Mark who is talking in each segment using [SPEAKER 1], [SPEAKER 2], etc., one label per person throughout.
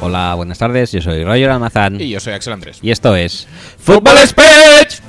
[SPEAKER 1] Hola, buenas tardes. Yo soy Roger Almazán.
[SPEAKER 2] Y yo soy Axel Andrés.
[SPEAKER 1] Y esto es.
[SPEAKER 2] ¡Fútbol Speech!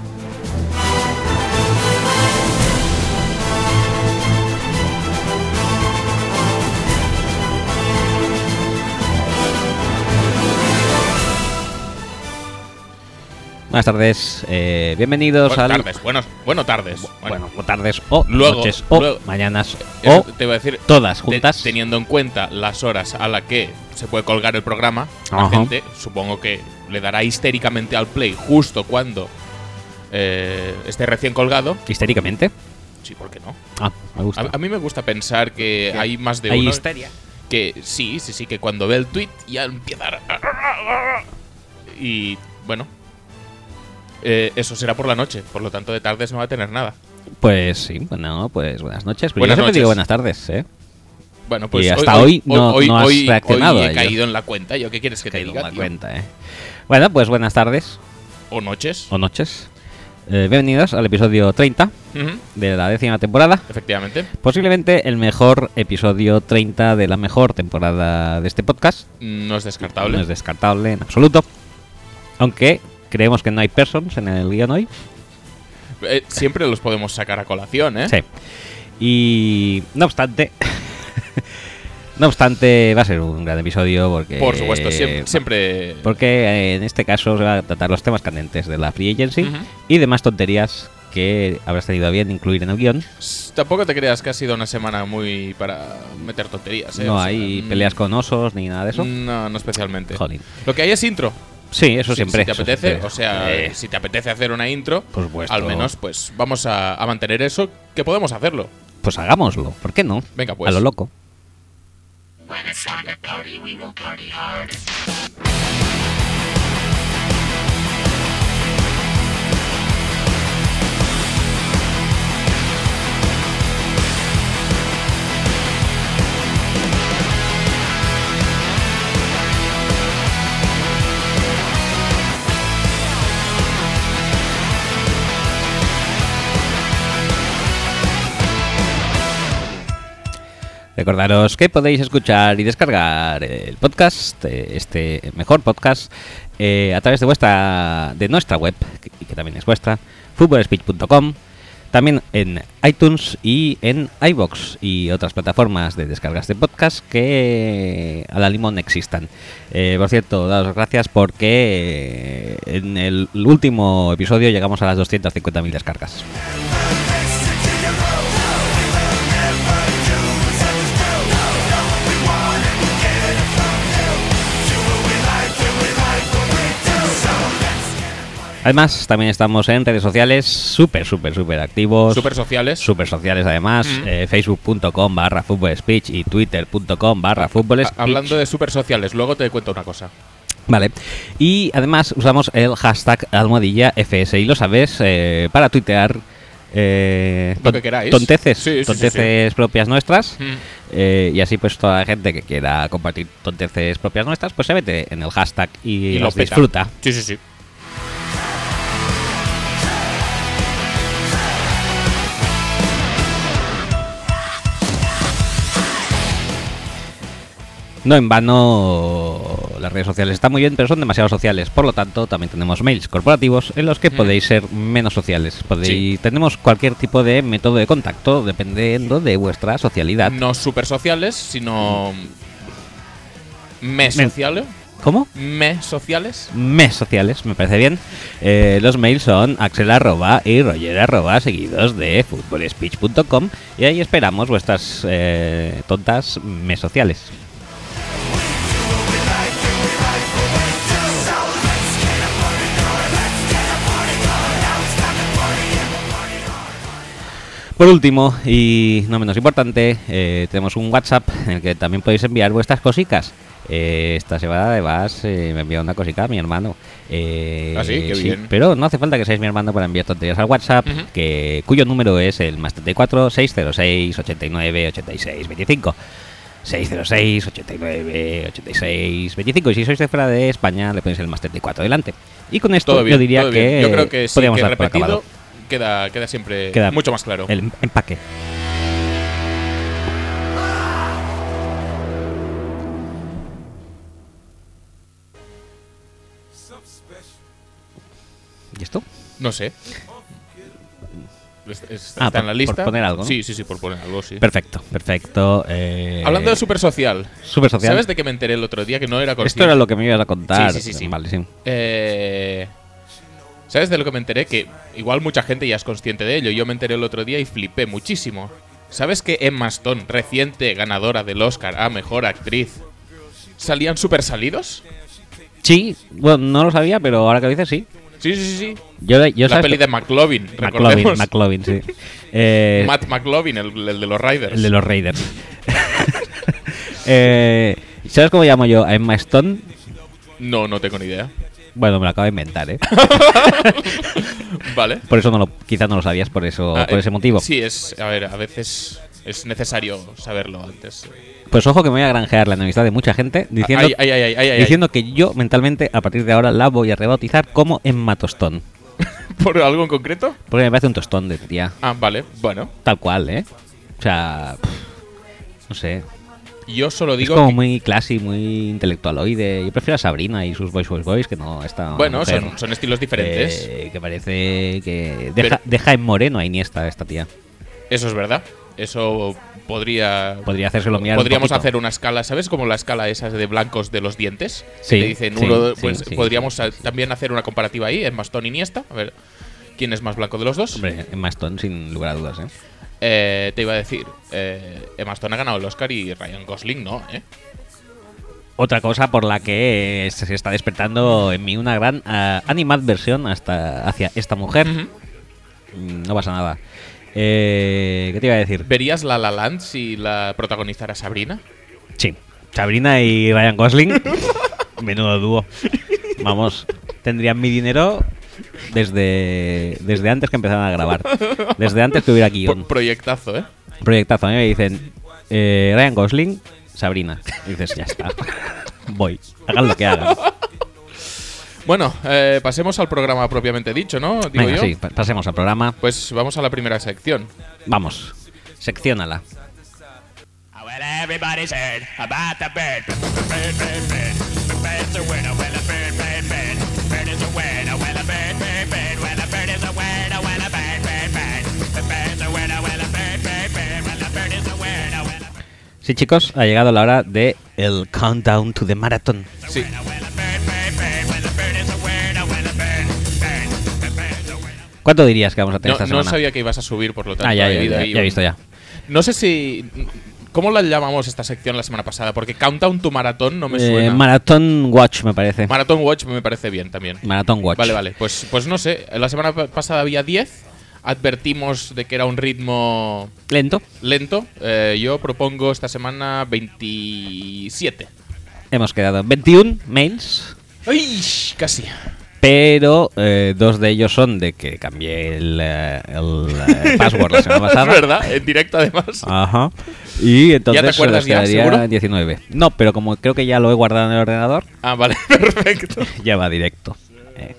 [SPEAKER 1] Buenas tardes. eh, bienvenidos
[SPEAKER 2] Buenas
[SPEAKER 1] al.
[SPEAKER 2] tardes, buenos, bueno, tardes.
[SPEAKER 1] Bueno, o tardes o
[SPEAKER 2] Luego,
[SPEAKER 1] noches o
[SPEAKER 2] luego.
[SPEAKER 1] mañanas
[SPEAKER 2] Eso
[SPEAKER 1] o
[SPEAKER 2] te iba a decir,
[SPEAKER 1] todas
[SPEAKER 2] te-
[SPEAKER 1] juntas.
[SPEAKER 2] teniendo en cuenta las horas a la que se puede colgar el programa, la
[SPEAKER 1] Ajá.
[SPEAKER 2] gente supongo que le dará histéricamente al play justo cuando eh, esté recién colgado.
[SPEAKER 1] Histéricamente.
[SPEAKER 2] Sí, ¿por qué no?
[SPEAKER 1] Ah, me gusta.
[SPEAKER 2] A, a mí me gusta pensar que hay más de
[SPEAKER 1] Hay
[SPEAKER 2] uno
[SPEAKER 1] histeria.
[SPEAKER 2] que sí, sí, sí, que cuando ve el tweet ya empieza a- Y bueno, eh, eso será por la noche, por lo tanto de tardes no va a tener nada.
[SPEAKER 1] Pues sí, bueno, pues buenas noches. Pero
[SPEAKER 2] Buenas
[SPEAKER 1] yo siempre digo
[SPEAKER 2] noches.
[SPEAKER 1] buenas tardes, ¿eh?
[SPEAKER 2] Bueno, pues
[SPEAKER 1] Y hasta hoy no- no has
[SPEAKER 2] hoy-
[SPEAKER 1] reaccionado
[SPEAKER 2] hoy
[SPEAKER 1] a
[SPEAKER 2] he
[SPEAKER 1] ello.
[SPEAKER 2] caído en la cuenta. ¿Yo qué quieres que te
[SPEAKER 1] Caído en
[SPEAKER 2] diga?
[SPEAKER 1] la
[SPEAKER 2] tío?
[SPEAKER 1] cuenta, ¿eh? Bueno, pues buenas tardes
[SPEAKER 2] O noches.
[SPEAKER 1] o noches. Eh, bienvenidos al episodio 30
[SPEAKER 2] Ujú,
[SPEAKER 1] de la décima temporada.
[SPEAKER 2] Efectivamente.
[SPEAKER 1] Posiblemente el mejor episodio 30 de la mejor temporada de este podcast.
[SPEAKER 2] No es descartable.
[SPEAKER 1] No es descartable en absoluto. Aunque creemos que no hay persons en el guión hoy.
[SPEAKER 2] Eh, siempre los podemos sacar a colación, ¿eh?
[SPEAKER 1] Sí. Y no obstante. no obstante, va a ser un gran episodio porque.
[SPEAKER 2] Por supuesto,
[SPEAKER 1] Eh,
[SPEAKER 2] siem- siempre.
[SPEAKER 1] Porque eh, en este caso se va a tratar los temas candentes de la free agency
[SPEAKER 2] Ujú.
[SPEAKER 1] y demás tonterías que habrás tenido a bien incluir en el guión.
[SPEAKER 2] S- Tampoco te creas que ha sido una semana muy para meter tonterías, ¿eh? O
[SPEAKER 1] no
[SPEAKER 2] sea,
[SPEAKER 1] hay
[SPEAKER 2] mm,
[SPEAKER 1] peleas con osos ni nada de eso.
[SPEAKER 2] No, no especialmente.
[SPEAKER 1] Jolín.
[SPEAKER 2] Lo que hay es intro.
[SPEAKER 1] Sí, eso
[SPEAKER 2] Si-
[SPEAKER 1] siempre.
[SPEAKER 2] Si te
[SPEAKER 1] eso
[SPEAKER 2] apetece,
[SPEAKER 1] siempre.
[SPEAKER 2] o sea,
[SPEAKER 1] Eh,
[SPEAKER 2] si te apetece hacer una intro,
[SPEAKER 1] Por supuesto.
[SPEAKER 2] al menos pues vamos a, a mantener eso, que podemos hacerlo.
[SPEAKER 1] pues hagámoslo. ¿Por qué no?
[SPEAKER 2] Venga, pues.
[SPEAKER 1] A lo loco. Recordaros que podéis escuchar y descargar el podcast, eh, este mejor podcast, eh, a través de vuestra, de nuestra web, que, que también es vuestra, footballspeech.com, también en iTunes y en iBox y otras plataformas de descargas de podcast que a la limón existan. Eh, por cierto, daros las gracias porque eh, en el último episodio llegamos a las 250.000 descargas. Además, también estamos en redes sociales súper, súper, súper activos.
[SPEAKER 2] Super sociales.
[SPEAKER 1] Super sociales además,
[SPEAKER 2] Mm.
[SPEAKER 1] eh, facebook.com barra fútbol speech y twitter.com barra fútbol
[SPEAKER 2] Ha-
[SPEAKER 1] speech.
[SPEAKER 2] Ah, Hablando de super sociales, luego te cuento una cosa.
[SPEAKER 1] Vale. Y además usamos el hashtag almohadilla FS y lo sabes eh, para tuitear eh,
[SPEAKER 2] Lo
[SPEAKER 1] ton-
[SPEAKER 2] que queráis.
[SPEAKER 1] tonteces,
[SPEAKER 2] Sí, sí, sí,
[SPEAKER 1] tonteces propias nuestras.
[SPEAKER 2] Mm.
[SPEAKER 1] Eh, y así pues toda la gente que quiera compartir tonteces propias nuestras, pues se mete en el hashtag y,
[SPEAKER 2] Y lo
[SPEAKER 1] los
[SPEAKER 2] peta.
[SPEAKER 1] disfruta.
[SPEAKER 2] Sí, sí, sí.
[SPEAKER 1] No en vano las redes sociales están muy bien, pero son demasiado sociales. Por lo tanto, también tenemos mails corporativos en los que
[SPEAKER 2] Mm.
[SPEAKER 1] podéis ser menos sociales. Podéis, Tenemos cualquier tipo de método de contacto dependiendo de vuestra socialidad.
[SPEAKER 2] No super sociales, sino. Me sociales.
[SPEAKER 1] ¿Cómo?
[SPEAKER 2] Me sociales.
[SPEAKER 1] Mes sociales, me parece bien. Eh, los mails son axel arroba y roger arroba, seguidos de footballspeech.com y ahí esperamos vuestras eh, tontas mes sociales. Por último, y no menos importante, eh, tenemos un WhatsApp en el que también podéis enviar vuestras cosicas. Eh, esta semana además eh, me envió una cosica mi hermano. Eh,
[SPEAKER 2] Ah, sí, qué bien.
[SPEAKER 1] Pero no hace falta que seáis mi hermano para enviar tonterías al WhatsApp,
[SPEAKER 2] Ujú.
[SPEAKER 1] que, cuyo número es el más 34 606 89 86 25. 606 89 86 25. Y si sois de fuera de España, le ponéis el más 34 delante. Y con esto
[SPEAKER 2] Todo bien.
[SPEAKER 1] yo diría
[SPEAKER 2] todo
[SPEAKER 1] que
[SPEAKER 2] bien. Yo creo que sí,
[SPEAKER 1] podríamos
[SPEAKER 2] que
[SPEAKER 1] dar por acabado
[SPEAKER 2] repetido queda, queda siempre
[SPEAKER 1] Queda
[SPEAKER 2] mucho más claro.
[SPEAKER 1] el empaque.
[SPEAKER 2] No sé. Es- es-
[SPEAKER 1] Ah,
[SPEAKER 2] está
[SPEAKER 1] por-
[SPEAKER 2] en la lista.
[SPEAKER 1] por poner algo, ¿no?
[SPEAKER 2] Sí, sí, sí, por poner algo, sí.
[SPEAKER 1] Perfecto, perfecto. eh,
[SPEAKER 2] Hablando de super social,
[SPEAKER 1] super social.
[SPEAKER 2] ¿sabes de qué me enteré el otro día que no era consciente?
[SPEAKER 1] Esto era lo que me ibas a contar.
[SPEAKER 2] Sí, sí, sí, sí.
[SPEAKER 1] Vale, sí.
[SPEAKER 2] Eh, ¿Sabes de lo que me enteré? Que igual mucha gente ya es consciente de ello. Yo me enteré el otro día y flipé muchísimo. ¿Sabes que Emma Stone, reciente ganadora del Oscar a Mejor Actriz, salían super salidos?
[SPEAKER 1] Sí, bueno, no lo sabía, pero ahora que lo dices, sí.
[SPEAKER 2] Sí, sí, sí. sí.
[SPEAKER 1] Yo, yo
[SPEAKER 2] La
[SPEAKER 1] sabes-
[SPEAKER 2] peli de McLovin,
[SPEAKER 1] McLovin,
[SPEAKER 2] recordemos.
[SPEAKER 1] McLovin, sí. Eh,
[SPEAKER 2] Matt McLovin, el, el de los Riders.
[SPEAKER 1] el de los Raiders. Eh, ¿Sabes cómo llamo yo a Emma Stone?
[SPEAKER 2] No, no tengo ni idea.
[SPEAKER 1] Bueno, me lo acabo de inventar, ¿eh?
[SPEAKER 2] Vale.
[SPEAKER 1] Por eso no lo, quizás no lo sabías, por eso,
[SPEAKER 2] Ah,
[SPEAKER 1] por
[SPEAKER 2] eh,
[SPEAKER 1] ese motivo.
[SPEAKER 2] Sí, es. A ver, a veces es necesario saberlo antes.
[SPEAKER 1] Pues ojo que me voy a granjear la enemistad de mucha gente diciendo,
[SPEAKER 2] Ay, ay, ay, ay, ay, ay.
[SPEAKER 1] diciendo que yo mentalmente a partir de ahora la voy a rebautizar como Emma Tostón.
[SPEAKER 2] ¿Por algo en concreto?
[SPEAKER 1] Porque me parece un tostón de tía.
[SPEAKER 2] Ah, vale. Bueno,
[SPEAKER 1] Tal cual, ¿eh? O sea, pff, no sé.
[SPEAKER 2] yo solo
[SPEAKER 1] Es
[SPEAKER 2] digo.
[SPEAKER 1] como
[SPEAKER 2] que-
[SPEAKER 1] muy classy, muy intelectualoide. Yo prefiero a Sabrina y sus Voice Voice Boys que no esta
[SPEAKER 2] bueno,
[SPEAKER 1] mujer,
[SPEAKER 2] son, son estilos diferentes.
[SPEAKER 1] eh, que parece que deja,
[SPEAKER 2] Pero-
[SPEAKER 1] deja en moreno a Iniesta esta tía.
[SPEAKER 2] Eso es verdad. Eso podría.
[SPEAKER 1] Podría hacérselo mirar un
[SPEAKER 2] Podríamos
[SPEAKER 1] poquito.
[SPEAKER 2] hacer una escala, ¿sabes? Como la escala esa de blancos de los dientes. que
[SPEAKER 1] Sí,
[SPEAKER 2] te dicen
[SPEAKER 1] sí,
[SPEAKER 2] uno,
[SPEAKER 1] sí,
[SPEAKER 2] pues
[SPEAKER 1] sí,
[SPEAKER 2] podríamos
[SPEAKER 1] sí,
[SPEAKER 2] a-
[SPEAKER 1] sí, sí.
[SPEAKER 2] también hacer una comparativa ahí, en Mastón y Iniesta. A ver, ¿quién es más blanco de los dos?
[SPEAKER 1] Hombre, en Maston, sin lugar a dudas, ¿eh?
[SPEAKER 2] Eh, te iba a decir, eh, Emma Stone ha ganado el Oscar y Ryan Gosling no, ¿eh?
[SPEAKER 1] Otra cosa por la que eh, se está despertando en mí una gran ah, animadversión hasta, hacia esta mujer.
[SPEAKER 2] Ujú.
[SPEAKER 1] Mm, No pasa nada. Eh, ¿Qué te iba a decir?
[SPEAKER 2] ¿Verías La La Land si la protagonizara Sabrina?
[SPEAKER 1] Sí, Sabrina y Ryan Gosling. Menudo dúo. Vamos, tendrían mi dinero desde, desde antes que empezaran a grabar. Desde antes que hubiera
[SPEAKER 2] Pro-
[SPEAKER 1] guión.
[SPEAKER 2] proyectazo, ¿eh?
[SPEAKER 1] Proyectazo. A mí me dicen eh, Ryan Gosling, Sabrina. Y dices, ya está. Voy. Hagan lo que hagan.
[SPEAKER 2] Bueno, eh, pasemos al programa propiamente dicho, ¿no? Digo
[SPEAKER 1] Venga,
[SPEAKER 2] yo.
[SPEAKER 1] sí, pa- pasemos al programa.
[SPEAKER 2] Pues vamos a la primera sección.
[SPEAKER 1] Vamos, secciónala.
[SPEAKER 3] I Ah, Well, everybody's heard about the bird. The bird, bird, bird. The bird's a winner. Well, a bird, bird, bird. Bird is a winner. Well, a bird, bird, bird. Well, a bird is a winner. Well, a bird, bird, bird. The bird's a winner. Well, a bird, bird, bird. Well, a bird is a winner. Well, a
[SPEAKER 1] Sí, chicos, ha llegado la hora de el countdown to the marathon.
[SPEAKER 2] Sí.
[SPEAKER 3] winner. Well, a bird, bird, bird. Well, a bird is a winner. Well, a bird, bird. The bird's a winner.
[SPEAKER 1] ¿Cuánto dirías que vamos a tener
[SPEAKER 2] No,
[SPEAKER 1] esta
[SPEAKER 2] no
[SPEAKER 1] semana?
[SPEAKER 2] sabía que ibas a subir, por lo tanto.
[SPEAKER 1] ah, ya,
[SPEAKER 2] he
[SPEAKER 1] ya,
[SPEAKER 2] ido
[SPEAKER 1] ya,
[SPEAKER 2] ahí
[SPEAKER 1] ya he
[SPEAKER 2] un-
[SPEAKER 1] visto ya.
[SPEAKER 2] No sé si. ¿Cómo la llamamos esta sección la semana pasada? Porque Countdown tu maratón no me
[SPEAKER 1] Eh,
[SPEAKER 2] suena.
[SPEAKER 1] Marathon Watch, me parece.
[SPEAKER 2] Marathon Watch me parece bien también.
[SPEAKER 1] Marathon Watch.
[SPEAKER 2] Vale, vale. Pues, pues no sé. La semana pa- pasada había 10. Advertimos de que era un ritmo
[SPEAKER 1] Lento.
[SPEAKER 2] lento. Eh, yo propongo esta semana 27.
[SPEAKER 1] Hemos quedado en 21 mails,
[SPEAKER 2] ¡Ay! Casi.
[SPEAKER 1] pero eh, dos de ellos son de que cambié el, eh, el, eh, password la semana pasada. Ah.
[SPEAKER 2] Es verdad, en directo además.
[SPEAKER 1] Ajá. Y entonces
[SPEAKER 2] ¿Ya te acuerdas
[SPEAKER 1] se nos
[SPEAKER 2] ya,
[SPEAKER 1] quedaría
[SPEAKER 2] seguro?
[SPEAKER 1] 19. No, pero como creo que ya lo he guardado en el ordenador,
[SPEAKER 2] Ah, vale, perfecto.
[SPEAKER 1] ya va directo. Eh,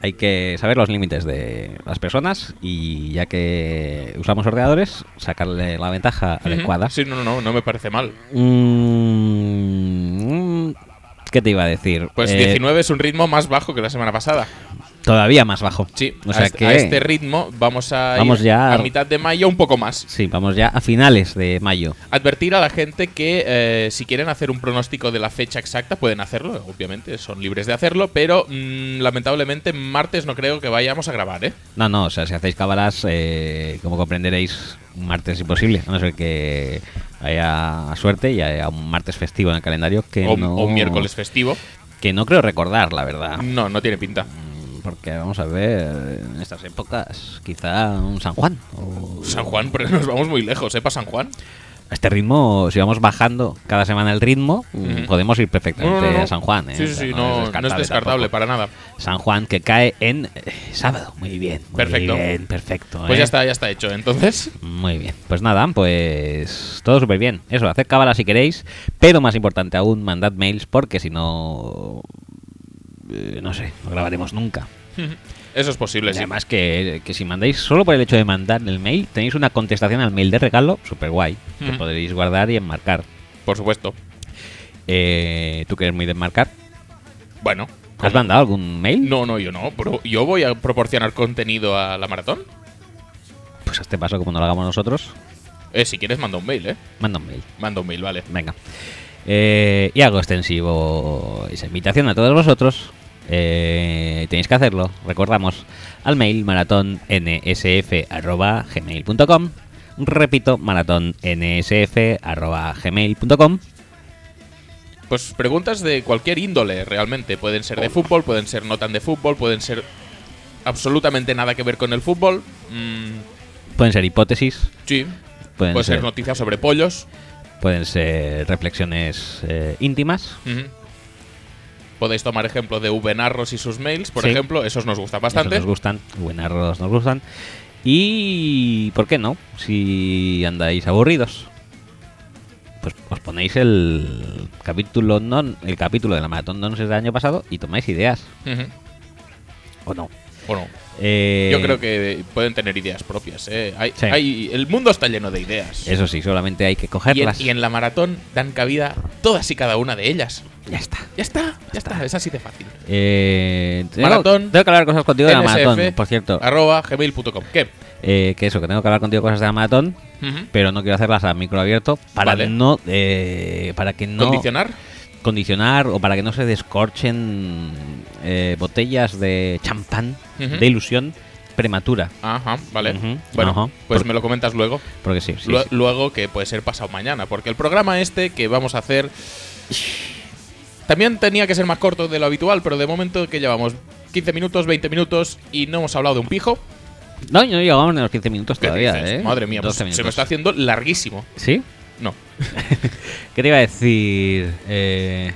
[SPEAKER 1] Hay que saber los límites de las personas y ya que usamos ordenadores, sacarle la ventaja adecuada.
[SPEAKER 2] Ujú. Sí, no, no, no me parece mal.
[SPEAKER 1] Mm, ¿Qué te iba a decir?
[SPEAKER 2] Pues
[SPEAKER 1] Eh,
[SPEAKER 2] 19 es un ritmo más bajo que la semana pasada.
[SPEAKER 1] Todavía más bajo.
[SPEAKER 2] Sí,
[SPEAKER 1] o sea
[SPEAKER 2] a, este,
[SPEAKER 1] que
[SPEAKER 2] a este ritmo vamos a
[SPEAKER 1] Vamos
[SPEAKER 2] ir
[SPEAKER 1] ya.
[SPEAKER 2] a mitad de mayo un poco más.
[SPEAKER 1] sí, vamos ya a finales de mayo.
[SPEAKER 2] Advertir a la gente que eh, si quieren hacer un pronóstico de la fecha exacta pueden hacerlo, obviamente, son libres de hacerlo, pero mm, lamentablemente martes no creo que vayamos a grabar, ¿eh?
[SPEAKER 1] No, no, o sea, si hacéis cábalas, eh, como comprenderéis, un martes es imposible, a no ser que haya suerte y haya un martes festivo en el calendario que
[SPEAKER 2] O,
[SPEAKER 1] no Ah.
[SPEAKER 2] o un miércoles festivo.
[SPEAKER 1] que no creo recordar, la verdad.
[SPEAKER 2] No, no tiene pinta.
[SPEAKER 1] Mm, Porque vamos a ver, en estas épocas, quizá un San Juan. o-
[SPEAKER 2] San Juan, pero nos vamos muy lejos, ¿eh? Para San Juan.
[SPEAKER 1] A este ritmo, si vamos bajando cada semana el ritmo, mm,
[SPEAKER 2] Ujú.
[SPEAKER 1] podemos ir perfectamente a San Juan. ¿eh?
[SPEAKER 2] Sí,
[SPEAKER 1] O
[SPEAKER 2] sí,
[SPEAKER 1] sea,
[SPEAKER 2] sí, no, no es descartable,
[SPEAKER 1] tampoco.
[SPEAKER 2] para nada.
[SPEAKER 1] San Juan que cae en eh, sábado. Muy bien. Muy
[SPEAKER 2] Perfecto.
[SPEAKER 1] bien, perfecto.
[SPEAKER 2] Pues
[SPEAKER 1] ¿eh?
[SPEAKER 2] ya está, ya está hecho. Entonces,
[SPEAKER 1] Muy bien. Pues nada, pues todo súper bien. Eso, haced cábala si queréis, pero más importante aún, mandad mails porque si no... eh, no sé, no grabaremos nunca.
[SPEAKER 2] eso es posible,
[SPEAKER 1] Y
[SPEAKER 2] sí.
[SPEAKER 1] además que, que si mandáis solo por el hecho de mandar el mail, tenéis una contestación al mail de regalo súper guay que
[SPEAKER 2] Ujú.
[SPEAKER 1] podréis guardar y enmarcar.
[SPEAKER 2] Por supuesto.
[SPEAKER 1] Eh, ¿Tú que eres muy de enmarcar?
[SPEAKER 2] Bueno,
[SPEAKER 1] ¿Has mandado algún mail?
[SPEAKER 2] No, no, yo no. Pero yo voy a proporcionar contenido a la maratón.
[SPEAKER 1] Pues a este paso, como no lo hagamos nosotros,
[SPEAKER 2] Eh, si quieres, manda un mail, ¿eh?
[SPEAKER 1] manda un mail.
[SPEAKER 2] Manda un mail, vale.
[SPEAKER 1] Venga. Eh, y hago extensivo esa invitación a todos vosotros. Eh, tenéis que hacerlo, recordamos, al mail maratón.nsf@gmail.com. Repito, maratón.nsf@gmail.com.
[SPEAKER 2] Pues preguntas de cualquier índole, realmente. Pueden ser de fútbol, pueden ser no tan de fútbol, pueden ser absolutamente nada que ver con el fútbol. Mm,
[SPEAKER 1] Pueden ser hipótesis,
[SPEAKER 2] sí.
[SPEAKER 1] pueden,
[SPEAKER 2] Pueden ser.
[SPEAKER 1] ser,
[SPEAKER 2] noticias sobre pollos.
[SPEAKER 1] pueden ser reflexiones eh, íntimas.
[SPEAKER 2] Ujú. Podéis tomar ejemplo de Venarros y sus mails, por
[SPEAKER 1] Sí.
[SPEAKER 2] ejemplo. Esos nos gustan
[SPEAKER 1] Esos
[SPEAKER 2] bastante.
[SPEAKER 1] Nos gustan, buenarros nos gustan. Y, ¿por qué no? Si andáis aburridos, pues os ponéis el capítulo non, el capítulo de la maratón no del año pasado y tomáis ideas,
[SPEAKER 2] Ujú.
[SPEAKER 1] ¿o no?
[SPEAKER 2] Bueno,
[SPEAKER 1] Eh,
[SPEAKER 2] yo creo que pueden tener ideas propias. ¿eh? Hay-
[SPEAKER 1] Sí.
[SPEAKER 2] hay- el mundo está lleno de ideas.
[SPEAKER 1] Eso sí, solamente hay que
[SPEAKER 2] y, en,
[SPEAKER 1] cogerlas.
[SPEAKER 2] y en la maratón dan cabida todas y cada una de ellas.
[SPEAKER 1] Ya está.
[SPEAKER 2] Ya está, ya está. Es así de fácil.
[SPEAKER 1] Eh, tengo-
[SPEAKER 2] Maratón,
[SPEAKER 1] Tengo que hablar cosas contigo de la
[SPEAKER 2] NSF,
[SPEAKER 1] maratón, por cierto.
[SPEAKER 2] Arroba gmail.com. ¿Qué?
[SPEAKER 1] Eh, que eso, que tengo que hablar contigo cosas de la maratón,
[SPEAKER 2] Ujú.
[SPEAKER 1] pero no quiero hacerlas a micro abierto para
[SPEAKER 2] Vale.
[SPEAKER 1] no, eh, para que no
[SPEAKER 2] ¿Condicionar?
[SPEAKER 1] condicionar o para que no se descorchen eh, botellas de champán
[SPEAKER 2] Ujú.
[SPEAKER 1] de ilusión prematura.
[SPEAKER 2] Ajá, vale.
[SPEAKER 1] Ujú,
[SPEAKER 2] Bueno,
[SPEAKER 1] ajá.
[SPEAKER 2] pues
[SPEAKER 1] Por-
[SPEAKER 2] me lo comentas luego.
[SPEAKER 1] Porque sí, sí,
[SPEAKER 2] Lue-
[SPEAKER 1] sí.
[SPEAKER 2] Luego que puede ser pasado mañana, porque el programa este que vamos a hacer también tenía que ser más corto de lo habitual, pero de momento que llevamos 15 minutos, 20 minutos y no hemos hablado de un pijo.
[SPEAKER 1] No, no llegamos ni a los 15 minutos
[SPEAKER 2] ¿Qué
[SPEAKER 1] Pues todavía,
[SPEAKER 2] dices?
[SPEAKER 1] ¿eh?
[SPEAKER 2] Madre mía, pues
[SPEAKER 1] 12
[SPEAKER 2] se me
[SPEAKER 1] minutos.
[SPEAKER 2] está haciendo larguísimo.
[SPEAKER 1] ¿Sí?
[SPEAKER 2] No,
[SPEAKER 1] ¿Qué te iba a decir? Eh,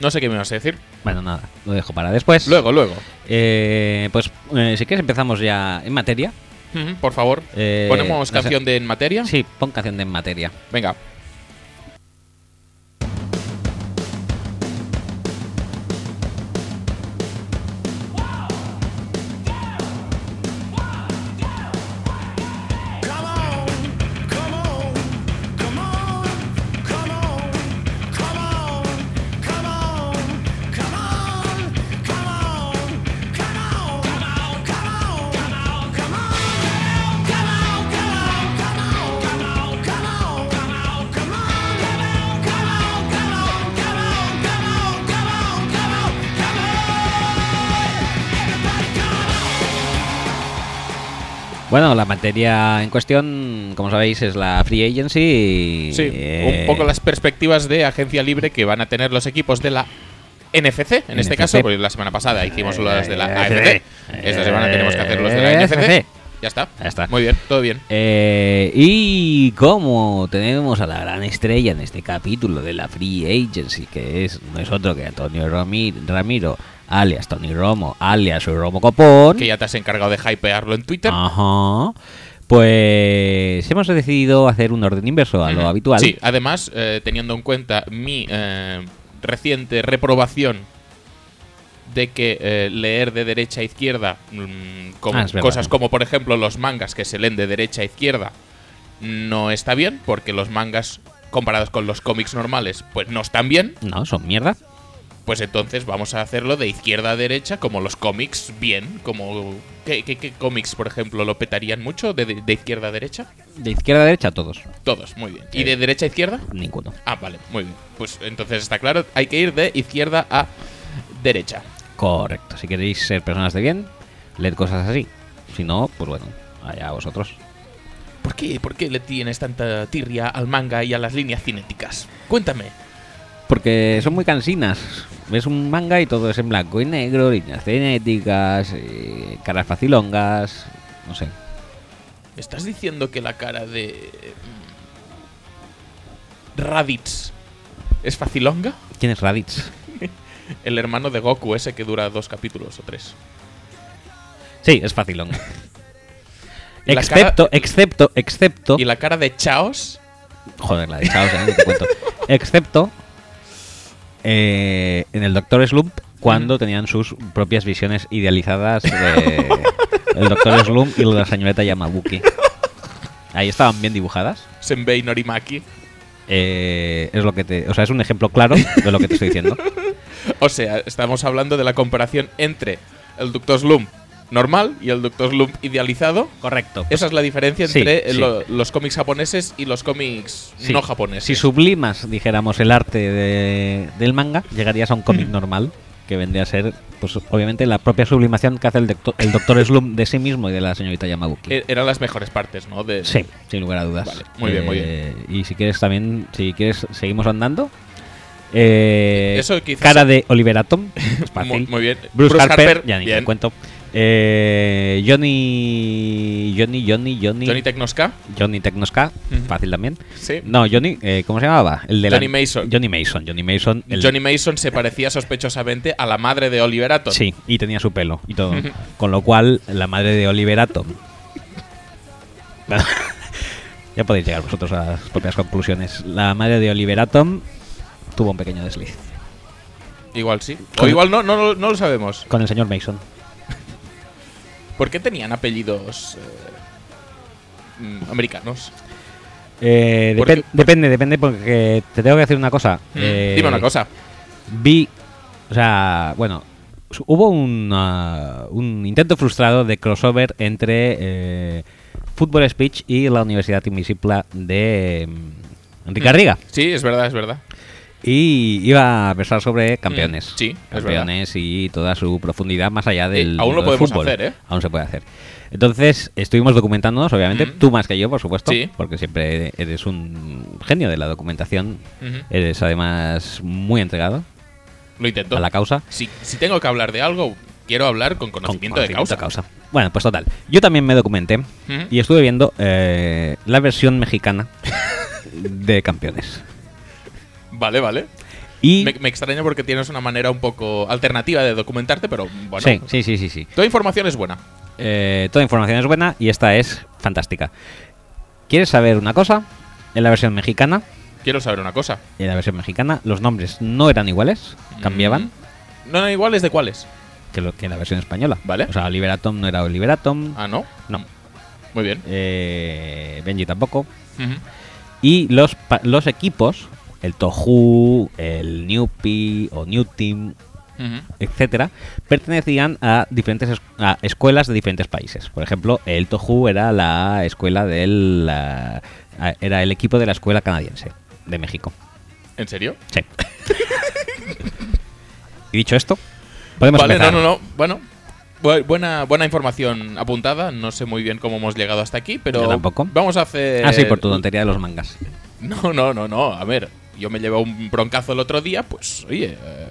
[SPEAKER 2] no sé qué me vas a decir.
[SPEAKER 1] bueno, nada, lo dejo para después.
[SPEAKER 2] Luego, luego.
[SPEAKER 1] Eh, pues eh, si quieres empezamos ya en materia.
[SPEAKER 2] Ujú, Por favor,
[SPEAKER 1] Eh,
[SPEAKER 2] ponemos
[SPEAKER 1] no sé.
[SPEAKER 2] canción de en materia.
[SPEAKER 1] Sí, pon canción de en materia.
[SPEAKER 2] Venga.
[SPEAKER 4] Come on, come on, come on, come on, come on, come on, come on, come on, come on, come on, come on, come on, come on, come on, come on, come on, come on, come on, come on, come on, come on, come on, come on, come on, come on, come on, everybody come on.
[SPEAKER 1] Bueno, la materia en cuestión, como sabéis, es la free agency.
[SPEAKER 2] Sí,
[SPEAKER 1] Eh,
[SPEAKER 2] un poco las perspectivas de agencia libre que van a tener los equipos de la NFC, en este
[SPEAKER 1] NFC.
[SPEAKER 2] caso, porque la semana pasada hicimos las de la
[SPEAKER 1] Eh,
[SPEAKER 2] AFC. Esta semana tenemos que hacer los de
[SPEAKER 1] eh,
[SPEAKER 2] la NFC.
[SPEAKER 1] NFC.
[SPEAKER 2] Ya está.
[SPEAKER 1] Ya está.
[SPEAKER 2] Muy bien, todo bien.
[SPEAKER 1] Eh, y como tenemos a la gran estrella en este capítulo de la Free Agency, que es, no es otro que Antonio Rami- Ramiro, alias Tony Romo, alias Romo Copón.
[SPEAKER 2] Que ya te has encargado de hypearlo en Twitter.
[SPEAKER 1] Ajá. Pues hemos decidido hacer un orden inverso a lo
[SPEAKER 2] Ujú.
[SPEAKER 1] habitual.
[SPEAKER 2] Sí, además, eh, teniendo en cuenta mi eh, reciente reprobación de que eh, leer de derecha a izquierda mm, como-
[SPEAKER 1] Ah, es verdad.
[SPEAKER 2] cosas como por ejemplo los mangas que se leen de derecha a izquierda no está bien porque los mangas comparados con los cómics normales pues no están bien
[SPEAKER 1] No, son mierda.
[SPEAKER 2] pues entonces vamos a hacerlo de izquierda a derecha como los cómics bien como ¿qué, qué- qué cómics por ejemplo lo petarían mucho de, de- de izquierda a derecha
[SPEAKER 1] De izquierda a derecha, todos.
[SPEAKER 2] todos muy bien y
[SPEAKER 1] Eh.
[SPEAKER 2] de derecha a izquierda
[SPEAKER 1] Ninguno.
[SPEAKER 2] Ah, vale, muy bien. Pues entonces está claro, hay que ir de izquierda a derecha.
[SPEAKER 1] Correcto. Si queréis ser personas de bien, leed cosas así. Si no, pues bueno, allá vosotros.
[SPEAKER 2] ¿Por qué, ¿Por qué le tienes tanta tirria al manga y a las líneas cinéticas? Cuéntame.
[SPEAKER 1] Porque son muy cansinas. Ves un manga y todo es en blanco y negro, líneas cinéticas, eh, caras facilongas, no sé.
[SPEAKER 2] ¿Me estás diciendo que la cara de... mm, Raditz es facilonga?
[SPEAKER 1] ¿Quién es Raditz?
[SPEAKER 2] El hermano de Goku, ese que dura dos capítulos o tres.
[SPEAKER 1] Sí, es facilonga.
[SPEAKER 2] Y la
[SPEAKER 1] excepto,
[SPEAKER 2] cara-
[SPEAKER 1] excepto, excepto.
[SPEAKER 2] Y la cara de Chaos,
[SPEAKER 1] Joder, la de Chaos, ya no te cuento. Excepto eh, en el Doctor Slump, cuando tenían sus propias visiones idealizadas de el Doctor Slump y la señorita Yamabuki. Ahí estaban bien dibujadas.
[SPEAKER 2] Senbei Norimaki.
[SPEAKER 1] Eh, es lo que te, o sea, es un ejemplo claro de lo que te estoy diciendo.
[SPEAKER 2] O sea, estamos hablando de la comparación entre el Ductos Loom normal y el Ductos Loom idealizado.
[SPEAKER 1] Correcto.
[SPEAKER 2] Esa es la diferencia
[SPEAKER 1] Sí,
[SPEAKER 2] entre
[SPEAKER 1] sí.
[SPEAKER 2] lo- los cómics japoneses y los cómics
[SPEAKER 1] Sí.
[SPEAKER 2] no japoneses.
[SPEAKER 1] Si sublimas, dijéramos, el arte de- del manga, llegarías a un cómic normal, que vendría a ser, pues obviamente, la propia sublimación que hace el, doctor- el doctor Slum de sí mismo y de la señorita Yamabuki.
[SPEAKER 2] E- Eran las mejores partes, ¿no? De,
[SPEAKER 1] sí, sin lugar a dudas.
[SPEAKER 2] Vale, muy bien, muy
[SPEAKER 1] bien. Y si quieres también, si quieres, seguimos andando. Eh,
[SPEAKER 2] Eso quizás-
[SPEAKER 1] cara de Oliver Atom, es fácil.
[SPEAKER 2] Muy, muy bien.
[SPEAKER 1] Bruce, Harper, ya ni te
[SPEAKER 2] bien.
[SPEAKER 1] cuento. Eh, Johnny, Johnny, Johnny, Johnny,
[SPEAKER 2] Johnny Tecnosca,
[SPEAKER 1] Johnny Tecnosca,
[SPEAKER 2] Ujú.
[SPEAKER 1] fácil también.
[SPEAKER 2] sí.
[SPEAKER 1] No, Johnny, eh, ¿cómo se llamaba? El de la-
[SPEAKER 2] Johnny Mason.
[SPEAKER 1] Johnny Mason, Johnny Mason. el-
[SPEAKER 2] Johnny Mason se parecía sospechosamente a la madre de Oliver Atom.
[SPEAKER 1] Sí, y tenía su pelo y todo. Con lo cual, la madre de Oliver Atom. ya podéis llegar vosotros a las propias conclusiones. La madre de Oliver Atom tuvo un pequeño desliz
[SPEAKER 2] Igual sí. O
[SPEAKER 1] Con-
[SPEAKER 2] igual no, no, lo- no lo sabemos.
[SPEAKER 1] con el señor Mason.
[SPEAKER 2] ¿Por qué tenían apellidos eh, mm, americanos?
[SPEAKER 1] Eh,
[SPEAKER 2] ¿Por
[SPEAKER 1] depen-
[SPEAKER 2] qué- por-
[SPEAKER 1] Depende, depende, porque te tengo que decir una cosa.
[SPEAKER 2] Mm,
[SPEAKER 1] Eh,
[SPEAKER 2] Dime una cosa.
[SPEAKER 1] Vi, o sea, bueno, su- hubo una- un intento frustrado de crossover entre eh, Fútbol Speech y la Universidad Invisible de mm, Enrique Arriga.
[SPEAKER 2] Sí, es verdad, es verdad.
[SPEAKER 1] Y iba a versar sobre campeones.
[SPEAKER 2] Mm, sí, es
[SPEAKER 1] Campeones y toda su profundidad más allá del.
[SPEAKER 2] Eh, aún lo
[SPEAKER 1] mundo del
[SPEAKER 2] podemos
[SPEAKER 1] fútbol.
[SPEAKER 2] hacer, ¿eh?
[SPEAKER 1] Aún se puede hacer. Entonces, estuvimos documentándonos, obviamente,
[SPEAKER 2] Mm.
[SPEAKER 1] tú más que yo, por supuesto,
[SPEAKER 2] Sí.
[SPEAKER 1] porque siempre eres un genio de la documentación.
[SPEAKER 2] Ujú.
[SPEAKER 1] Eres además muy entregado
[SPEAKER 2] Lo intento.
[SPEAKER 1] a la causa.
[SPEAKER 2] Si, si tengo que hablar de algo, quiero hablar con conocimiento,
[SPEAKER 1] Con
[SPEAKER 2] de causa. Mm.
[SPEAKER 1] Bueno, pues total. Yo también me documenté y estuve viendo eh, la versión mexicana de campeones.
[SPEAKER 2] Vale, vale.
[SPEAKER 1] Y.
[SPEAKER 2] Me, me extraña porque tienes una manera un poco alternativa de documentarte, pero bueno.
[SPEAKER 1] sí, sí, sí, sí, sí.
[SPEAKER 2] Toda información es buena.
[SPEAKER 1] Eh, toda información es buena y esta es fantástica. ¿Quieres saber una cosa? En la versión mexicana,
[SPEAKER 2] Quiero saber una cosa.
[SPEAKER 1] en la versión mexicana, los nombres no eran iguales, cambiaban
[SPEAKER 2] Mm. No, no, igual es de cuáles.
[SPEAKER 1] que, lo, que en la versión española.
[SPEAKER 2] Vale.
[SPEAKER 1] O sea, Oliver Atom no era Oliver Atom,
[SPEAKER 2] Ah, ¿no?
[SPEAKER 1] No.
[SPEAKER 2] Muy bien.
[SPEAKER 1] eh, Benji tampoco.
[SPEAKER 2] Ujú.
[SPEAKER 1] Y los, pa- los equipos, el Tohu, el Newpi o New Team,
[SPEAKER 2] Ujú.
[SPEAKER 1] etcétera, pertenecían a diferentes es- a escuelas de diferentes países. Por ejemplo, el Tohu era la escuela del la- a- era el equipo de la escuela canadiense de México.
[SPEAKER 2] ¿En serio?
[SPEAKER 1] Sí. y dicho esto, podemos
[SPEAKER 2] vale,
[SPEAKER 1] empezar.
[SPEAKER 2] no, no, no. Bueno, bu- buena, buena información apuntada. No sé muy bien cómo hemos llegado hasta aquí, pero
[SPEAKER 1] Yo tampoco.
[SPEAKER 2] vamos a hacer.
[SPEAKER 1] Ah, sí, por tu tontería de los mangas.
[SPEAKER 2] No, no, no, no. A ver, yo me llevé un broncazo el otro día, pues, oye, eh,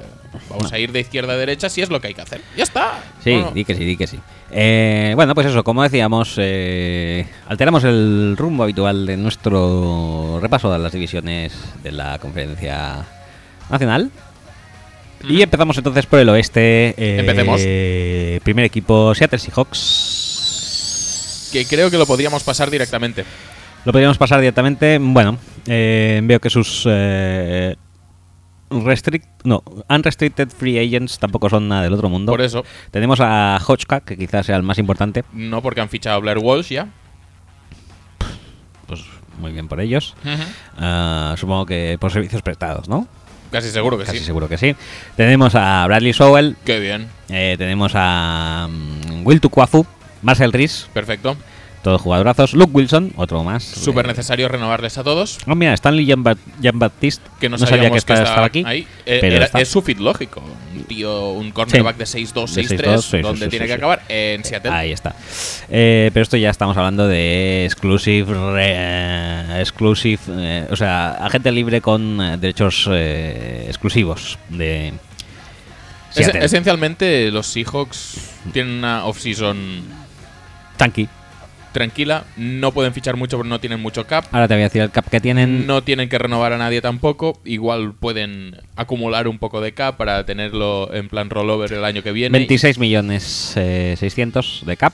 [SPEAKER 2] vamos a ir de izquierda a derecha si es lo que hay que hacer. Ya está.
[SPEAKER 1] Ah. Sí,
[SPEAKER 2] No, no.
[SPEAKER 1] di que sí, di que sí. Eh, bueno, pues eso, como decíamos, eh, alteramos el rumbo habitual de nuestro repaso de las divisiones de la conferencia nacional. Y empezamos entonces por el oeste. eh,
[SPEAKER 2] Empecemos.
[SPEAKER 1] Primer equipo, Seattle Seahawks.
[SPEAKER 2] Que creo que lo podríamos pasar directamente.
[SPEAKER 1] Lo podríamos pasar directamente. Bueno, eh, veo que sus eh, restrict, no, unrestricted free agents tampoco son nada del otro mundo.
[SPEAKER 2] Por eso.
[SPEAKER 1] Tenemos a Hodgka, que quizás sea el más importante.
[SPEAKER 2] No porque han fichado a Blair Walsh ya.
[SPEAKER 1] Pues muy bien por ellos. Ah, supongo que por servicios prestados, ¿no?
[SPEAKER 2] Casi seguro que
[SPEAKER 1] Casi
[SPEAKER 2] sí.
[SPEAKER 1] seguro que sí. Tenemos a Bradley Sowell,
[SPEAKER 2] Qué bien.
[SPEAKER 1] eh, tenemos a mm, Will Tukwafu, Marcel Rees,
[SPEAKER 2] Perfecto.
[SPEAKER 1] todos jugadorazos. Luke Wilson, otro más.
[SPEAKER 2] Súper
[SPEAKER 1] Eh,
[SPEAKER 2] necesario renovarles a todos.
[SPEAKER 1] Oh, mira, Stanley Jean-Ba- Jean-Baptiste.
[SPEAKER 2] Que no,
[SPEAKER 1] no sabía que,
[SPEAKER 2] sabíamos
[SPEAKER 1] esta- estaba aquí.
[SPEAKER 2] ahí. Eh,
[SPEAKER 1] pero
[SPEAKER 2] era-
[SPEAKER 1] está.
[SPEAKER 2] Es su fit lógico. Un tío, un cornerback de 6'2,
[SPEAKER 1] De 6'2",
[SPEAKER 2] 6'3,
[SPEAKER 1] sí, sí,
[SPEAKER 2] donde
[SPEAKER 1] sí,
[SPEAKER 2] tiene
[SPEAKER 1] sí,
[SPEAKER 2] que
[SPEAKER 1] sí.
[SPEAKER 2] acabar en Seattle.
[SPEAKER 1] Ahí está. Eh, pero esto ya estamos hablando de exclusive, re- exclusive, eh, o sea, agente libre con eh, derechos eh, exclusivos de
[SPEAKER 2] Es-
[SPEAKER 1] Seattle.
[SPEAKER 2] esencialmente, los Seahawks tienen una off-season
[SPEAKER 1] Tanky.
[SPEAKER 2] tranquila. No pueden fichar mucho porque no tienen mucho cap.
[SPEAKER 1] Ahora te voy a decir el cap que tienen.
[SPEAKER 2] No tienen que renovar a nadie tampoco. Igual pueden acumular un poco de cap para tenerlo en plan rollover el año que viene.
[SPEAKER 1] 26 millones eh, 600 de cap.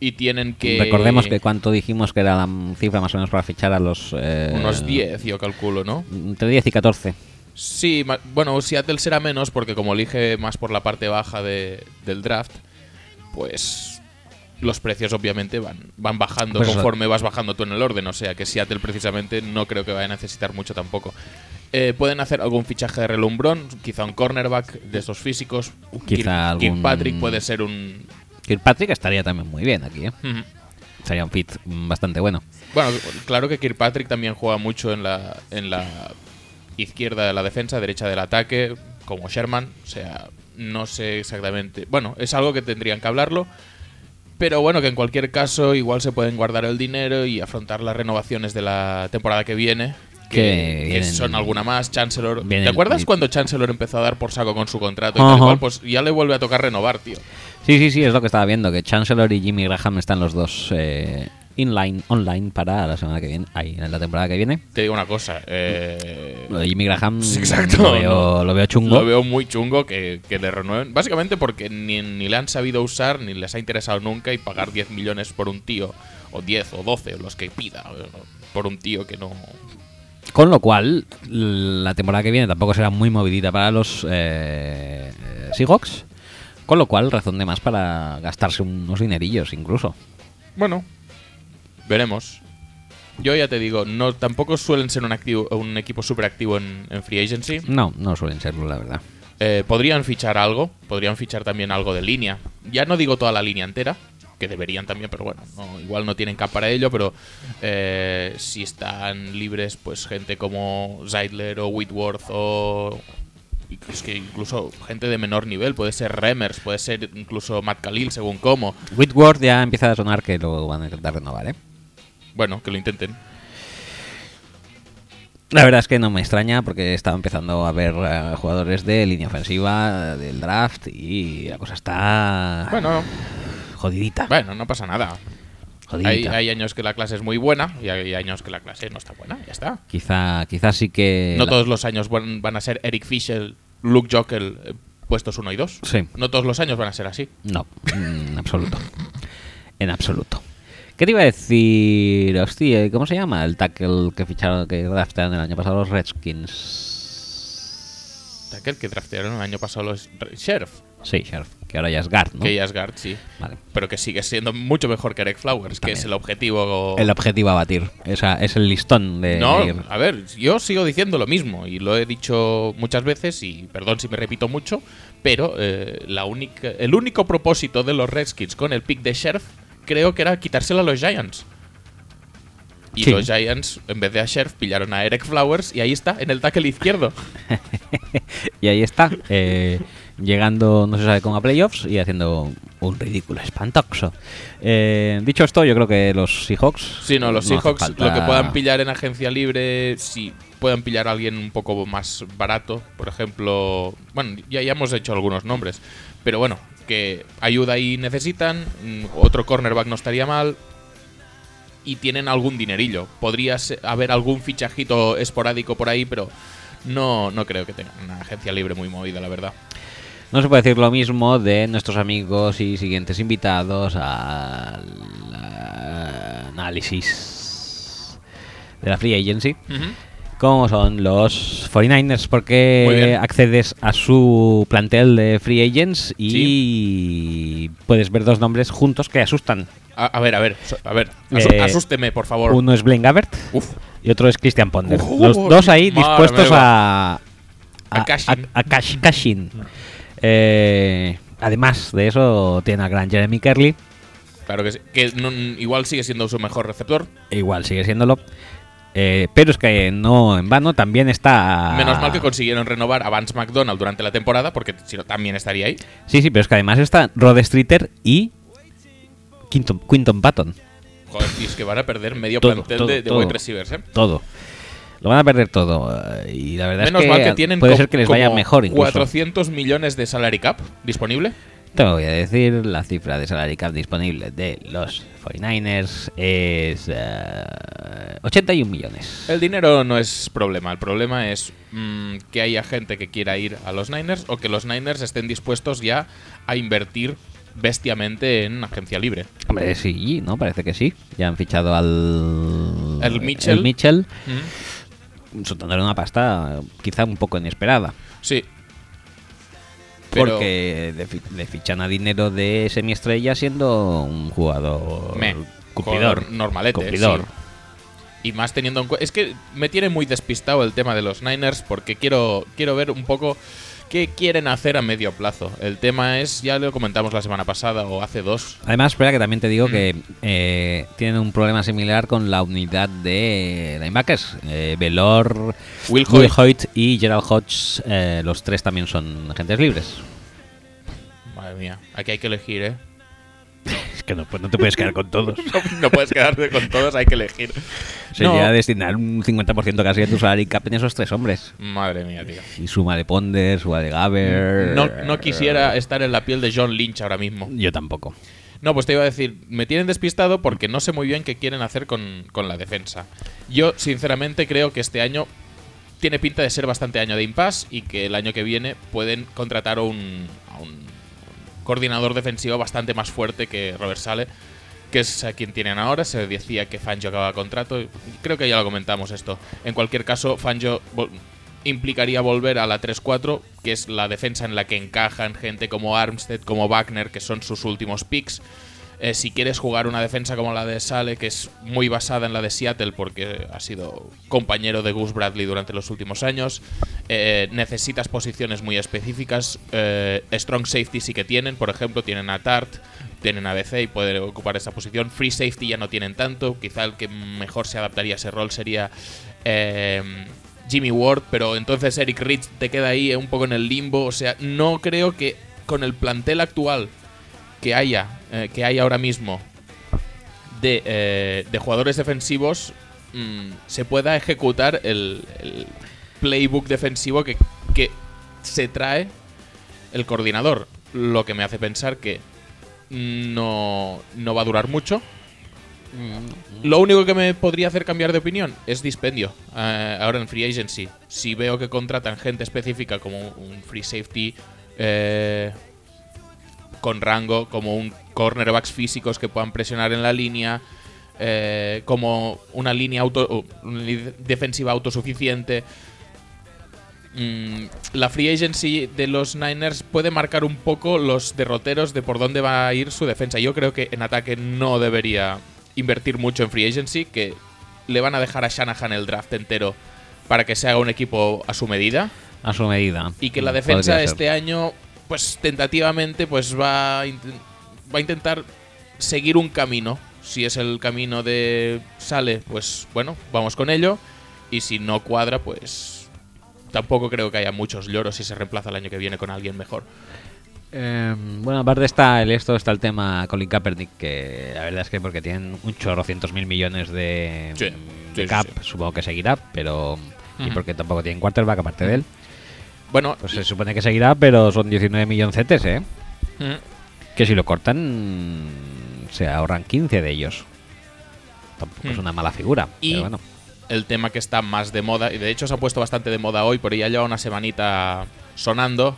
[SPEAKER 2] Y tienen que.
[SPEAKER 1] Recordemos que cuánto dijimos que era la mm, cifra más o menos para fichar a los... eh,
[SPEAKER 2] Unos 10, yo calculo, ¿no?
[SPEAKER 1] Entre 10 y 14.
[SPEAKER 2] Sí, ma- bueno, Seattle será menos porque como elige más por la parte baja de- del draft, pues los precios obviamente van, van bajando
[SPEAKER 1] Pues eso.
[SPEAKER 2] conforme vas bajando tú en el orden. O sea que Seattle precisamente no creo que vaya a necesitar mucho tampoco. eh, pueden hacer algún fichaje de relumbrón, quizá un cornerback de esos físicos.
[SPEAKER 1] Quizá algún-
[SPEAKER 2] Kirkpatrick puede ser un.
[SPEAKER 1] Kirkpatrick estaría también muy bien aquí, ¿eh?
[SPEAKER 2] Ujú.
[SPEAKER 1] Sería un fit mm, bastante bueno.
[SPEAKER 2] Bueno, claro que Kirkpatrick también juega mucho en la, en la izquierda de la defensa, derecha del ataque, como Sherman. O sea, no sé exactamente. Bueno, es algo que tendrían que hablarlo. Pero bueno, que en cualquier caso, igual se pueden guardar el dinero y afrontar las renovaciones de la temporada que viene.
[SPEAKER 1] Que
[SPEAKER 2] Que, que
[SPEAKER 1] vienen-
[SPEAKER 2] son alguna más, Chancellor.
[SPEAKER 1] vienen-
[SPEAKER 2] ¿Te acuerdas cuando Chancellor empezó a dar por saco con su contrato? Y tal y
[SPEAKER 1] Ajá.
[SPEAKER 2] cual? pues ya le vuelve a tocar renovar, tío.
[SPEAKER 1] Sí, sí, sí, es lo que estaba viendo, que Chancellor y Jimmy Graham están los dos eh, inline, online para la semana que viene, ahí, en la temporada que viene.
[SPEAKER 2] Te digo una cosa. Eh...
[SPEAKER 1] Lo de Jimmy Graham
[SPEAKER 2] Sí, exacto,
[SPEAKER 1] lo, veo, lo veo chungo.
[SPEAKER 2] Lo veo muy chungo que, que le renueven. Básicamente porque ni, ni le han sabido usar, ni les ha interesado nunca y pagar 10 millones por un tío, o 10 o 12, o los que pida, o- por un tío que no.
[SPEAKER 1] Con lo cual, la temporada que viene tampoco será muy movidita para los eh, eh, Seahawks. Con lo cual, razón de más para gastarse unos dinerillos incluso.
[SPEAKER 2] Bueno, veremos. Yo ya te digo, no tampoco suelen ser un, activo, un equipo súper activo en, en free agency.
[SPEAKER 1] No, no suelen serlo, la verdad.
[SPEAKER 2] Eh, podrían fichar algo, podrían fichar también algo de línea. Ya no digo toda la línea entera, que deberían también, pero bueno, no- igual no tienen cap para ello, pero eh, si están libres, pues gente como Zeidler o Whitworth o... Es que incluso gente de menor nivel, puede ser Remers, puede ser incluso Matt Khalil, según cómo.
[SPEAKER 1] Whitworth ya empieza a sonar que lo van a intentar renovar, ¿eh?
[SPEAKER 2] Bueno, que lo intenten.
[SPEAKER 1] La verdad es que no me extraña porque estaba empezando a ver eh, jugadores de línea ofensiva, eh, del draft y la cosa está
[SPEAKER 2] Bueno,
[SPEAKER 1] jodidita.
[SPEAKER 2] bueno, no pasa nada. Hay,
[SPEAKER 1] jodidita.
[SPEAKER 2] hay años que la clase es muy buena y hay años que la clase no está buena, ya está.
[SPEAKER 1] Quizá, quizá sí que...
[SPEAKER 2] No
[SPEAKER 1] Eh, la-
[SPEAKER 2] todos los años van, van a ser Eric Fischer, Luke Jokel eh, puestos 1 y 2.
[SPEAKER 1] Sí.
[SPEAKER 2] No todos los años van a ser así.
[SPEAKER 1] No, en absoluto. En absoluto. ¿Qué te iba a decir? Hostia, ¿cómo se llama el tackle que ficharon, que draftearon el año pasado los Redskins?
[SPEAKER 2] Aquel que draftearon el año pasado los Re- Sheriff,
[SPEAKER 1] Sí, Sheriff, que ahora ya es guard, ¿no?
[SPEAKER 2] que ya es guard, sí.
[SPEAKER 1] Vale.
[SPEAKER 2] Pero que sigue siendo mucho mejor que Eric Flowers, que
[SPEAKER 1] También.
[SPEAKER 2] es el objetivo.
[SPEAKER 1] El objetivo a batir. Esa, es el listón de...
[SPEAKER 2] no,
[SPEAKER 1] ir.
[SPEAKER 2] a ver, yo sigo diciendo lo mismo y lo he dicho muchas veces y perdón si me repito mucho, pero eh, la única, el único propósito de los Redskins con el pick de Sheriff creo que era quitárselo a los Giants. Y
[SPEAKER 1] Sí.
[SPEAKER 2] los Giants, en vez de a Sheriff, pillaron a Eric Flowers y ahí está, en el tackle izquierdo.
[SPEAKER 1] Y ahí está, eh, llegando no se sabe cómo a playoffs y haciendo un ridículo espantoso. Eh, dicho esto, yo creo que los Seahawks...
[SPEAKER 2] Sí, no, los
[SPEAKER 1] no hace
[SPEAKER 2] Seahawks
[SPEAKER 1] falta-
[SPEAKER 2] lo que puedan pillar en agencia libre, si puedan pillar a alguien un poco más barato, por ejemplo, bueno, ya, ya hemos hecho algunos nombres, pero bueno, que ayuda ahí necesitan, mm, otro cornerback no estaría mal y tienen algún dinerillo. Podría se- haber algún fichajito esporádico por ahí, pero no, no creo que tengan una agencia libre muy movida, la verdad.
[SPEAKER 1] No se puede decir lo mismo de nuestros amigos y siguientes invitados al eh, análisis de la Free Agency, como son los 49ers,
[SPEAKER 2] Muy
[SPEAKER 1] porque
[SPEAKER 2] bien.
[SPEAKER 1] accedes a su plantel de Free Agents y puedes ver dos nombres juntos que asustan.
[SPEAKER 2] A, a ver, a ver, so- a ver, asu-
[SPEAKER 1] Eh,
[SPEAKER 2] asústeme, por favor.
[SPEAKER 1] Uno es Blaine Gabbert
[SPEAKER 2] Uf,
[SPEAKER 1] y otro es Christian Ponder.
[SPEAKER 2] Ujú,
[SPEAKER 1] Los dos ahí
[SPEAKER 2] madre
[SPEAKER 1] dispuestos
[SPEAKER 2] mía.
[SPEAKER 1] a...
[SPEAKER 2] A cashin.
[SPEAKER 1] a cash- cashin. Eh, además de eso, tiene al gran Jeremy Kerley.
[SPEAKER 2] claro que sí. Que no- igual sigue siendo su mejor receptor,
[SPEAKER 1] E Igual sigue siéndolo. Eh, pero es que no en vano también está.
[SPEAKER 2] Menos mal que consiguieron renovar a Vance McDonald durante la temporada, porque si no, también estaría ahí.
[SPEAKER 1] Sí, sí, pero es que además está Rod Streeter y. Quinton, Quinton Patton.
[SPEAKER 2] Joder, tío, es que van a perder medio
[SPEAKER 1] Todo,
[SPEAKER 2] plantel
[SPEAKER 1] todo,
[SPEAKER 2] de, de
[SPEAKER 1] todo.
[SPEAKER 2] wide receivers, ¿eh?
[SPEAKER 1] Todo. Lo van a perder todo. eh, Y la verdad
[SPEAKER 2] Menos
[SPEAKER 1] es que,
[SPEAKER 2] mal que tienen
[SPEAKER 1] puede
[SPEAKER 2] co-
[SPEAKER 1] ser que les
[SPEAKER 2] como
[SPEAKER 1] vaya mejor incluso.
[SPEAKER 2] 400 millones de salary cap disponible.
[SPEAKER 1] Te voy a decir, la cifra de salary cap disponible de los 49ers es eh, 81 millones.
[SPEAKER 2] El dinero no es problema. El problema es mm, que haya gente que quiera ir a los Niners o que los Niners estén dispuestos ya a invertir bestiamente en agencia libre.
[SPEAKER 1] Hombre, Eh, sí, ¿no? Parece que sí. Ya han fichado al...
[SPEAKER 2] El Mitchell.
[SPEAKER 1] El Mitchell.
[SPEAKER 2] Mm.
[SPEAKER 1] soltándole una pasta quizá un poco inesperada.
[SPEAKER 2] Sí. Pero-
[SPEAKER 1] Porque le, fi- le fichan a dinero de semiestrella siendo un jugador
[SPEAKER 2] Me.
[SPEAKER 1] cumplidor.
[SPEAKER 2] Jugador normalete,
[SPEAKER 1] cumplidor.
[SPEAKER 2] sí. Y más teniendo en cuenta. Es que me tiene muy despistado el tema de los Niners porque quiero, quiero ver un poco qué quieren hacer a medio plazo. El tema es, ya lo comentamos la semana pasada o hace dos.
[SPEAKER 1] Además, espera que también te digo que eh, tienen un problema similar con la unidad de linebackers. Eh, Velor,
[SPEAKER 2] Will
[SPEAKER 1] Will
[SPEAKER 2] Hoyt.
[SPEAKER 1] Hoyt y Gerald Hodge, eh, los tres también son agentes libres.
[SPEAKER 2] Madre mía, aquí hay que elegir, ¿eh?
[SPEAKER 1] Es que no, pues no te puedes quedar con todos.
[SPEAKER 2] No, no puedes quedarte con todos, hay que elegir.
[SPEAKER 1] Sería
[SPEAKER 2] No.
[SPEAKER 1] destinar un 50% casi de tu salario cap en esos tres hombres.
[SPEAKER 2] Madre mía, tío.
[SPEAKER 1] Y suma de Ponder, suma de Gaber.
[SPEAKER 2] No, no quisiera estar en la piel de John Lynch ahora mismo.
[SPEAKER 1] Yo tampoco.
[SPEAKER 2] No, pues te iba a decir, me tienen despistado porque no sé muy bien qué quieren hacer con, con la defensa. Yo, sinceramente, creo que este año tiene pinta de ser bastante año de impasse y que el año que viene pueden contratar a un, a un coordinador defensivo bastante más fuerte que Robert Sale, que es a quien tienen ahora. Se decía que Fangio acababa contrato. y Creo que ya lo comentamos esto. En cualquier caso, Fangio vol- implicaría volver a la 3-4, que es la defensa en la que encajan gente como Armstead, como Wagner, que son sus últimos picks. Eh, si quieres jugar una defensa como la de Sale, que es muy basada en la de Seattle porque ha sido compañero de Gus Bradley durante los últimos años, eh, necesitas posiciones muy específicas. eh, strong safety sí que tienen, por ejemplo, tienen a Tart, tienen a BC y pueden ocupar esa posición. Free safety ya no tienen tanto, quizá el que mejor se adaptaría a ese rol sería... eh, Jimmy Ward, pero entonces Eric Reed te queda ahí eh, un poco en el limbo. O sea, no creo que con el plantel actual que haya, eh, que hay ahora mismo de, eh, de jugadores defensivos mm, se pueda ejecutar el, el playbook defensivo que, que se trae el coordinador. Lo que me hace pensar que no, no va a durar mucho. Lo único que me podría hacer cambiar de opinión es dispendio. eh, ahora en Free Agency. Si veo que contratan gente específica como un free safety eh, con rango, como un cornerbacks físicos que puedan presionar en la línea, eh, como una línea auto, o una li- defensiva autosuficiente. Mm, la free agency de los Niners puede marcar un poco los derroteros de por dónde va a ir su defensa. Yo creo que en ataque no debería invertir mucho en free agency, que le van a dejar a Shanahan el draft entero para que se haga un equipo a su medida
[SPEAKER 1] A su medida.
[SPEAKER 2] y que la
[SPEAKER 1] Mm, Podría
[SPEAKER 2] defensa
[SPEAKER 1] ser.
[SPEAKER 2] este año, pues tentativamente, pues va a, inten- va a intentar seguir un camino. Si es el camino de sale, pues bueno, vamos con ello. Y si no cuadra, pues tampoco creo que haya muchos lloros si se reemplaza el año que viene con alguien mejor.
[SPEAKER 1] Eh, bueno, aparte está el esto, está el tema Colin Kaepernick, que la verdad es que porque tienen un chorro, cientos mil millones de,
[SPEAKER 2] Sí,
[SPEAKER 1] de
[SPEAKER 2] sí,
[SPEAKER 1] cap,
[SPEAKER 2] sí, sí.
[SPEAKER 1] supongo que seguirá, pero... Y
[SPEAKER 2] Ujú.
[SPEAKER 1] porque tampoco tienen quarterback aparte de él.
[SPEAKER 2] Bueno,
[SPEAKER 1] Pues
[SPEAKER 2] y-
[SPEAKER 1] se supone que seguirá, pero son 19 milloncetes, ¿eh?
[SPEAKER 2] mm,
[SPEAKER 1] Que si lo cortan, se ahorran 15 de ellos. Tampoco es
[SPEAKER 2] Hmm.
[SPEAKER 1] una mala figura,
[SPEAKER 2] Y-
[SPEAKER 1] pero bueno.
[SPEAKER 2] el tema que está más de moda, y de hecho se ha puesto bastante de moda hoy, pero ya lleva una semanita sonando,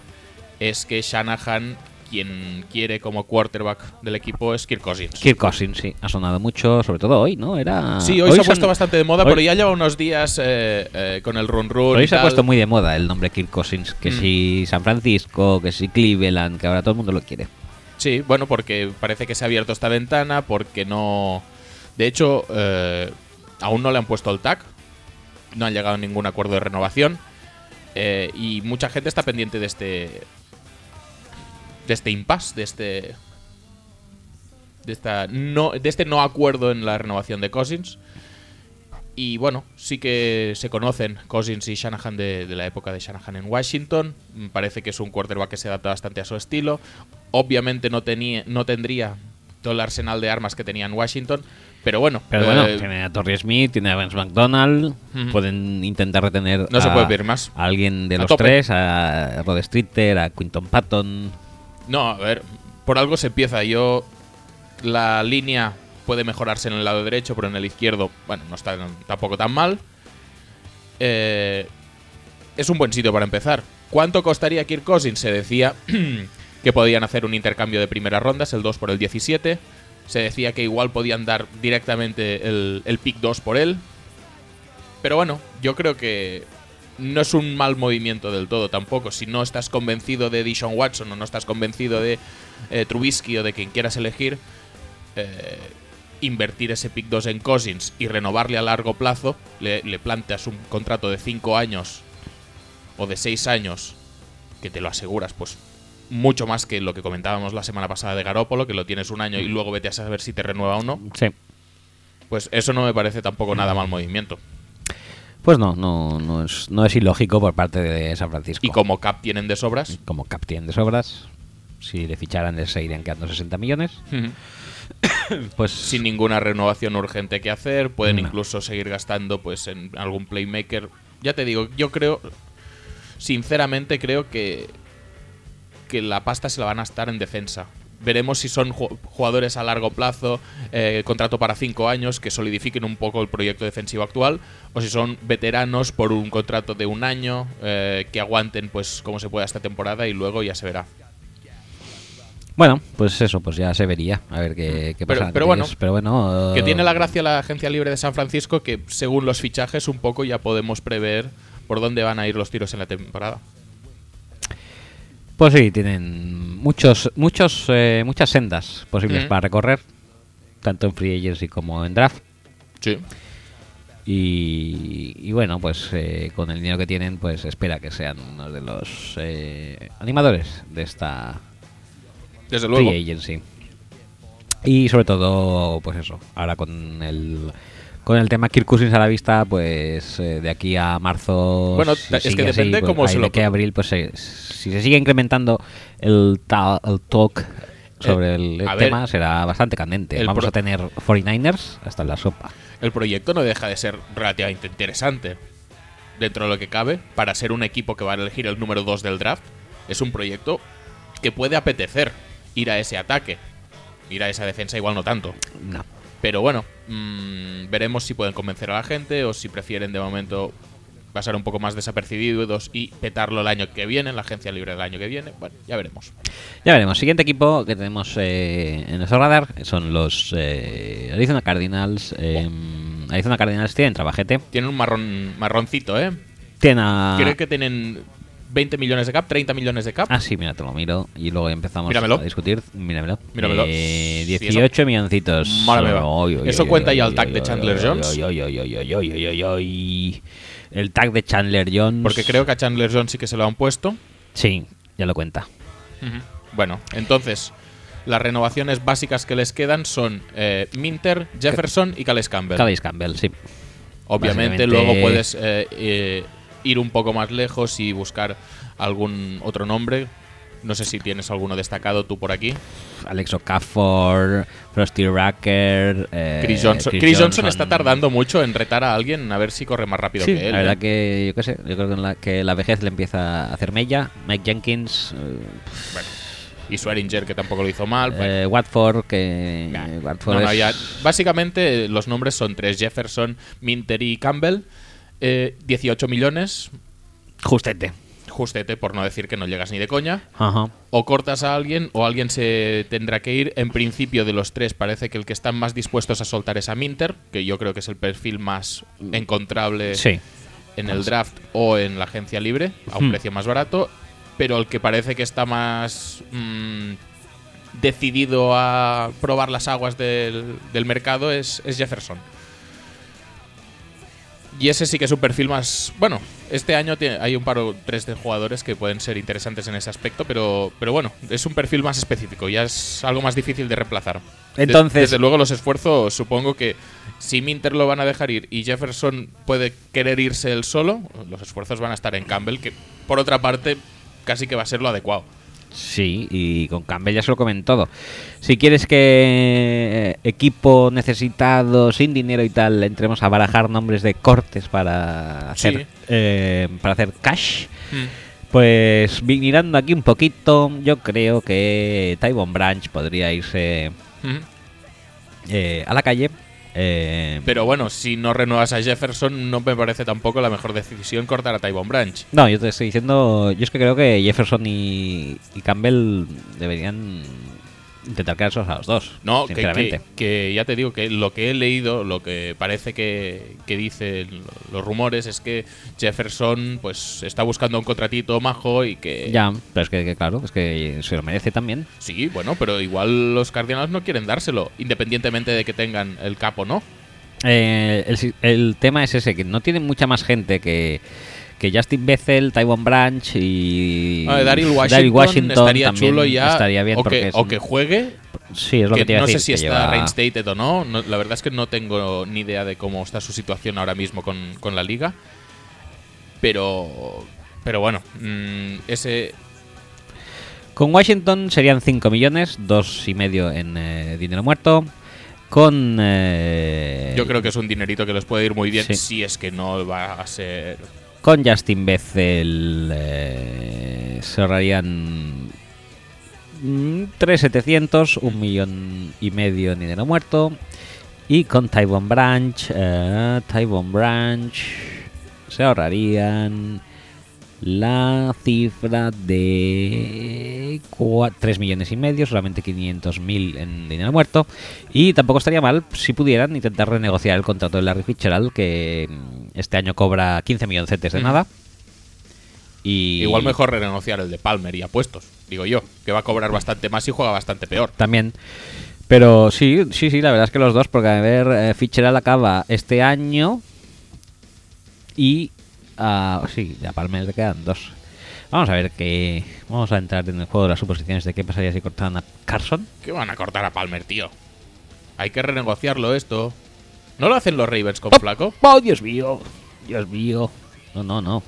[SPEAKER 2] es que Shanahan, quien quiere como quarterback del equipo, es Kirk Cousins.
[SPEAKER 1] Kirk Cousins, sí, ha sonado mucho, sobre todo Ah. hoy, ¿no? Era...
[SPEAKER 2] Sí, hoy, se ha
[SPEAKER 1] son-
[SPEAKER 2] puesto bastante de moda,
[SPEAKER 1] hoy-
[SPEAKER 2] pero ya lleva unos días eh, eh, con el run run.
[SPEAKER 1] Hoy se ha puesto muy de moda el nombre Kirk Cousins, que
[SPEAKER 2] Mm.
[SPEAKER 1] si San Francisco, que si Cleveland, que ahora todo el mundo lo quiere.
[SPEAKER 2] Sí, bueno, porque parece que se ha abierto esta ventana, porque no. De hecho, eh, aún no le han puesto el tag, no han llegado a ningún acuerdo de renovación eh, y mucha gente está pendiente de este, de este impasse, de este, de esta no, de este no acuerdo en la renovación de Cousins. Y bueno, sí que se conocen Cousins y Shanahan de, de la época de Shanahan en Washington. Mm, Parece que es un quarterback que se adapta bastante a su estilo. Obviamente no, tenía, no tendría todo el arsenal de armas que tenía en Washington. Pero bueno,
[SPEAKER 1] Pero bueno,
[SPEAKER 2] eh,
[SPEAKER 1] tiene a Torrey Smith, tiene a Vance McDonald,
[SPEAKER 2] Ujú.
[SPEAKER 1] pueden intentar retener
[SPEAKER 2] No se
[SPEAKER 1] a-
[SPEAKER 2] puede pedir más.
[SPEAKER 1] a alguien de
[SPEAKER 2] A
[SPEAKER 1] los
[SPEAKER 2] tope.
[SPEAKER 1] tres, a Rod Streeter, a Quinton Patton.
[SPEAKER 2] No, a ver, por algo se empieza. Yo. La línea puede mejorarse en el lado derecho, pero en el izquierdo, bueno, no está tan- tampoco tan mal. Eh, es un buen sitio para empezar. ¿Cuánto costaría Kirk Cousins? Se decía que podían hacer un intercambio de primeras rondas, el 2 por el 17. Se decía que igual podían dar directamente el, el pick 2 por él. Pero bueno, yo creo que no es un mal movimiento del todo tampoco. Si no estás convencido de Dishon Watson o no estás convencido de eh, Trubisky o de quien quieras elegir, eh, invertir ese pick 2 en Cousins y renovarle a largo plazo, le, le planteas un contrato de 5 años o de 6 años que te lo aseguras, pues mucho más que lo que comentábamos la semana pasada de Garópolo, que lo tienes un año y luego vete a saber si te renueva o no,
[SPEAKER 1] Sí.
[SPEAKER 2] pues eso no me parece tampoco nada mal movimiento.
[SPEAKER 1] Pues no, no, no, es, no es ilógico por parte de San Francisco.
[SPEAKER 2] Y como cap tienen de sobras,
[SPEAKER 1] Como cap tienen de sobras, si le ficharan, les seguirían quedando 60 millones. Pues
[SPEAKER 2] sin ninguna renovación urgente que hacer, pueden
[SPEAKER 1] No.
[SPEAKER 2] incluso seguir gastando pues en algún playmaker. Ya te digo, yo creo sinceramente creo que que la pasta se la van a estar en defensa. Veremos si son ju- jugadores a largo plazo, eh, contrato para cinco años, que solidifiquen un poco el proyecto defensivo actual, o si son veteranos por un contrato de un año, eh, que aguanten pues como se pueda esta temporada y luego ya se verá.
[SPEAKER 1] bueno, pues eso, pues ya se vería. A ver qué, qué
[SPEAKER 2] Mm. Pero-
[SPEAKER 1] pasa.
[SPEAKER 2] pero
[SPEAKER 1] antes.
[SPEAKER 2] bueno,
[SPEAKER 1] pero bueno
[SPEAKER 2] Que
[SPEAKER 1] eh,
[SPEAKER 2] tiene la gracia la agencia libre de San Francisco que según los fichajes un poco ya podemos prever por dónde van a ir los tiros en la temporada.
[SPEAKER 1] Pues sí, tienen muchos, muchos, eh, muchas sendas posibles
[SPEAKER 2] Mm.
[SPEAKER 1] para recorrer, tanto en free agency como en draft.
[SPEAKER 2] Sí.
[SPEAKER 1] Y, y bueno, pues eh, con el dinero que tienen, pues espera que sean uno de los eh, animadores de esta
[SPEAKER 2] Desde luego.
[SPEAKER 1] free agency. Y sobre todo, pues eso, ahora con el con el tema Kirk Cousins a la vista, pues eh, de aquí a marzo.
[SPEAKER 2] Bueno,
[SPEAKER 1] si
[SPEAKER 2] ta- es que
[SPEAKER 1] sigue
[SPEAKER 2] depende
[SPEAKER 1] pues,
[SPEAKER 2] cómo
[SPEAKER 1] ahí
[SPEAKER 2] se
[SPEAKER 1] de
[SPEAKER 2] lo
[SPEAKER 1] que
[SPEAKER 2] pro-
[SPEAKER 1] abril, pues se- si se sigue incrementando el, ta- el talk sobre
[SPEAKER 2] Eh,
[SPEAKER 1] el
[SPEAKER 2] a
[SPEAKER 1] tema,
[SPEAKER 2] ver,
[SPEAKER 1] será bastante candente.
[SPEAKER 2] el
[SPEAKER 1] Vamos
[SPEAKER 2] pro-
[SPEAKER 1] a tener 49ers hasta en la sopa.
[SPEAKER 2] El proyecto no deja de ser relativamente interesante. Dentro de lo que cabe, para ser un equipo que va a elegir el número 2 del draft, es un proyecto que puede apetecer ir a ese ataque. Ir a esa defensa igual no tanto.
[SPEAKER 1] No.
[SPEAKER 2] Pero bueno, mm, veremos si pueden convencer a la gente o si prefieren de momento pasar un poco más desapercibidos y petarlo el año que viene, en la agencia libre del año que viene. Bueno, ya veremos.
[SPEAKER 1] Ya veremos. Siguiente equipo que tenemos eh, en nuestro radar son los eh, Arizona Cardinals.
[SPEAKER 2] Oh.
[SPEAKER 1] Eh, Arizona Cardinals tienen trabajete.
[SPEAKER 2] Tienen un marrón, marroncito, ¿eh?
[SPEAKER 1] Tienen a...
[SPEAKER 2] Creo que tienen 20 millones de cap, 30 millones de cap.
[SPEAKER 1] Ah, sí, mira, te lo miro y luego empezamos
[SPEAKER 2] Míramelo.
[SPEAKER 1] a discutir. Míramelo.
[SPEAKER 2] Míramelo.
[SPEAKER 1] Eh,
[SPEAKER 2] Sí,
[SPEAKER 1] 18 milloncitos.
[SPEAKER 2] Madre mía. Eso cuenta ya el tag de Chandler Jones.
[SPEAKER 1] Jones. El tag de Chandler Jones.
[SPEAKER 2] Porque creo que a Chandler Jones sí que se lo han puesto.
[SPEAKER 1] Sí, ya lo cuenta.
[SPEAKER 2] Bueno, entonces, las renovaciones básicas que les quedan son eh, Minter, Jefferson y Calais Campbell.
[SPEAKER 1] Calais Campbell, sí.
[SPEAKER 2] Obviamente
[SPEAKER 1] Básicamente-
[SPEAKER 2] luego puedes eh, eh, ir un poco más lejos y buscar algún otro nombre. No sé si tienes alguno destacado tú por aquí.
[SPEAKER 1] Alex Okafor, Frosty Racker. eh,
[SPEAKER 2] Chris Johnson. Chris Johnson está tardando mucho en retar a alguien a ver si corre más rápido
[SPEAKER 1] Sí,
[SPEAKER 2] que él.
[SPEAKER 1] la
[SPEAKER 2] ¿eh?
[SPEAKER 1] verdad que yo qué sé, yo creo que en la, que la vejez le empieza a hacer mella. Mike Jenkins, eh,
[SPEAKER 2] Y Swearinger, que tampoco lo hizo mal. bueno.
[SPEAKER 1] Eh, pues Watford, que. Watford
[SPEAKER 2] No, no,
[SPEAKER 1] es-
[SPEAKER 2] ya- Básicamente eh, los nombres son tres, Jefferson, Minter y Campbell. Eh, 18 millones,
[SPEAKER 1] Justete.
[SPEAKER 2] justete por no decir que no llegas ni de coña.
[SPEAKER 1] Ajá.
[SPEAKER 2] o cortas a alguien o alguien se tendrá que ir. En principio de los tres parece que el que están más dispuestos a soltar es a Minter, que yo creo que es el perfil más encontrable
[SPEAKER 1] Sí.
[SPEAKER 2] en el draft o en la agencia libre, a un
[SPEAKER 1] Hmm.
[SPEAKER 2] precio más barato. Pero el que parece que está más mm, decidido a probar las aguas del, del mercado es, es Jefferson. Y ese sí que es un perfil más. Bueno, este año tiene- hay un par o tres de jugadores que pueden ser interesantes en ese aspecto, pero, pero bueno, es un perfil más específico, ya es algo más difícil de reemplazar. De-
[SPEAKER 1] Entonces-
[SPEAKER 2] desde luego, los esfuerzos, supongo que si Minter lo van a dejar ir y Jefferson puede querer irse él solo, los esfuerzos van a estar en Campbell, que por otra parte casi que va a ser lo adecuado.
[SPEAKER 1] Sí, y con Campbell ya se lo comen todo. Si quieres que eh, equipo necesitado, sin dinero y tal, entremos a barajar nombres de cortes para
[SPEAKER 2] Sí.
[SPEAKER 1] hacer, eh, para hacer cash, pues mirando aquí un poquito, yo creo que Tyvon Branch podría irse
[SPEAKER 2] Ujú.
[SPEAKER 1] eh, a la calle. eh,
[SPEAKER 2] Pero bueno, si no renuevas a Jefferson, no me parece tampoco la mejor decisión cortar a Tyvon Branch.
[SPEAKER 1] No, yo te estoy diciendo. Yo es que creo que Jefferson y, y Campbell deberían Intentar quedarse a los dos.
[SPEAKER 2] No, que- que,
[SPEAKER 1] sinceramente.
[SPEAKER 2] que ya te digo que lo que he leído, lo que parece que, que dicen los rumores es que Jefferson pues está buscando un contratito majo y que...
[SPEAKER 1] Ya, Eh, pero es que, que claro, es que se lo merece también.
[SPEAKER 2] Sí, bueno, pero igual los Cardinals no quieren dárselo, independientemente de que tengan el capo no.
[SPEAKER 1] Eh, el, si- el tema es ese, que no tiene mucha más gente que, que Justin Bethel, Taiwan Branch y
[SPEAKER 2] Ah, Daryl Washington,
[SPEAKER 1] Washington
[SPEAKER 2] estaría
[SPEAKER 1] también
[SPEAKER 2] chulo ya.
[SPEAKER 1] Estaría bien
[SPEAKER 2] o,
[SPEAKER 1] porque
[SPEAKER 2] que,
[SPEAKER 1] es
[SPEAKER 2] o
[SPEAKER 1] un-
[SPEAKER 2] que juegue,
[SPEAKER 1] sí, es lo que,
[SPEAKER 2] que
[SPEAKER 1] te iba a
[SPEAKER 2] no sé
[SPEAKER 1] decir,
[SPEAKER 2] si
[SPEAKER 1] que
[SPEAKER 2] está
[SPEAKER 1] lleva-
[SPEAKER 2] reinstated o no. no. La verdad es que no tengo ni idea de cómo está su situación ahora mismo con, con la liga. Pero, pero bueno, mm, ese
[SPEAKER 1] Con Washington serían 5 millones, dos y medio en eh, dinero muerto. Con eh,
[SPEAKER 2] yo creo que es un dinerito que les puede ir muy bien
[SPEAKER 1] Sí.
[SPEAKER 2] si es que no va a ser.
[SPEAKER 1] Con Justin Bethel eh, se ahorrarían mm, 3.700, un millón y medio en dinero muerto. Y con Taiwan Branch, eh, Taiwan Branch se ahorrarían la cifra de 3 millones y medio, solamente 500.000 en dinero muerto. Y tampoco estaría mal si pudieran intentar renegociar el contrato de Larry Fitzgerald, que mm, este año cobra 15 milloncetes de
[SPEAKER 2] Ujú.
[SPEAKER 1] nada. Y
[SPEAKER 2] Igual mejor renegociar el de Palmer y apuestos, digo yo, que va a cobrar bastante más y juega bastante peor.
[SPEAKER 1] también. Pero sí, sí, sí, la verdad es que los dos, porque a ver, eh, Fitzgerald acaba este año y... ah, sí, a Palmer le quedan dos. Vamos a ver que... Vamos a entrar en el juego de las suposiciones de qué pasaría si cortaran a Carson.
[SPEAKER 2] ¿Qué van a cortar a Palmer, tío? Hay que renegociarlo esto. ¿No lo hacen los Ravens con Flaco?
[SPEAKER 1] ¡Oh, Dios mío! ¡Dios mío! No, no, no.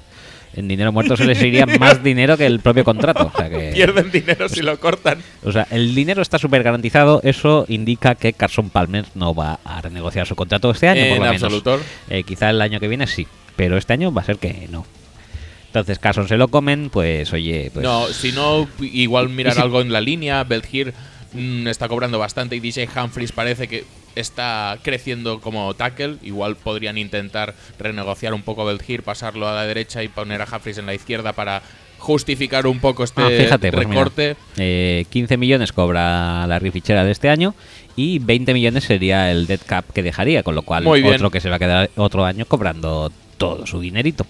[SPEAKER 1] En dinero muerto se les iría más dinero que el propio contrato. O sea, que,
[SPEAKER 2] Pierden dinero si lo cortan.
[SPEAKER 1] o sea, el dinero está súper garantizado. Eso indica que Carson Palmer no va a renegociar su contrato este año, por
[SPEAKER 2] en
[SPEAKER 1] lo menos.
[SPEAKER 2] absoluto.
[SPEAKER 1] Eh, quizá el año que viene sí, pero este año va a ser que no. Entonces, Carson se lo comen, pues oye, pues
[SPEAKER 2] No, si no, igual mirar
[SPEAKER 1] Y si-
[SPEAKER 2] algo en la línea. Belgier está cobrando bastante y DJ Humphries parece que está creciendo como tackle. Igual podrían intentar renegociar un poco a Belgier, pasarlo a la derecha y poner a Humphries en la izquierda para justificar un poco este
[SPEAKER 1] Ah, fíjate, pues mira,
[SPEAKER 2] recorte.
[SPEAKER 1] eh, 15 millones cobra la rifichera de este año y 20 millones sería el dead cap que dejaría, con lo cual
[SPEAKER 2] Muy bien.
[SPEAKER 1] otro que se va a quedar otro año cobrando todo su dinerito.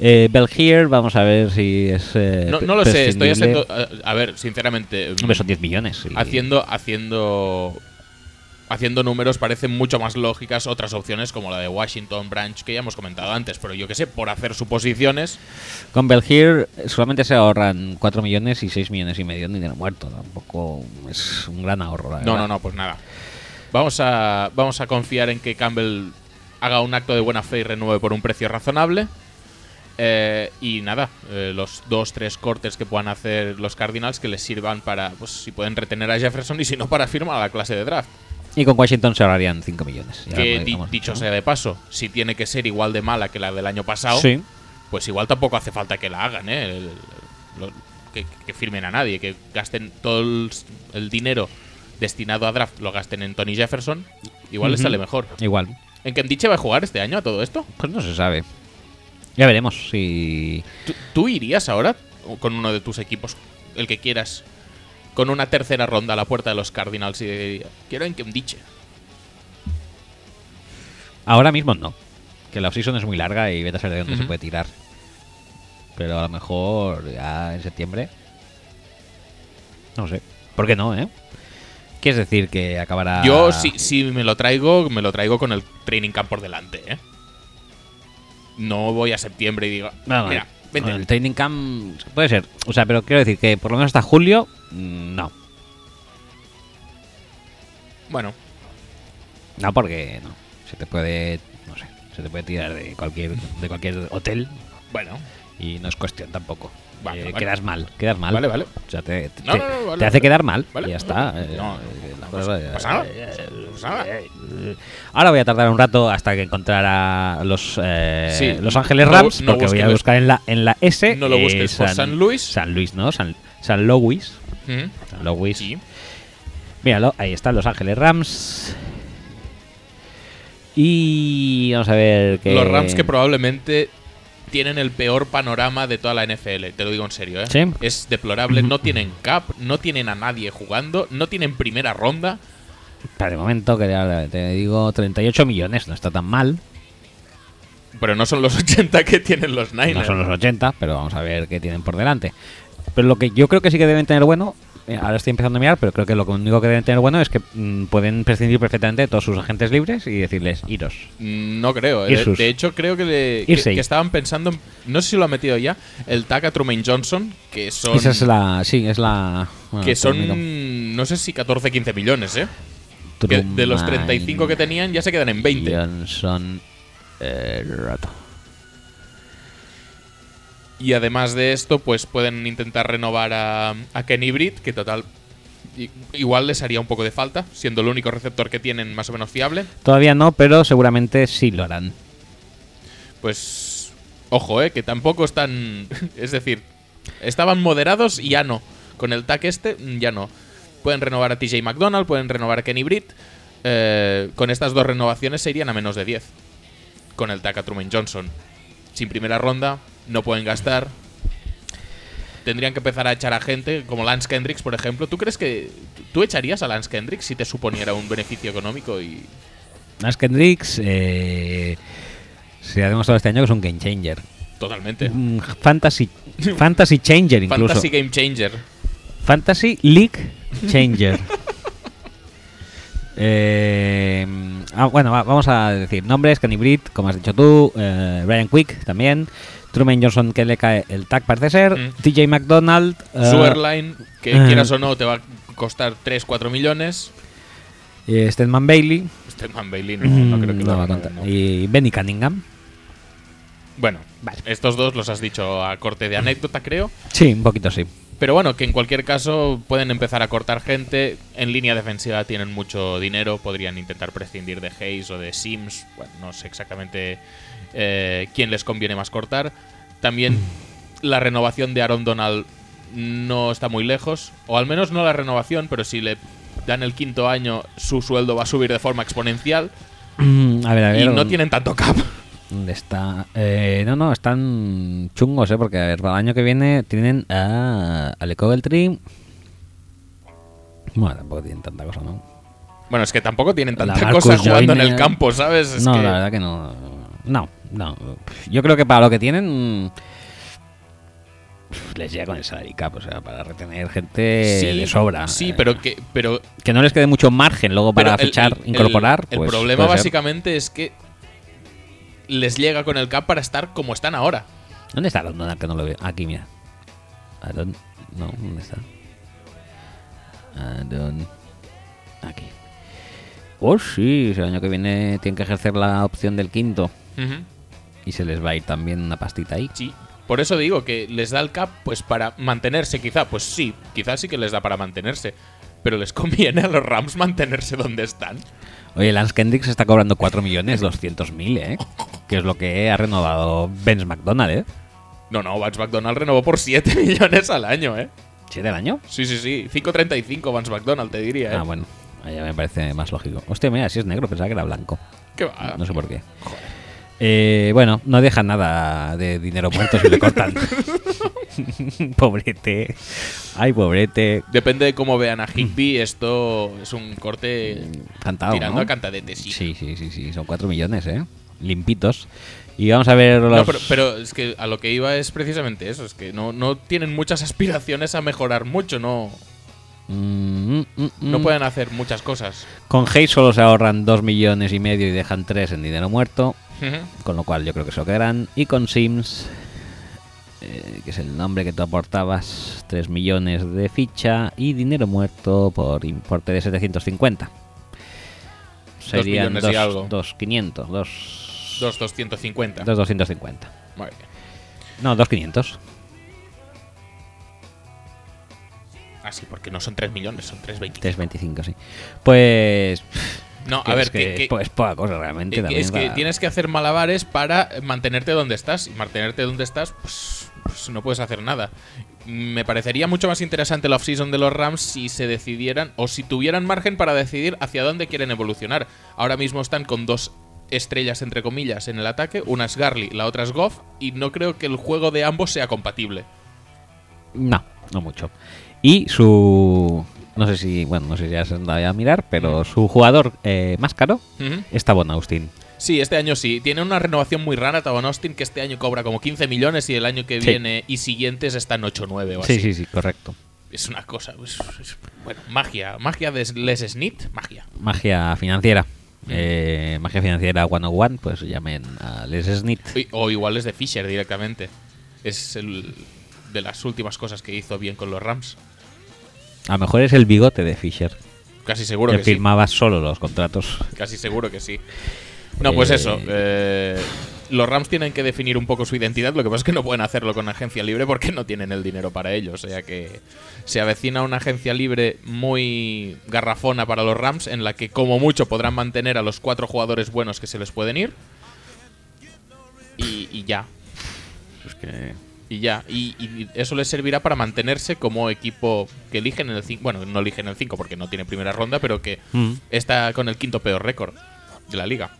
[SPEAKER 1] Eh, Belgier, vamos a ver si es. eh,
[SPEAKER 2] no, no lo sé, estoy
[SPEAKER 1] prescindible.
[SPEAKER 2] haciendo. eh, A, a ver, sinceramente.
[SPEAKER 1] Hombre, son 10 millones. y-
[SPEAKER 2] haciendo haciendo haciendo números parecen mucho más lógicas otras opciones como la de Washington Branch que ya hemos comentado antes, pero yo que sé, por hacer suposiciones,
[SPEAKER 1] Con Belgier eh, solamente se ahorran 4 millones y 6 millones y medio en dinero muerto. Tampoco es un gran ahorro. la
[SPEAKER 2] no,
[SPEAKER 1] verdad.
[SPEAKER 2] no, no, pues nada. Vamos a vamos a confiar en que Campbell haga un acto de buena fe y renueve por un precio razonable. Eh, y nada, eh, los dos, tres cortes que puedan hacer los Cardinals que les sirvan para, pues si pueden retener a Jefferson y si no, para firmar a la clase de draft.
[SPEAKER 1] Y con Washington se ahorrarían 5 millones. ya
[SPEAKER 2] que
[SPEAKER 1] lo
[SPEAKER 2] di-
[SPEAKER 1] digamos,
[SPEAKER 2] dicho
[SPEAKER 1] ¿no?
[SPEAKER 2] sea de paso, si tiene que ser igual de mala que la del año pasado,
[SPEAKER 1] Sí.
[SPEAKER 2] pues igual tampoco hace falta que la hagan, ¿eh? El- lo- que, que firmen a nadie, que gasten todo el, s- el dinero destinado a draft, lo gasten en Tony Jefferson, igual les
[SPEAKER 1] Ujú.
[SPEAKER 2] sale mejor.
[SPEAKER 1] Igual.
[SPEAKER 2] ¿En Kemdiche va a jugar este año a todo esto?
[SPEAKER 1] Pues no se sabe. Ya veremos si.
[SPEAKER 2] ¿Tú, tú irías ahora o con uno de tus equipos, el que quieras, con una tercera ronda a la puerta de los Cardinals y diría, quiero en Kemdiche?
[SPEAKER 1] Ahora mismo no. Que la offseason es muy larga y vete a saber de dónde se
[SPEAKER 2] Ujú.
[SPEAKER 1] puede tirar. Pero a lo mejor ya en septiembre. No sé. ¿Por qué no, eh? Quieres decir que acabará.
[SPEAKER 2] Yo, si, si me lo traigo, me lo traigo con el training camp por delante, ¿eh? No voy a septiembre y digo,
[SPEAKER 1] No, no,
[SPEAKER 2] mira, vente.
[SPEAKER 1] bueno, el training camp puede ser. O sea, pero quiero decir que por lo menos hasta julio, mm, no.
[SPEAKER 2] Bueno,
[SPEAKER 1] No, porque no. Se te puede, no sé, se te puede tirar de cualquier, de cualquier hotel
[SPEAKER 2] bueno.
[SPEAKER 1] y no es cuestión tampoco.
[SPEAKER 2] Vale,
[SPEAKER 1] Eh,
[SPEAKER 2] vale.
[SPEAKER 1] Quedas mal, quedas mal.
[SPEAKER 2] Vale, vale.
[SPEAKER 1] O sea, te, te-
[SPEAKER 2] No, no, no, vale,
[SPEAKER 1] te hace
[SPEAKER 2] vale.
[SPEAKER 1] quedar mal
[SPEAKER 2] Vale,
[SPEAKER 1] y ya está.
[SPEAKER 2] vale.
[SPEAKER 1] Eh,
[SPEAKER 2] No, no,
[SPEAKER 1] eh, la
[SPEAKER 2] no
[SPEAKER 1] cosa-
[SPEAKER 2] pasa nada,
[SPEAKER 1] eh,
[SPEAKER 2] no pasa nada.
[SPEAKER 1] eh, Ahora voy a tardar un rato hasta que encontrara los eh,
[SPEAKER 2] Sí,
[SPEAKER 1] Los Ángeles
[SPEAKER 2] no
[SPEAKER 1] Rams,
[SPEAKER 2] bu- no
[SPEAKER 1] porque voy a
[SPEAKER 2] busques-
[SPEAKER 1] buscar en la, en la S. eh,
[SPEAKER 2] No lo busques por San Luis.
[SPEAKER 1] San Luis, ¿no? San, San Louis.
[SPEAKER 2] Mm,
[SPEAKER 1] San Louis.
[SPEAKER 2] sí.
[SPEAKER 1] Míralo, ahí están Los Ángeles Rams. Y vamos a ver que
[SPEAKER 2] Los Rams que probablemente tienen el peor panorama de toda la NFL, te lo digo en serio, ¿eh?
[SPEAKER 1] Sí.
[SPEAKER 2] Es deplorable, no tienen cap, no tienen a nadie jugando, no tienen primera ronda.
[SPEAKER 1] Para el momento, que ya te digo, 38 millones, no está tan mal.
[SPEAKER 2] Pero no son los 80 que tienen los Niners.
[SPEAKER 1] No son los 80, pero vamos a ver qué tienen por delante. Pero lo que yo creo que sí que deben tener bueno, eh, ahora estoy empezando a mirar, pero creo que lo único que deben tener bueno es que mm, pueden prescindir perfectamente de todos sus agentes libres y decirles iros.
[SPEAKER 2] No creo. eh. De,
[SPEAKER 1] Irsus.
[SPEAKER 2] de hecho, creo que, le- que-
[SPEAKER 1] Irsey.
[SPEAKER 2] que estaban pensando. en- no sé si lo ha metido ya. El tag a Truman Johnson, que son.
[SPEAKER 1] Esa es la. Ah, Sí, es la. bueno,
[SPEAKER 2] que
[SPEAKER 1] termino.
[SPEAKER 2] son. No sé si 14, 15 millones, ¿eh? Que de los 35 que tenían, ya se quedan en 20.
[SPEAKER 1] Johnson. eh, rato.
[SPEAKER 2] Y además de esto, pues pueden intentar renovar a, a Kenny Britt, que total. i- Igual les haría un poco de falta, siendo el único receptor que tienen más o menos fiable.
[SPEAKER 1] Todavía no, pero seguramente sí lo harán.
[SPEAKER 2] Pues. Ojo, eh, que tampoco están. Es decir, estaban moderados y ya no. Con el TAC este, mm, ya no. Pueden renovar a TJ McDonald, pueden renovar a Kenny Britt. eh, con estas dos renovaciones se irían a menos de 10. Con el TAC a Truman Johnson. Sin primera ronda, no pueden gastar. Tendrían que empezar a echar a gente, como Lance Kendricks, por ejemplo. ¿Tú crees que. ¿Tú echarías a Lance Kendricks si te suponiera un beneficio económico y.
[SPEAKER 1] Lance Kendricks eh, se ha demostrado este año que es un game changer.
[SPEAKER 2] Totalmente.
[SPEAKER 1] Un fantasy, fantasy changer incluso.
[SPEAKER 2] Fantasy Game Changer.
[SPEAKER 1] Fantasy League Changer. Eh, ah, bueno, va- vamos a decir nombres: Kenny Britt, como has dicho tú, eh, Brian Quick también, Truman Johnson, que le cae el tag, parece ser,
[SPEAKER 2] Mm.
[SPEAKER 1] TJ McDonald, eh,
[SPEAKER 2] su airline, que
[SPEAKER 1] eh.
[SPEAKER 2] quieras o no, te va a costar 3-4 millones.
[SPEAKER 1] eh, Stedman Bailey, Mm,
[SPEAKER 2] Stedman Bailey no, no creo que
[SPEAKER 1] no
[SPEAKER 2] lo
[SPEAKER 1] va a
[SPEAKER 2] haga,
[SPEAKER 1] contar,
[SPEAKER 2] no.
[SPEAKER 1] y Benny Cunningham.
[SPEAKER 2] Bueno, estos dos los has dicho a corte de anécdota, creo.
[SPEAKER 1] Sí, un poquito sí.
[SPEAKER 2] Pero bueno, que en cualquier caso pueden empezar a cortar gente. En línea defensiva tienen mucho dinero. Podrían intentar prescindir de Hayes o de Sims. Bueno, no sé exactamente eh, quién les conviene más cortar.
[SPEAKER 1] Mm.
[SPEAKER 2] También la renovación de Aaron Donald no está muy lejos. O al menos no la renovación, pero si le dan el quinto año, su sueldo va a subir de forma exponencial.
[SPEAKER 1] Mm, a ver, a ver.
[SPEAKER 2] Y no
[SPEAKER 1] ¿dónde-
[SPEAKER 2] tienen tanto cap.
[SPEAKER 1] ¿Dónde está? Eh, no, no, están chungos, ¿eh? Porque a ver, para el año que viene tienen a Aleco Beltrim. Bueno, tampoco tienen tanta cosa, ¿no?
[SPEAKER 2] Bueno, es que tampoco tienen
[SPEAKER 1] La
[SPEAKER 2] tanta
[SPEAKER 1] Marcus
[SPEAKER 2] cosa jugando en el
[SPEAKER 1] Joyner.
[SPEAKER 2] campo, ¿sabes? Es
[SPEAKER 1] no,
[SPEAKER 2] que-
[SPEAKER 1] la verdad que no. No, no. Yo creo que para lo que tienen. mm, Les llega con el salary cap, o sea, para retener gente de sobra.
[SPEAKER 2] Sí,
[SPEAKER 1] Eh,
[SPEAKER 2] pero que, pero
[SPEAKER 1] Que no les quede mucho margen luego para
[SPEAKER 2] Pero el-
[SPEAKER 1] fichar,
[SPEAKER 2] el-
[SPEAKER 1] incorporar.
[SPEAKER 2] El, el
[SPEAKER 1] pues,
[SPEAKER 2] problema
[SPEAKER 1] puede ser.
[SPEAKER 2] básicamente es que les llega con el cap para estar como están ahora.
[SPEAKER 1] ¿Dónde está Aaron Donald que no lo veo? Aquí, mira. Aaron. No, ¿dónde está? Aaron. Aquí. Oh, sí, el año que viene tienen que ejercer la opción del quinto. Y se les va a ir también una pastita ahí.
[SPEAKER 2] Sí. Por eso digo que les da el cap pues para mantenerse, quizá. Pues sí, quizás sí que les da para mantenerse. Pero les conviene a los Rams mantenerse donde están.
[SPEAKER 1] Oye, Lance Kendricks está cobrando 4 millones mil, ¿eh? Que es lo que ha renovado Benz McDonald, ¿eh?
[SPEAKER 2] No, no, Vance McDonald renovó por 7 millones al año, ¿eh?
[SPEAKER 1] ¿Siete al año?
[SPEAKER 2] Sí, sí, sí. 5.35 Vance McDonald, te diría, ¿eh?
[SPEAKER 1] Ah, bueno. Ahí ya me parece más lógico. Hostia, mira, si es negro, pensaba que era blanco.
[SPEAKER 2] ¿Qué va?
[SPEAKER 1] No sé por qué. Eh, bueno, no dejan nada de dinero muerto si le cortan. pobrete. Ay, pobrete.
[SPEAKER 2] Depende de cómo vean a Higby, esto es un corte
[SPEAKER 1] Cantado.
[SPEAKER 2] tirando
[SPEAKER 1] ¿no?
[SPEAKER 2] a cantadete, sí.
[SPEAKER 1] Sí, sí, sí, sí. Son 4 millones, ¿eh? Limpitos. Y vamos a ver los.
[SPEAKER 2] No, pero, pero es que a lo que iba es precisamente eso, es que no, no tienen muchas aspiraciones a mejorar mucho, no,
[SPEAKER 1] Mm, mm, mm,
[SPEAKER 2] no
[SPEAKER 1] mm.
[SPEAKER 2] pueden hacer muchas cosas.
[SPEAKER 1] Con Hayes solo se ahorran 2 millones y medio y dejan 3 en dinero muerto.
[SPEAKER 2] Ujú.
[SPEAKER 1] Con lo cual yo creo que se lo quedarán. Y con Sims, eh, que es el nombre que tú aportabas, 3 millones de ficha y dinero muerto por importe de 750. Serían
[SPEAKER 2] millones y algo. Ah.
[SPEAKER 1] 2.500. 2,
[SPEAKER 2] Dos 250.
[SPEAKER 1] 2.250.
[SPEAKER 2] Muy bien.
[SPEAKER 1] No, 2.500.
[SPEAKER 2] Ah, sí, porque no son 3 millones, son 320.
[SPEAKER 1] 3.25, sí. Pues...
[SPEAKER 2] No,
[SPEAKER 1] que
[SPEAKER 2] a
[SPEAKER 1] es
[SPEAKER 2] ver,
[SPEAKER 1] que,
[SPEAKER 2] que, que-
[SPEAKER 1] pues poca cosa realmente.
[SPEAKER 2] eh,
[SPEAKER 1] también
[SPEAKER 2] es que
[SPEAKER 1] para-
[SPEAKER 2] tienes que hacer malabares para mantenerte donde estás, y mantenerte donde estás, pues, pues no puedes hacer nada. Me parecería mucho más interesante la offseason de los Rams si se decidieran o si tuvieran margen para decidir hacia dónde quieren evolucionar. Ahora mismo están con dos estrellas, entre comillas, en el ataque. Una es Garly, la otra es Goff. Y no creo que el juego de ambos sea compatible.
[SPEAKER 1] No, no mucho. Y su. No sé si. Bueno, no sé si ya se andado a mirar,
[SPEAKER 2] Mm.
[SPEAKER 1] pero su jugador eh, más caro
[SPEAKER 2] Ujú.
[SPEAKER 1] está Bon Austin.
[SPEAKER 2] Sí, este año sí. Tiene una renovación muy rara Tabon Austin, que este año cobra como 15 millones y el año que
[SPEAKER 1] Sí.
[SPEAKER 2] viene y siguientes están 8 o 9 o
[SPEAKER 1] Sí,
[SPEAKER 2] así.
[SPEAKER 1] sí, sí, correcto.
[SPEAKER 2] Es una cosa. pues, es- bueno, magia. Magia de Les Snit, magia.
[SPEAKER 1] Magia financiera.
[SPEAKER 2] Mm.
[SPEAKER 1] Eh, magia financiera 101, pues llamen a Les Snit.
[SPEAKER 2] Y- O igual es de Fisher directamente. Es el de las últimas cosas que hizo bien con los Rams.
[SPEAKER 1] A lo mejor es el bigote de Fisher,
[SPEAKER 2] Casi seguro
[SPEAKER 1] que
[SPEAKER 2] que sí.
[SPEAKER 1] firmaba solo los contratos.
[SPEAKER 2] Casi seguro que sí. No, pues
[SPEAKER 1] Eh,
[SPEAKER 2] eso. eh, los Rams tienen que definir un poco su identidad. Lo que pasa es que no pueden hacerlo con agencia libre porque no tienen el dinero para ello. O sea que se avecina una agencia libre muy garrafona para los Rams en la que como mucho podrán mantener a los cuatro jugadores buenos que se les pueden ir. Y, y ya. Y ya. Y, y eso les servirá para mantenerse como equipo que eligen en el 5. Bueno, no eligen el 5 porque no tiene primera ronda, pero que
[SPEAKER 1] Mm.
[SPEAKER 2] está con el quinto peor récord de la liga.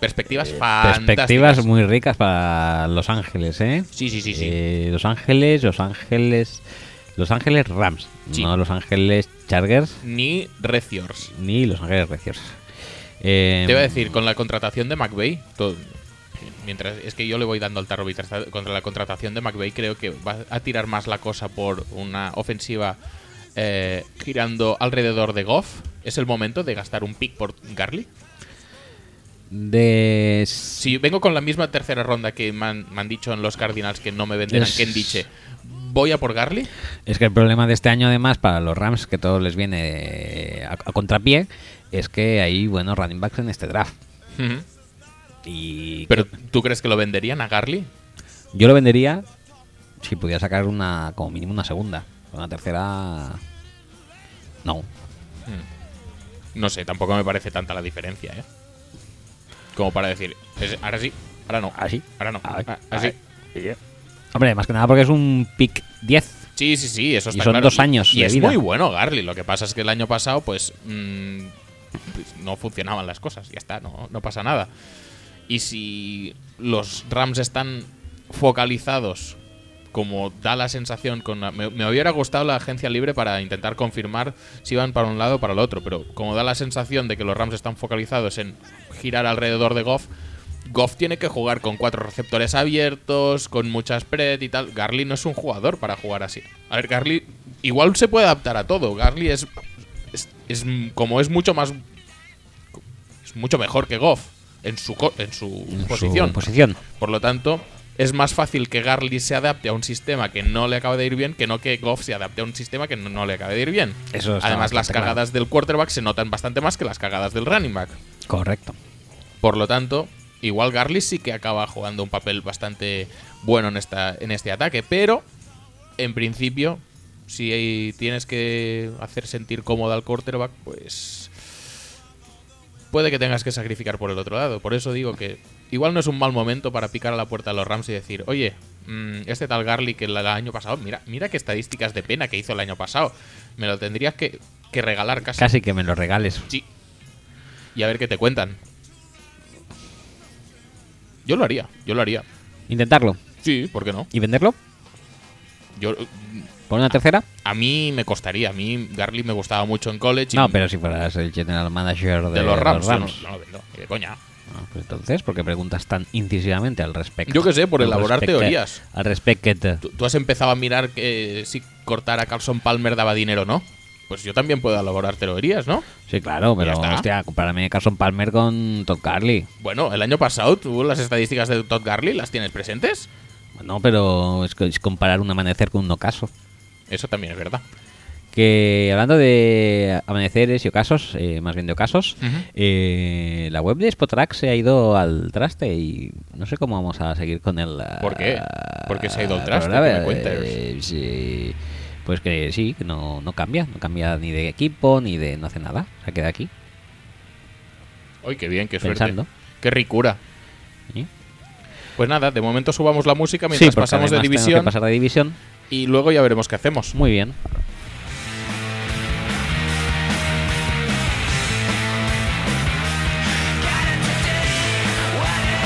[SPEAKER 2] Perspectivas fantásticas.
[SPEAKER 1] Eh, Perspectivas muy ricas para Los Ángeles, ¿eh?
[SPEAKER 2] Sí, sí, sí, sí.
[SPEAKER 1] Eh, Los Ángeles, Los Ángeles. Los Ángeles Rams,
[SPEAKER 2] Sí.
[SPEAKER 1] no Los Ángeles Chargers
[SPEAKER 2] Ni Reciors.
[SPEAKER 1] ni Los Ángeles Recios. Eh,
[SPEAKER 2] Te iba a decir, con la contratación de McVeigh, todo- mientras es que yo le voy dando al tarro mientras ta- contra la contratación de McVeigh, creo que va a tirar más la cosa por una ofensiva eh, girando alrededor de Goff. ¿Es el momento de gastar un pick por Garlic?
[SPEAKER 1] De.
[SPEAKER 2] Si vengo con la misma tercera ronda que me han, me han dicho en los Cardinals que no me venderán,
[SPEAKER 1] Es-
[SPEAKER 2] que han dicho, voy a por Garlic.
[SPEAKER 1] Es que el problema de este año, además, para los Rams, que todo les viene eh, a, a contrapié, es que hay buenos running backs en este draft.
[SPEAKER 2] Ujú.
[SPEAKER 1] Y
[SPEAKER 2] ¿Pero tú crees que lo venderían a Garly?
[SPEAKER 1] yo lo vendería si pudiera sacar una, como mínimo, una segunda. Una tercera. No.
[SPEAKER 2] No sé, tampoco me parece tanta la diferencia, ¿eh? Como para decir, es- ahora sí, ahora no.
[SPEAKER 1] Así.
[SPEAKER 2] Ahora no.
[SPEAKER 1] Ay,
[SPEAKER 2] ah, así.
[SPEAKER 1] Hombre, más que nada porque es un pick 10.
[SPEAKER 2] Sí, sí, sí, eso
[SPEAKER 1] Y
[SPEAKER 2] está
[SPEAKER 1] son
[SPEAKER 2] claro.
[SPEAKER 1] dos años
[SPEAKER 2] Y
[SPEAKER 1] de
[SPEAKER 2] es
[SPEAKER 1] vida.
[SPEAKER 2] muy bueno Garly. Lo que pasa es que el año pasado, pues, mm, pues, no funcionaban las cosas. Ya está, no, no pasa nada. Y si los Rams están focalizados, como da la sensación, con la- me, me hubiera gustado la agencia libre para intentar confirmar si iban para un lado o para el otro, pero como da la sensación de que los Rams están focalizados en girar alrededor de Goff, Goff tiene que jugar con cuatro receptores abiertos, con muchas pret y tal. Garly no es un jugador para jugar así. A ver, Garly igual se puede adaptar a todo. Garly es, es, es m- como es mucho más es mucho mejor que Goff en su co- en su
[SPEAKER 1] en su
[SPEAKER 2] posición.
[SPEAKER 1] posición.
[SPEAKER 2] Por lo tanto, es más fácil que Garly se adapte a un sistema que no le acaba de ir bien que no que Goff se adapte a un sistema que no, no le acaba de ir bien.
[SPEAKER 1] Eso está
[SPEAKER 2] Además, las
[SPEAKER 1] bastante claro.
[SPEAKER 2] cagadas del quarterback se notan bastante más que las cagadas del running back.
[SPEAKER 1] Correcto.
[SPEAKER 2] Por lo tanto, igual Garly sí que acaba jugando un papel bastante bueno en, esta, en este ataque, pero en principio, si ahí tienes que hacer sentir cómoda al quarterback, pues puede que tengas que sacrificar por el otro lado. Por eso digo que igual no es un mal momento para picar a la puerta a los Rams y decir, oye, mm, este tal Garly que el año pasado, mira, mira qué estadísticas de pena que hizo el año pasado. Me lo tendrías que, que regalar casi.
[SPEAKER 1] Casi que me lo regales.
[SPEAKER 2] Sí. Y a ver qué te cuentan. Yo lo haría, yo lo haría.
[SPEAKER 1] Intentarlo.
[SPEAKER 2] Sí, ¿por qué no?
[SPEAKER 1] ¿Y venderlo?
[SPEAKER 2] Yo,
[SPEAKER 1] ¿Por una tercera?
[SPEAKER 2] a mí me costaría, a mí Garly me gustaba mucho en college. y
[SPEAKER 1] No, pero si fueras el general manager de,
[SPEAKER 2] de los Rams. yo No, no lo vendo, ni de coña.
[SPEAKER 1] Ah, pues entonces, ¿por qué preguntas tan incisivamente al respecto?
[SPEAKER 2] Yo qué sé, por
[SPEAKER 1] Al
[SPEAKER 2] elaborar
[SPEAKER 1] respecto-
[SPEAKER 2] teorías.
[SPEAKER 1] Al respecto.
[SPEAKER 2] ¿Tú, tú has empezado a mirar que si cortar a Carlson Palmer daba dinero o no. Pues yo también puedo elaborar teorías, ¿no?
[SPEAKER 1] Sí, claro, pero
[SPEAKER 2] Ya está.
[SPEAKER 1] hostia, compárame Carson Palmer con Todd Carly.
[SPEAKER 2] Bueno, el año pasado tú las estadísticas de Todd Garly las tienes presentes.
[SPEAKER 1] No, pero es, que- es comparar un amanecer con un ocaso.
[SPEAKER 2] Eso también es verdad.
[SPEAKER 1] Que hablando de amaneceres y ocasos, eh, más bien de ocasos,
[SPEAKER 2] Ujú.
[SPEAKER 1] eh, la web de Spotrack se ha ido al traste y no sé cómo vamos a seguir con ah, el.
[SPEAKER 2] ¿Por qué? ¿Por qué se ha ido al
[SPEAKER 1] programa.
[SPEAKER 2] traste? ¿Qué me cuentas?
[SPEAKER 1] Eh, sí. pues que sí, que no, no cambia, no cambia ni de equipo, ni de no hace nada, se queda aquí.
[SPEAKER 2] Ay, qué bien, qué
[SPEAKER 1] Pensando.
[SPEAKER 2] suerte. Qué ricura.
[SPEAKER 1] ¿sí?
[SPEAKER 2] Pues nada, de momento subamos la
[SPEAKER 1] Sí,
[SPEAKER 2] música Ah, mientras
[SPEAKER 1] porque
[SPEAKER 2] pasamos de
[SPEAKER 1] además tengo que
[SPEAKER 2] división
[SPEAKER 1] pasar de división.
[SPEAKER 2] y luego ya veremos qué hacemos.
[SPEAKER 1] Muy bien.
[SPEAKER 4] Got it today.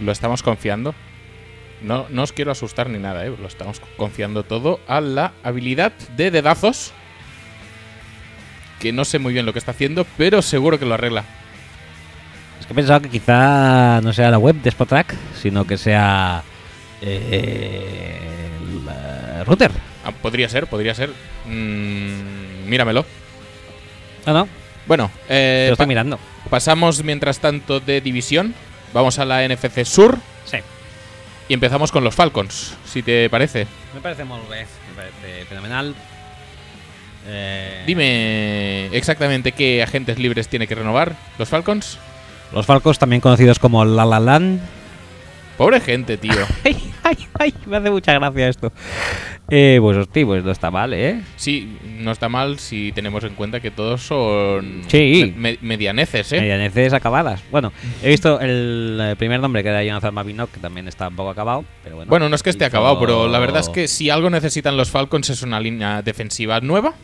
[SPEAKER 2] lo estamos confiando. No, no os quiero asustar ni nada, ¿eh? Lo estamos confiando todo a la habilidad de dedazos. Que no sé muy bien lo que está haciendo, pero seguro que lo arregla.
[SPEAKER 1] Es que he pensado que quizá no sea la web de Spotrack, sino que sea eh, el eh, router.
[SPEAKER 2] Ah, podría ser, podría ser. Mm, míramelo.
[SPEAKER 1] No, no,
[SPEAKER 2] Bueno, eh,
[SPEAKER 1] lo estoy
[SPEAKER 2] pa-
[SPEAKER 1] mirando.
[SPEAKER 2] pasamos mientras tanto de división. Vamos a la NFC Sur
[SPEAKER 1] Sí.
[SPEAKER 2] y empezamos con los Falcons, si te parece.
[SPEAKER 1] Me parece muy bien, me parece fenomenal. Eh,
[SPEAKER 2] Dime exactamente qué agentes libres tiene que renovar los Falcons.
[SPEAKER 1] Los Falcos, también conocidos como La La Land.
[SPEAKER 2] Pobre gente, tío.
[SPEAKER 1] Ay, ay, ay, me hace mucha gracia esto. Eh, pues hostia, pues no está mal, ¿eh?
[SPEAKER 2] Sí, no está mal si tenemos en cuenta que todos son
[SPEAKER 1] Sí.
[SPEAKER 2] me- medianeces, ¿eh?
[SPEAKER 1] Medianeces acabadas. Bueno, he visto el eh, primer nombre que era Jonathan Mavinock, que también está un poco acabado, pero bueno.
[SPEAKER 2] Bueno, no es que esté
[SPEAKER 1] Hizo-
[SPEAKER 2] acabado, pero la verdad es que si algo necesitan los Falcons es una línea defensiva nueva.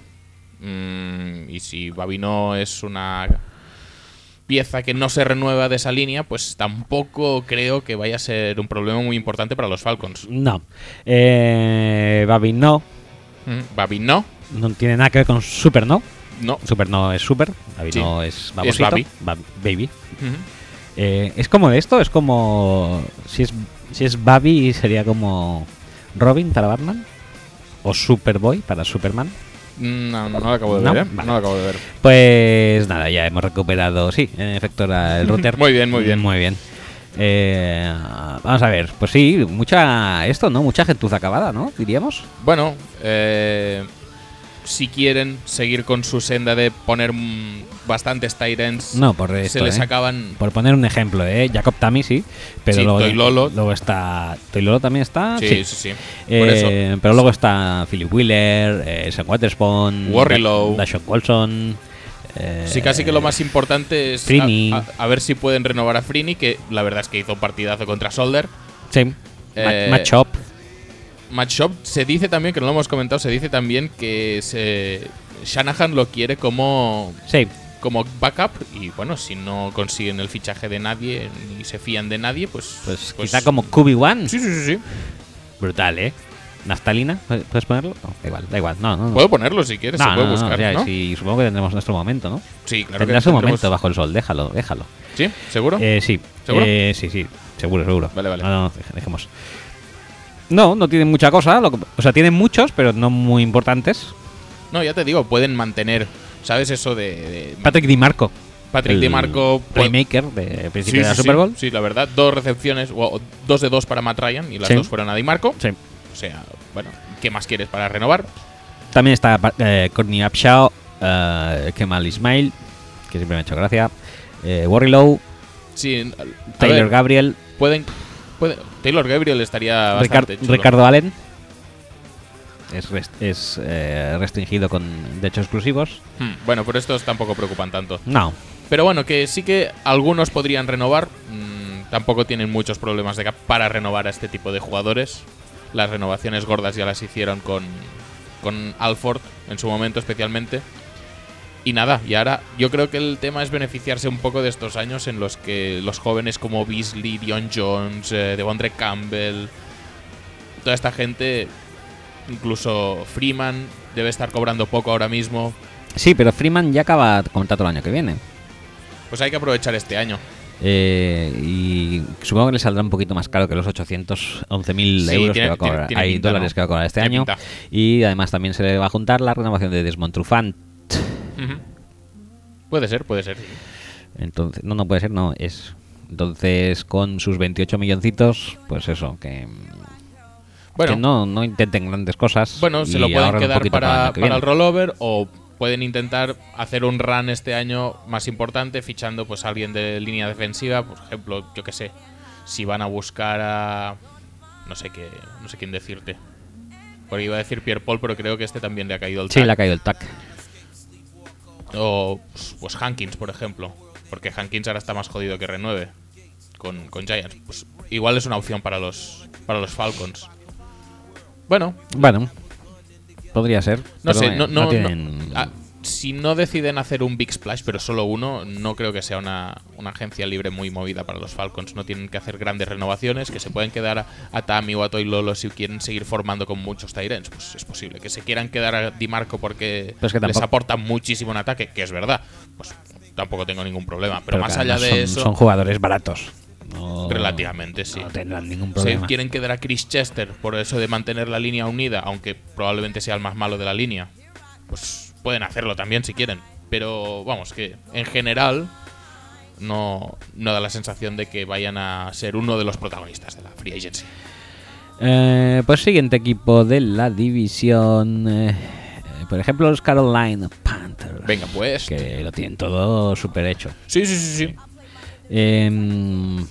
[SPEAKER 2] Mm, y si Babino es una pieza que no se renueva de esa línea, pues tampoco creo que vaya a ser un problema muy importante para los Falcons.
[SPEAKER 1] No. Eh, Babin no.
[SPEAKER 2] Mm, Babino,
[SPEAKER 1] No tiene nada que ver con Super no.
[SPEAKER 2] no.
[SPEAKER 1] Super no es Super. Babin
[SPEAKER 2] Sí.
[SPEAKER 1] no es babosito.
[SPEAKER 2] Babi.
[SPEAKER 1] Bab- baby.
[SPEAKER 2] Mm,
[SPEAKER 1] Eh, es como de esto, es como. Si es, si es Babi, sería como. Robin para Batman. O Superboy para Superman.
[SPEAKER 2] No, no lo acabo de
[SPEAKER 1] No,
[SPEAKER 2] ver, ¿eh?
[SPEAKER 1] vale.
[SPEAKER 2] No lo acabo de ver.
[SPEAKER 1] Pues nada, ya hemos recuperado, sí, en efecto era el router.
[SPEAKER 2] Muy bien, muy bien.
[SPEAKER 1] Muy bien. Eh, vamos a ver, pues sí, mucha esto, ¿no? Mucha gentuza acabada, ¿no? Diríamos.
[SPEAKER 2] Bueno, eh, si quieren seguir con su senda de poner mm, bastantes tight ends,
[SPEAKER 1] No, por esto,
[SPEAKER 2] se les
[SPEAKER 1] ¿eh?
[SPEAKER 2] acaban.
[SPEAKER 1] Por poner un ejemplo, ¿eh? Jacob Tami sí, pero
[SPEAKER 2] Sí,
[SPEAKER 1] luego,
[SPEAKER 2] Toilolo.
[SPEAKER 1] luego está... ¿Toilolo también está?
[SPEAKER 2] Ah, sí, sí, sí. Por
[SPEAKER 1] Eh,
[SPEAKER 2] eso.
[SPEAKER 1] Pero luego está Philip Wheeler, eh, Sam Waterspoon,
[SPEAKER 2] Warrilow.
[SPEAKER 1] Da- Dashon Colson... eh,
[SPEAKER 2] Sí, casi que lo más importante es a,
[SPEAKER 1] Freeney.
[SPEAKER 2] a- a ver si pueden renovar a Frini, que la verdad es que hizo un partidazo contra Solder.
[SPEAKER 1] Sí. Ma-
[SPEAKER 2] Eh,
[SPEAKER 1] Matchup.
[SPEAKER 2] Matchup se dice también, que no lo hemos comentado, se dice también que se, Shanahan lo quiere como,
[SPEAKER 1] Sí.
[SPEAKER 2] como backup. Y bueno, si no consiguen el fichaje de nadie ni se fían de nadie, pues.
[SPEAKER 1] Pues, quizá como QB1.
[SPEAKER 2] Sí, sí, sí. sí.
[SPEAKER 1] Brutal, ¿eh? Naftalina, ¿pu- ¿puedes ponerlo? No, da igual, da igual. No, no, no.
[SPEAKER 2] Mm. Puedo ponerlo si quieres,
[SPEAKER 1] No,
[SPEAKER 2] se puede
[SPEAKER 1] no, no,
[SPEAKER 2] buscar.
[SPEAKER 1] ya,
[SPEAKER 2] ¿no?
[SPEAKER 1] sí, supongo que tendremos nuestro momento, ¿no?
[SPEAKER 2] Sí, claro
[SPEAKER 1] Tendrás
[SPEAKER 2] que
[SPEAKER 1] un
[SPEAKER 2] tendremos-
[SPEAKER 1] momento bajo el sol, déjalo, déjalo.
[SPEAKER 2] ¿Sí? ¿Seguro?
[SPEAKER 1] Eh, sí.
[SPEAKER 2] ¿Seguro?
[SPEAKER 1] Eh, sí, sí, seguro, seguro.
[SPEAKER 2] Vale, vale.
[SPEAKER 1] No, no, dej- dejemos. No, no tienen mucha cosa. lo que- o sea, tienen muchos, pero no muy importantes.
[SPEAKER 2] No, ya te digo, pueden mantener. ¿Sabes eso de. de-
[SPEAKER 1] Patrick DiMarco.
[SPEAKER 2] Patrick
[SPEAKER 1] el
[SPEAKER 2] DiMarco. puede-
[SPEAKER 1] Playmaker de
[SPEAKER 2] Sí,
[SPEAKER 1] principio de
[SPEAKER 2] sí,
[SPEAKER 1] la
[SPEAKER 2] sí.
[SPEAKER 1] Super Bowl.
[SPEAKER 2] Sí, la verdad, dos recepciones, o o dos de dos para Matt Ryan y las
[SPEAKER 1] Sí.
[SPEAKER 2] dos fueron a DiMarco.
[SPEAKER 1] Sí.
[SPEAKER 2] O sea, bueno, ¿qué más quieres para renovar?
[SPEAKER 1] También está eh, Courtney Upshaw, eh, Kemal Ismail, que siempre me ha hecho gracia. Eh, Warrilow,
[SPEAKER 2] Sí, a- a
[SPEAKER 1] Taylor
[SPEAKER 2] ver,
[SPEAKER 1] Gabriel,
[SPEAKER 2] pueden, pueden- Taylor Gabriel estaría
[SPEAKER 1] Ricard-
[SPEAKER 2] bastante chulo.
[SPEAKER 1] Ricardo Allen es, rest- es, eh, restringido con derechos exclusivos.
[SPEAKER 2] Hmm, Bueno, pero estos tampoco preocupan tanto.
[SPEAKER 1] No,
[SPEAKER 2] Pero bueno, que sí que algunos podrían renovar. mm, tampoco tienen muchos problemas de cap para renovar a este tipo de jugadores. Las renovaciones gordas ya las hicieron con, con Alford en su momento especialmente. Y nada, y ahora yo creo que el tema es beneficiarse un poco de estos años en los que los jóvenes como Beasley, Dion Jones, eh, Devondre Campbell, toda esta gente, incluso Freeman, debe estar cobrando poco ahora mismo.
[SPEAKER 1] sí, pero Freeman ya acaba contrato el año que viene.
[SPEAKER 2] Pues hay que aprovechar este año.
[SPEAKER 1] Eh, y supongo que le saldrá un poquito más caro que los 811.000
[SPEAKER 2] Sí,
[SPEAKER 1] euros
[SPEAKER 2] tiene-
[SPEAKER 1] que va a cobrar.
[SPEAKER 2] tiene- tiene
[SPEAKER 1] Hay
[SPEAKER 2] pinta,
[SPEAKER 1] dólares
[SPEAKER 2] ¿no?
[SPEAKER 1] que va a cobrar este
[SPEAKER 2] Tiene
[SPEAKER 1] año.
[SPEAKER 2] pinta.
[SPEAKER 1] Y además también se le va a juntar la renovación de Desmond Trufant.
[SPEAKER 2] Ujú. Puede ser, puede ser.
[SPEAKER 1] Entonces, no, no puede ser, no, es. Entonces, con sus 28 milloncitos, pues eso, que,
[SPEAKER 2] Bueno,
[SPEAKER 1] que no, no intenten grandes cosas.
[SPEAKER 2] bueno se
[SPEAKER 1] y
[SPEAKER 2] lo pueden
[SPEAKER 1] ahorren un
[SPEAKER 2] quedar
[SPEAKER 1] poquito
[SPEAKER 2] para,
[SPEAKER 1] el año
[SPEAKER 2] para,
[SPEAKER 1] que
[SPEAKER 2] el
[SPEAKER 1] viene.
[SPEAKER 2] rollover o pueden intentar hacer un run este año más importante fichando pues a alguien de línea defensiva, por ejemplo, yo que sé, si van a buscar a no sé qué, no sé quién decirte. Porque iba a decir Pierre Paul, pero creo que este también le ha caído el
[SPEAKER 1] Sí,
[SPEAKER 2] tag.
[SPEAKER 1] le ha caído el tac.
[SPEAKER 2] O pues, pues, Hankins, por ejemplo. Porque Hankins ahora está más jodido que renueve con, con Giants. Pues igual es una opción para los, para los Falcons. Bueno,
[SPEAKER 1] Bueno, podría ser.
[SPEAKER 2] no
[SPEAKER 1] pero,
[SPEAKER 2] sé,
[SPEAKER 1] eh,
[SPEAKER 2] no, Ah, no, no-
[SPEAKER 1] tienen-
[SPEAKER 2] a- si no deciden hacer un Big Splash, pero solo uno, no creo que sea una, una agencia libre muy movida para los Falcons. No tienen que hacer grandes renovaciones, que se pueden quedar a, a Tami o a Toy Lolo si quieren seguir formando con muchos Tyrants. Pues es posible. Que se quieran quedar a DiMarco porque
[SPEAKER 1] Pero es que
[SPEAKER 2] les
[SPEAKER 1] tampoco-
[SPEAKER 2] aportan muchísimo en ataque, que es verdad. Pues tampoco tengo ningún problema. Pero, más
[SPEAKER 1] que
[SPEAKER 2] allá
[SPEAKER 1] además
[SPEAKER 2] de
[SPEAKER 1] son,
[SPEAKER 2] eso,
[SPEAKER 1] Son jugadores baratos. No-
[SPEAKER 2] relativamente sí.
[SPEAKER 1] No tendrán ningún
[SPEAKER 2] Se
[SPEAKER 1] problema.
[SPEAKER 2] quieren quedar a Chris Chester por eso de mantener la línea unida, aunque probablemente sea el más malo de la línea. Pues pueden hacerlo también si quieren. Pero vamos, que en general no, no da la sensación de que vayan a ser uno de los protagonistas de la Free Agency.
[SPEAKER 1] Eh, pues siguiente equipo de la división. eh, eh, por ejemplo, los Carolina Panthers.
[SPEAKER 2] Venga, pues.
[SPEAKER 1] Que lo tienen todo súper hecho.
[SPEAKER 2] Sí, sí, sí, sí.
[SPEAKER 1] Em,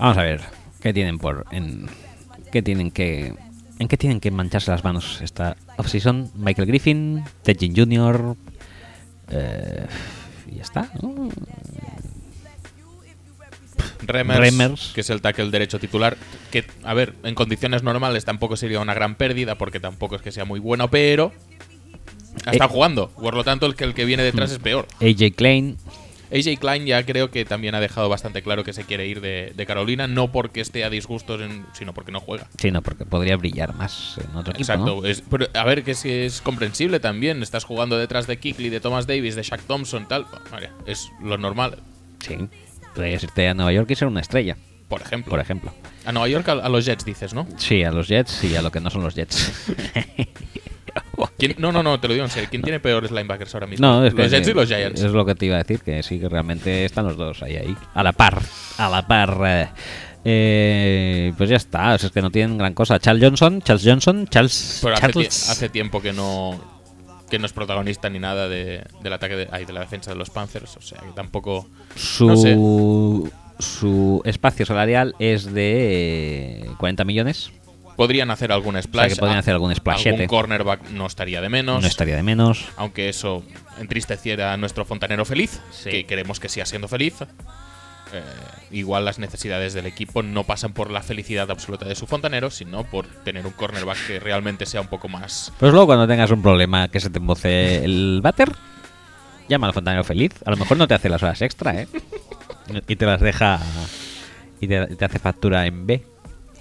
[SPEAKER 1] vamos a ver qué tienen por en qué tienen que en qué tienen que mancharse las manos esta offseason. Michael Griffin, Tejin Jr. eh, y ya está. ¿no?
[SPEAKER 2] Remers,
[SPEAKER 1] Remers.
[SPEAKER 2] que es el tackle derecho titular, que, a ver, en condiciones normales tampoco sería una gran pérdida, porque tampoco es que sea muy bueno, pero ha
[SPEAKER 1] Eh. Mm.
[SPEAKER 2] estado jugando. Por lo tanto, el que, el que viene detrás es peor.
[SPEAKER 1] AJ Klein,
[SPEAKER 2] AJ Klein ya creo que también ha dejado bastante claro que se quiere ir de, de Carolina, no porque esté a disgustos, en- sino porque no juega.
[SPEAKER 1] sí, no, porque podría brillar más en otro equipo, ¿no?
[SPEAKER 2] Exacto. es- pero, a ver, que si es comprensible también. Estás jugando detrás de Kikli, de Thomas Davis, de Shaq Thompson, tal. pues, Vale, es lo normal,
[SPEAKER 1] Sí, podrías irte a Nueva York y ser una estrella,
[SPEAKER 2] por ejemplo.
[SPEAKER 1] por ejemplo.
[SPEAKER 2] A Nueva York, a, a los Jets, dices, ¿no?
[SPEAKER 1] Sí, a los Jets y a lo que no son los Jets.
[SPEAKER 2] ¿Quién- no, no, no, te lo digo en serio. ¿Quién tiene peores linebackers ahora mismo?
[SPEAKER 1] No, es que
[SPEAKER 2] los Jets y los Giants.
[SPEAKER 1] Es lo que te iba a decir, que sí, que realmente están los dos ahí, ahí. A la par, a la par. eh. Eh, pues ya está, o sea, es que no tienen gran cosa. Charles Johnson, Charles Johnson, Charles.
[SPEAKER 2] Pero hace, tie-
[SPEAKER 1] Charles.
[SPEAKER 2] hace tiempo que no que no es protagonista ni nada de- del ataque de, ay, de la defensa de los Panthers, o sea que tampoco
[SPEAKER 1] su,
[SPEAKER 2] no sé.
[SPEAKER 1] su espacio salarial es de eh, 40 millones.
[SPEAKER 2] Podrían hacer algún splash.
[SPEAKER 1] O sea, que podrían
[SPEAKER 2] a-
[SPEAKER 1] hacer algún splashete.
[SPEAKER 2] Algún cornerback no estaría de menos.
[SPEAKER 1] No estaría de menos.
[SPEAKER 2] Aunque eso entristeciera a nuestro fontanero feliz, que queremos que siga siendo feliz. Eh, igual las necesidades del equipo no pasan por la felicidad absoluta de su fontanero, sino por tener un cornerback que realmente sea un poco más.
[SPEAKER 1] Pues luego, cuando tengas un problema que se te emboce el váter, llama al fontanero feliz. A lo mejor no te hace las horas extra, ¿eh? Y te las deja. Y te, te hace factura en B.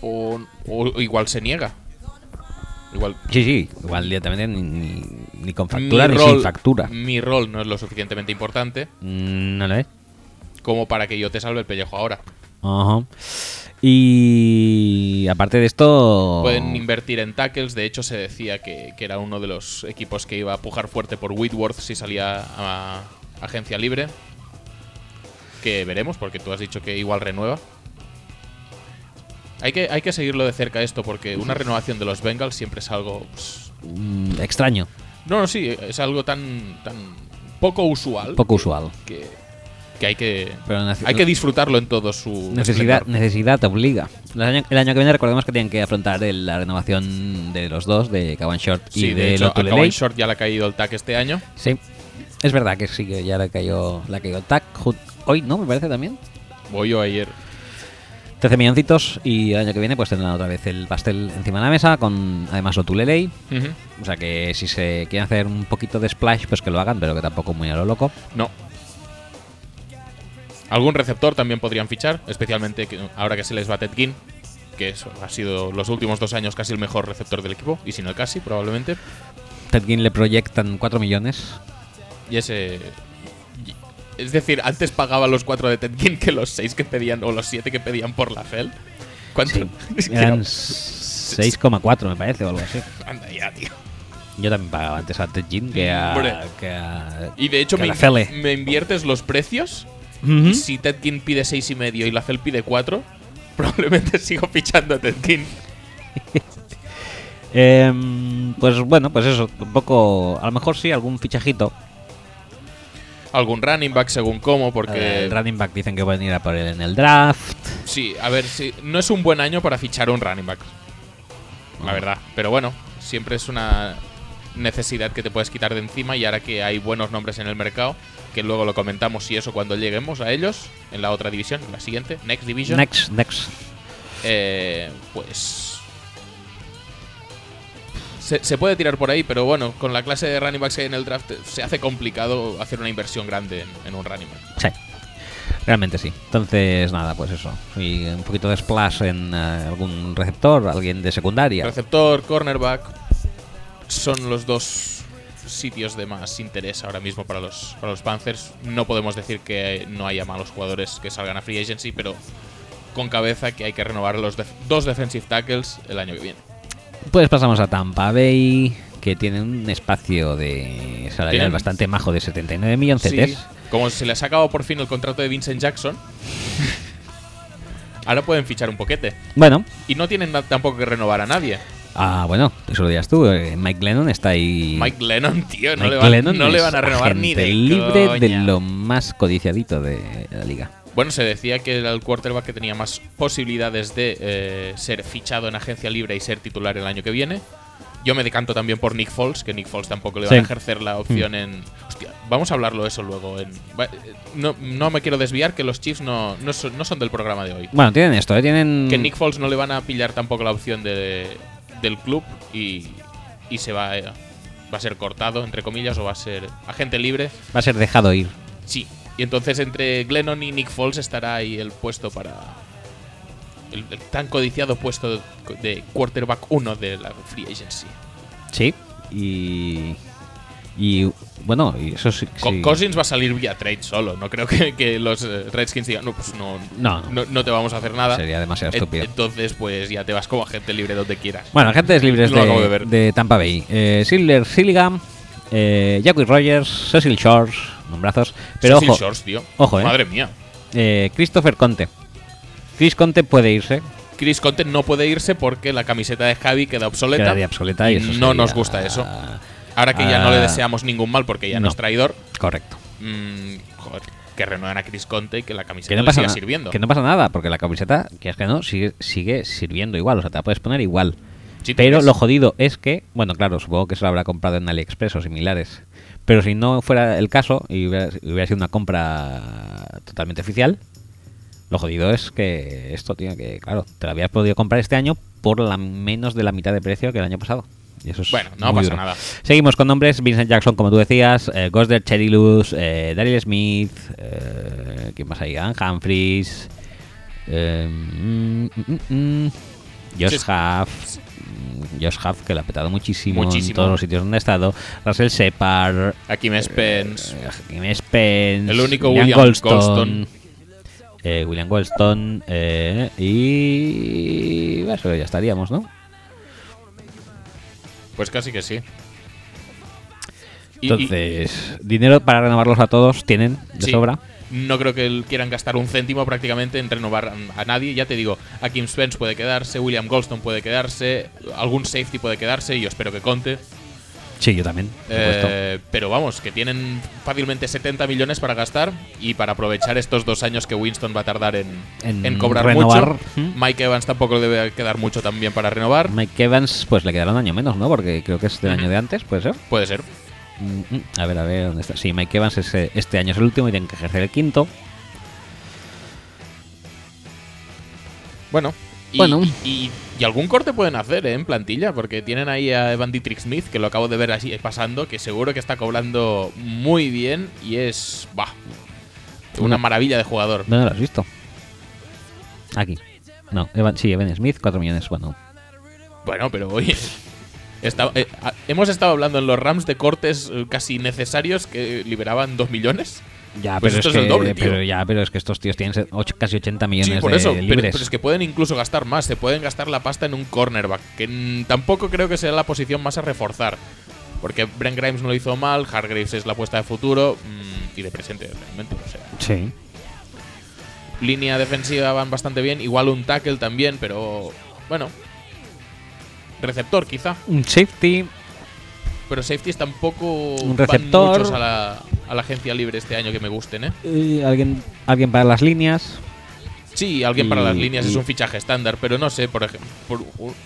[SPEAKER 2] O, o igual se niega. Amigo
[SPEAKER 1] Sí, sí, igual directamente ni, ni- ni con factura ni sin factura.
[SPEAKER 2] Mi rol no es lo suficientemente importante
[SPEAKER 1] Mm, No lo es.
[SPEAKER 2] como para que yo te salve el pellejo ahora.
[SPEAKER 1] Ajá. Y aparte de esto.
[SPEAKER 2] Pueden invertir en tackles. De hecho, se decía que, que era uno de los equipos que iba a pujar fuerte por Whitworth si salía a agencia libre. Que veremos, porque tú has dicho que igual renueva. Hay que, hay que seguirlo de cerca esto, porque una renovación de los Bengals siempre es algo. pues,
[SPEAKER 1] mm, extraño,
[SPEAKER 2] no, no, sí, es algo tan, tan poco usual
[SPEAKER 1] poco usual.
[SPEAKER 2] que, que hay que.
[SPEAKER 1] Pero nece-
[SPEAKER 2] Hay que disfrutarlo en todo su.
[SPEAKER 1] Necesidad,
[SPEAKER 2] esplendor.
[SPEAKER 1] necesidad obliga. El año, el año que viene recordemos que tienen que afrontar el- la renovación de los dos, de Kawan Short y
[SPEAKER 2] Sí,
[SPEAKER 1] de,
[SPEAKER 2] de hecho, a
[SPEAKER 1] Lotulelei.
[SPEAKER 2] Kawan Short ya le ha caído el tack este año.
[SPEAKER 1] Sí, es verdad que sí, que ya le cayó, la cayó TAC. ju- Hoy, ¿no? Me parece también.
[SPEAKER 2] Voy yo ayer.
[SPEAKER 1] 13 milloncitos y el año que viene pues tendrán otra vez el pastel encima de la mesa con además Otulelei.
[SPEAKER 2] Ujú.
[SPEAKER 1] O sea que si se quieren hacer un poquito de splash pues que lo hagan, pero que tampoco muy a lo loco.
[SPEAKER 2] No. Algún receptor también podrían fichar, especialmente que- ahora que se les va Ted Ginn, que eso, ha sido los últimos dos años casi el mejor receptor del equipo, y si no el casi, probablemente.
[SPEAKER 1] Tedkin le proyectan 4 millones.
[SPEAKER 2] Y ese. y- Es decir, antes pagaba los cuatro de Ted Ginn que los seis que pedían, o los siete que pedían por la FEL. ¿Cuánto? Es que
[SPEAKER 1] Eran
[SPEAKER 2] no-
[SPEAKER 1] 6,4 me parece o algo así.
[SPEAKER 2] Anda ya, tío.
[SPEAKER 1] Yo también pagaba em antes a Tedkin que
[SPEAKER 2] Hombre.
[SPEAKER 1] a... Que a-
[SPEAKER 2] Y de hecho,
[SPEAKER 1] que a
[SPEAKER 2] me,
[SPEAKER 1] la ¿Mm? Fele.
[SPEAKER 2] me inviertes los precios.
[SPEAKER 1] Ujú.
[SPEAKER 2] Y si Ted Ginn pide seis y medio y la FEL pide cuatro, probablemente sigo fichando a Ted Ginn.
[SPEAKER 1] Em, pues bueno, pues eso, un poco... A lo mejor sí, algún fichajito.
[SPEAKER 2] algún running back según cómo, porque
[SPEAKER 1] eh, El running back dicen que van a ir a por él en el draft.
[SPEAKER 2] sí, a ver, si no es un buen año para fichar un running back,
[SPEAKER 1] Ah.
[SPEAKER 2] la verdad. Pero bueno, siempre es una necesidad que te puedes quitar de encima y ahora que hay buenos nombres en el mercado, que luego lo comentamos y eso cuando lleguemos a ellos en la otra división, en la siguiente, next division,
[SPEAKER 1] Next, next.
[SPEAKER 2] eh, pues se, se puede tirar por ahí, pero bueno, con la clase de running backs que hay en el draft eh, se hace complicado hacer una inversión grande en, en un running back.
[SPEAKER 1] Sí. Realmente sí. Entonces, nada, pues eso. Y un poquito de splash en eh, algún receptor, alguien de secundaria.
[SPEAKER 2] Receptor, cornerback, son los dos sitios de más interés ahora mismo para los, para los Panthers. No podemos decir que no haya malos jugadores que salgan a free agency, pero con cabeza que hay que renovar los def- dos defensive tackles el año que viene.
[SPEAKER 1] Pues pasamos a Tampa Bay, que tiene un espacio de salarial
[SPEAKER 2] Tienen-
[SPEAKER 1] bastante majo de 79 millones.
[SPEAKER 2] Sí, como se les ha acabado por fin el contrato de Vincent Jackson, ahora pueden fichar un poquete.
[SPEAKER 1] Bueno,
[SPEAKER 2] Y no tienen na- tampoco que renovar a nadie.
[SPEAKER 1] ah, bueno, eso lo dirás tú. eh, Mike Lennon está ahí.
[SPEAKER 2] Mike Lennon, tío, no,
[SPEAKER 1] Mike
[SPEAKER 2] le, van,
[SPEAKER 1] Glennon
[SPEAKER 2] no le
[SPEAKER 1] es
[SPEAKER 2] van a renovar ni
[SPEAKER 1] agente
[SPEAKER 2] de
[SPEAKER 1] libre de
[SPEAKER 2] coña.
[SPEAKER 1] lo más codiciadito de la liga.
[SPEAKER 2] Bueno, se decía que era el quarterback que tenía más posibilidades de eh, ser fichado en agencia libre y ser titular el año que viene. Yo me decanto también por Nick Foles, que Nick Foles tampoco le va
[SPEAKER 1] Sí.
[SPEAKER 2] a ejercer la opción en... Hostia, vamos a hablarlo eso luego. En... va- eh, No, no me quiero desviar, que los Chiefs no, no, son, no son del programa de hoy.
[SPEAKER 1] Bueno, tienen esto, ¿eh? tienen.
[SPEAKER 2] Que Nick Foles no le van a pillar tampoco la opción de, del club y, y se va, eh, va a ser cortado, entre comillas, o va a ser agente libre.
[SPEAKER 1] Va a ser dejado ir.
[SPEAKER 2] Sí. Y entonces entre Glennon y Nick Foles estará ahí el puesto para. El, el tan codiciado puesto de quarterback 1 de la free agency.
[SPEAKER 1] Sí. Y. Y bueno, y eso sí.
[SPEAKER 2] Co-
[SPEAKER 1] sí.
[SPEAKER 2] Cousins va a salir vía trade solo. No creo que, que los eh, Redskins digan, no, pues no,
[SPEAKER 1] No, no.
[SPEAKER 2] no, no te vamos a hacer nada.
[SPEAKER 1] Sería demasiado
[SPEAKER 2] Et-
[SPEAKER 1] estúpido.
[SPEAKER 2] Entonces, pues ya te vas como agente libre donde quieras.
[SPEAKER 1] Bueno, agentes libres
[SPEAKER 2] Lo acabo de
[SPEAKER 1] de,
[SPEAKER 2] ver.
[SPEAKER 1] de Tampa Bay. Eh, Silver Silligan, eh, Jacquie Rogers, Cecil Shores, nombrazos. Pero
[SPEAKER 2] Cecil
[SPEAKER 1] ojo,
[SPEAKER 2] Shorts, tío.
[SPEAKER 1] Ojo, eh.
[SPEAKER 2] Madre mía.
[SPEAKER 1] eh, Christopher Conte. Chris Conte puede irse.
[SPEAKER 2] Chris Conte no puede irse porque la camiseta de Javi queda obsoleta.
[SPEAKER 1] Quedaría obsoleta y eso
[SPEAKER 2] no nos
[SPEAKER 1] sería-
[SPEAKER 2] gusta eso. Ahora que ya no le
[SPEAKER 1] Ah.
[SPEAKER 2] deseamos ningún mal porque ya no,
[SPEAKER 1] No.
[SPEAKER 2] es traidor.
[SPEAKER 1] Correcto.
[SPEAKER 2] Mm, joder, que renuevan a Chris Conte y que la camiseta
[SPEAKER 1] Que no,
[SPEAKER 2] le
[SPEAKER 1] pasa
[SPEAKER 2] siga
[SPEAKER 1] na-
[SPEAKER 2] sirviendo.
[SPEAKER 1] que no pasa nada, porque la camiseta, que es que no, sigue, sigue sirviendo igual. O sea, te la puedes poner igual.
[SPEAKER 2] Sí, ¿tú
[SPEAKER 1] Pero
[SPEAKER 2] crees?
[SPEAKER 1] lo jodido es que, bueno, claro, supongo que se lo habrá comprado en AliExpress o similares. Pero si no fuera el caso y hubiera, hubiera sido una compra totalmente oficial, lo jodido es que esto, tío, que claro, te lo habías podido comprar este año por la menos de la mitad de precio que el año pasado. Y eso es
[SPEAKER 2] Bueno, no
[SPEAKER 1] muy
[SPEAKER 2] pasa
[SPEAKER 1] duro.
[SPEAKER 2] nada.
[SPEAKER 1] Seguimos con nombres: Vincent Jackson, como tú decías, eh, Gosder Cherilus, eh, Daryl Smith, eh, ¿quién más hay? Ann Humphries, eh, mm, mm, mm, Josh
[SPEAKER 2] Sí.
[SPEAKER 1] Huff, mm, Josh Huff, que lo ha petado muchísimo, en
[SPEAKER 2] Muchísimo.
[SPEAKER 1] todos los sitios donde ha estado, Russell Separ,
[SPEAKER 2] Aquí me Spence.
[SPEAKER 1] eh, Jimmy Spence,
[SPEAKER 2] El único William Goldstone.
[SPEAKER 1] eh, William Goldstone eh, y bueno, eso ya estaríamos, ¿no?
[SPEAKER 2] Pues casi que sí. Y- y-
[SPEAKER 1] Entonces, dinero para renovarlos a todos tienen de
[SPEAKER 2] sí,
[SPEAKER 1] sobra.
[SPEAKER 2] No creo que el- quieran gastar un céntimo prácticamente en renovar a a nadie. Ya te digo, a Kim Spence puede quedarse, William Goldstone puede quedarse, algún safety puede quedarse, y yo espero que conte.
[SPEAKER 1] Sí, yo también. por supuesto.
[SPEAKER 2] Eh, pero vamos, que tienen fácilmente 70 millones para gastar y para aprovechar estos dos años que Winston va a tardar en,
[SPEAKER 1] En
[SPEAKER 2] en cobrar
[SPEAKER 1] renovar.
[SPEAKER 2] mucho.
[SPEAKER 1] Ujú.
[SPEAKER 2] Mike Evans tampoco le debe quedar mucho también para renovar.
[SPEAKER 1] Mike Evans, pues le quedará un año menos, ¿no? Porque creo que es del
[SPEAKER 2] Ujú.
[SPEAKER 1] año de antes, puede ser.
[SPEAKER 2] Puede ser.
[SPEAKER 1] Mm, mm. A ver, a ver, ¿dónde está? Sí, Mike Evans es, eh, este año es el último y tienen que ejercer el quinto.
[SPEAKER 2] Bueno. Y,
[SPEAKER 1] Bueno.
[SPEAKER 2] Y, y algún corte pueden hacer ¿eh? en plantilla, porque tienen ahí a Evan Dietrich Smith, que lo acabo de ver así eh, pasando, que seguro que está cobrando muy bien y es. Bah, una
[SPEAKER 1] Mm.
[SPEAKER 2] maravilla de jugador.
[SPEAKER 1] ¿Dónde lo has visto? Aquí. No, Evan- sí, Evan Smith, 4 millones. Bueno,
[SPEAKER 2] Bueno, pero oye. está- eh, a- hemos estado hablando en los Rams de cortes eh, casi necesarios que liberaban 2 millones.
[SPEAKER 1] ya,
[SPEAKER 2] Pues
[SPEAKER 1] pero,
[SPEAKER 2] esto
[SPEAKER 1] es
[SPEAKER 2] es
[SPEAKER 1] que,
[SPEAKER 2] el doble, tío.
[SPEAKER 1] pero ya, pero es que estos tíos tienen se- och- casi 80 millones
[SPEAKER 2] sí, por
[SPEAKER 1] de
[SPEAKER 2] eso. Pero,
[SPEAKER 1] libres.
[SPEAKER 2] pero es que pueden incluso gastar más. Se pueden gastar la pasta en un cornerback, que mm, tampoco creo que sea la posición más a reforzar. Porque Brent Grimes no lo hizo mal, Hargraves es la apuesta de futuro mm, y de presente, realmente. O sea,
[SPEAKER 1] Sí.
[SPEAKER 2] línea defensiva van bastante bien, igual un tackle también, pero bueno. Receptor quizá,
[SPEAKER 1] Un safety,
[SPEAKER 2] pero safeties tampoco
[SPEAKER 1] Un receptor.
[SPEAKER 2] van muchos a la, a la agencia libre este año que me gusten, ¿eh?
[SPEAKER 1] eh, alguien, alguien para las líneas.
[SPEAKER 2] Sí, alguien para
[SPEAKER 1] Y-
[SPEAKER 2] las líneas
[SPEAKER 1] y-
[SPEAKER 2] es un fichaje estándar, pero no sé, por ejemplo,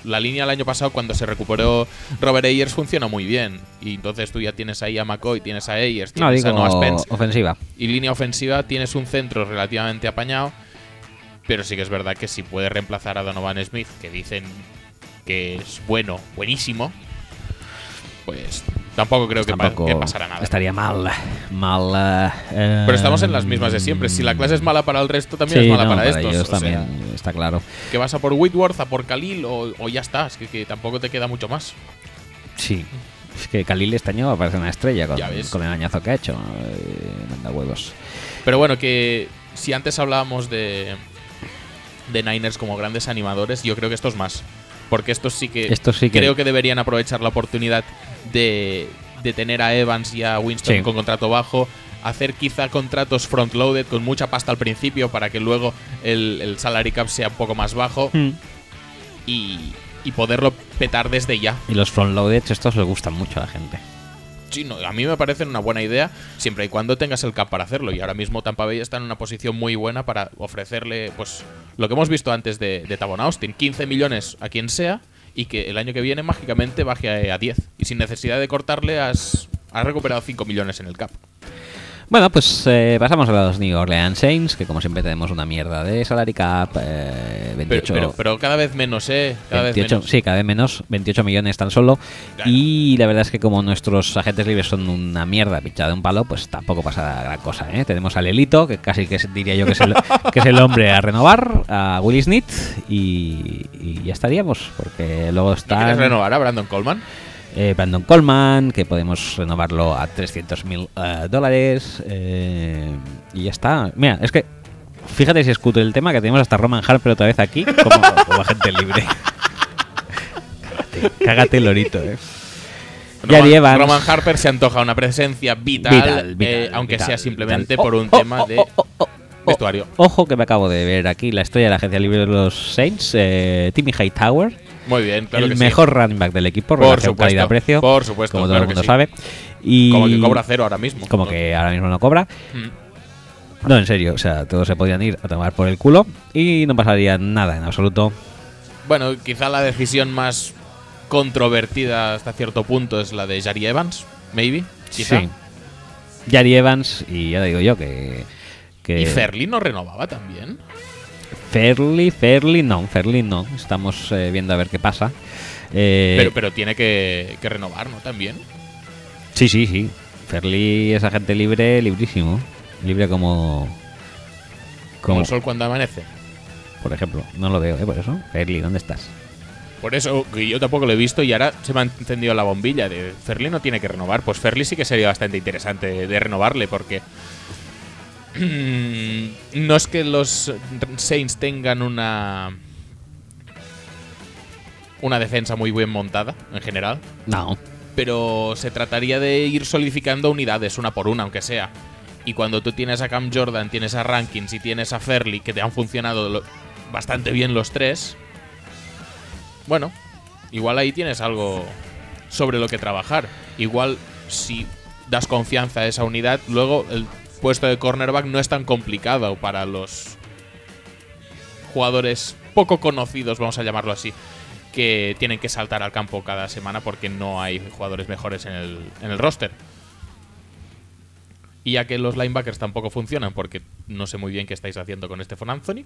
[SPEAKER 2] la línea el año pasado cuando se recuperó Robert Ayers funciona muy bien. Y entonces tú ya tienes ahí a McCoy, tienes a Ayers,
[SPEAKER 1] No,
[SPEAKER 2] tienes
[SPEAKER 1] digo,
[SPEAKER 2] a Noah Spence.
[SPEAKER 1] ofensiva.
[SPEAKER 2] Y línea ofensiva tienes un centro relativamente apañado, pero sí que es verdad que si puedes reemplazar a Donovan Smith, que dicen que es bueno, buenísimo, pues tampoco creo que, pa-
[SPEAKER 1] Tampoco
[SPEAKER 2] que pasará nada.
[SPEAKER 1] estaría mal. Mal. eh,
[SPEAKER 2] Pero estamos en las mismas de siempre. Si la clase es mala para el resto, también
[SPEAKER 1] sí,
[SPEAKER 2] es mala
[SPEAKER 1] no,
[SPEAKER 2] para, estos.
[SPEAKER 1] ellos
[SPEAKER 2] O sea,
[SPEAKER 1] también, está claro.
[SPEAKER 2] que vas a por Whitworth, a por Khalil o, o ya está. Es que, que tampoco te queda mucho más.
[SPEAKER 1] Sí. Es que Khalil este año parece una estrella con,
[SPEAKER 2] Ya ves.
[SPEAKER 1] con el añazo que ha hecho. Eh, manda huevos.
[SPEAKER 2] Pero bueno, que si antes hablábamos de, de Niners como grandes animadores, yo creo que estos más. Porque estos sí que,
[SPEAKER 1] Estos sí que-
[SPEAKER 2] creo que deberían aprovechar la oportunidad de, de tener a Evans y a Winston
[SPEAKER 1] Sí.
[SPEAKER 2] con contrato bajo. Hacer quizá contratos front-loaded con mucha pasta al principio para que luego el, el salary cap sea un poco más bajo
[SPEAKER 1] Hmm.
[SPEAKER 2] y, y poderlo petar desde ya.
[SPEAKER 1] Y los front loaded estos les gustan mucho a la gente.
[SPEAKER 2] Sí, no, a mí me parecen una buena idea siempre y cuando tengas el cap para hacerlo. Y ahora mismo Tampa Bay está en una posición muy buena para ofrecerle, pues, lo que hemos visto antes de, de Tabón Austin: 15 millones a quien sea y que el año que viene mágicamente baje a, a 10. Y sin necesidad de cortarle, has, has recuperado 5 millones en el cap.
[SPEAKER 1] Bueno, pues eh, pasamos a los New Orleans Saints, que como siempre tenemos una mierda de salary cap, eh, 28...
[SPEAKER 2] Pero, pero, pero cada vez menos, ¿eh? Cada
[SPEAKER 1] 28
[SPEAKER 2] vez menos.
[SPEAKER 1] Sí, cada vez menos, 28 millones tan solo.
[SPEAKER 2] Claro.
[SPEAKER 1] Y la verdad es que como nuestros agentes libres son una mierda pinchada de un palo, pues tampoco pasa gran cosa. ¿eh? Tenemos a Lelito, que casi que es- diría yo que es, el, que es el hombre a renovar, a Willy Smith, y, y ya estaríamos, porque luego
[SPEAKER 2] ¿No
[SPEAKER 1] está
[SPEAKER 2] quieres renovar a Brandon Coleman?
[SPEAKER 1] eh, Brandon Coleman, que podemos renovarlo a 300 mil dólares. eh, y ya está. Mira, es que fíjate si escuto el tema que tenemos hasta Roman Harper otra vez aquí como, como agente libre. Cágate, cágate, Lorito, eh. Y Ari
[SPEAKER 2] Roman,
[SPEAKER 1] Evans.
[SPEAKER 2] Roman Harper se antoja una presencia vital,
[SPEAKER 1] Vital, vital,
[SPEAKER 2] eh, aunque
[SPEAKER 1] vital,
[SPEAKER 2] sea simplemente
[SPEAKER 1] vital.
[SPEAKER 2] por un
[SPEAKER 1] Oh, oh,
[SPEAKER 2] tema
[SPEAKER 1] oh,
[SPEAKER 2] de
[SPEAKER 1] oh, oh, oh, oh.
[SPEAKER 2] vestuario.
[SPEAKER 1] Ojo que me acabo de ver aquí la estrella de la agencia libre de los Saints, eh, Timmy Hightower,
[SPEAKER 2] Muy bien, claro
[SPEAKER 1] el
[SPEAKER 2] que sí.
[SPEAKER 1] mejor running back del equipo,
[SPEAKER 2] Por
[SPEAKER 1] relación
[SPEAKER 2] supuesto,
[SPEAKER 1] calidad-precio,
[SPEAKER 2] por supuesto,
[SPEAKER 1] como
[SPEAKER 2] claro
[SPEAKER 1] todo el
[SPEAKER 2] que
[SPEAKER 1] mundo
[SPEAKER 2] sí.
[SPEAKER 1] sabe. Y
[SPEAKER 2] Como que cobra cero ahora mismo.
[SPEAKER 1] como
[SPEAKER 2] ¿no?
[SPEAKER 1] que ahora mismo no cobra.
[SPEAKER 2] Mm.
[SPEAKER 1] No, en serio, o sea, todos se podían ir a tomar por el culo y no pasaría nada en absoluto.
[SPEAKER 2] Bueno, quizá la decisión más controvertida hasta cierto punto es la de Jari Evans, maybe. Quizá.
[SPEAKER 1] Sí. Yari Evans y ya te digo yo que. que
[SPEAKER 2] Y Ferli no renovaba también.
[SPEAKER 1] Fairly, Fairly no, Fairly no. Estamos eh, viendo a ver qué pasa. Eh,
[SPEAKER 2] Pero, pero tiene que, que renovar, ¿no? También.
[SPEAKER 1] Sí, sí, sí. Fairly es agente libre, librísimo. Libre como.
[SPEAKER 2] Como
[SPEAKER 1] Como,
[SPEAKER 2] el sol cuando amanece.
[SPEAKER 1] por ejemplo. No lo veo, ¿eh? Por eso. Fairly, ¿dónde estás?
[SPEAKER 2] Por eso que yo tampoco lo he visto y ahora se me ha encendido la bombilla de Ferli no tiene que renovar. Pues Ferli sí que sería bastante interesante de renovarle porque no es que los Saints tengan una una defensa muy bien montada en general,
[SPEAKER 1] No.
[SPEAKER 2] pero se trataría de ir solidificando unidades una por una, aunque sea. Y cuando tú tienes a Cam Jordan, tienes a Rankins y tienes a Ferli, que te han funcionado lo- bastante bien los tres, bueno, igual ahí tienes algo sobre lo que trabajar. Igual si das confianza a esa unidad, luego el puesto de cornerback no es tan complicado para los jugadores poco conocidos, vamos a llamarlo así, que tienen que saltar al campo cada semana porque no hay jugadores mejores en el, en el roster. Y ya que los linebackers tampoco funcionan porque no sé muy bien qué estáis haciendo con Stephon Anthony,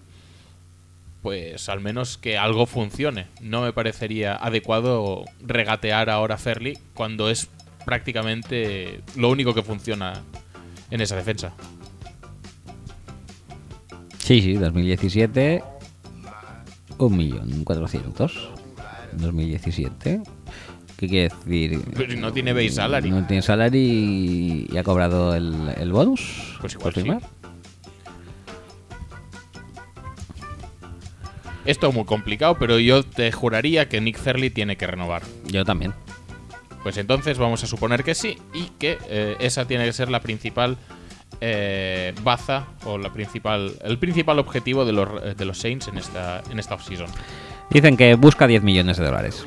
[SPEAKER 2] pues al menos que algo funcione. No me parecería adecuado regatear ahora a Ferli cuando es prácticamente lo único que funciona en esa defensa.
[SPEAKER 1] Sí, sí, 2017. 1.400.000. 2017. ¿Qué quiere decir?
[SPEAKER 2] Pero no tiene base salary.
[SPEAKER 1] No tiene salary y ha cobrado el, el bonus.
[SPEAKER 2] Pues igual
[SPEAKER 1] ¿Por
[SPEAKER 2] sí.
[SPEAKER 1] firmar?
[SPEAKER 2] Esto es muy complicado, pero yo te juraría que Nick Ferli tiene que renovar.
[SPEAKER 1] Yo también.
[SPEAKER 2] Pues entonces vamos a suponer que sí y que eh, esa tiene que ser la principal eh, baza o la principal el principal objetivo de los, eh, de los Saints en esta en esta offseason.
[SPEAKER 1] Dicen que busca 10 millones de dólares.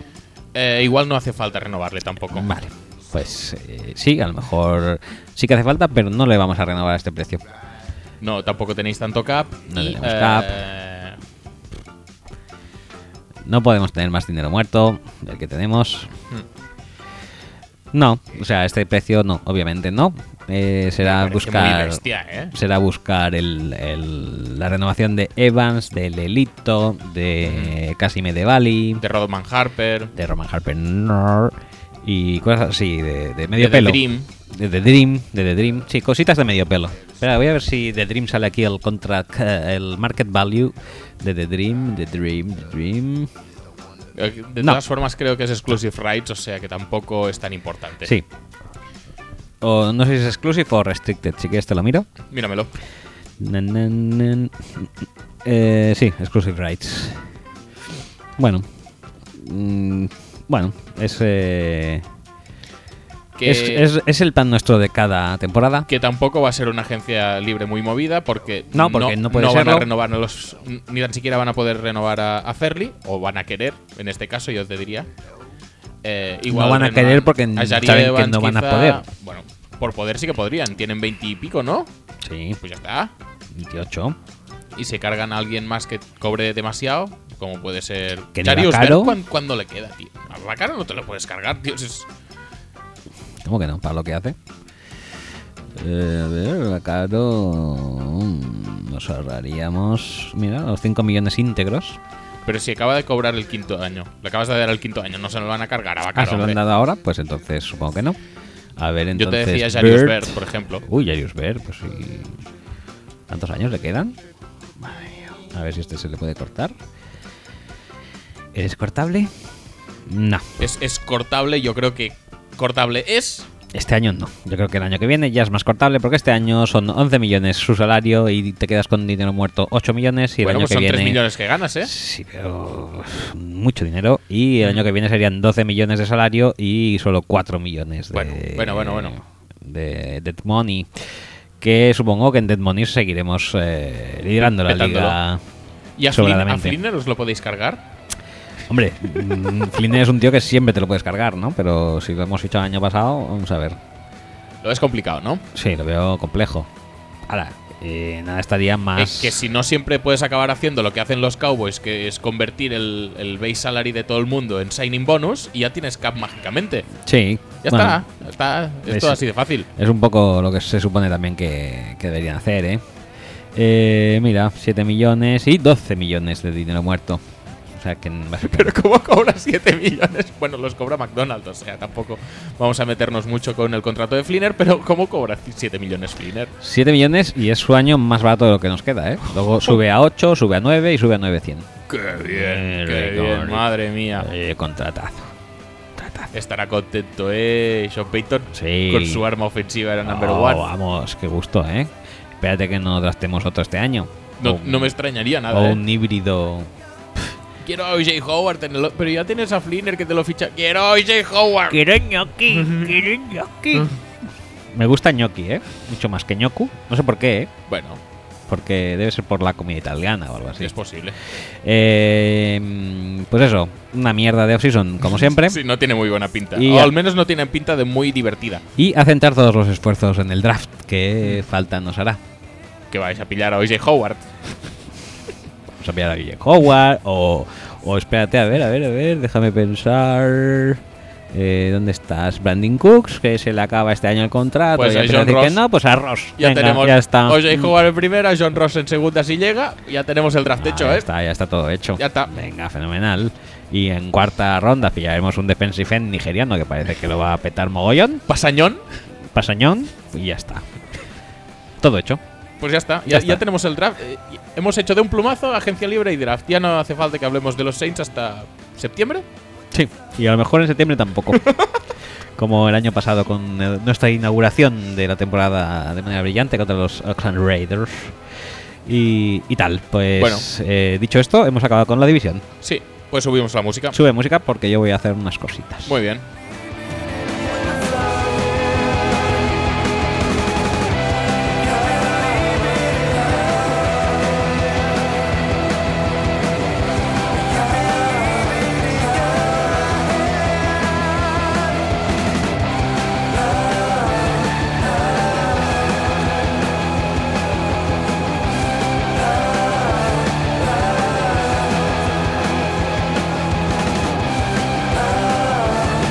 [SPEAKER 2] Eh, igual no hace falta renovarle tampoco.
[SPEAKER 1] Vale. Pues eh, sí, a lo mejor sí que hace falta, pero no le vamos a renovar a este precio.
[SPEAKER 2] No, tampoco tenéis tanto cap.
[SPEAKER 1] No
[SPEAKER 2] y,
[SPEAKER 1] tenemos cap.
[SPEAKER 2] eh,
[SPEAKER 1] No podemos tener más dinero muerto del que tenemos.
[SPEAKER 2] Hmm.
[SPEAKER 1] No, o sea, este precio no, obviamente no. Eh, será
[SPEAKER 2] me parece muy
[SPEAKER 1] buscar.
[SPEAKER 2] bestia, ¿eh?
[SPEAKER 1] Será buscar el- el- la renovación de Evans, de
[SPEAKER 2] Hmm.
[SPEAKER 1] Lelito, de Casime de Bali,
[SPEAKER 2] De Rodman Harper.
[SPEAKER 1] de Roman Harper Nor, y cosas así de, de medio
[SPEAKER 2] De The
[SPEAKER 1] pelo.
[SPEAKER 2] Dream.
[SPEAKER 1] De The Dream, de The Dream. Sí, cositas de medio pelo. Espera, voy a ver si The Dream sale aquí el contract, eh, el market value de The Dream, The Dream, The Dream.
[SPEAKER 2] Eh, De
[SPEAKER 1] No.
[SPEAKER 2] todas formas, creo que es Exclusive Rights, o sea que tampoco es tan importante.
[SPEAKER 1] Sí. O no sé si es exclusive o restricted, si quieres te lo miro.
[SPEAKER 2] Míramelo.
[SPEAKER 1] Nan, nan, nan. Eh, sí, exclusive rights. Bueno. Mm, bueno, es, eh,
[SPEAKER 2] Que,
[SPEAKER 1] es, es- es el plan nuestro de cada temporada.
[SPEAKER 2] que tampoco va a ser una agencia libre muy movida porque
[SPEAKER 1] No, porque no puede
[SPEAKER 2] van a
[SPEAKER 1] serlo.
[SPEAKER 2] renovar a los, ni tan siquiera van a poder renovar a, a Ferli o van a querer, en este caso yo te diría. Eh, igual
[SPEAKER 1] No van a
[SPEAKER 2] renovan
[SPEAKER 1] querer porque
[SPEAKER 2] Jari
[SPEAKER 1] saben que
[SPEAKER 2] Evans,
[SPEAKER 1] no van a
[SPEAKER 2] quizá.
[SPEAKER 1] poder.
[SPEAKER 2] Bueno, por poder sí que podrían, tienen 20 y pico, ¿no?
[SPEAKER 1] Sí,
[SPEAKER 2] Pues ya está.
[SPEAKER 1] 28.
[SPEAKER 2] y se cargan a alguien más que cobre demasiado, como puede ser
[SPEAKER 1] Que ni
[SPEAKER 2] Chari
[SPEAKER 1] va
[SPEAKER 2] Usbert,
[SPEAKER 1] caro.
[SPEAKER 2] ¿cuán- ¿cuándo le queda, tío? A la cara no te lo puedes cargar, tío. Es-
[SPEAKER 1] ¿Cómo que no? Para lo que hace. Eh, a ver, la Caro. mm, Nos ahorraríamos. Mira, los 5 millones íntegros.
[SPEAKER 2] Pero si acaba de cobrar el quinto año, le acabas de dar el quinto año, no se lo van a cargar a
[SPEAKER 1] Ah,
[SPEAKER 2] Bacaro.
[SPEAKER 1] se lo han
[SPEAKER 2] hombre.
[SPEAKER 1] dado ahora, pues entonces supongo que no. A ver,
[SPEAKER 2] Yo te
[SPEAKER 1] entonces.
[SPEAKER 2] decía Jarius
[SPEAKER 1] Bird.
[SPEAKER 2] Bird, por ejemplo.
[SPEAKER 1] Uy, Jarius Bird, pues sí. ¿Cuántos años le quedan? Madre mía. A ver si este se le puede cortar. ¿Eres cortable? No,
[SPEAKER 2] Es, es cortable, yo creo que cortable es.
[SPEAKER 1] este año no. Yo creo que el año que viene ya es más cortable porque este año son 11 millones su salario y te quedas con dinero muerto 8 millones y el
[SPEAKER 2] bueno,
[SPEAKER 1] año
[SPEAKER 2] pues
[SPEAKER 1] que
[SPEAKER 2] son
[SPEAKER 1] viene...
[SPEAKER 2] 3 millones que ganas, ¿eh?
[SPEAKER 1] Sí, pero mucho dinero. Y el año que viene serían 12 millones de salario y solo 4 millones de.
[SPEAKER 2] Bueno, bueno, bueno, bueno.
[SPEAKER 1] De Dead Money. Que supongo que en Dead Money seguiremos eh, liderando la
[SPEAKER 2] Petándolo.
[SPEAKER 1] liga.
[SPEAKER 2] ¿Y a, Flynn, a
[SPEAKER 1] sobradamente.
[SPEAKER 2] Flinner os lo podéis cargar?
[SPEAKER 1] Hombre, mm, Flynn es un tío que siempre te lo puedes cargar, ¿no? Pero si lo hemos hecho el año pasado, vamos a ver.
[SPEAKER 2] Lo es complicado, ¿no?
[SPEAKER 1] Sí, lo veo complejo. Ahora, eh, nada estaría más.
[SPEAKER 2] Es que si no siempre puedes acabar haciendo lo que hacen los Cowboys, que es convertir el, el base salary de todo el mundo en signing bonus y ya tienes cap mágicamente.
[SPEAKER 1] Sí.
[SPEAKER 2] Ya
[SPEAKER 1] bueno, Pues
[SPEAKER 2] está, está, es
[SPEAKER 1] es-
[SPEAKER 2] todo así de fácil.
[SPEAKER 1] Es un poco lo que se supone también que, que deberían hacer, ¿eh? Eh, Mira, 7 millones y 12 millones de dinero muerto. O sea que va a ser que-
[SPEAKER 2] Pero ¿cómo cobra 7 millones? Bueno, los cobra McDonald's, o sea, tampoco vamos a meternos mucho con el contrato de Flinner, pero ¿cómo cobra 7 millones Flinner?
[SPEAKER 1] 7 millones y es su año más barato de lo que nos queda, ¿eh? Luego sube a 8, sube a 9 y sube a 900.
[SPEAKER 2] ¡Qué
[SPEAKER 1] Eh,
[SPEAKER 2] bien! ¡Qué
[SPEAKER 1] rigor.
[SPEAKER 2] bien! ¡Madre mía!
[SPEAKER 1] Eh, contratazo. Contratazo.
[SPEAKER 2] Estará contento, ¿eh? Sean Payton
[SPEAKER 1] Sí.
[SPEAKER 2] con su arma ofensiva era number
[SPEAKER 1] Oh,
[SPEAKER 2] one.
[SPEAKER 1] Vamos, qué gusto, ¿eh? Espérate que no draftemos otro este año.
[SPEAKER 2] No,
[SPEAKER 1] O-
[SPEAKER 2] no me extrañaría
[SPEAKER 1] O
[SPEAKER 2] nada. ¿eh?
[SPEAKER 1] Oh, un híbrido.
[SPEAKER 2] Quiero a OJ Howard, en el- pero ya tienes a Flinner que te lo ficha. ¡Quiero a OJ Howard!
[SPEAKER 1] Me gusta ñoqui, ¿eh? Mucho más que ñoku. No sé por qué, ¿eh?
[SPEAKER 2] Bueno,
[SPEAKER 1] Porque debe ser por la comida italiana o algo así.
[SPEAKER 2] es posible.
[SPEAKER 1] Eh, mm, pues eso, una mierda de off-season, como siempre.
[SPEAKER 2] Sí, no tiene muy buena pinta.
[SPEAKER 1] Y-
[SPEAKER 2] o al menos no tiene pinta de muy divertida.
[SPEAKER 1] Y a centrar todos los esfuerzos en el draft, que falta nos hará.
[SPEAKER 2] Que vais a pillar a OJ Howard.
[SPEAKER 1] Vamos a pillar a Guille Howard, o, o espérate, a ver, a ver, a ver, déjame pensar. Eh, ¿Dónde estás? Brandon Cooks, que se le acaba este año el contrato.
[SPEAKER 2] Pues
[SPEAKER 1] y
[SPEAKER 2] a
[SPEAKER 1] empieza a
[SPEAKER 2] John
[SPEAKER 1] decir que
[SPEAKER 2] Ross.
[SPEAKER 1] no, pues a Ross.
[SPEAKER 2] Ya
[SPEAKER 1] Venga,
[SPEAKER 2] tenemos
[SPEAKER 1] ya está.
[SPEAKER 2] OJ
[SPEAKER 1] Mm.
[SPEAKER 2] Howard en primera, John Ross en segunda si llega. Ya tenemos el draft
[SPEAKER 1] Ah,
[SPEAKER 2] hecho,
[SPEAKER 1] ya
[SPEAKER 2] ¿eh?
[SPEAKER 1] está, ya está todo hecho.
[SPEAKER 2] Ya está.
[SPEAKER 1] Venga, fenomenal. Y en cuarta ronda pillaremos un defensive end nigeriano que parece que lo va a petar mogollón,
[SPEAKER 2] Pasañón.
[SPEAKER 1] pasañón, y ya está. Todo hecho.
[SPEAKER 2] Pues ya está. Ya,
[SPEAKER 1] Ya está.
[SPEAKER 2] ya tenemos el draft. Eh, y- hemos hecho de un plumazo agencia libre y draft. Ya no hace falta que hablemos de los Saints hasta septiembre.
[SPEAKER 1] Sí. Y a lo mejor en septiembre tampoco. Como el año pasado con eh, nuestra inauguración de la temporada de manera brillante contra los Oakland Raiders. Y, y tal, pues
[SPEAKER 2] Bueno.
[SPEAKER 1] eh, dicho esto, hemos acabado con la división.
[SPEAKER 2] Sí, pues subimos la música.
[SPEAKER 1] Sube música porque yo voy a hacer unas cositas.
[SPEAKER 2] Muy bien.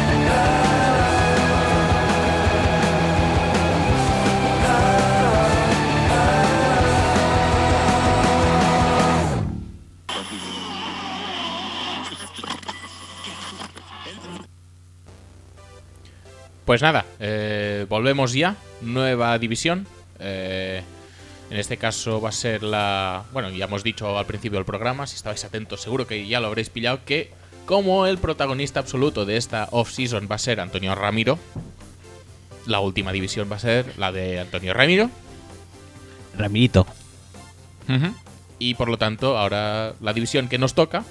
[SPEAKER 5] Thank
[SPEAKER 2] Pues nada, eh, volvemos ya. Nueva división. Eh, en este caso va a ser la. Bueno, ya hemos dicho al principio del programa, si estabais atentos, seguro que ya lo habréis pillado, que como el protagonista absoluto de esta off-season va a ser Antonio Ramiro, la última división va a ser la de Antonio Ramiro.
[SPEAKER 1] Ramirito.
[SPEAKER 2] Y por lo tanto, ahora la división que nos toca,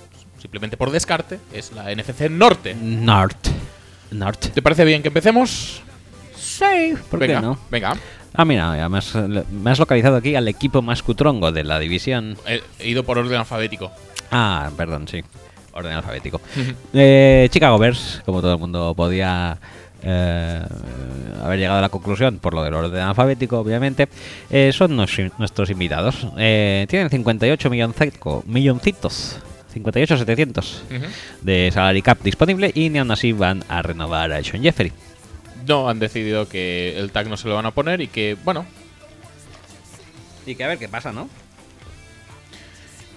[SPEAKER 2] simplemente por descarte, es la NFC Norte.
[SPEAKER 1] Nart. Nart.
[SPEAKER 2] ¿Te parece bien que empecemos?
[SPEAKER 1] Sí, ¿por
[SPEAKER 2] venga,
[SPEAKER 1] qué no?
[SPEAKER 2] Venga.
[SPEAKER 1] Ah, mira, además eh, le- me has localizado aquí al equipo más cutrongo de la división.
[SPEAKER 2] He he ido por orden alfabético.
[SPEAKER 1] Ah, perdón, sí. Orden alfabético. Eh, Chicago Bears, como todo el mundo podía eh, haber llegado a la conclusión por lo del orden alfabético, obviamente, eh, son nos- nuestros invitados. Eh, tienen 58 millonceco- milloncitos. 58,700
[SPEAKER 2] Ujú.
[SPEAKER 1] de salary cap disponible y ni aún así van a renovar a Sean Jeffrey.
[SPEAKER 2] No, han decidido que el tag no se lo van a poner y que, bueno,
[SPEAKER 1] Y que a ver qué pasa, ¿no?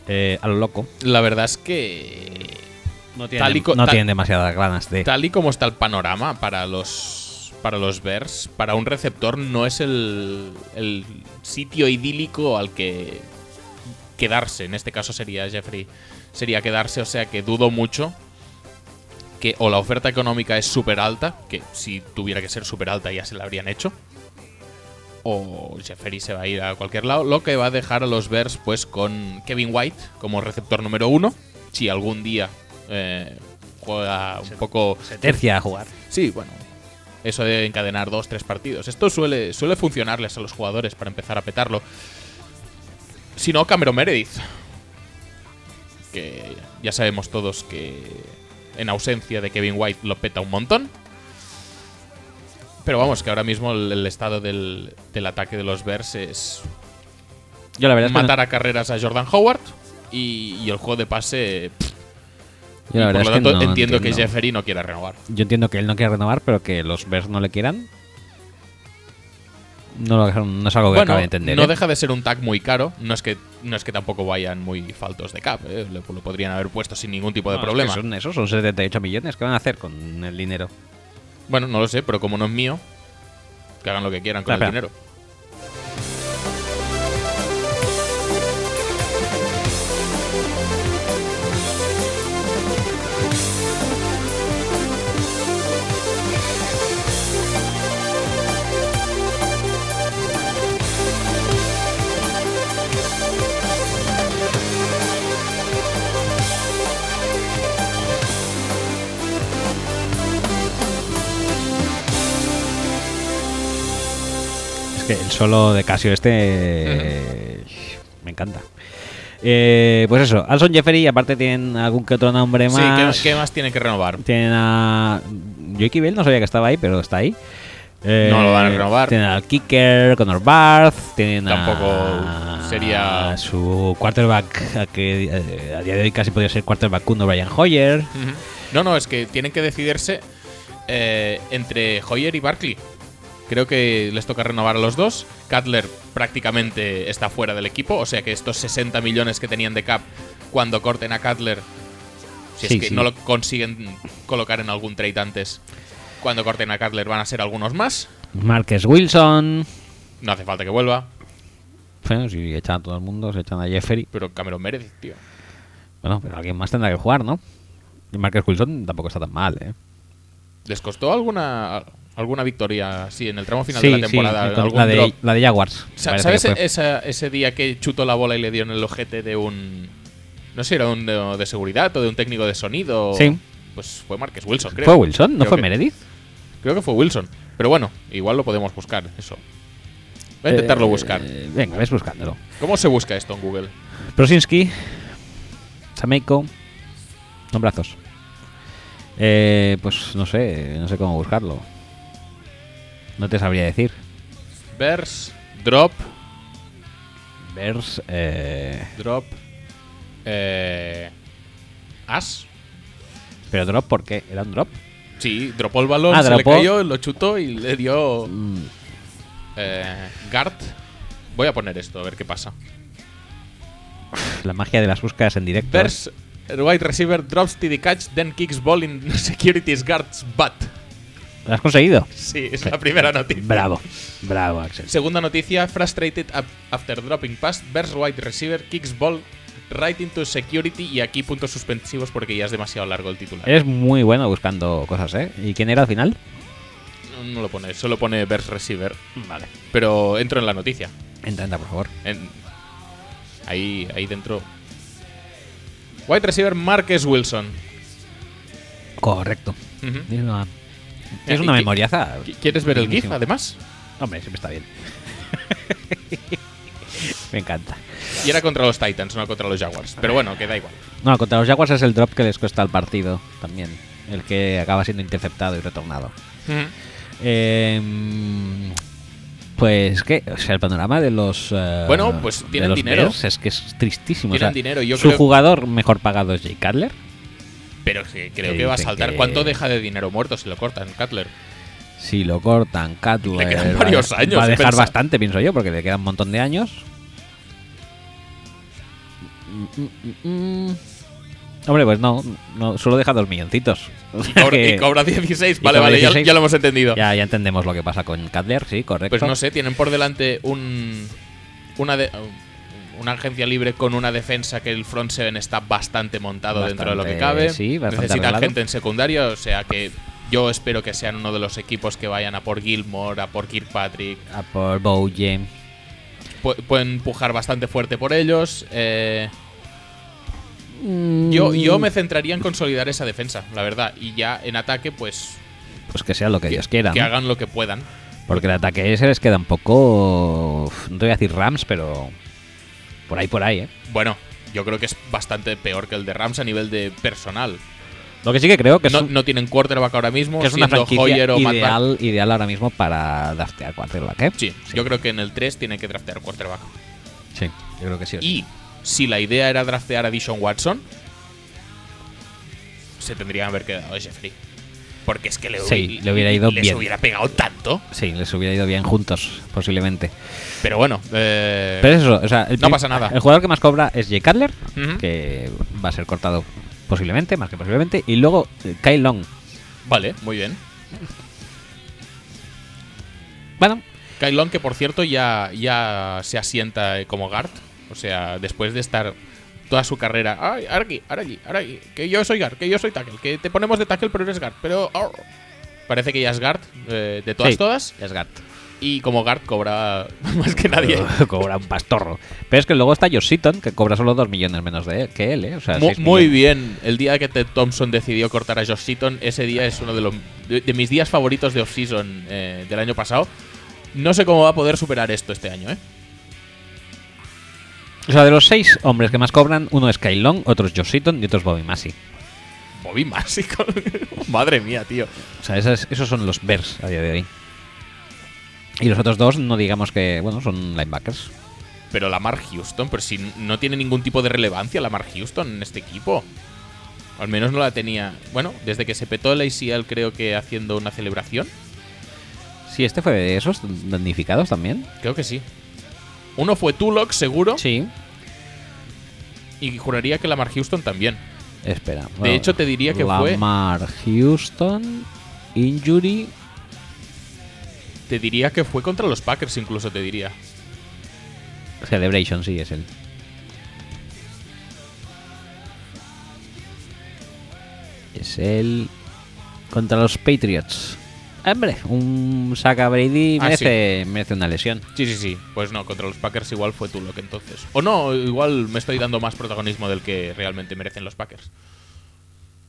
[SPEAKER 1] Eh, a lo loco.
[SPEAKER 2] la verdad es que
[SPEAKER 1] No
[SPEAKER 2] tienen- Tal y co-
[SPEAKER 1] no
[SPEAKER 2] tal-
[SPEAKER 1] tienen demasiadas ganas de...
[SPEAKER 2] tal y como está el panorama para los para los Bears, para un receptor no es el, el sitio idílico al que quedarse. En este caso sería Jeffrey, sería quedarse, o sea que dudo mucho que o la oferta económica es súper alta, que si tuviera que ser súper alta ya se la habrían hecho, o Jeffrey se va a ir a cualquier lado, lo que va a dejar a los Bears pues con Kevin White como receptor número uno, si algún día eh, juega un poco...
[SPEAKER 1] tercia a jugar.
[SPEAKER 2] Sí, bueno. Eso de encadenar dos, tres partidos. Esto suele, suele funcionarles a los jugadores para empezar a petarlo. Si no, Cameron Meredith. Que ya sabemos todos que en ausencia de Kevin White lo peta un montón. Pero vamos, que ahora mismo el, el estado del, del ataque de los Bears es
[SPEAKER 1] Yo la verdad es que no-
[SPEAKER 2] matar a carreras a Jordan Howard y, y el juego de pase. pff,
[SPEAKER 1] yo
[SPEAKER 2] y
[SPEAKER 1] la verdad
[SPEAKER 2] por lo
[SPEAKER 1] es que
[SPEAKER 2] tanto,
[SPEAKER 1] no
[SPEAKER 2] entiendo, que
[SPEAKER 1] entiendo.
[SPEAKER 2] Jeffery no quiera renovar.
[SPEAKER 1] Yo entiendo que él no quiere renovar, pero que los Bears no le quieran. No, lo- no es algo que acabe de entender.
[SPEAKER 2] No
[SPEAKER 1] ¿eh?
[SPEAKER 2] deja de ser un tag muy caro. No es que, no es que tampoco vayan muy faltos de cap. ¿eh? Lo, lo podrían haber puesto sin ningún tipo de
[SPEAKER 1] No, es que
[SPEAKER 2] problema.
[SPEAKER 1] son esos, son 78 millones. ¿Qué van a hacer con el dinero?
[SPEAKER 2] Bueno, no lo sé, pero como no es mío, que hagan lo que quieran con
[SPEAKER 1] Claro,
[SPEAKER 2] el
[SPEAKER 1] claro.
[SPEAKER 2] dinero.
[SPEAKER 1] Es que el solo de Casio este eh, me encanta. Eh, pues eso, Alson Jeffery, aparte tienen algún que otro nombre
[SPEAKER 2] Sí, ¿qué,
[SPEAKER 1] más.
[SPEAKER 2] qué más tienen que renovar?
[SPEAKER 1] Tienen a. Joiki Bell, no sabía que estaba ahí, pero está ahí. Eh,
[SPEAKER 2] No lo van a renovar.
[SPEAKER 1] Tienen al Kicker, Connor Barth. Tienen a-
[SPEAKER 2] Tampoco sería-
[SPEAKER 1] a su quarterback, a que eh, a día de hoy casi podría ser quarterback uno, Brian Hoyer.
[SPEAKER 2] Ujú. No, no, es que tienen que decidirse eh, entre Hoyer y Barkley. Creo que les toca renovar a los dos. Cutler prácticamente está fuera del equipo, o sea que estos 60 millones que tenían de cap cuando corten a Cutler, si
[SPEAKER 1] Sí,
[SPEAKER 2] es que
[SPEAKER 1] sí.
[SPEAKER 2] no lo consiguen colocar en algún trade antes, cuando corten a Cutler van a ser algunos más.
[SPEAKER 1] Marques Wilson.
[SPEAKER 2] No hace falta que vuelva,
[SPEAKER 1] Bueno, si echan a todo el mundo, se echan a Jeffery.
[SPEAKER 2] pero Cameron Meredith, tío.
[SPEAKER 1] Bueno, pero alguien más tendrá que jugar, ¿no? Y Marques Wilson tampoco está tan mal, ¿eh?
[SPEAKER 2] ¿Les costó alguna alguna victoria así en el tramo final
[SPEAKER 1] Sí,
[SPEAKER 2] de la temporada?
[SPEAKER 1] sí, con-
[SPEAKER 2] algún
[SPEAKER 1] la, de,
[SPEAKER 2] drop?
[SPEAKER 1] la de Jaguars. me
[SPEAKER 2] Sa-
[SPEAKER 1] parece
[SPEAKER 2] ¿Sabes
[SPEAKER 1] que fue.
[SPEAKER 2] esa- ese día que chutó la bola y le dio en el ojete de un. No sé, era un de, de seguridad o de un técnico de sonido?
[SPEAKER 1] Sí.
[SPEAKER 2] Pues fue Márquez Wilson, creo.
[SPEAKER 1] ¿Fue Wilson? ¿No
[SPEAKER 2] Creo
[SPEAKER 1] fue
[SPEAKER 2] que-
[SPEAKER 1] Meredith?
[SPEAKER 2] Creo que fue Wilson. Pero bueno, igual lo podemos buscar, eso. Voy a intentarlo
[SPEAKER 1] Eh,
[SPEAKER 2] buscar.
[SPEAKER 1] Venga, ves buscándolo.
[SPEAKER 2] ¿Cómo se busca esto en Google?
[SPEAKER 1] Prosinski, Sameiko, nombrazos. Eh, pues no sé, no sé cómo buscarlo. No te sabría decir.
[SPEAKER 2] Vers, drop,
[SPEAKER 1] Vers, eh,
[SPEAKER 2] drop. Eh, as.
[SPEAKER 1] pero drop, ¿por qué? ¿Era un drop?
[SPEAKER 2] Sí, dropó el balón,
[SPEAKER 1] Ah,
[SPEAKER 2] se
[SPEAKER 1] dropó. Mm.
[SPEAKER 2] le cayó, lo chutó y le dio. Eh, guard. Voy a poner esto, a ver qué pasa.
[SPEAKER 1] La magia de las búsquedas en directo.
[SPEAKER 2] Vers, wide receiver drops TD catch, then kicks ball in security's guard's butt.
[SPEAKER 1] ¿Lo has conseguido?
[SPEAKER 2] Sí, es la primera noticia.
[SPEAKER 1] Bravo, bravo, Axel.
[SPEAKER 2] Segunda noticia, frustrated af- after dropping pass, burst wide receiver, kicks ball, right into security y aquí puntos suspensivos porque ya es demasiado largo el titular.
[SPEAKER 1] Eres muy bueno buscando cosas, ¿eh? ¿Y quién era al final?
[SPEAKER 2] No, no lo pone, solo pone burst receiver,
[SPEAKER 1] Vale.
[SPEAKER 2] pero entro en la noticia.
[SPEAKER 1] Intenta, por favor.
[SPEAKER 2] En- Ahí, ahí dentro. Wide receiver Marques Wilson.
[SPEAKER 1] Correcto.
[SPEAKER 2] Ujú.
[SPEAKER 1] Es una,
[SPEAKER 2] Mira,
[SPEAKER 1] es
[SPEAKER 2] ¿y
[SPEAKER 1] una
[SPEAKER 2] qué-
[SPEAKER 1] memoriaza.
[SPEAKER 2] ¿Qui- ¿Quieres ver el GIF
[SPEAKER 1] Buenísimo.
[SPEAKER 2] además?
[SPEAKER 1] Hombre, siempre está bien. Me encanta.
[SPEAKER 2] Y era contra los Titans, no contra los Jaguars. Pero bueno, que da igual.
[SPEAKER 1] No, contra los Jaguars es el drop que les cuesta al partido también. El que acaba siendo interceptado y retornado. Eh, pues que, o sea, el panorama de los. eh,
[SPEAKER 2] Bueno, pues
[SPEAKER 1] de
[SPEAKER 2] tienen
[SPEAKER 1] los
[SPEAKER 2] dinero.
[SPEAKER 1] Bears es que es tristísimo. o
[SPEAKER 2] Tienen
[SPEAKER 1] sea,
[SPEAKER 2] dinero, yo
[SPEAKER 1] su
[SPEAKER 2] creo-
[SPEAKER 1] jugador mejor pagado es Jay Cutler.
[SPEAKER 2] Pero que creo
[SPEAKER 1] Que
[SPEAKER 2] que va a
[SPEAKER 1] dicen
[SPEAKER 2] saltar.
[SPEAKER 1] que-
[SPEAKER 2] ¿Cuánto deja de dinero muerto si lo cortan, Cutler?
[SPEAKER 1] Si lo cortan, Cutler.
[SPEAKER 2] Le quedan
[SPEAKER 1] va a-
[SPEAKER 2] varios años,
[SPEAKER 1] Va a
[SPEAKER 2] he
[SPEAKER 1] dejar
[SPEAKER 2] pensado.
[SPEAKER 1] bastante, pienso yo, porque le quedan un montón de años. Mm, mm, mm, mm. Hombre, pues no, no, solo deja dos milloncitos. O
[SPEAKER 2] Y
[SPEAKER 1] sea
[SPEAKER 2] cobra,
[SPEAKER 1] que-
[SPEAKER 2] y cobra 16.
[SPEAKER 1] y
[SPEAKER 2] Vale,
[SPEAKER 1] cobra
[SPEAKER 2] vale, ya-
[SPEAKER 1] 16.
[SPEAKER 2] Ya, lo hemos entendido.
[SPEAKER 1] ya, ya entendemos lo que pasa con Cutler, sí, correcto.
[SPEAKER 2] Pues no sé, tienen por delante un una de- una agencia libre con una defensa que el front seven está bastante montado dentro de lo que
[SPEAKER 1] Bastante,
[SPEAKER 2] cabe.
[SPEAKER 1] sí, bastante
[SPEAKER 2] Necesitan
[SPEAKER 1] arreglado.
[SPEAKER 2] gente en secundaria, o sea que yo espero que sean uno de los equipos que vayan a por Gilmore, a por Kirkpatrick.
[SPEAKER 1] A por Bowye.
[SPEAKER 2] Pu- pueden empujar bastante fuerte por ellos. eh,
[SPEAKER 1] Mm.
[SPEAKER 2] yo, yo me centraría en consolidar esa defensa, la verdad. Y ya en ataque, pues
[SPEAKER 1] Pues que sea lo que Dios quiera.
[SPEAKER 2] que
[SPEAKER 1] ¿no?
[SPEAKER 2] hagan lo que puedan.
[SPEAKER 1] Porque el ataque se les queda un poco. uf, No te voy a decir Rams, pero. Por ahí, por ahí, ¿eh?
[SPEAKER 2] Bueno, yo creo que es bastante peor que el de Rams a nivel de personal.
[SPEAKER 1] Lo que sí que creo que es,
[SPEAKER 2] no,
[SPEAKER 1] un-
[SPEAKER 2] no tienen quarterback ahora mismo,
[SPEAKER 1] que es una
[SPEAKER 2] siendo
[SPEAKER 1] franquicia
[SPEAKER 2] Hoyer o Matt Barnes.
[SPEAKER 1] ideal, ideal ahora mismo para draftear quarterback, ¿eh?
[SPEAKER 2] Sí, yo creo que en el 3 tienen que draftear quarterback.
[SPEAKER 1] Sí, yo creo que sí. o sí.
[SPEAKER 2] Y si la idea era draftear a Dishon Watson, se tendría que haber quedado de Jeffrey. Porque es que le,
[SPEAKER 1] Sí, le hubiera ido
[SPEAKER 2] les
[SPEAKER 1] bien.
[SPEAKER 2] hubiera pegado tanto.
[SPEAKER 1] Sí, les hubiera ido bien juntos, posiblemente.
[SPEAKER 2] Pero bueno, eh,
[SPEAKER 1] Pero es eso, o sea, el
[SPEAKER 2] No
[SPEAKER 1] prim-
[SPEAKER 2] pasa nada.
[SPEAKER 1] El jugador que más cobra es Jay Cutler,
[SPEAKER 2] Ujú.
[SPEAKER 1] que va a ser cortado posiblemente, más que posiblemente. Y luego eh, Kyle Long.
[SPEAKER 2] vale, muy bien.
[SPEAKER 1] Bueno,
[SPEAKER 2] Kyle Long, que por cierto ya, ya se asienta como guard. O sea, después de estar toda su carrera. Ay, ahora aquí, ahora aquí, ahora aquí. Que yo soy guard, que yo soy tackle. Que te ponemos de tackle, pero eres guard. Pero. arr". Parece que ya es guard eh, de todas,
[SPEAKER 1] sí,
[SPEAKER 2] todas.
[SPEAKER 1] Es Gart.
[SPEAKER 2] Y como guard cobra más que nadie.
[SPEAKER 1] cobra un pastorro. Pero es que luego está Josh Seaton, que cobra solo 2 millones menos de que él, ¿eh? O sea,
[SPEAKER 2] Mu-
[SPEAKER 1] seis
[SPEAKER 2] muy
[SPEAKER 1] millones.
[SPEAKER 2] bien. El día que Ted Thompson decidió cortar a Josh Seaton, ese día es uno de, los, de, de mis días favoritos de offseason eh, del año pasado. No sé cómo va a poder superar esto este año, ¿eh?
[SPEAKER 1] O sea, de los 6 hombres que más cobran, uno es Kyle Long, otro es Josh Seaton y otro es Bobby Massey.
[SPEAKER 2] Bobby Massey. con- Madre mía, tío.
[SPEAKER 1] O sea, esas- esos son los Bears a día de hoy. Y los otros dos, no digamos que, bueno, son linebackers.
[SPEAKER 2] Pero Lamar Houston, pero si no tiene ningún tipo de relevancia Lamar Houston en este equipo. Al menos no la tenía. Bueno, desde que se petó el ACL, creo que haciendo una celebración.
[SPEAKER 1] Sí, este fue de esos damnificados también.
[SPEAKER 2] Creo que sí. Uno fue Tulok, seguro.
[SPEAKER 1] Sí.
[SPEAKER 2] Y juraría que Lamar Houston también.
[SPEAKER 1] Espera. De
[SPEAKER 2] hecho, te diría que fue-
[SPEAKER 1] Lamar Houston, Injury.
[SPEAKER 2] Te diría que fue contra los Packers, incluso te diría.
[SPEAKER 1] Celebration, sí, es él. Es él contra los Patriots. Hombre, un saca Brady
[SPEAKER 2] Ah,
[SPEAKER 1] merece, merece una lesión.
[SPEAKER 2] Sí, sí, sí. Pues no, contra los Packers igual fue Tulok entonces. O no, igual me estoy dando más protagonismo del que realmente merecen los Packers.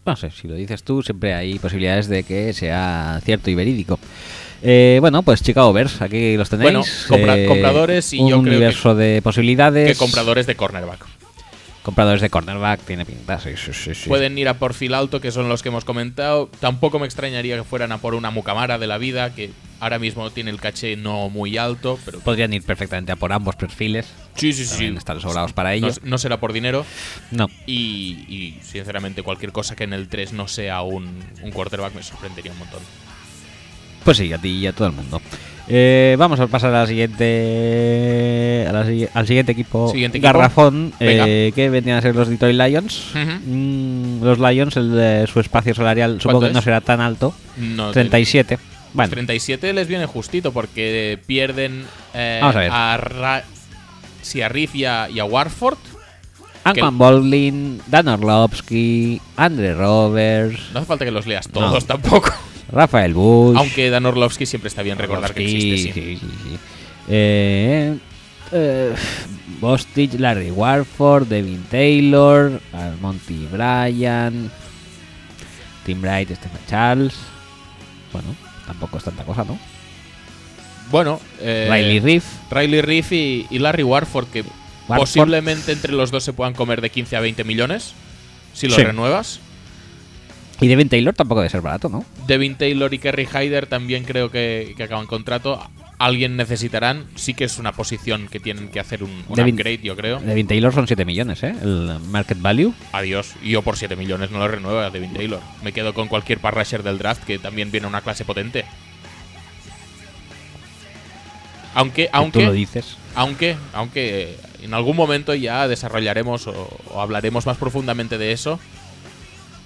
[SPEAKER 1] No sé, si lo dices tú, siempre hay posibilidades de que sea cierto y verídico. Eh, bueno, pues Chicago Bears, aquí los tenéis.
[SPEAKER 2] Bueno, compra-
[SPEAKER 1] Eh,
[SPEAKER 2] compradores y
[SPEAKER 1] un
[SPEAKER 2] yo creo que-
[SPEAKER 1] universo de posibilidades.
[SPEAKER 2] Que compradores de cornerback.
[SPEAKER 1] Compradores de cornerback, tiene pinta, sí, sí, sí. sí.
[SPEAKER 2] Pueden ir a por Phil Alto, que son los que hemos comentado. Tampoco me extrañaría que fueran a por una mucamara de la vida, que ahora mismo tiene el caché no muy alto, pero
[SPEAKER 1] Podrían ir perfectamente a por ambos perfiles.
[SPEAKER 2] sí, sí, sí.
[SPEAKER 1] También están sobrados para
[SPEAKER 2] No,
[SPEAKER 1] ellos.
[SPEAKER 2] no será por dinero.
[SPEAKER 1] No.
[SPEAKER 2] Y, y, sinceramente, cualquier cosa que en el 3 no sea un, un quarterback me sorprendería un montón.
[SPEAKER 1] Pues sí, a ti y a todo el mundo. Eh, vamos a pasar a la siguiente, a la si- al siguiente equipo,
[SPEAKER 2] Siguiente equipo.
[SPEAKER 1] garrafón,
[SPEAKER 2] Venga.
[SPEAKER 1] eh, que vendrían a ser los Detroit Lions.
[SPEAKER 2] Ujú.
[SPEAKER 1] Mm, los Lions, el, de- su espacio salarial supongo que
[SPEAKER 2] ¿Cuánto
[SPEAKER 1] no
[SPEAKER 2] es?
[SPEAKER 1] será tan alto.
[SPEAKER 2] No,
[SPEAKER 1] 37. Bueno,
[SPEAKER 2] 37 les viene justito porque pierden eh,
[SPEAKER 1] Vamos a ver.
[SPEAKER 2] Ra- sí, a Riff y a, y a Warford.
[SPEAKER 1] Anquan Bowling, Dan Orlovsky, Andre Roberts,
[SPEAKER 2] No hace falta que los leas todos tampoco.
[SPEAKER 1] Rafael Bush.
[SPEAKER 2] Aunque Dan Orlovsky siempre está bien recordar que
[SPEAKER 1] Orlovsky,
[SPEAKER 2] existe. sí.
[SPEAKER 1] sí, sí, sí. Eh, eh, Bostich, Larry Warford, Devin Taylor, Monty Bryan, Tim Bright, Stephen Charles. Bueno, tampoco es tanta cosa, ¿no?
[SPEAKER 2] Bueno, eh,
[SPEAKER 1] Riley Reef.
[SPEAKER 2] Riley Reef y, y Larry Warford, que
[SPEAKER 1] Warford.
[SPEAKER 2] posiblemente entre los dos se puedan comer de 15 a 20 millones si los
[SPEAKER 1] Sí.
[SPEAKER 2] renuevas.
[SPEAKER 1] Y Devin Taylor tampoco debe ser barato, ¿no?
[SPEAKER 2] Devin Taylor y Kerry Hyder también creo que, que acaban contrato. Alguien necesitarán. Sí que es una posición que tienen que hacer un, un
[SPEAKER 1] Devin-
[SPEAKER 2] upgrade, yo creo.
[SPEAKER 1] Devin Taylor son 7 millones, ¿eh? El market value.
[SPEAKER 2] Adiós. Y Yo por 7 millones no lo renuevo a Devin Taylor. Me quedo con cualquier parrasher del draft que también viene una clase potente. Aunque,
[SPEAKER 1] Tú lo
[SPEAKER 2] aunque,
[SPEAKER 1] dices.
[SPEAKER 2] aunque, aunque en algún momento ya desarrollaremos o, o hablaremos más profundamente de eso.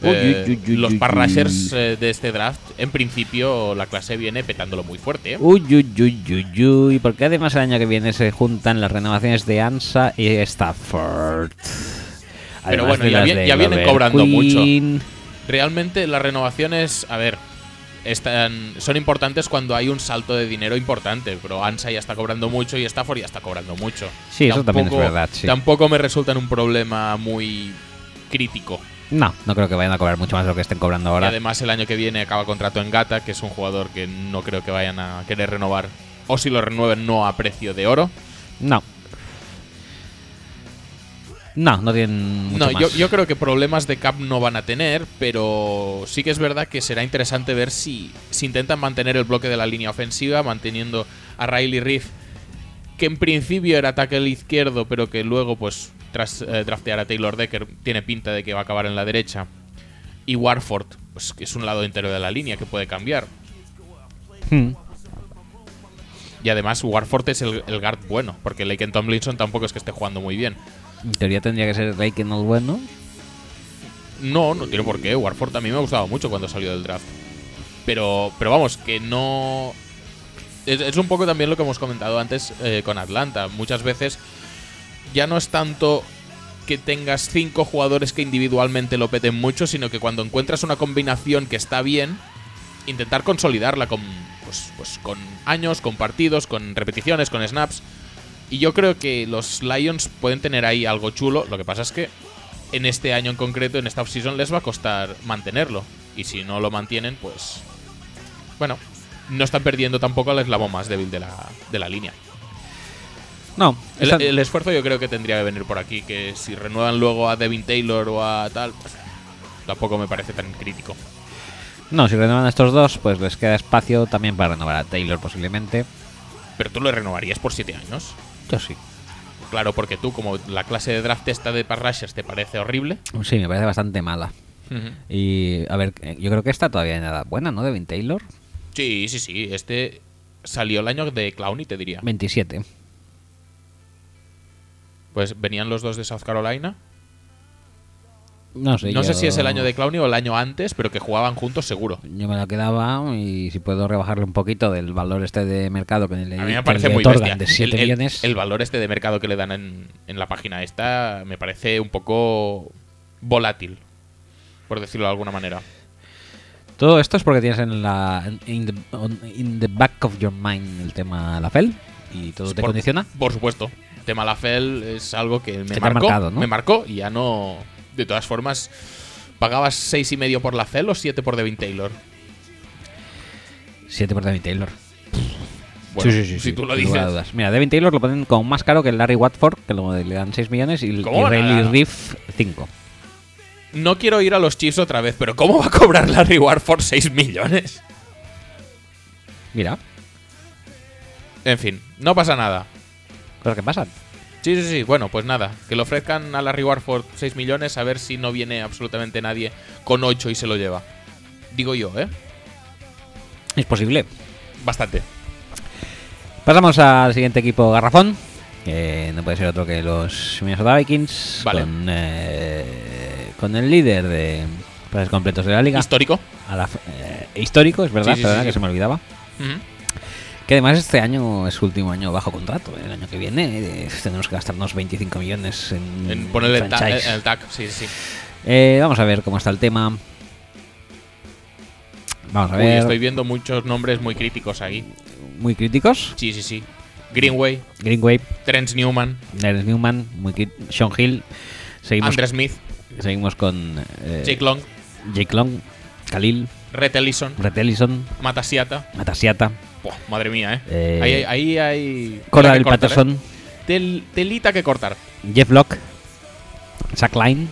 [SPEAKER 1] Uy,
[SPEAKER 2] Eh,
[SPEAKER 1] uy, uy, uy,
[SPEAKER 2] los
[SPEAKER 1] uy,
[SPEAKER 2] parrashers eh, de este draft, en principio la clase viene petándolo muy fuerte. ¿eh?
[SPEAKER 1] Uy, uy, uy, uy, uy, porque además el año que viene se juntan las renovaciones de ANSA y Stafford. Además
[SPEAKER 2] bueno,
[SPEAKER 1] de
[SPEAKER 2] ya
[SPEAKER 1] las
[SPEAKER 2] vi-
[SPEAKER 1] de
[SPEAKER 2] ya vienen
[SPEAKER 1] Robert
[SPEAKER 2] cobrando
[SPEAKER 1] Quinn.
[SPEAKER 2] Realmente las renovaciones, a ver, están, son importantes cuando hay un salto de dinero importante, pero Ansa ya está cobrando mucho y Stafford ya está cobrando mucho.
[SPEAKER 1] Sí, eso también es verdad, sí.
[SPEAKER 2] Tampoco me resultan un problema muy crítico.
[SPEAKER 1] No, no creo que vayan a cobrar mucho más de lo que estén cobrando
[SPEAKER 2] Y
[SPEAKER 1] ahora.
[SPEAKER 2] además el año que viene acaba contrato en Gata, que es un jugador que no creo que vayan a querer renovar. O si lo renueven no a precio de oro.
[SPEAKER 1] No. No, no tienen mucho
[SPEAKER 2] no,
[SPEAKER 1] más.
[SPEAKER 2] yo, yo creo que problemas de cap no van a tener, pero sí que es verdad que será interesante ver si, si intentan mantener el bloque de la línea ofensiva, manteniendo a Riley Reef, que en principio era tackle izquierdo, pero que luego, pues, tras eh, draftear a Taylor Decker, tiene pinta de que va a acabar en la derecha. Y Warford, pues, que es un lado entero de la línea que puede cambiar.
[SPEAKER 1] Hmm.
[SPEAKER 2] Y además, Warford es el, el guard bueno, porque Laken Tomlinson tampoco es que esté jugando muy bien.
[SPEAKER 1] En teoría tendría que ser Rake no el bueno.
[SPEAKER 2] No, no tiene por qué. Warford a mí me ha gustado mucho cuando salió del draft. Pero, pero vamos, que no. Es, es un poco también lo que hemos comentado antes eh, con Atlanta. Muchas veces ya no es tanto que tengas cinco jugadores que individualmente lo peten mucho, sino que cuando encuentras una combinación que está bien, intentar consolidarla con, pues, pues con años, con partidos, con repeticiones, con snaps. Y yo creo que los Lions pueden tener ahí algo chulo. Lo que pasa es que en este año en concreto, en esta offseason, les va a costar mantenerlo. Y si no lo mantienen, pues. Bueno, no están perdiendo tampoco al eslabón más débil de la, de la línea.
[SPEAKER 1] No,
[SPEAKER 2] El,
[SPEAKER 1] están-
[SPEAKER 2] el esfuerzo yo creo que tendría que venir por aquí, que si renuevan luego a Devin Taylor o a tal, pues, tampoco me parece tan crítico.
[SPEAKER 1] no, si renovan a estos dos, pues les queda espacio también para renovar a Taylor posiblemente.
[SPEAKER 2] Pero tú lo renovarías por 7 años.
[SPEAKER 1] Yo sí.
[SPEAKER 2] Claro, porque tú, como la clase de draft esta de Parrashers te parece horrible.
[SPEAKER 1] Sí, me parece bastante mala. Y a ver, eh, yo creo que está todavía en edad buena, ¿no? Devin Taylor.
[SPEAKER 2] Sí, sí, sí. Este salió el año de Clowney, te diría.
[SPEAKER 1] 27.
[SPEAKER 2] Pues venían los dos de South Carolina.
[SPEAKER 1] No sé.
[SPEAKER 2] No
[SPEAKER 1] yo-
[SPEAKER 2] sé si es el año de Clowney o el año antes, pero que jugaban juntos seguro.
[SPEAKER 1] Yo me lo quedaba y si puedo rebajarle un poquito del valor este de mercado que le,
[SPEAKER 2] A mí
[SPEAKER 1] que
[SPEAKER 2] me parece
[SPEAKER 1] le
[SPEAKER 2] muy bestia.
[SPEAKER 1] otorgan de 7
[SPEAKER 2] el, el-
[SPEAKER 1] millones.
[SPEAKER 2] el valor este de mercado que le dan en, en la página esta me parece un poco volátil, por decirlo de alguna manera.
[SPEAKER 1] Todo esto es porque tienes en la in the, on- in the back of your mind el tema la FEL y todo te
[SPEAKER 2] Por-
[SPEAKER 1] condiciona.
[SPEAKER 2] Por supuesto. El tema Lafel es algo que me
[SPEAKER 1] te ha
[SPEAKER 2] marcó.
[SPEAKER 1] marcado, ¿no?
[SPEAKER 2] Me marcó y ya no. De todas formas, ¿pagabas seis y medio por Lafel o 7 por Devin Taylor?
[SPEAKER 1] 7 por Devin Taylor.
[SPEAKER 2] Bueno,
[SPEAKER 1] sí, sí, sí,
[SPEAKER 2] si
[SPEAKER 1] sí,
[SPEAKER 2] tú lo
[SPEAKER 1] sin lugar a
[SPEAKER 2] dices.
[SPEAKER 1] dudas. Mira, Devin Taylor lo ponen como más caro que el Larry Watford, que lo- le dan 6 millones, y, y
[SPEAKER 2] ¿Cómo?
[SPEAKER 1] Riley
[SPEAKER 2] Nada.
[SPEAKER 1] Reef 5.
[SPEAKER 2] No quiero ir a los Chiefs otra vez, pero ¿cómo va a cobrar Larry Warford 6 millones?
[SPEAKER 1] Mira,
[SPEAKER 2] En fin, no pasa nada.
[SPEAKER 1] cosas que pasan.
[SPEAKER 2] Sí, sí, sí. Bueno, pues nada. Que le ofrezcan a Larry Warford 6 millones a ver si no viene absolutamente nadie con 8 y se lo lleva. Digo yo, ¿eh?
[SPEAKER 1] Es posible.
[SPEAKER 2] Bastante.
[SPEAKER 1] Pasamos al siguiente equipo garrafón. que no puede ser otro que los Minnesota Vikings.
[SPEAKER 2] Vale.
[SPEAKER 1] Con, eh, con el líder de pases completos de la liga.
[SPEAKER 2] Histórico.
[SPEAKER 1] a la f- eh, histórico, es verdad,
[SPEAKER 2] Sí, sí,
[SPEAKER 1] perdona
[SPEAKER 2] sí,
[SPEAKER 1] que
[SPEAKER 2] sí.
[SPEAKER 1] se me olvidaba.
[SPEAKER 2] Ujú.
[SPEAKER 1] Mm. Que además este año es su último año bajo contrato. El año que viene eh, tenemos que gastarnos 25 millones en,
[SPEAKER 2] En ponerle el, ta-
[SPEAKER 1] franchise.
[SPEAKER 2] el tag. Sí, sí.
[SPEAKER 1] Eh, vamos a ver cómo está el tema. Vamos a
[SPEAKER 2] Uy,
[SPEAKER 1] ver.
[SPEAKER 2] estoy viendo muchos nombres muy críticos ahí.
[SPEAKER 1] Muy críticos.
[SPEAKER 2] Sí, sí, sí. Greenway,
[SPEAKER 1] Greenway,
[SPEAKER 2] Trent Newman,
[SPEAKER 1] Nerds Newman, muy cri- Sean Hill. Seguimos,
[SPEAKER 2] Andre Smith,
[SPEAKER 1] seguimos con eh,
[SPEAKER 2] Jake Long,
[SPEAKER 1] Jake Long, Khalil,
[SPEAKER 2] Rhett Ellison,
[SPEAKER 1] Brett Ellison,
[SPEAKER 2] Matasiata.
[SPEAKER 1] Matasiata,
[SPEAKER 2] Buah, madre mía, ¿eh?
[SPEAKER 1] Eh,
[SPEAKER 2] ahí, hay- ahí hay. tela que
[SPEAKER 1] Cordell
[SPEAKER 2] cortar, ¿eh?
[SPEAKER 1] Patterson,
[SPEAKER 2] Tel- telita que cortar.
[SPEAKER 1] Jeff Locke, Zach Line,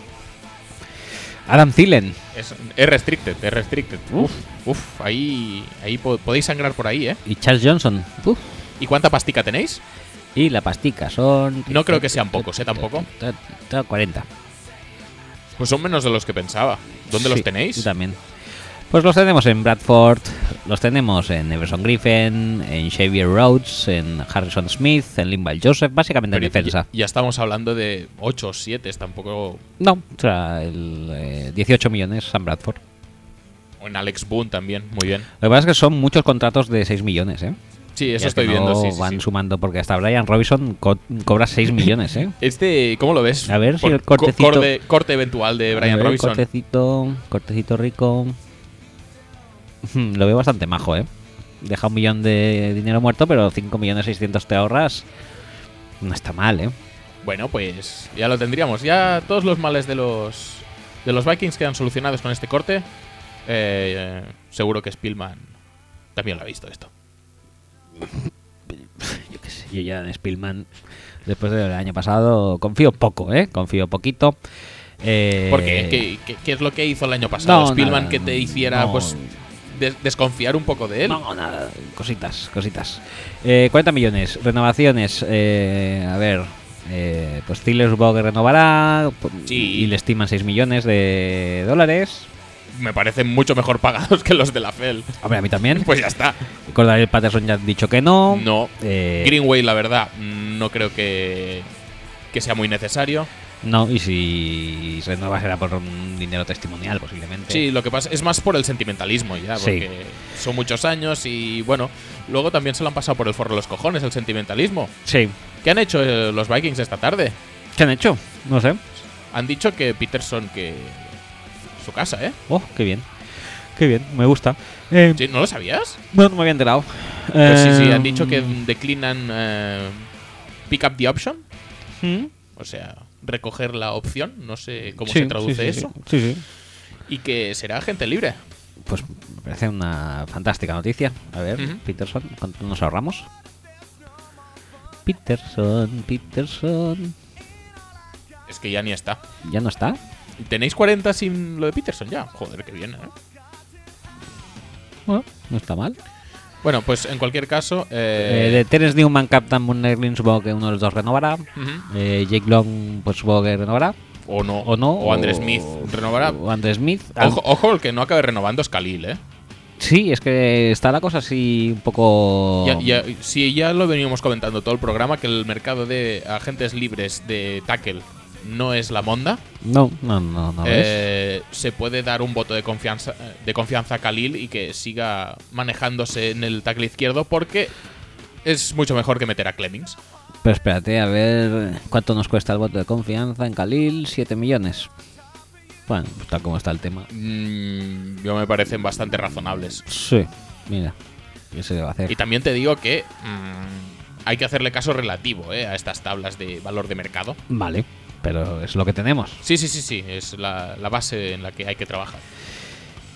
[SPEAKER 1] Adam Thielen.
[SPEAKER 2] Es, es restricted, es restricted. Uf, uf, ahí, ahí po- podéis sangrar por ahí, ¿eh?
[SPEAKER 1] Y Charles Johnson. Uf.
[SPEAKER 2] ¿Y cuánta pastica tenéis?
[SPEAKER 1] Y la pastica son.
[SPEAKER 2] No creo que sean pocos, ¿eh? Tampoco.
[SPEAKER 1] 40.
[SPEAKER 2] Pues son menos de los que pensaba. ¿Dónde los
[SPEAKER 1] Sí, yo
[SPEAKER 2] tenéis?
[SPEAKER 1] también. Pues los tenemos en Bradford, los tenemos en Everson Griffin, en Xavier Rhodes, en Harrison Smith, en Limbal Joseph, básicamente en
[SPEAKER 2] Pero
[SPEAKER 1] defensa.
[SPEAKER 2] ya, ya estamos hablando de 8 o 7, tampoco.
[SPEAKER 1] No, o sea, el, eh, 18 millones San Bradford.
[SPEAKER 2] o En Alex Boone también, muy bien.
[SPEAKER 1] Lo que pasa es que son muchos contratos de 6 millones, ¿eh?
[SPEAKER 2] Sí, eso
[SPEAKER 1] Ya
[SPEAKER 2] estoy
[SPEAKER 1] que no
[SPEAKER 2] viendo, sí, sí,
[SPEAKER 1] van
[SPEAKER 2] sí.
[SPEAKER 1] sumando, porque hasta Brian Robinson co- cobra 6 millones, ¿eh?
[SPEAKER 2] Este, ¿cómo lo ves?
[SPEAKER 1] A ver si
[SPEAKER 2] Por-
[SPEAKER 1] el cortecito-
[SPEAKER 2] co- corte, corte eventual de
[SPEAKER 1] A
[SPEAKER 2] Brian
[SPEAKER 1] ver,
[SPEAKER 2] Robinson.
[SPEAKER 1] Cortecito, cortecito rico. Hmm, Lo veo bastante majo, ¿eh? Deja un millón de dinero muerto, pero 5 millones 600 te ahorras. No está mal, ¿eh?
[SPEAKER 2] Bueno, pues ya lo tendríamos. Ya todos los males de los de los Vikings quedan solucionados con este corte. Eh, eh, seguro que Spielman también lo ha visto esto.
[SPEAKER 1] Yo qué sé, yo ya en Spielman, después del año pasado, confío poco, ¿eh? Confío poquito. Eh,
[SPEAKER 2] ¿Por qué? ¿Qué, qué- qué es lo que hizo el año pasado?
[SPEAKER 1] no,
[SPEAKER 2] Spielman
[SPEAKER 1] nada,
[SPEAKER 2] que te hiciera
[SPEAKER 1] no.
[SPEAKER 2] pues des- desconfiar un poco de él.
[SPEAKER 1] No, nada, cositas, cositas. Eh, 40 millones, renovaciones, eh, a ver, eh, pues Thielen supongo que renovará p-
[SPEAKER 2] Sí.
[SPEAKER 1] y le estiman 6 millones de dólares.
[SPEAKER 2] Me parecen mucho mejor pagados que los de la FEL.
[SPEAKER 1] Hombre, a mí también.
[SPEAKER 2] Pues ya está.
[SPEAKER 1] Cordell Patterson ya han dicho que no.
[SPEAKER 2] No.
[SPEAKER 1] Eh,
[SPEAKER 2] Greenway, la verdad, no creo que, que sea muy necesario.
[SPEAKER 1] No, y si se renueva será por un dinero testimonial posiblemente.
[SPEAKER 2] Sí, lo que pasa es más por el sentimentalismo ya,
[SPEAKER 1] Sí.
[SPEAKER 2] porque son muchos años y bueno, luego también se lo han pasado por el forro de los cojones el sentimentalismo.
[SPEAKER 1] Sí.
[SPEAKER 2] ¿Qué han hecho eh, los Vikings esta tarde?
[SPEAKER 1] ¿Qué han hecho? No sé.
[SPEAKER 2] Han dicho que Peterson que su casa, ¿eh?
[SPEAKER 1] Oh, qué bien. Qué bien, me gusta. Eh,
[SPEAKER 2] Sí, ¿No lo sabías?
[SPEAKER 1] No, no me había enterado.
[SPEAKER 2] Pues sí, sí,
[SPEAKER 1] Eh,
[SPEAKER 2] han dicho que declinan eh, pick up the option,
[SPEAKER 1] ¿Mm?
[SPEAKER 2] o sea, recoger la opción, no sé cómo
[SPEAKER 1] Sí,
[SPEAKER 2] se
[SPEAKER 1] sí,
[SPEAKER 2] traduce
[SPEAKER 1] sí, sí.
[SPEAKER 2] eso,
[SPEAKER 1] Sí, sí.
[SPEAKER 2] y que será gente libre.
[SPEAKER 1] Pues me parece una fantástica noticia. A ver,
[SPEAKER 2] Ujú.
[SPEAKER 1] Peterson, ¿cuánto nos ahorramos? Peterson, Peterson.
[SPEAKER 2] Es que ya ni está.
[SPEAKER 1] ¿Ya no está?
[SPEAKER 2] Tenéis 40 sin lo de Peterson ya. Joder, qué bien, ¿eh?
[SPEAKER 1] Bueno, no está mal.
[SPEAKER 2] Bueno, pues en cualquier caso, eh,
[SPEAKER 1] Eh, de Terence Newman, Captain Moon Green, supongo que uno de los dos renovará.
[SPEAKER 2] Ujú.
[SPEAKER 1] Eh, Jake Long, pues supongo que renovará.
[SPEAKER 2] O no.
[SPEAKER 1] O no.
[SPEAKER 2] O Andre Smith renovará.
[SPEAKER 1] O Andre Smith. Ah,
[SPEAKER 2] Ojo, ojo, el que no acabe renovando es Khalil, ¿eh?
[SPEAKER 1] Sí, es que está la cosa así un poco.
[SPEAKER 2] Ya, ya- sí, ya lo veníamos comentando todo el programa, que el mercado de agentes libres de tackle no es la monda.
[SPEAKER 1] No, no, no, no. ¿ves?
[SPEAKER 2] Eh, se puede dar un voto de confianza, de confianza a Khalil y que siga manejándose en el tackle izquierdo porque es mucho mejor que meter a Clemmings.
[SPEAKER 1] Pero espérate, a ver cuánto nos cuesta el voto de confianza en Khalil, 7 millones. Bueno, pues tal como está el tema.
[SPEAKER 2] Mm, yo me parecen bastante razonables.
[SPEAKER 1] Sí, mira, ¿qué se le va a
[SPEAKER 2] Y
[SPEAKER 1] hacer?
[SPEAKER 2] también te digo que mm, hay que hacerle caso relativo ¿eh? a estas tablas de valor de mercado.
[SPEAKER 1] Vale, pero es lo que tenemos.
[SPEAKER 2] Sí, sí, sí, sí, es la, la base en la que hay que trabajar.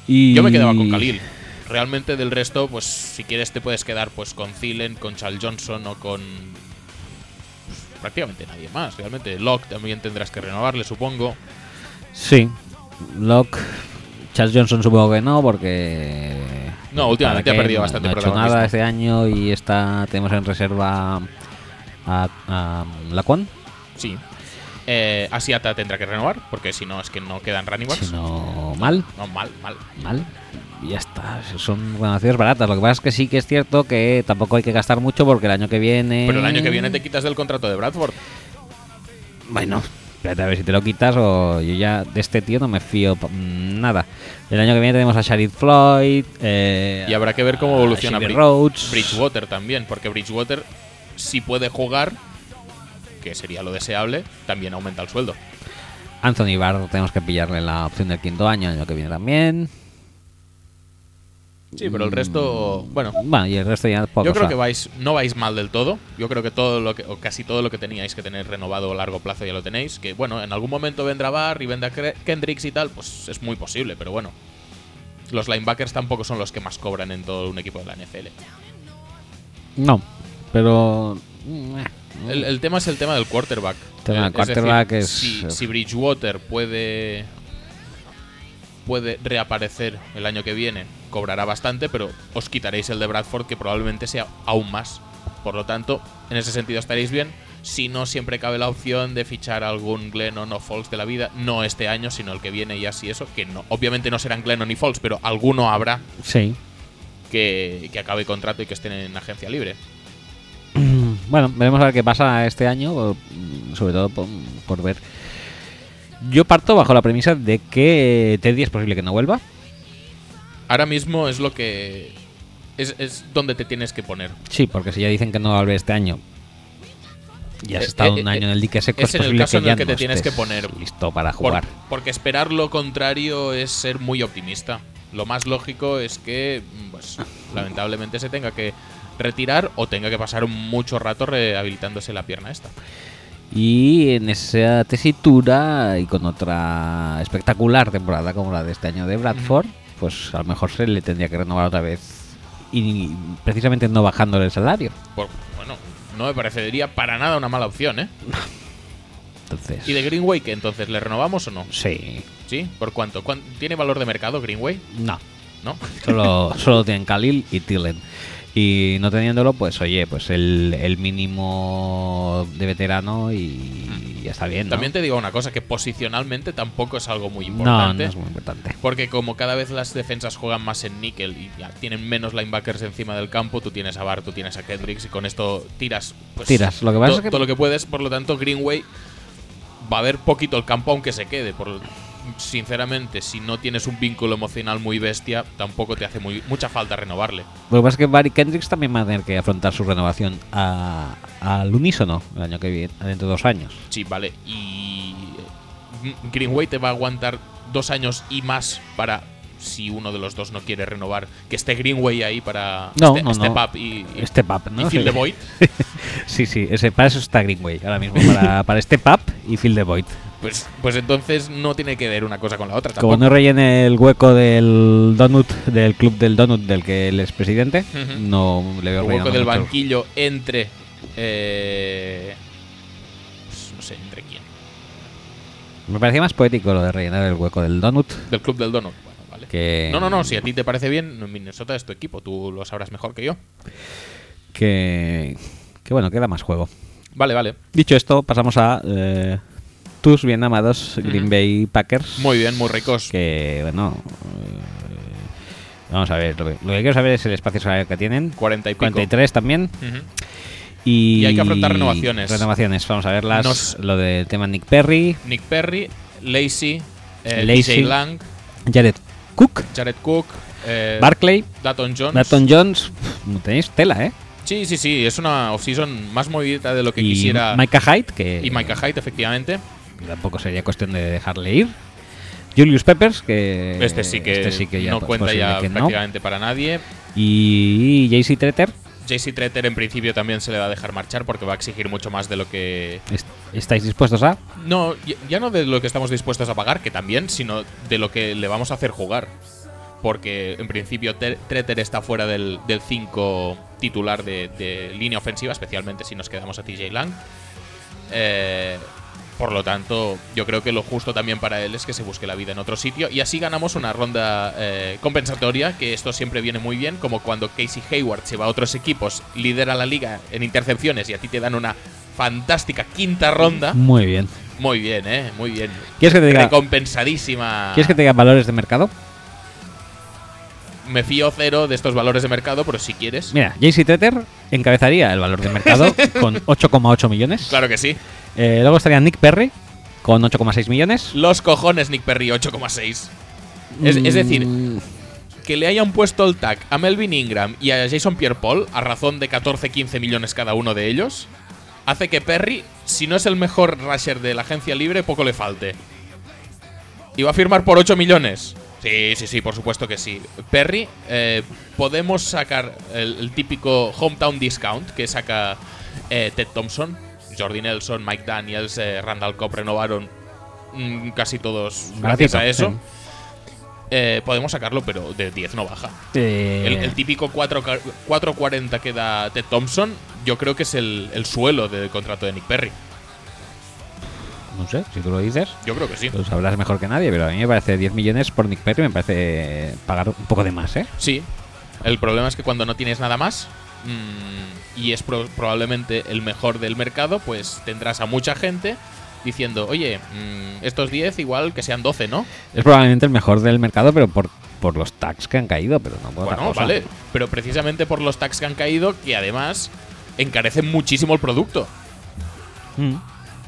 [SPEAKER 1] Y...
[SPEAKER 2] Yo me quedaba con Khalil. Realmente del resto, pues si quieres te puedes quedar pues con Thielen, con Charles Johnson o con pues, prácticamente nadie más. Realmente Locke también tendrás que renovarle, supongo.
[SPEAKER 1] Sí, Locke, Charles Johnson supongo que no, porque...
[SPEAKER 2] No, últimamente
[SPEAKER 1] ¿para
[SPEAKER 2] ha
[SPEAKER 1] qué?
[SPEAKER 2] perdido
[SPEAKER 1] No-
[SPEAKER 2] bastante
[SPEAKER 1] no ha hecho
[SPEAKER 2] protagonismo.
[SPEAKER 1] nada este año y está, tenemos en reserva a, a Laquan.
[SPEAKER 2] Sí. Eh, Asiata tendrá que renovar, porque si no es que no quedan running backs.
[SPEAKER 1] Si no, mal,
[SPEAKER 2] No, mal, mal.
[SPEAKER 1] mal. y ya está. Son ganancias baratas. Lo que pasa es que sí que es cierto que tampoco hay que gastar mucho porque el año que viene.
[SPEAKER 2] Pero el año que viene te quitas del contrato de Bradford.
[SPEAKER 1] Bueno, espérate a ver si te lo quitas o yo ya de este tío no me fío pa- mm, nada. El año que viene tenemos a Sharid Floyd. eh,
[SPEAKER 2] Y habrá que ver cómo
[SPEAKER 1] a
[SPEAKER 2] evoluciona
[SPEAKER 1] Xavier
[SPEAKER 2] Bri-
[SPEAKER 1] Rhodes.
[SPEAKER 2] Bridgewater también, porque Bridgewater, si puede jugar, que sería lo deseable, también aumenta el sueldo.
[SPEAKER 1] Anthony Barr tenemos que pillarle la opción del quinto año el año que viene también.
[SPEAKER 2] Sí, pero el
[SPEAKER 1] Mm.
[SPEAKER 2] resto, bueno,
[SPEAKER 1] Bueno, y el resto ya es poco.
[SPEAKER 2] yo creo
[SPEAKER 1] o sea,
[SPEAKER 2] que vais, no vais mal del todo. Yo creo que todo lo que, o casi todo lo que teníais que tener renovado a largo plazo ya lo tenéis. Que bueno, en algún momento vendrá Barr y vendrá Cre- Kendricks y tal, pues es muy posible, pero bueno. Los linebackers tampoco son los que más cobran en todo un equipo de la NFL.
[SPEAKER 1] No, pero. mm, eh,
[SPEAKER 2] El, el tema es el tema del quarterback.
[SPEAKER 1] Tema del
[SPEAKER 2] Eh, es decir,
[SPEAKER 1] quarterback es-
[SPEAKER 2] Si, si Bridgewater puede. Puede reaparecer el año que viene, cobrará bastante, pero os quitaréis el de Bradford, que probablemente sea aún más. Por lo tanto, en ese sentido estaréis bien. Si no, siempre cabe la opción de fichar algún Glennon o Falls de la vida, no este año, sino el que viene y así eso, que no, obviamente no serán Glennon y Falls, pero alguno habrá
[SPEAKER 1] Sí.
[SPEAKER 2] que, que acabe contrato y que estén en agencia libre.
[SPEAKER 1] Bueno, veremos a ver qué pasa este año, o, mm, sobre todo por, por ver. Yo parto bajo la premisa de que Teddy es posible que no vuelva.
[SPEAKER 2] ahora mismo es lo que. Es, es donde te tienes que poner.
[SPEAKER 1] Sí, porque si ya dicen que no va a volver este año. Ya has
[SPEAKER 2] Eh,
[SPEAKER 1] estado
[SPEAKER 2] eh,
[SPEAKER 1] un año
[SPEAKER 2] eh,
[SPEAKER 1] en el dique seco.
[SPEAKER 2] es en el
[SPEAKER 1] posible
[SPEAKER 2] caso en
[SPEAKER 1] ya
[SPEAKER 2] el que te
[SPEAKER 1] no
[SPEAKER 2] tienes que
[SPEAKER 1] estés
[SPEAKER 2] poner.
[SPEAKER 1] Listo para
[SPEAKER 2] Por-
[SPEAKER 1] jugar.
[SPEAKER 2] porque esperar lo contrario es ser muy optimista. Lo más lógico es que, mm, pues, lamentablemente se tenga que retirar o tenga que pasar mucho rato rehabilitándose la pierna esta.
[SPEAKER 1] Y en esa tesitura y con otra espectacular temporada como la de este año de Bradford, pues a lo mejor se le tendría que renovar otra vez. Y precisamente no bajándole el salario.
[SPEAKER 2] Por- bueno, no me parecería para nada una mala opción, ¿eh?
[SPEAKER 1] Entonces.
[SPEAKER 2] ¿Y de Greenway que entonces le renovamos o no?
[SPEAKER 1] Sí.
[SPEAKER 2] ¿Sí? ¿Por cuánto? ¿Cuán- ¿Tiene valor de mercado Greenway?
[SPEAKER 1] No.
[SPEAKER 2] ¿No?
[SPEAKER 1] Solo, solo tienen Khalil y Tillen. Y no teniéndolo, pues oye, pues el, el mínimo de veterano y ya está bien. ¿no?
[SPEAKER 2] Hmm. También te digo una cosa, que posicionalmente tampoco es algo muy
[SPEAKER 1] no,
[SPEAKER 2] importante.
[SPEAKER 1] no es muy importante.
[SPEAKER 2] Porque como cada vez las defensas juegan más en níquel y ya tienen menos linebackers encima del campo, tú tienes a Bar, tú tienes a Kendricks y con esto tiras, pues,
[SPEAKER 1] Tiras. Lo que pasa
[SPEAKER 2] to-
[SPEAKER 1] es que-
[SPEAKER 2] todo lo que puedes. Por lo tanto, Greenway va a ver poquito el campo aunque se quede. Por, lo- sinceramente, si no tienes un vínculo emocional muy bestia, tampoco te hace muy, mucha falta renovarle.
[SPEAKER 1] Lo que pasa es que Barry Kendricks también va a tener que afrontar su renovación a- al unísono el año que viene, dentro de dos años.
[SPEAKER 2] Sí, vale. Y eh, Greenway te va a aguantar dos años y más para si uno de los dos no quiere renovar, que esté Greenway ahí para
[SPEAKER 1] No,
[SPEAKER 2] este,
[SPEAKER 1] no,
[SPEAKER 2] Step
[SPEAKER 1] no.
[SPEAKER 2] Up y, y-
[SPEAKER 1] Este pap,
[SPEAKER 2] y
[SPEAKER 1] ¿no?
[SPEAKER 2] Fill
[SPEAKER 1] Sí.
[SPEAKER 2] the Void.
[SPEAKER 1] Sí, sí, ese, para eso está Greenway ahora mismo, para, para este pap y Fill the Void.
[SPEAKER 2] Pues, pues entonces no tiene que ver una cosa con la otra
[SPEAKER 1] Como
[SPEAKER 2] tampoco.
[SPEAKER 1] no rellene el hueco del donut, del club del donut del que él es presidente,
[SPEAKER 2] Ujú.
[SPEAKER 1] no le veo
[SPEAKER 2] el hueco
[SPEAKER 1] rellenando
[SPEAKER 2] del
[SPEAKER 1] mucho.
[SPEAKER 2] banquillo entre. eh, pues no sé, entre quién.
[SPEAKER 1] Me parecía más poético lo de rellenar el hueco del donut
[SPEAKER 2] Del club del Donut. Bueno, vale.
[SPEAKER 1] que,
[SPEAKER 2] No, no, no. Si a ti te parece bien, Minnesota es tu equipo. Tú lo sabrás mejor que yo.
[SPEAKER 1] que, que, bueno, queda más juego.
[SPEAKER 2] Vale, vale.
[SPEAKER 1] Dicho esto, pasamos a eh, tus bien amados Green
[SPEAKER 2] Ujú.
[SPEAKER 1] Bay Packers.
[SPEAKER 2] Muy bien, muy ricos.
[SPEAKER 1] Que, bueno, eh, vamos a ver, lo que, lo que quiero saber es el espacio salarial que tienen.
[SPEAKER 2] 40 y pico.
[SPEAKER 1] 43 también.
[SPEAKER 2] Ujú.
[SPEAKER 1] Y,
[SPEAKER 2] Y hay que afrontar renovaciones.
[SPEAKER 1] Renovaciones, vamos a verlas.
[SPEAKER 2] Nos-
[SPEAKER 1] Lo del tema Nick Perry,
[SPEAKER 2] Nick Perry, Lacey, eh,
[SPEAKER 1] Lacey.
[SPEAKER 2] DJ Lang,
[SPEAKER 1] Jared Cook,
[SPEAKER 2] Jared Cook, eh,
[SPEAKER 1] Barclay,
[SPEAKER 2] Datton Jones.
[SPEAKER 1] Nathan Jones. Pff, Tenéis tela, ¿eh?
[SPEAKER 2] Sí, sí, sí. Es una offseason más movidita de lo que
[SPEAKER 1] y eh,
[SPEAKER 2] quisiera.
[SPEAKER 1] Micah Hyde, que
[SPEAKER 2] y Micah Hyde, efectivamente.
[SPEAKER 1] tampoco sería cuestión de dejarle ir. Julius Peppers, que.
[SPEAKER 2] Este sí que,
[SPEAKER 1] este sí que ya
[SPEAKER 2] no
[SPEAKER 1] po-
[SPEAKER 2] cuenta
[SPEAKER 1] posible
[SPEAKER 2] ya
[SPEAKER 1] que no.
[SPEAKER 2] prácticamente para nadie.
[SPEAKER 1] Y JC Treter
[SPEAKER 2] JC Treter en principio también se le va a dejar marchar porque va a exigir mucho más de lo que...
[SPEAKER 1] est- ¿estáis dispuestos a?
[SPEAKER 2] No, ya- ya no de lo que estamos dispuestos a pagar, que también, sino de lo que le vamos a hacer jugar. Porque en principio Ter- Treter está fuera del 5 titular de, de línea ofensiva, especialmente si nos quedamos a TJ Lang. Eh, por lo tanto, yo creo que lo justo también para él es que se busque la vida en otro sitio. Y así ganamos una ronda eh, compensatoria, que esto siempre viene muy bien, como cuando Casey Hayward se va a otros equipos, lidera la liga en intercepciones y a ti te dan una fantástica quinta ronda.
[SPEAKER 1] Muy bien.
[SPEAKER 2] Muy bien, eh, muy bien.
[SPEAKER 1] ¿Quieres que te diga,
[SPEAKER 2] Recompensadísima.
[SPEAKER 1] ¿quieres que te diga valores de mercado?
[SPEAKER 2] me fío cero de estos valores de mercado, pero si quieres.
[SPEAKER 1] Mira, JC Treter encabezaría el valor de mercado con 8,8 millones.
[SPEAKER 2] Claro que sí.
[SPEAKER 1] Eh, luego estaría Nick Perry con 8,6 millones.
[SPEAKER 2] Los cojones, Nick Perry, 8,6. Es, es decir,
[SPEAKER 1] Mm,
[SPEAKER 2] que le hayan puesto el tag a Melvin Ingram y a Jason Pierre-Paul a razón de 14-15 millones cada uno de ellos hace que Perry, si no es el mejor rusher de la agencia libre, poco le falte. Y va a firmar por 8 millones. Sí, sí, sí, por supuesto que sí. Perry, eh, podemos sacar el, el típico hometown discount que saca eh, Ted Thompson, Jordi Nelson, Mike Daniels, eh, Randall Cobb renovaron mm, casi todos gracias
[SPEAKER 1] Baratito,
[SPEAKER 2] a eso.
[SPEAKER 1] sí.
[SPEAKER 2] Eh, podemos sacarlo, pero de 10 no baja.
[SPEAKER 1] eh,
[SPEAKER 2] El, el típico 4 ca- 4.40 que da Ted Thompson, yo creo que es el, el suelo del contrato de Nick Perry.
[SPEAKER 1] no sé, si tú lo dices,
[SPEAKER 2] Yo creo que sí.
[SPEAKER 1] lo sabrás mejor que nadie, pero a mí me parece 10 millones por Nick Perry, me parece eh, pagar un poco de más, ¿eh?
[SPEAKER 2] Sí. El problema es que cuando no tienes nada más, mm, y es pro- probablemente el mejor del mercado, pues tendrás a mucha gente diciendo, oye, mm, estos 10 igual que sean 12, ¿no?
[SPEAKER 1] Es probablemente el mejor del mercado, pero por, por los tags que han caído, pero no por otra
[SPEAKER 2] Bueno,
[SPEAKER 1] cosa.
[SPEAKER 2] vale. Pero precisamente por los tags que han caído, que además encarecen muchísimo el producto.
[SPEAKER 1] Mm.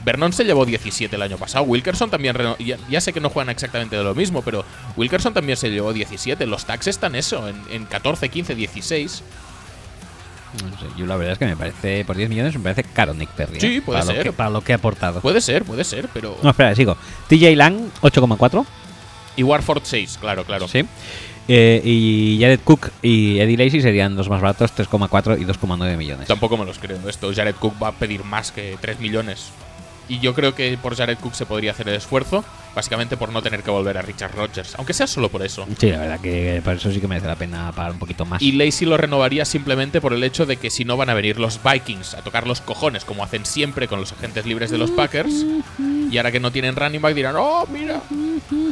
[SPEAKER 2] Vernon se llevó 17 el año pasado. Wilkerson también. reno- Ya, ya sé que no juegan exactamente de lo mismo, pero Wilkerson también se llevó 17. Los tags están eso, en, en 14, 15, 16.
[SPEAKER 1] No sé, yo la verdad es que me parece, por 10 millones me parece caro Nick Perry. ¿eh?
[SPEAKER 2] Sí, puede
[SPEAKER 1] para Lo
[SPEAKER 2] ser.
[SPEAKER 1] que, para lo que ha aportado.
[SPEAKER 2] Puede ser, puede ser, pero.
[SPEAKER 1] No, espera, sigo. TJ Lang, 8,4.
[SPEAKER 2] Y Warford 6, claro, claro.
[SPEAKER 1] Sí. Eh, y Jared Cook y Eddie Lacy serían los más baratos, 3,4 y 2,9 millones.
[SPEAKER 2] Tampoco me los creo. Esto, Jared Cook va a pedir más que 3 millones. Y yo creo que por Jared Cook se podría hacer el esfuerzo, básicamente por no tener que volver a Richard Rogers, aunque sea solo por eso.
[SPEAKER 1] Sí, la verdad que por eso sí que merece la pena pagar un poquito más.
[SPEAKER 2] Y Lacey lo renovaría simplemente por el hecho de que si no van a venir los Vikings a tocar los cojones, como hacen siempre con los agentes libres de los Packers. Y ahora que no tienen running back dirán, oh, mira,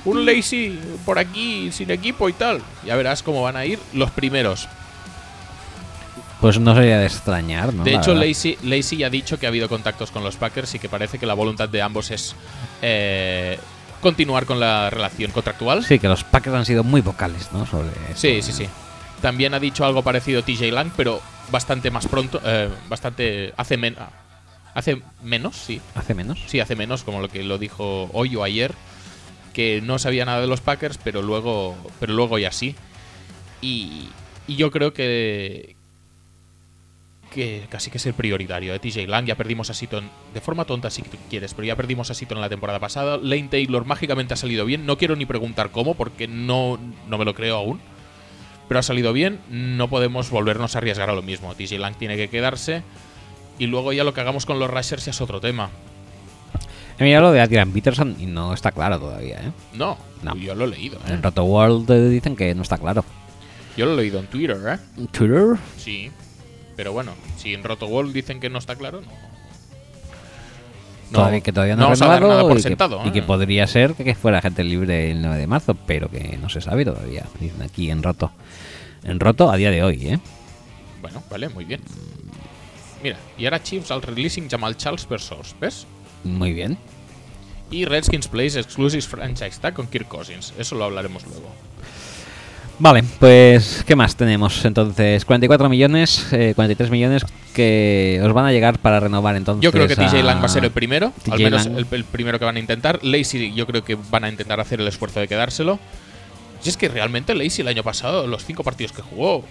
[SPEAKER 2] un Lacey por aquí, sin equipo y tal. Ya verás cómo van a ir los primeros.
[SPEAKER 1] Pues no sería de extrañar, ¿no?
[SPEAKER 2] De
[SPEAKER 1] La
[SPEAKER 2] hecho,
[SPEAKER 1] verdad.
[SPEAKER 2] Lacey, Lacey ya ha dicho que ha habido contactos con los Packers y que parece que la voluntad de ambos es eh, continuar con la relación contractual.
[SPEAKER 1] Sí, que los Packers han sido muy vocales, ¿no? Sobre
[SPEAKER 2] Sí,
[SPEAKER 1] esto.
[SPEAKER 2] sí, sí. También ha dicho algo parecido TJ Lang, pero bastante más pronto, eh, bastante hace men- ah, hace menos, sí,
[SPEAKER 1] Hace menos.
[SPEAKER 2] sí hace menos, como lo que lo dijo hoy o ayer, que no sabía nada de los Packers, pero luego, pero luego ya sí. Y, y yo creo que que casi que es el prioritario de TJ Lang. Ya perdimos a Seaton de forma tonta si tú quieres, pero ya perdimos a Seaton la temporada pasada. Lane Taylor mágicamente ha salido bien. No quiero ni preguntar cómo porque no, no me lo creo aún. Pero ha salido bien. No podemos volvernos a arriesgar a lo mismo. TJ Lang tiene que quedarse. Y luego ya lo que hagamos con los Rushers ya es otro tema.
[SPEAKER 1] He mirado lo de Adrian Peterson y no está claro todavía, ¿eh?
[SPEAKER 2] No,
[SPEAKER 1] No.
[SPEAKER 2] yo lo he leído, ¿eh?
[SPEAKER 1] En Roto World eh, dicen que no está claro.
[SPEAKER 2] Yo lo he leído en Twitter, ¿eh?
[SPEAKER 1] Twitter.
[SPEAKER 2] Sí. Pero bueno, si en Rotowall dicen que no está claro, no.
[SPEAKER 1] Todavía- que todavía no,
[SPEAKER 2] no
[SPEAKER 1] ha
[SPEAKER 2] vamos a dar
[SPEAKER 1] renovado
[SPEAKER 2] nada por
[SPEAKER 1] y,
[SPEAKER 2] sentado.
[SPEAKER 1] que, y que
[SPEAKER 2] ¿eh?
[SPEAKER 1] podría ser que fuera gente libre el 9 de marzo, pero que no se sabe todavía. Dicen aquí en roto. En roto a día de hoy, ¿eh?
[SPEAKER 2] Bueno, vale, muy bien. Mira, y ahora Chiefs al releasing Jamal Charles per source, ¿ves?
[SPEAKER 1] Muy bien.
[SPEAKER 2] Y Redskins Plays Exclusive Franchise Tag con Kirk Cousins. Eso lo hablaremos luego.
[SPEAKER 1] Vale, pues ¿qué más tenemos? Entonces, 44 millones, eh, 43 millones que os van a llegar para renovar entonces.
[SPEAKER 2] Yo creo que
[SPEAKER 1] a-
[SPEAKER 2] TJ Lang va a ser el primero, al
[SPEAKER 1] TJ
[SPEAKER 2] menos
[SPEAKER 1] Lang.
[SPEAKER 2] el, el primero que van a intentar. Lacey yo creo que van a intentar hacer el esfuerzo de quedárselo. Y es que realmente Lacey el año pasado, los cinco partidos que jugó,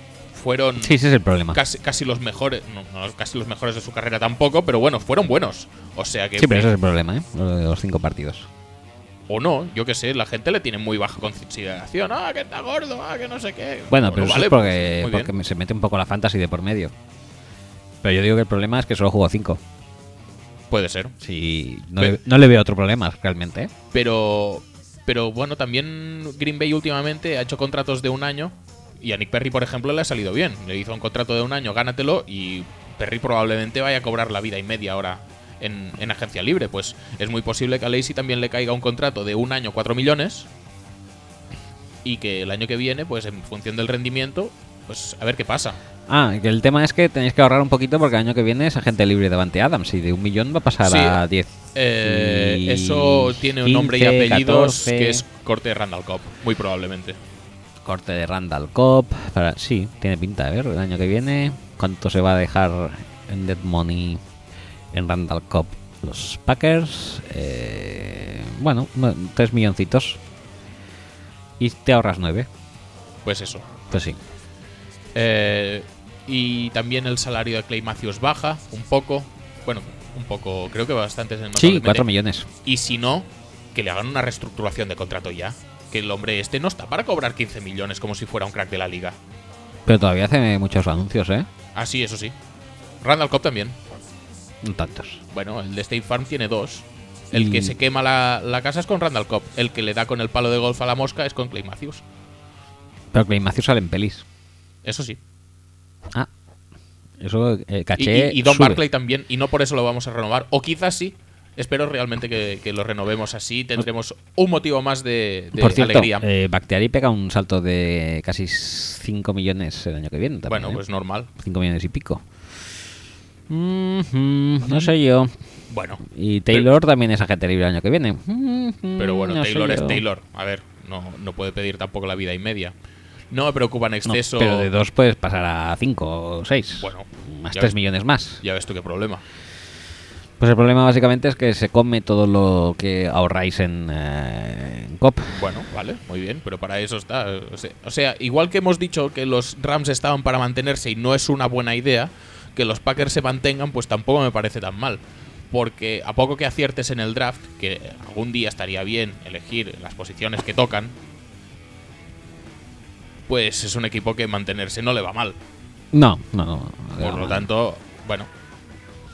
[SPEAKER 2] fueron
[SPEAKER 1] Sí, ese es el problema.
[SPEAKER 2] casi, casi los mejores, no, no, casi los mejores de su carrera tampoco, pero bueno, fueron buenos. O sea que
[SPEAKER 1] Sí, pero ese es el problema, ¿eh? Lo de los cinco partidos.
[SPEAKER 2] o no, yo qué sé, la gente le tiene muy baja consideración. Ah, que está gordo, ah, que no sé qué.
[SPEAKER 1] Bueno, pero eso
[SPEAKER 2] vale, pues,
[SPEAKER 1] es porque,
[SPEAKER 2] muy bien.
[SPEAKER 1] porque me- se mete un poco la fantasy de por medio. Pero yo digo que el problema es que solo jugó cinco.
[SPEAKER 2] puede ser.
[SPEAKER 1] Sí, no,
[SPEAKER 2] Pe-
[SPEAKER 1] le, no le veo otro problema realmente, ¿eh?
[SPEAKER 2] Pero pero bueno, también Green Bay últimamente ha hecho contratos de un año y a Nick Perry, por ejemplo, le ha salido bien. Le hizo un contrato de un año, gánatelo y Perry probablemente vaya a cobrar la vida y media ahora en, en agencia libre. Pues es muy posible que a Lacey también le caiga un contrato de un año, 4 millones y que el año que viene, pues en función del rendimiento, pues a ver qué pasa.
[SPEAKER 1] Ah, que el tema es que tenéis que ahorrar un poquito porque el año que viene es agente libre de Davante Adams y de un millón va a pasar
[SPEAKER 2] Sí.
[SPEAKER 1] a 10.
[SPEAKER 2] Eh,
[SPEAKER 1] Y
[SPEAKER 2] eso tiene un nombre y
[SPEAKER 1] 15,
[SPEAKER 2] apellidos
[SPEAKER 1] 14.
[SPEAKER 2] que es corte de Randall Cobb, muy probablemente.
[SPEAKER 1] corte de Randall Cobb. Para, sí, tiene pinta. A ver, el año que viene, ¿cuánto se va a dejar en Dead Money en Randall Cobb los Packers? Eh, bueno, 3 milloncitos. Y te ahorras 9.
[SPEAKER 2] Pues eso.
[SPEAKER 1] Pues sí.
[SPEAKER 2] Eh, y también el salario de Clay Matthews baja un poco. Bueno, un poco, creo que bastante.
[SPEAKER 1] Sí, 4 millones.
[SPEAKER 2] Y si no, que le hagan una reestructuración de contrato ya. Que el hombre este no está para cobrar 15 millones como si fuera un crack de la liga.
[SPEAKER 1] Pero todavía hace muchos anuncios, ¿eh?
[SPEAKER 2] Ah, sí, eso sí. Randall Cobb también.
[SPEAKER 1] No tantos.
[SPEAKER 2] Bueno, el de State Farm tiene dos. El
[SPEAKER 1] Y-
[SPEAKER 2] que se quema la, la casa es con Randall Cobb. El que le da con el palo de golf a la mosca es con Clay Matthews.
[SPEAKER 1] Pero Clay Matthews sale en pelis.
[SPEAKER 2] Eso sí.
[SPEAKER 1] Ah, eso eh,
[SPEAKER 2] Y,
[SPEAKER 1] caché.
[SPEAKER 2] y- y Don
[SPEAKER 1] sube.
[SPEAKER 2] Barclay también. Y no por eso lo vamos a renovar. O quizás sí. Espero realmente que, que lo renovemos así. Tendremos un motivo más de, de
[SPEAKER 1] Por cierto,
[SPEAKER 2] alegría.
[SPEAKER 1] eh, Bakhtiari pega un salto de casi 5 millones el año que viene. También,
[SPEAKER 2] bueno,
[SPEAKER 1] ¿eh?
[SPEAKER 2] pues normal.
[SPEAKER 1] 5 millones y pico.
[SPEAKER 2] Mm-hmm,
[SPEAKER 1] Mhm, no sé yo.
[SPEAKER 2] Bueno.
[SPEAKER 1] Y Taylor también es agente libre el año que viene. Mhm,
[SPEAKER 2] Pero bueno,
[SPEAKER 1] no sé
[SPEAKER 2] Taylor es
[SPEAKER 1] yo.
[SPEAKER 2] Taylor. A ver, no, no puede pedir tampoco la vida y media. No me preocupa en
[SPEAKER 1] No,
[SPEAKER 2] exceso.
[SPEAKER 1] pero de 2 puedes pasar a 5 o 6.
[SPEAKER 2] Bueno,
[SPEAKER 1] más
[SPEAKER 2] ya
[SPEAKER 1] 3
[SPEAKER 2] ves.
[SPEAKER 1] millones más.
[SPEAKER 2] Ya ves tú qué problema.
[SPEAKER 1] Pues el problema básicamente es que se come todo lo que ahorráis en, eh, en COP.
[SPEAKER 2] Bueno, vale, muy bien, pero para eso está. O sea, o sea, igual que hemos dicho que los Rams estaban para mantenerse y no es una buena idea, que los Packers se mantengan, pues tampoco me parece tan mal. Porque a poco que aciertes en el draft, que algún día estaría bien elegir las posiciones que tocan, pues es un equipo que mantenerse no le va mal.
[SPEAKER 1] No, no, no.
[SPEAKER 2] Por lo tanto, bueno,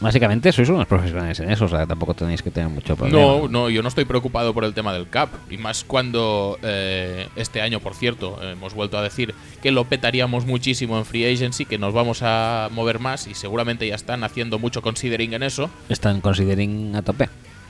[SPEAKER 1] Básicamente sois unos profesionales en eso, o sea, tampoco tenéis que tener mucho problema.
[SPEAKER 2] No, no, yo no estoy preocupado por el tema del cap. Y más cuando eh, este año, por cierto, hemos vuelto a decir que lo petaríamos muchísimo en Free Agency, que nos vamos a mover más y seguramente ya están haciendo mucho considering en eso.
[SPEAKER 1] Están considering a tope.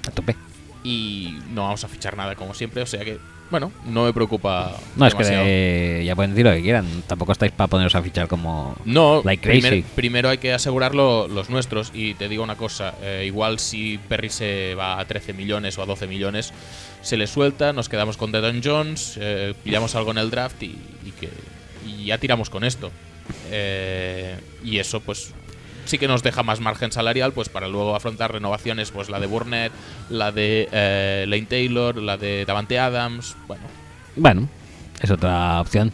[SPEAKER 1] A tope.
[SPEAKER 2] Y no vamos a fichar nada como siempre, o sea que, bueno, no me preocupa.
[SPEAKER 1] No, es que
[SPEAKER 2] demasiado.
[SPEAKER 1] eh, ya pueden decir lo que quieran. Tampoco estáis para poneros a fichar como.
[SPEAKER 2] No,
[SPEAKER 1] Like
[SPEAKER 2] primer-
[SPEAKER 1] crazy.
[SPEAKER 2] primero hay que asegurarlo los nuestros. Y te digo una cosa, eh, igual si Perry se va a 13 millones o a 12 millones, se le suelta, nos quedamos con Deadon Jones, eh, pillamos algo en el draft y, y que, y ya tiramos con esto. Eh, y eso pues sí que nos deja más margen salarial pues para luego afrontar renovaciones, pues la de Burnett, la de eh, Lane Taylor, la de Davante Adams, bueno,
[SPEAKER 1] Bueno, es otra opción.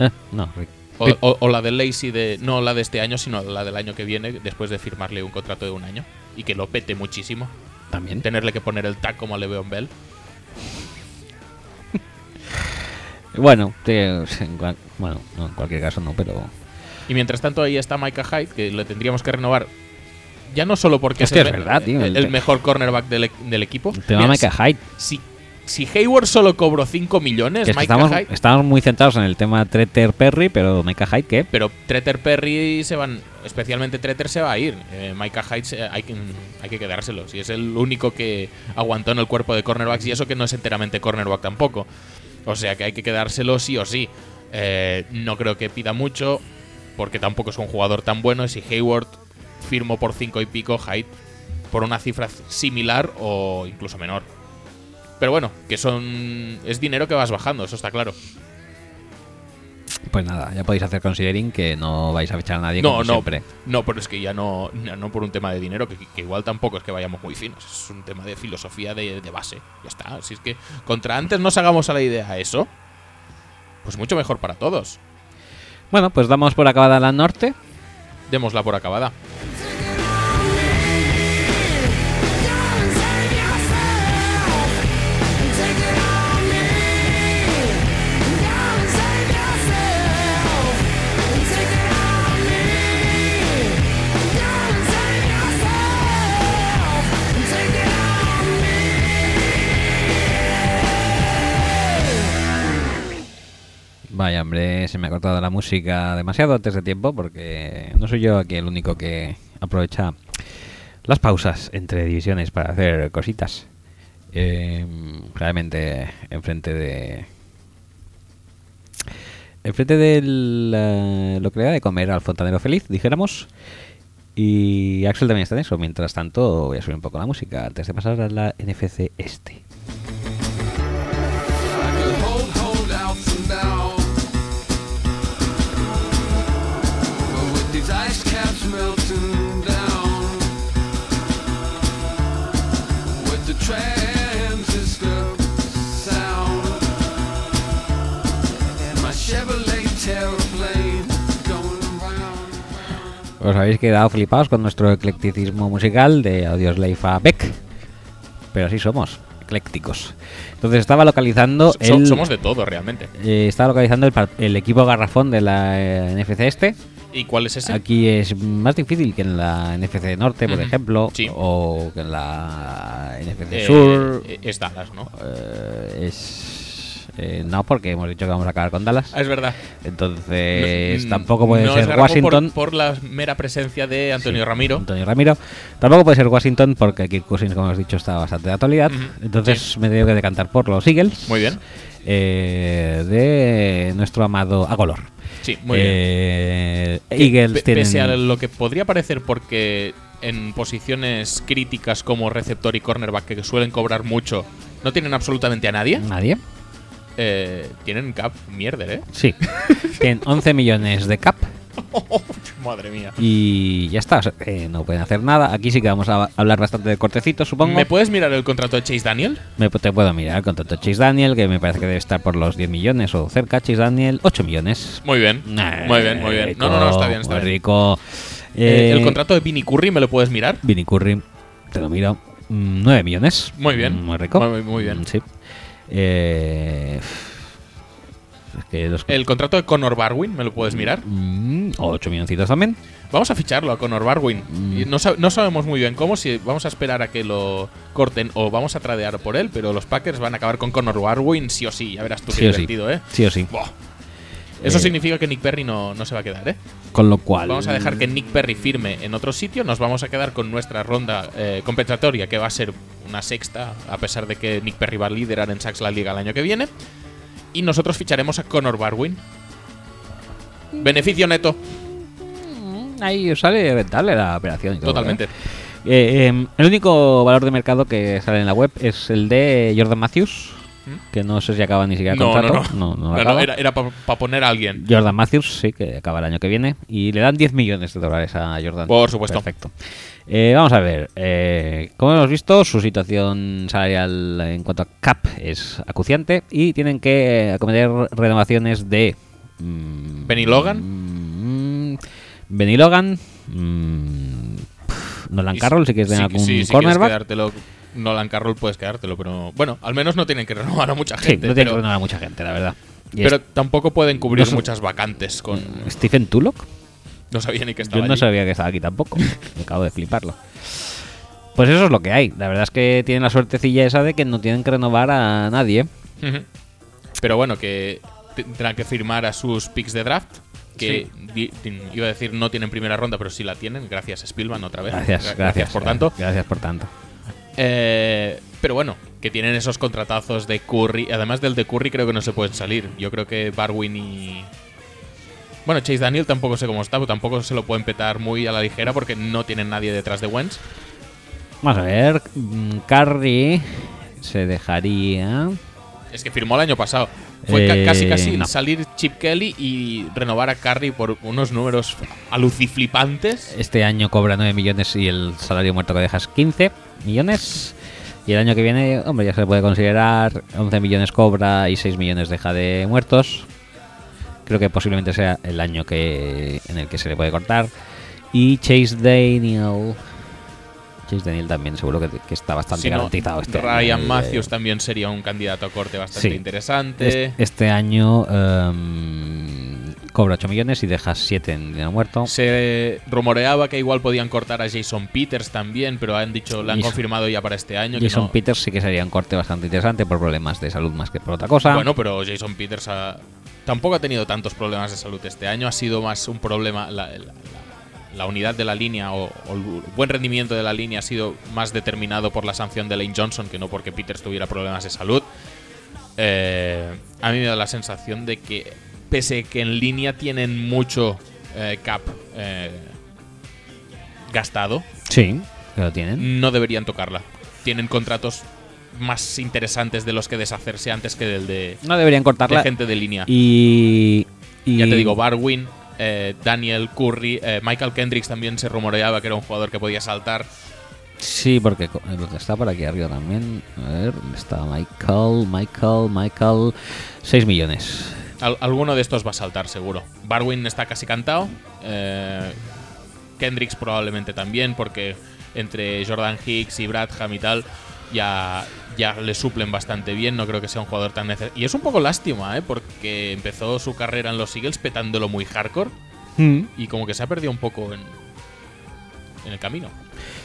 [SPEAKER 1] Eh, no, Rick.
[SPEAKER 2] O, o- o la de Lacey, de, no la de este año, sino la del año que viene, después de firmarle un contrato de un año. Y que lo pete muchísimo.
[SPEAKER 1] También.
[SPEAKER 2] Tenerle que poner el tag como a Le'Veon Bell.
[SPEAKER 1] Bueno, te- en cual- bueno, no, en cualquier caso no, pero.
[SPEAKER 2] Y mientras tanto ahí está Micah Hyde, que le tendríamos que renovar. Ya no solo porque
[SPEAKER 1] Es que
[SPEAKER 2] el,
[SPEAKER 1] es
[SPEAKER 2] me-
[SPEAKER 1] verdad, tío,
[SPEAKER 2] el,
[SPEAKER 1] el
[SPEAKER 2] el
[SPEAKER 1] te-
[SPEAKER 2] mejor cornerback del, e- del equipo.
[SPEAKER 1] El tema
[SPEAKER 2] Mira,
[SPEAKER 1] Micah Hyde.
[SPEAKER 2] Si, si Hayward solo cobró 5
[SPEAKER 1] que
[SPEAKER 2] millones,
[SPEAKER 1] es que
[SPEAKER 2] Micah
[SPEAKER 1] estamos,
[SPEAKER 2] Hyde.
[SPEAKER 1] estamos muy centrados en el tema Treter Perry, pero Micah Hyde, ¿qué?
[SPEAKER 2] Pero Treter Perry se van. Especialmente Treter se va a ir. Eh, Micah Hyde se- hay, que, hay que quedárselo. Si es el único que aguantó en el cuerpo de cornerbacks y eso que no es enteramente cornerback tampoco. O sea que hay que quedárselo sí o sí. Eh, no creo que pida mucho porque tampoco es un jugador tan bueno. Y si Hayward firmó por 5 y pico, Hyde por una cifra similar o incluso menor. Pero bueno, que son. Es dinero que vas bajando, eso está claro.
[SPEAKER 1] Pues nada, ya podéis hacer considering que no vais a fichar a nadie
[SPEAKER 2] No,
[SPEAKER 1] como
[SPEAKER 2] no,
[SPEAKER 1] siempre.
[SPEAKER 2] no, pero es que ya no, no, no por un tema de dinero, que, que igual tampoco es que vayamos muy finos, es un tema de filosofía de, de base, ya está. Si es que contra antes nos hagamos a la idea eso, pues mucho mejor para todos.
[SPEAKER 1] Bueno, pues damos por acabada la norte.
[SPEAKER 2] Démosla por acabada.
[SPEAKER 1] Vaya, hombre, se me ha cortado la música demasiado antes de tiempo porque no soy yo aquí el único que aprovecha las pausas entre divisiones para hacer cositas. Eh, claramente, enfrente de. Enfrente de lo que le da de comer al fontanero feliz, dijéramos. Y Axel también está en eso. Mientras tanto, voy a subir un poco la música antes de pasar a la NFC este.
[SPEAKER 5] I could hold, hold out for now. with ice caps melting down. With the transistor sound. And my Chevrolet Terraplane going round.
[SPEAKER 1] Os habéis quedado flipados con nuestro eclecticismo musical de Audioslave a Beck. Pero así somos, eclécticos. Entonces estaba localizando
[SPEAKER 2] So-
[SPEAKER 1] Oh, el,
[SPEAKER 2] Somos de todo realmente.
[SPEAKER 1] eh, estaba localizando el, par- el equipo garrafón de la eh, NFC este.
[SPEAKER 2] ¿Y cuál es ese?
[SPEAKER 1] Aquí es más difícil que en la NFC Norte, por
[SPEAKER 2] Ujú,
[SPEAKER 1] ejemplo,
[SPEAKER 2] sí.
[SPEAKER 1] o que en la NFC
[SPEAKER 2] Eh,
[SPEAKER 1] Sur.
[SPEAKER 2] eh, es Dallas, ¿no?
[SPEAKER 1] Eh, es eh, no, porque hemos dicho que vamos a acabar con Dallas.
[SPEAKER 2] Ah, es verdad.
[SPEAKER 1] Entonces,
[SPEAKER 2] No-
[SPEAKER 1] Eh,
[SPEAKER 2] mm,
[SPEAKER 1] tampoco puede
[SPEAKER 2] no es
[SPEAKER 1] ser
[SPEAKER 2] Garrafo por-
[SPEAKER 1] Washington.
[SPEAKER 2] Por, la mera presencia de Antonio
[SPEAKER 1] Sí,
[SPEAKER 2] Ramiro.
[SPEAKER 1] Antonio Ramiro. Tampoco puede ser Washington porque Kirk Cousins, como hemos dicho, está bastante de actualidad.
[SPEAKER 2] Ujú,
[SPEAKER 1] Entonces me tengo que decantar por los Eagles.
[SPEAKER 2] Muy bien.
[SPEAKER 1] Eh, de nuestro amado a color.
[SPEAKER 2] Sí, muy bien.
[SPEAKER 1] Eh,
[SPEAKER 2] Que
[SPEAKER 1] Eagles
[SPEAKER 2] pe-
[SPEAKER 1] tienen...
[SPEAKER 2] Pese a lo que podría parecer porque en posiciones críticas como receptor y cornerback que suelen cobrar mucho, no tienen absolutamente a nadie.
[SPEAKER 1] Nadie.
[SPEAKER 2] Eh, tienen cap mierder, ¿eh?
[SPEAKER 1] Sí. tienen 11 millones de cap.
[SPEAKER 2] Madre mía.
[SPEAKER 1] Y ya está, o sea, eh, no pueden hacer nada. Aquí sí que vamos a hablar bastante de cortecitos, supongo.
[SPEAKER 2] ¿Me puedes mirar el contrato de Chase Daniel?
[SPEAKER 1] Me, te puedo mirar el contrato de Chase Daniel, que me parece que debe estar por los 10 millones o cerca. Chase Daniel, 8 millones.
[SPEAKER 2] Muy bien.
[SPEAKER 1] Nah,
[SPEAKER 2] Muy bien, muy bien. No, no, no, está bien, está
[SPEAKER 1] muy
[SPEAKER 2] bien.
[SPEAKER 1] rico.
[SPEAKER 2] Eh,
[SPEAKER 1] Eh,
[SPEAKER 2] el contrato de Vinny Curry, ¿me lo puedes mirar?
[SPEAKER 1] Vinny Curry, te lo miro. 9 millones.
[SPEAKER 2] Muy bien.
[SPEAKER 1] Mm, Muy rico.
[SPEAKER 2] Muy, muy bien.
[SPEAKER 1] Mm, Sí. Eh, es que los.
[SPEAKER 2] El contrato de Conor Barwin, ¿me lo puedes mirar?
[SPEAKER 1] 8 milloncitos también.
[SPEAKER 2] Vamos a ficharlo a Conor Barwin.
[SPEAKER 1] Mm.
[SPEAKER 2] Y No, sab- no sabemos muy bien cómo, si vamos a esperar a que lo corten o vamos a tradear por él, pero los Packers van a acabar con Conor Barwin sí o sí. Ya verás tú qué
[SPEAKER 1] Sí o sí.
[SPEAKER 2] divertido, ¿eh?
[SPEAKER 1] Sí o sí.
[SPEAKER 2] Buah. Eso
[SPEAKER 1] Eh.
[SPEAKER 2] significa que Nick Perry no, no se va a quedar, ¿eh?
[SPEAKER 1] Con lo cual.
[SPEAKER 2] Vamos a dejar que Nick Perry firme en otro sitio, nos vamos a quedar con nuestra ronda eh, compensatoria, que va a ser una sexta, a pesar de que Nick Perry va a liderar en sacks la liga el año que viene. Y nosotros ficharemos a Conor Barwin. Beneficio neto,
[SPEAKER 1] Ahí sale rentable la operación. y todo,
[SPEAKER 2] totalmente.
[SPEAKER 1] ¿eh? Eh, em, el único valor de mercado que sale en la web es el de Jordan Matthews,
[SPEAKER 2] ¿Mm?
[SPEAKER 1] que no sé si acaba ni siquiera
[SPEAKER 2] No, no, no.
[SPEAKER 1] contrato. no
[SPEAKER 2] No, no,
[SPEAKER 1] acaba.
[SPEAKER 2] era para poner a alguien.
[SPEAKER 1] Jordan Matthews, sí, que acaba el año que viene. Y le dan 10 millones de dólares a Jordan.
[SPEAKER 2] Por supuesto.
[SPEAKER 1] Perfecto. Eh, vamos a ver. eh, como hemos visto, su situación salarial en cuanto a cap es acuciante y tienen que eh, acometer renovaciones de. mm,
[SPEAKER 2] Benny Logan,
[SPEAKER 1] mm, Benny Logan. mm, pff, Nolan
[SPEAKER 2] Y
[SPEAKER 1] Carroll, si quieres tener
[SPEAKER 2] si-
[SPEAKER 1] algún
[SPEAKER 2] si- si
[SPEAKER 1] cornerback.
[SPEAKER 2] quieres quedártelo, Nolan Carroll puedes quedártelo, pero bueno, al menos no tienen que renovar a mucha
[SPEAKER 1] sí,
[SPEAKER 2] gente.
[SPEAKER 1] no tiene que
[SPEAKER 2] pero,
[SPEAKER 1] renovar a mucha gente, la verdad. Y
[SPEAKER 2] pero
[SPEAKER 1] es-
[SPEAKER 2] tampoco pueden cubrir
[SPEAKER 1] No son-
[SPEAKER 2] muchas vacantes con.
[SPEAKER 1] Stephen Tullock.
[SPEAKER 2] No sabía ni que estaba.
[SPEAKER 1] Yo no
[SPEAKER 2] allí.
[SPEAKER 1] sabía que estaba aquí tampoco. Me acabo de fliparlo. Pues eso es lo que hay. La verdad es que tienen la suertecilla esa de que no tienen que renovar a nadie.
[SPEAKER 2] Ujú. Pero bueno, que te- tendrán que firmar a sus picks de draft. Que di- ti- iba a decir no tienen primera ronda, pero sí la tienen. Gracias, Spielman, otra vez.
[SPEAKER 1] Gracias,
[SPEAKER 2] Gra-
[SPEAKER 1] gracias.
[SPEAKER 2] por tanto.
[SPEAKER 1] Gracias por tanto.
[SPEAKER 2] Eh, pero bueno, que tienen esos contratazos de Curry. Además del de Curry, creo que no se pueden salir. Yo creo que Barwin y. Bueno, Chase Daniel tampoco sé cómo está, pero tampoco se lo pueden petar muy a la ligera porque no tienen nadie detrás de Wentz.
[SPEAKER 1] Vamos a ver. mm, Curry se dejaría.
[SPEAKER 2] Es que firmó el año pasado. Fue ca-
[SPEAKER 1] Eh,
[SPEAKER 2] casi casi
[SPEAKER 1] no.
[SPEAKER 2] salir Chip Kelly y renovar a Curry por unos números aluciflipantes.
[SPEAKER 1] Este año cobra 9 millones y el salario muerto que dejas 15 millones. Y el año que viene, hombre, ya se le puede considerar 11 millones cobra y 6 millones deja de muertos. Creo que posiblemente sea el año que en el que se le puede cortar. Y Chase Daniel. Chase Daniel también seguro que, que está bastante
[SPEAKER 2] Si no,
[SPEAKER 1] garantizado este año.
[SPEAKER 2] Ryan
[SPEAKER 1] Eh,
[SPEAKER 2] Matthews también sería un candidato a corte bastante
[SPEAKER 1] Sí.
[SPEAKER 2] interesante.
[SPEAKER 1] es- Este año em, cobra 8 millones y deja 7 en dinero muerto.
[SPEAKER 2] Se rumoreaba que igual podían cortar a Jason Peters también, pero han dicho, lo han
[SPEAKER 1] Jason-
[SPEAKER 2] confirmado ya para este año. que
[SPEAKER 1] Jason
[SPEAKER 2] no.
[SPEAKER 1] Peters sí que sería un corte bastante interesante por problemas de salud más que por otra cosa.
[SPEAKER 2] Bueno, pero Jason Peters ha- tampoco ha tenido tantos problemas de salud este año. Ha sido más un problema. La, la- la- la unidad de la línea o, o el buen rendimiento de la línea ha sido más determinado por la sanción de Lane Johnson que no porque Peters tuviera problemas de salud. Eh, a mí me da la sensación de que, pese que en línea tienen mucho eh, cap eh, gastado,
[SPEAKER 1] sí, que lo tienen.
[SPEAKER 2] no deberían tocarla. Tienen contratos más interesantes de los que deshacerse antes que del de
[SPEAKER 1] No deberían
[SPEAKER 2] de
[SPEAKER 1] cortarla.
[SPEAKER 2] gente de línea.
[SPEAKER 1] Y, y-
[SPEAKER 2] ya te digo, Barwin, eh, Daniel Curry. eh, Michael Kendricks también se rumoreaba que era un jugador que podía saltar.
[SPEAKER 1] Sí, porque, co- eh, porque está por aquí arriba también. A ver, ¿dónde está Michael? Michael, Michael. 6 millones.
[SPEAKER 2] Al- alguno de estos va a saltar, seguro. Barwin está casi cantado. eh, Kendricks probablemente también, porque entre Jordan Hicks y Bradham y tal, ya, ya le suplen bastante bien. No creo que sea un jugador tan necesario. Y es un poco lástima, ¿eh? porque empezó su carrera en los Eagles petándolo muy hardcore y como que se ha perdido un poco en, en el camino.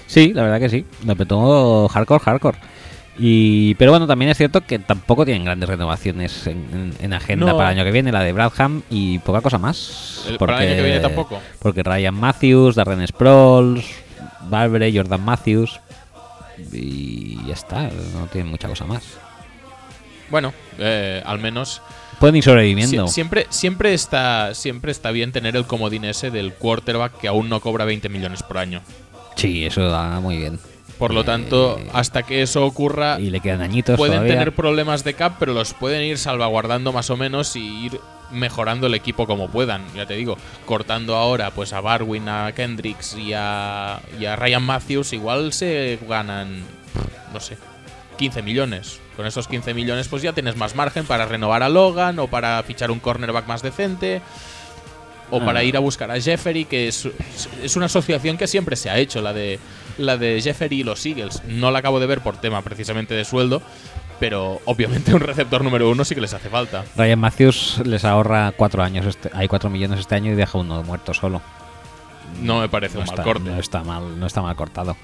[SPEAKER 1] Sí, la verdad que sí. Lo petó hardcore, hardcore. Y, pero bueno, también es cierto que tampoco tienen grandes renovaciones en, en- en agenda
[SPEAKER 2] No.
[SPEAKER 1] para el año que viene, la de Bradham y poca cosa más.
[SPEAKER 2] El- para el año que viene tampoco.
[SPEAKER 1] Porque Ryan Matthews, Darren Sproles, Valverde, Jordan Matthews. Y ya está, no tienen mucha cosa más.
[SPEAKER 2] Bueno, eh, al menos
[SPEAKER 1] Pueden ir sobreviviendo.
[SPEAKER 2] Sie- siempre, siempre, está, siempre está bien tener el comodín ese del quarterback que aún no cobra 20 millones por año.
[SPEAKER 1] Sí, eso da muy bien.
[SPEAKER 2] Por lo
[SPEAKER 1] Eh,
[SPEAKER 2] tanto, hasta que eso ocurra,
[SPEAKER 1] y le quedan añitos
[SPEAKER 2] Ah, pueden
[SPEAKER 1] todavía.
[SPEAKER 2] tener problemas de cap, pero los pueden ir salvaguardando más o menos y ir mejorando el equipo como puedan. Ya te digo, cortando ahora pues a Barwin, a Kendricks y a, y a Ryan Matthews, igual se ganan, no sé, 15 millones. Con esos 15 millones pues ya tienes más margen para renovar a Logan o para fichar un cornerback más decente. O para ir a buscar a Jeffery, que es, es una asociación que siempre se ha hecho, la de, la de Jeffery y los Eagles. No la acabo de ver por tema precisamente de sueldo, pero obviamente un receptor número uno sí que les hace falta.
[SPEAKER 1] Ryan Matthews les ahorra cuatro años, este- hay cuatro millones este año y deja uno muerto solo.
[SPEAKER 2] No me parece
[SPEAKER 1] No
[SPEAKER 2] un mal
[SPEAKER 1] está,
[SPEAKER 2] corte.
[SPEAKER 1] no está mal, no está mal cortado.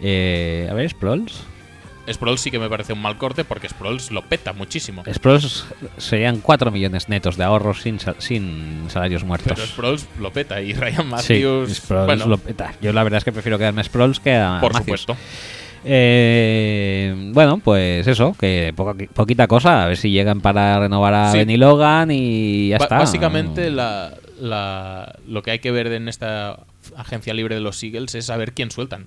[SPEAKER 1] Eh, a ver, Sproles.
[SPEAKER 2] Sproles sí que me parece un mal corte porque Sproles lo peta muchísimo.
[SPEAKER 1] Sproles serían 4 millones netos de ahorros sin, sal- sin salarios muertos.
[SPEAKER 2] Pero Sproles lo peta y
[SPEAKER 1] Sí,
[SPEAKER 2] Ryan Matthews.
[SPEAKER 1] Sproles
[SPEAKER 2] bueno,
[SPEAKER 1] lo peta. Yo la verdad es que prefiero quedarme a Sproles que a
[SPEAKER 2] por
[SPEAKER 1] Matthews.
[SPEAKER 2] supuesto.
[SPEAKER 1] Eh, bueno, pues eso, que poca, poquita cosa, a ver si llegan para renovar a
[SPEAKER 2] Sí.
[SPEAKER 1] Benny Logan y ya
[SPEAKER 2] Ba-
[SPEAKER 1] está.
[SPEAKER 2] Básicamente la- la- lo que hay que ver en esta agencia libre de los Eagles es saber quién sueltan.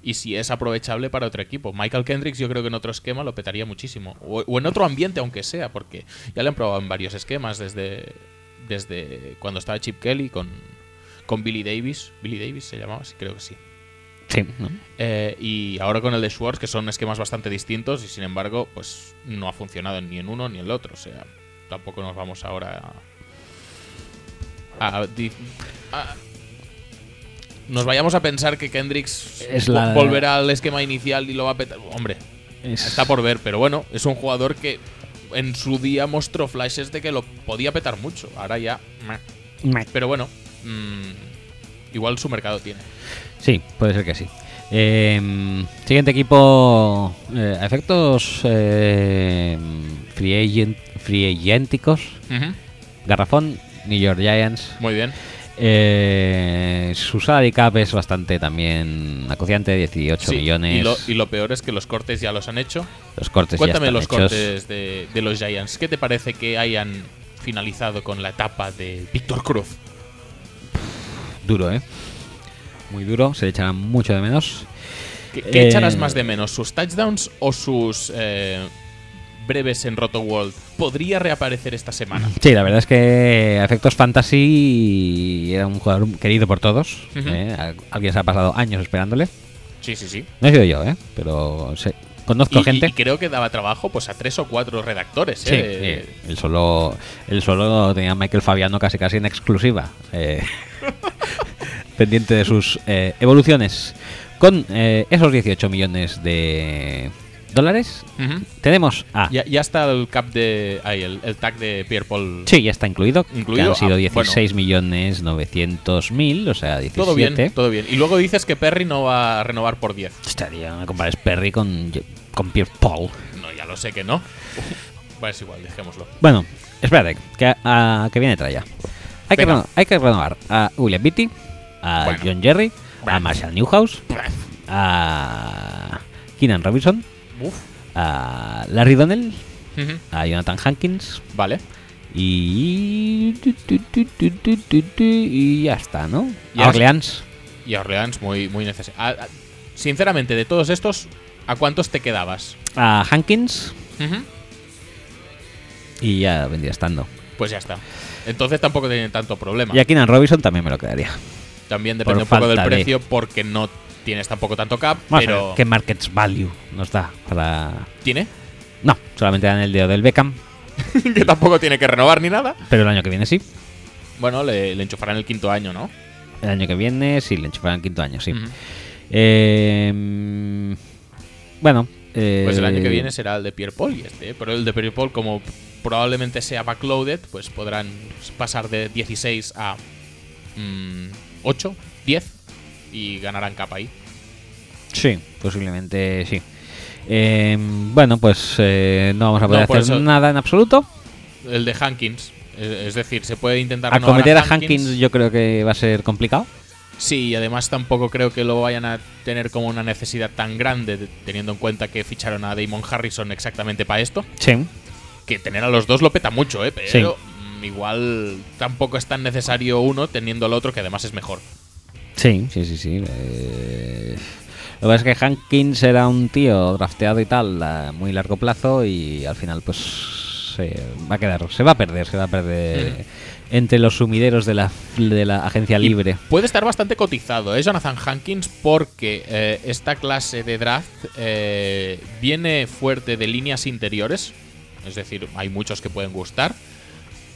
[SPEAKER 2] Y si es aprovechable para otro equipo. Michael Kendricks yo creo que en otro esquema lo petaría muchísimo. O, o en otro ambiente aunque sea, porque ya le han probado en varios esquemas desde, desde cuando estaba Chip Kelly con, con Billy Davis. Billy Davis se llamaba, sí, creo que sí.
[SPEAKER 1] Sí, ¿no?
[SPEAKER 2] Eh, y ahora con el de Schwartz, que son esquemas bastante distintos y sin embargo, pues no ha funcionado ni en uno ni en el otro. O sea, tampoco nos vamos ahora a... a di- a- nos vayamos a pensar que Kendricks
[SPEAKER 1] Es
[SPEAKER 2] vo-
[SPEAKER 1] la-
[SPEAKER 2] volverá al esquema inicial y lo va a petar. Hombre,
[SPEAKER 1] Es-
[SPEAKER 2] está por ver, pero bueno, es un jugador que en su día mostró flashes de que lo podía petar mucho. Ahora ya... meh. Pero bueno, mm, igual su mercado tiene.
[SPEAKER 1] Sí, puede ser que sí. Eh, siguiente equipo, eh, a efectos eh, free, agent, free agenticos, Garrafón, New York Giants.
[SPEAKER 2] Muy bien.
[SPEAKER 1] Eh, su salary cap es bastante también acuciante, 18
[SPEAKER 2] Sí,
[SPEAKER 1] millones.
[SPEAKER 2] Y lo, y lo peor es que los cortes ya los han hecho.
[SPEAKER 1] los cortes ya
[SPEAKER 2] Cuéntame
[SPEAKER 1] están
[SPEAKER 2] los
[SPEAKER 1] hechos.
[SPEAKER 2] cortes de, de los Giants. ¿Qué te parece que hayan finalizado con la etapa de Víctor Cruz?
[SPEAKER 1] Duro, ¿eh? Muy duro, se le echarán mucho de menos.
[SPEAKER 2] ¿Qué, qué
[SPEAKER 1] Eh,
[SPEAKER 2] echarás más de menos? ¿Sus touchdowns o sus eh, breves en Roto World? Podría reaparecer esta semana.
[SPEAKER 1] Sí, la verdad es que a efectos fantasy era un jugador querido por todos.
[SPEAKER 2] Ujú.
[SPEAKER 1] ¿eh? Al- Alguien se ha pasado años esperándole.
[SPEAKER 2] Sí, sí, sí.
[SPEAKER 1] No he sido yo, ¿eh? Pero sé- conozco
[SPEAKER 2] Y,
[SPEAKER 1] gente.
[SPEAKER 2] y- y creo que daba trabajo pues a tres o cuatro redactores.
[SPEAKER 1] Sí,
[SPEAKER 2] ¿eh?
[SPEAKER 1] sí. El solo, el solo tenía a Michael Fabiano casi casi en exclusiva. eh, pendiente de sus eh, evoluciones. Con eh, esos 18 millones de dólares,
[SPEAKER 2] Ujú.
[SPEAKER 1] tenemos a.
[SPEAKER 2] ya, ya está el cap de. ahí, el, el tag de Pierre Paul.
[SPEAKER 1] Sí, ya está incluido.
[SPEAKER 2] Incluido,
[SPEAKER 1] que han sido
[SPEAKER 2] ah,
[SPEAKER 1] 16 millones 900 mil, o sea, 17.
[SPEAKER 2] Todo bien, todo bien. Y luego dices que Perry no va a renovar por 10.
[SPEAKER 1] Estaría, no compares Perry con, con Pierre Paul.
[SPEAKER 2] No, ya lo sé que no. Pues es igual, dejémoslo.
[SPEAKER 1] Bueno, espérate, que, a- que viene Traya. Hay que,
[SPEAKER 2] Venga.
[SPEAKER 1] reno- hay que renovar a William Beatty, a
[SPEAKER 2] Bueno.
[SPEAKER 1] John Jerry, a
[SPEAKER 2] Bueno.
[SPEAKER 1] Marshall Newhouse, a Keenan Robinson,
[SPEAKER 2] Uf.
[SPEAKER 1] a Larry Donnell,
[SPEAKER 2] Ujú.
[SPEAKER 1] a Jonathan Hankins
[SPEAKER 2] Vale.
[SPEAKER 1] y. tu, tu, tu, tu, tu, tu, tu, Y ya está, ¿no?
[SPEAKER 2] Y
[SPEAKER 1] a
[SPEAKER 2] ahora-
[SPEAKER 1] Orleans.
[SPEAKER 2] Y a Orleans muy, muy necesario. A- a- Sinceramente, de todos estos, ¿a cuántos te quedabas?
[SPEAKER 1] A Hankins y ya vendría estando.
[SPEAKER 2] Pues ya está. Entonces tampoco tienen tanto problema.
[SPEAKER 1] Y a Keenan Robinson también me lo quedaría.
[SPEAKER 2] También
[SPEAKER 1] por
[SPEAKER 2] depende un poco del
[SPEAKER 1] falta de-
[SPEAKER 2] precio porque no tienes tampoco tanto cap,
[SPEAKER 1] Vamos a
[SPEAKER 2] pero
[SPEAKER 1] ver qué market value nos da para...
[SPEAKER 2] tiene.
[SPEAKER 1] No, solamente dan el dedo del Beckham,
[SPEAKER 2] que tampoco tiene que renovar ni nada.
[SPEAKER 1] pero el año que viene sí.
[SPEAKER 2] Bueno, le, le enchufarán el quinto año, ¿no?
[SPEAKER 1] El año que viene sí, le enchufarán quinto año, sí.
[SPEAKER 2] Ujú.
[SPEAKER 1] Eh, mm, bueno. eh,
[SPEAKER 2] Pues el año que viene será el de Pierre Paul y este, pero el de Pierre Paul como probablemente sea backloaded, pues podrán pasar de 16 a mm, 8, 10 y ganarán capa ahí.
[SPEAKER 1] Sí, posiblemente sí. Eh, bueno, pues eh, no vamos a poder
[SPEAKER 2] No, por
[SPEAKER 1] hacer
[SPEAKER 2] eso-
[SPEAKER 1] nada en absoluto.
[SPEAKER 2] El de Hankins, eh, es decir, se puede intentar renovar
[SPEAKER 1] Acometer a Hankins yo creo que va a ser complicado.
[SPEAKER 2] Sí, y además tampoco creo que lo vayan a tener como una necesidad tan grande, de- teniendo en cuenta que ficharon a Damon Harrison exactamente para esto.
[SPEAKER 1] Sí.
[SPEAKER 2] Que tener a los dos lo peta mucho, ¿eh?
[SPEAKER 1] Sí.
[SPEAKER 2] Pero mm, igual tampoco es tan necesario uno teniendo al otro, que además es mejor.
[SPEAKER 1] Sí, sí, sí, sí. eh, lo que pasa es que Hankins era un tío drafteado y tal a muy largo plazo y al final pues se va a quedar, se va a perder, se va a perder entre los sumideros de la, de la agencia
[SPEAKER 2] Y
[SPEAKER 1] libre.
[SPEAKER 2] puede estar bastante cotizado, ¿eh? Jonathan Hankins, porque eh, esta clase de draft eh, viene fuerte de líneas interiores. Es decir, hay muchos que pueden gustar.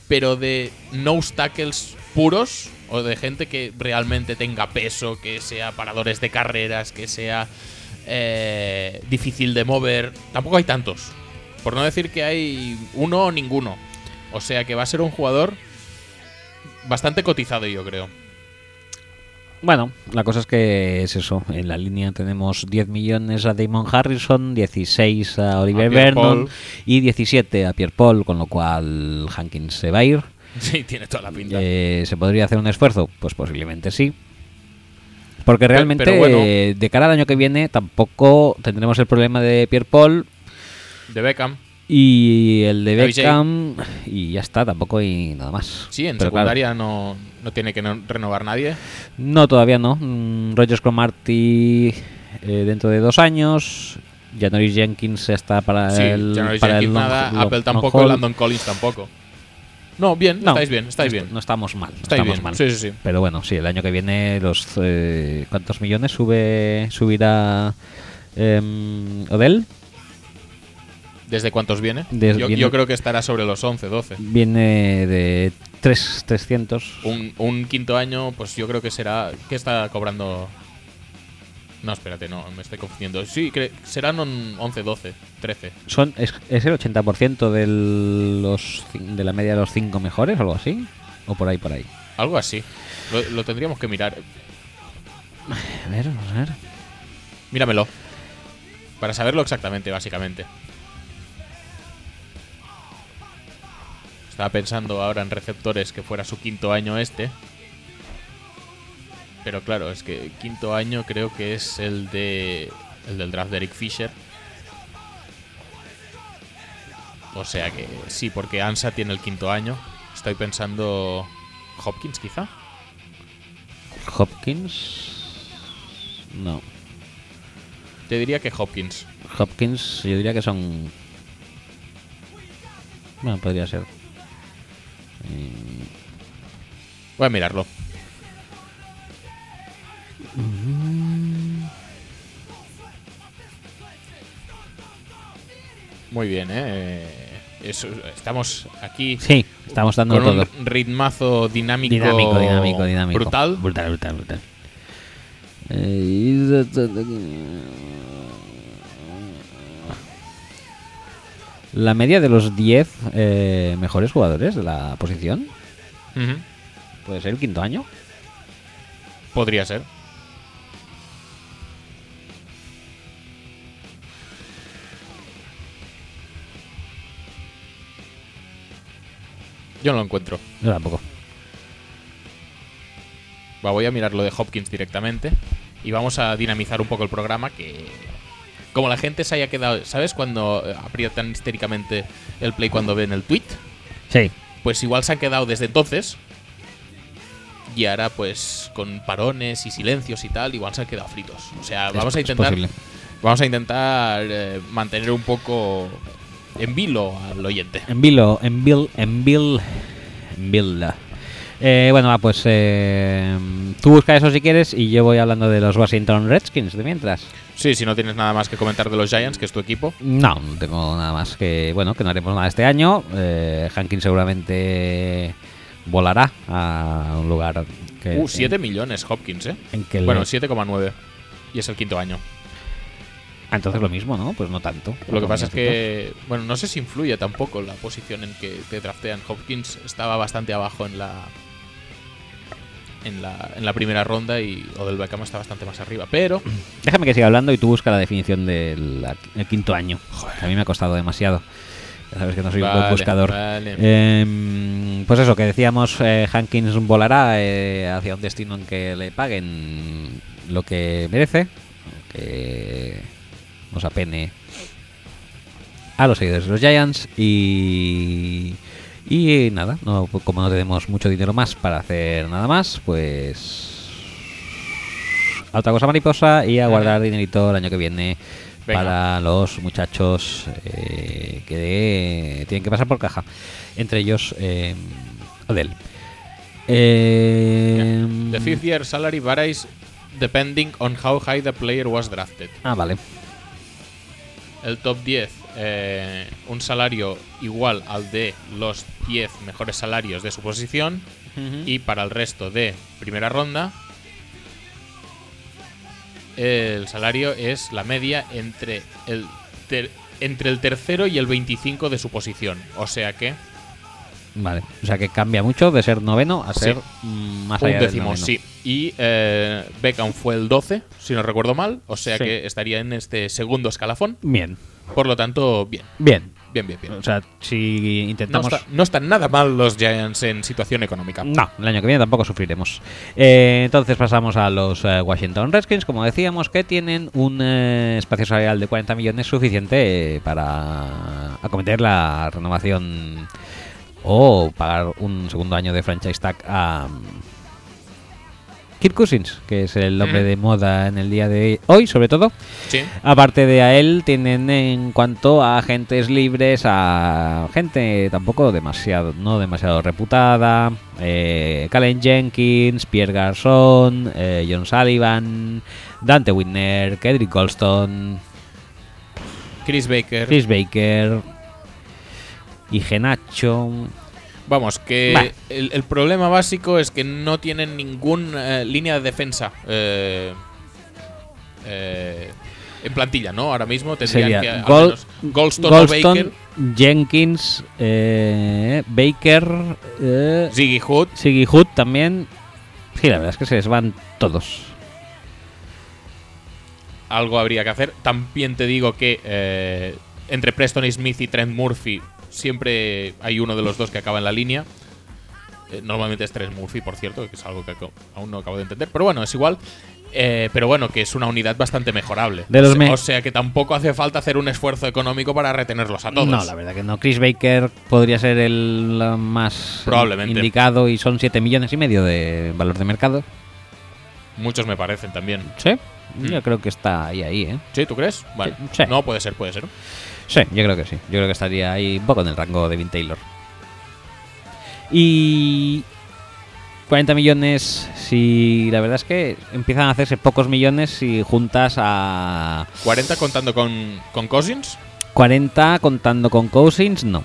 [SPEAKER 2] Pero de no tackles puros o de gente que realmente tenga peso, que sea paradores de carreras, que sea eh, difícil de mover. Tampoco hay tantos. Por no decir que hay uno o ninguno. O sea que va a ser un jugador bastante cotizado, yo creo.
[SPEAKER 1] Bueno, la cosa es que es eso. En la línea tenemos 10 millones a Damon Harrison, 16 a Oliver
[SPEAKER 2] Pierre
[SPEAKER 1] Vernon
[SPEAKER 2] Paul.
[SPEAKER 1] y 17 a Pierre Paul, con lo cual Hankins se va a ir.
[SPEAKER 2] Sí, tiene toda la pinta.
[SPEAKER 1] Eh, ¿Se podría hacer un esfuerzo? Pues posiblemente sí. Porque realmente,
[SPEAKER 2] pero bueno.
[SPEAKER 1] eh, de cara al año que viene, tampoco tendremos el problema de Pierre Paul
[SPEAKER 2] De Beckham.
[SPEAKER 1] y el de
[SPEAKER 2] OJ.
[SPEAKER 1] Beckham. Y ya está, tampoco hay nada más.
[SPEAKER 2] Sí, en
[SPEAKER 1] Pero claro,
[SPEAKER 2] secundaria no, no tiene que no- renovar nadie.
[SPEAKER 1] no, todavía no. Mm, Rogers Cromarty eh, dentro de dos años. Janoris Jenkins está para
[SPEAKER 2] Sí,
[SPEAKER 1] el.
[SPEAKER 2] Janoris
[SPEAKER 1] para el
[SPEAKER 2] Jenkins
[SPEAKER 1] long-
[SPEAKER 2] nada,
[SPEAKER 1] long-
[SPEAKER 2] Apple
[SPEAKER 1] long
[SPEAKER 2] tampoco,
[SPEAKER 1] haul.
[SPEAKER 2] Landon Collins tampoco. No, bien,
[SPEAKER 1] No,
[SPEAKER 2] estáis bien, estáis
[SPEAKER 1] no est-
[SPEAKER 2] bien.
[SPEAKER 1] No estamos mal. no
[SPEAKER 2] Estáis
[SPEAKER 1] estamos
[SPEAKER 2] bien,
[SPEAKER 1] mal.
[SPEAKER 2] sí, sí, sí.
[SPEAKER 1] Pero bueno, sí, el año que viene, los eh, ¿cuántos millones sube subirá em, Odell?
[SPEAKER 2] ¿Desde cuántos viene?
[SPEAKER 1] Desde-
[SPEAKER 2] yo,
[SPEAKER 1] viene-
[SPEAKER 2] yo creo que estará sobre los 11, 12.
[SPEAKER 1] Viene de 3, 300.
[SPEAKER 2] Un, un quinto año, pues yo creo que será. ¿Qué está cobrando? No, espérate, no, me estoy confundiendo. Sí, cre- serán un 11, 12, 13.
[SPEAKER 1] Son, es, es el 80% de, los, cin- de la media de los 5 mejores o algo así? ¿O por ahí, por ahí?
[SPEAKER 2] Algo así. Lo, lo tendríamos que mirar.
[SPEAKER 1] A ver, a ver.
[SPEAKER 2] Míramelo. Para saberlo exactamente, básicamente. Estaba pensando ahora en receptores que fuera su quinto año este. Pero claro, es que quinto año creo que es el de. el del draft de Eric Fisher. O sea que sí, porque Ansa tiene el quinto año. Estoy pensando. Hopkins quizá.
[SPEAKER 1] Hopkins. No.
[SPEAKER 2] Te diría que Hopkins.
[SPEAKER 1] Hopkins, yo diría que son. Bueno, podría ser.
[SPEAKER 2] Voy a mirarlo. Muy bien, ¿eh? Eso, estamos aquí
[SPEAKER 1] Sí, estamos dando
[SPEAKER 2] con
[SPEAKER 1] todo.
[SPEAKER 2] un ritmazo dinámico,
[SPEAKER 1] Dinámico, dinámico, dinámico.
[SPEAKER 2] brutal.
[SPEAKER 1] Brutal, brutal, brutal. Eh, La media de los 10 eh, mejores jugadores de la posición
[SPEAKER 2] Ujú.
[SPEAKER 1] puede ser el quinto año.
[SPEAKER 2] Podría ser. Yo no lo encuentro.
[SPEAKER 1] Yo tampoco.
[SPEAKER 2] Va, voy a mirar lo de Hopkins directamente y vamos a dinamizar un poco el programa que como la gente se haya quedado, ¿sabes? Cuando eh, aprietan histéricamente el play cuando ven el tweet,
[SPEAKER 1] Sí,
[SPEAKER 2] pues igual se han quedado desde entonces y ahora pues con parones y silencios y tal, igual se han quedado fritos. O sea,
[SPEAKER 1] es-
[SPEAKER 2] vamos a
[SPEAKER 1] es
[SPEAKER 2] intentar
[SPEAKER 1] posible.
[SPEAKER 2] vamos a intentar eh, mantener un poco en vilo al oyente.
[SPEAKER 1] En Vilo, en Bill, en Bill, Bill. Eh, bueno, va, pues eh, tú busca eso si quieres y yo voy hablando de los Washington Redskins de mientras.
[SPEAKER 2] Sí, si no tienes nada más que comentar de los Giants, que es tu equipo.
[SPEAKER 1] No, no tengo nada más que. Bueno, que no haremos nada este año. Eh, Hankins seguramente volará a un lugar que.
[SPEAKER 2] Uh, 7 millones Hopkins, ¿eh?
[SPEAKER 1] en que el-
[SPEAKER 2] Bueno, 7,9. Y es el quinto año.
[SPEAKER 1] Ah, entonces lo mismo, ¿no? Pues no tanto.
[SPEAKER 2] Lo que pasa es que, bueno, no sé si influye tampoco la posición en que te draftean. Hopkins estaba bastante abajo en la en la, en la primera ronda y Odell Beckham está bastante más arriba. Pero,
[SPEAKER 1] Déjame que siga hablando y tú busca la definición del la- el quinto año. A mí me ha costado demasiado. Ya sabes que no soy un buen
[SPEAKER 2] Vale,
[SPEAKER 1] buscador.
[SPEAKER 2] vale.
[SPEAKER 1] Em, pues eso, que decíamos, eh, Hankins volará eh, hacia un destino en que le paguen lo que merece, que nos apene a los seguidores de los Giants y... Y nada, no, como no tenemos mucho dinero más para hacer nada más, pues a otra cosa mariposa y a guardar dinerito el año que viene
[SPEAKER 2] Venga.
[SPEAKER 1] para los muchachos eh, que tienen que pasar por caja. Entre ellos, eh, Adel. Eh,
[SPEAKER 2] the fifth year salary varies depending on how high the player was drafted.
[SPEAKER 1] Ah, vale.
[SPEAKER 2] El top 10, eh, un salario igual al de los 10 mejores salarios de su posición. Y para el resto de primera ronda, el salario es la media entre el, ter- entre el tercero y el 25 de su posición. O sea que
[SPEAKER 1] Vale. O sea que cambia mucho de ser noveno a
[SPEAKER 2] Sí.
[SPEAKER 1] ser mm, más allá
[SPEAKER 2] un
[SPEAKER 1] del
[SPEAKER 2] décimo,
[SPEAKER 1] noveno.
[SPEAKER 2] sí. Y eh, Beckham fue el 12, si no recuerdo mal. O sea
[SPEAKER 1] Sí.
[SPEAKER 2] que estaría en este segundo escalafón.
[SPEAKER 1] Bien.
[SPEAKER 2] Por lo tanto, bien,
[SPEAKER 1] Bien.
[SPEAKER 2] bien, bien, bien.
[SPEAKER 1] O sea, si
[SPEAKER 2] No,
[SPEAKER 1] intentamos...
[SPEAKER 2] está- no están nada mal los Giants en situación económica.
[SPEAKER 1] No, el año que viene tampoco sufriremos. Eh, entonces pasamos a los eh, Washington Redskins, como decíamos, que tienen un eh, espacio salarial de 40 millones suficiente eh, para acometer la renovación o pagar un segundo año de franchise tag a mm, Kirk Cousins, que es el hombre
[SPEAKER 2] Mm.
[SPEAKER 1] de moda en el día de hoy, sobre todo.
[SPEAKER 2] Sí.
[SPEAKER 1] Aparte de a él, tienen en cuanto a agentes libres, a gente tampoco demasiado, no demasiado reputada. Eh, Calen Jenkins, Pierre Garçon, eh, John Sullivan, Dante Whitner, Kedrick Goldstone,
[SPEAKER 2] Chris Baker.
[SPEAKER 1] Chris Baker y Genacho.
[SPEAKER 2] Vamos,
[SPEAKER 1] Bah.
[SPEAKER 2] que el, el problema básico es que no tienen ninguna línea de defensa eh, eh, en plantilla, ¿no? Ahora mismo tendrían
[SPEAKER 1] Sería
[SPEAKER 2] que al
[SPEAKER 1] Gol-
[SPEAKER 2] menos Goldstone, o
[SPEAKER 1] Goldstone,
[SPEAKER 2] Baker,
[SPEAKER 1] Jenkins, eh, Baker, eh,
[SPEAKER 2] Ziggy Hood.
[SPEAKER 1] Siggy Hood también. Sí, la verdad es que se les van todos.
[SPEAKER 2] Algo habría que hacer. También te digo que eh, entre Preston Smith y Trent Murphy siempre hay uno de los dos que acaba en la línea. Eh, Normalmente es Trent Murphy, por cierto, que es algo que aco- aún no acabo de entender. Pero bueno, es igual. Eh, pero bueno, que es una unidad bastante mejorable.
[SPEAKER 1] De los
[SPEAKER 2] o, se- o
[SPEAKER 1] me-
[SPEAKER 2] sea, que tampoco hace falta hacer un esfuerzo económico para retenerlos a todos.
[SPEAKER 1] No, la verdad que no. Chris Baker podría ser el eh, más
[SPEAKER 2] Probablemente.
[SPEAKER 1] indicado y son 7 millones y medio de valor de mercado.
[SPEAKER 2] Muchos me parecen también.
[SPEAKER 1] Sí.
[SPEAKER 2] Mm.
[SPEAKER 1] Yo creo que está ahí, ahí, ¿eh?
[SPEAKER 2] ¿Sí? ¿Tú crees? Vale.
[SPEAKER 1] Sí.
[SPEAKER 2] No, puede ser, puede ser.
[SPEAKER 1] Sí, yo creo que sí. Yo creo que estaría ahí un poco en el rango de Vin Taylor. Y 40 millones, si la verdad es que empiezan a hacerse pocos millones si juntas a
[SPEAKER 2] 40 contando con, con Cousins.
[SPEAKER 1] 40 contando con Cousins, no.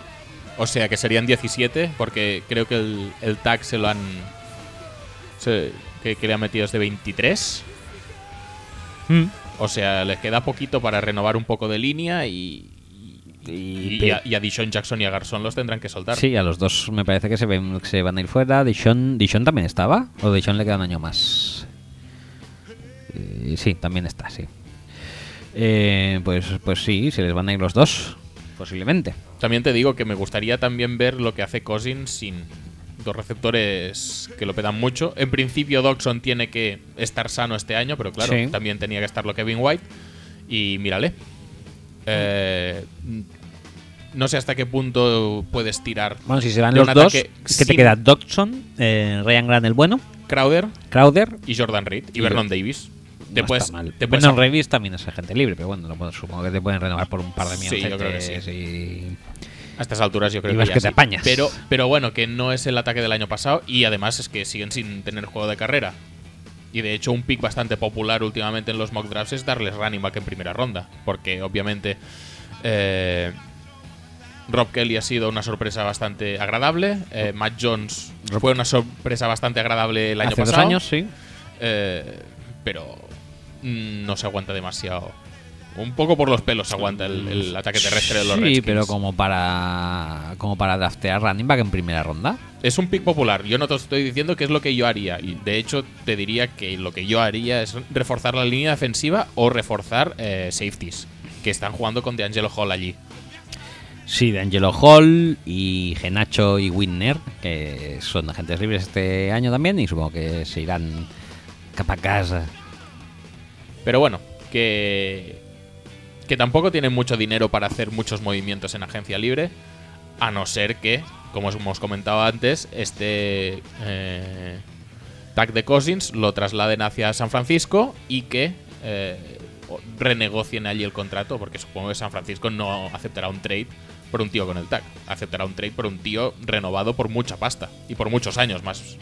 [SPEAKER 2] O sea que serían 17, porque creo que el, el tag se lo han. se- que, que le han metido es de 23. O sea, les queda poquito para renovar un poco de línea y. Y, y a, y a Dishon Jackson y a Garzón los tendrán que soltar.
[SPEAKER 1] Sí, a los dos me parece que se, ven, que se van a ir fuera. Dishon, Dishon también estaba. ¿O Dishon le queda un año más? Eh, sí, también está, sí. Eh, pues, pues sí, se les van a ir los dos, posiblemente.
[SPEAKER 2] También te digo que me gustaría también ver lo que hace Cousins sin dos receptores que lo pedan mucho. En principio, Dodson tiene que estar sano este año, pero claro,
[SPEAKER 1] Sí.
[SPEAKER 2] también tenía que estarlo Kevin White. Y mírale. Eh, no sé hasta qué punto puedes tirar.
[SPEAKER 1] Bueno, si se van
[SPEAKER 2] de un
[SPEAKER 1] los dos,
[SPEAKER 2] ataque
[SPEAKER 1] es que te
[SPEAKER 2] sin
[SPEAKER 1] queda Dodson, eh, Ryan Grant el bueno,
[SPEAKER 2] Crowder
[SPEAKER 1] Crowder.
[SPEAKER 2] y Jordan Reed y,
[SPEAKER 1] Y
[SPEAKER 2] Vernon Davis. Te
[SPEAKER 1] no
[SPEAKER 2] puedes.
[SPEAKER 1] está mal.
[SPEAKER 2] Te puedes
[SPEAKER 1] bueno, Revis también es gente libre, pero bueno, lo puedo- supongo que te pueden renovar por un par de
[SPEAKER 2] Sí,
[SPEAKER 1] millones.
[SPEAKER 2] yo creo que sí.
[SPEAKER 1] y-
[SPEAKER 2] A estas alturas yo creo
[SPEAKER 1] Ibas
[SPEAKER 2] que, ya
[SPEAKER 1] que te
[SPEAKER 2] sí.
[SPEAKER 1] apañas.
[SPEAKER 2] Pero, pero bueno, que no es el ataque del año pasado y además es que siguen sin tener juego de carrera. Y de hecho un pick bastante popular últimamente en los mock drafts es darles running back en primera ronda. Porque obviamente eh, Rob Kelly ha sido una sorpresa bastante agradable. eh, Matt Jones fue una sorpresa bastante agradable el año
[SPEAKER 1] Hace dos
[SPEAKER 2] pasado.
[SPEAKER 1] años, sí.
[SPEAKER 2] Eh, pero mm, no se aguanta demasiado. Un poco por los pelos aguanta el, el ataque terrestre de los
[SPEAKER 1] sí,
[SPEAKER 2] Redskins.
[SPEAKER 1] pero como para como para draftear running back en primera ronda.
[SPEAKER 2] Es un pick popular. Yo no te estoy diciendo que es lo que yo haría. Y de hecho, te diría que lo que yo haría es reforzar la línea defensiva o reforzar eh, safeties, que están jugando con DeAngelo Hall allí.
[SPEAKER 1] Sí, de Angelo Hall y Genacho y Winner, que son agentes libres este año también y supongo que se irán capa a casa.
[SPEAKER 2] Pero bueno, que. Que tampoco tienen mucho dinero para hacer muchos movimientos en agencia libre. A no ser que, como os hemos comentado antes, este. eh, tag de Cousins lo trasladen hacia San Francisco y que. eh, o- renegocien allí el contrato, porque supongo que San Francisco no aceptará un trade por un tío con el tag. Aceptará un trade por un tío renovado por mucha pasta y por muchos años más.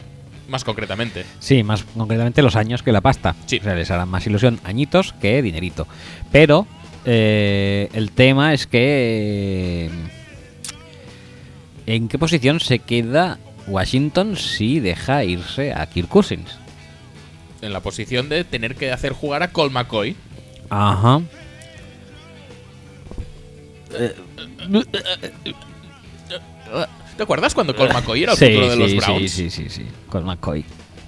[SPEAKER 2] Más concretamente.
[SPEAKER 1] Sí, más concretamente los años que la pasta.
[SPEAKER 2] Sí.
[SPEAKER 1] O sea, les harán más ilusión añitos que dinerito. Pero eh, el tema es que... eh, ¿En qué posición se queda Washington si deja irse a Kirk Cousins?
[SPEAKER 2] En la posición de tener que hacer jugar a Col McCoy
[SPEAKER 1] Ajá.
[SPEAKER 2] ¿Te acuerdas cuando Col McCoy era el
[SPEAKER 1] Ah. Sí,
[SPEAKER 2] futuro de
[SPEAKER 1] sí,
[SPEAKER 2] los
[SPEAKER 1] sí,
[SPEAKER 2] Browns?
[SPEAKER 1] Sí, sí, sí, Colt McCoy.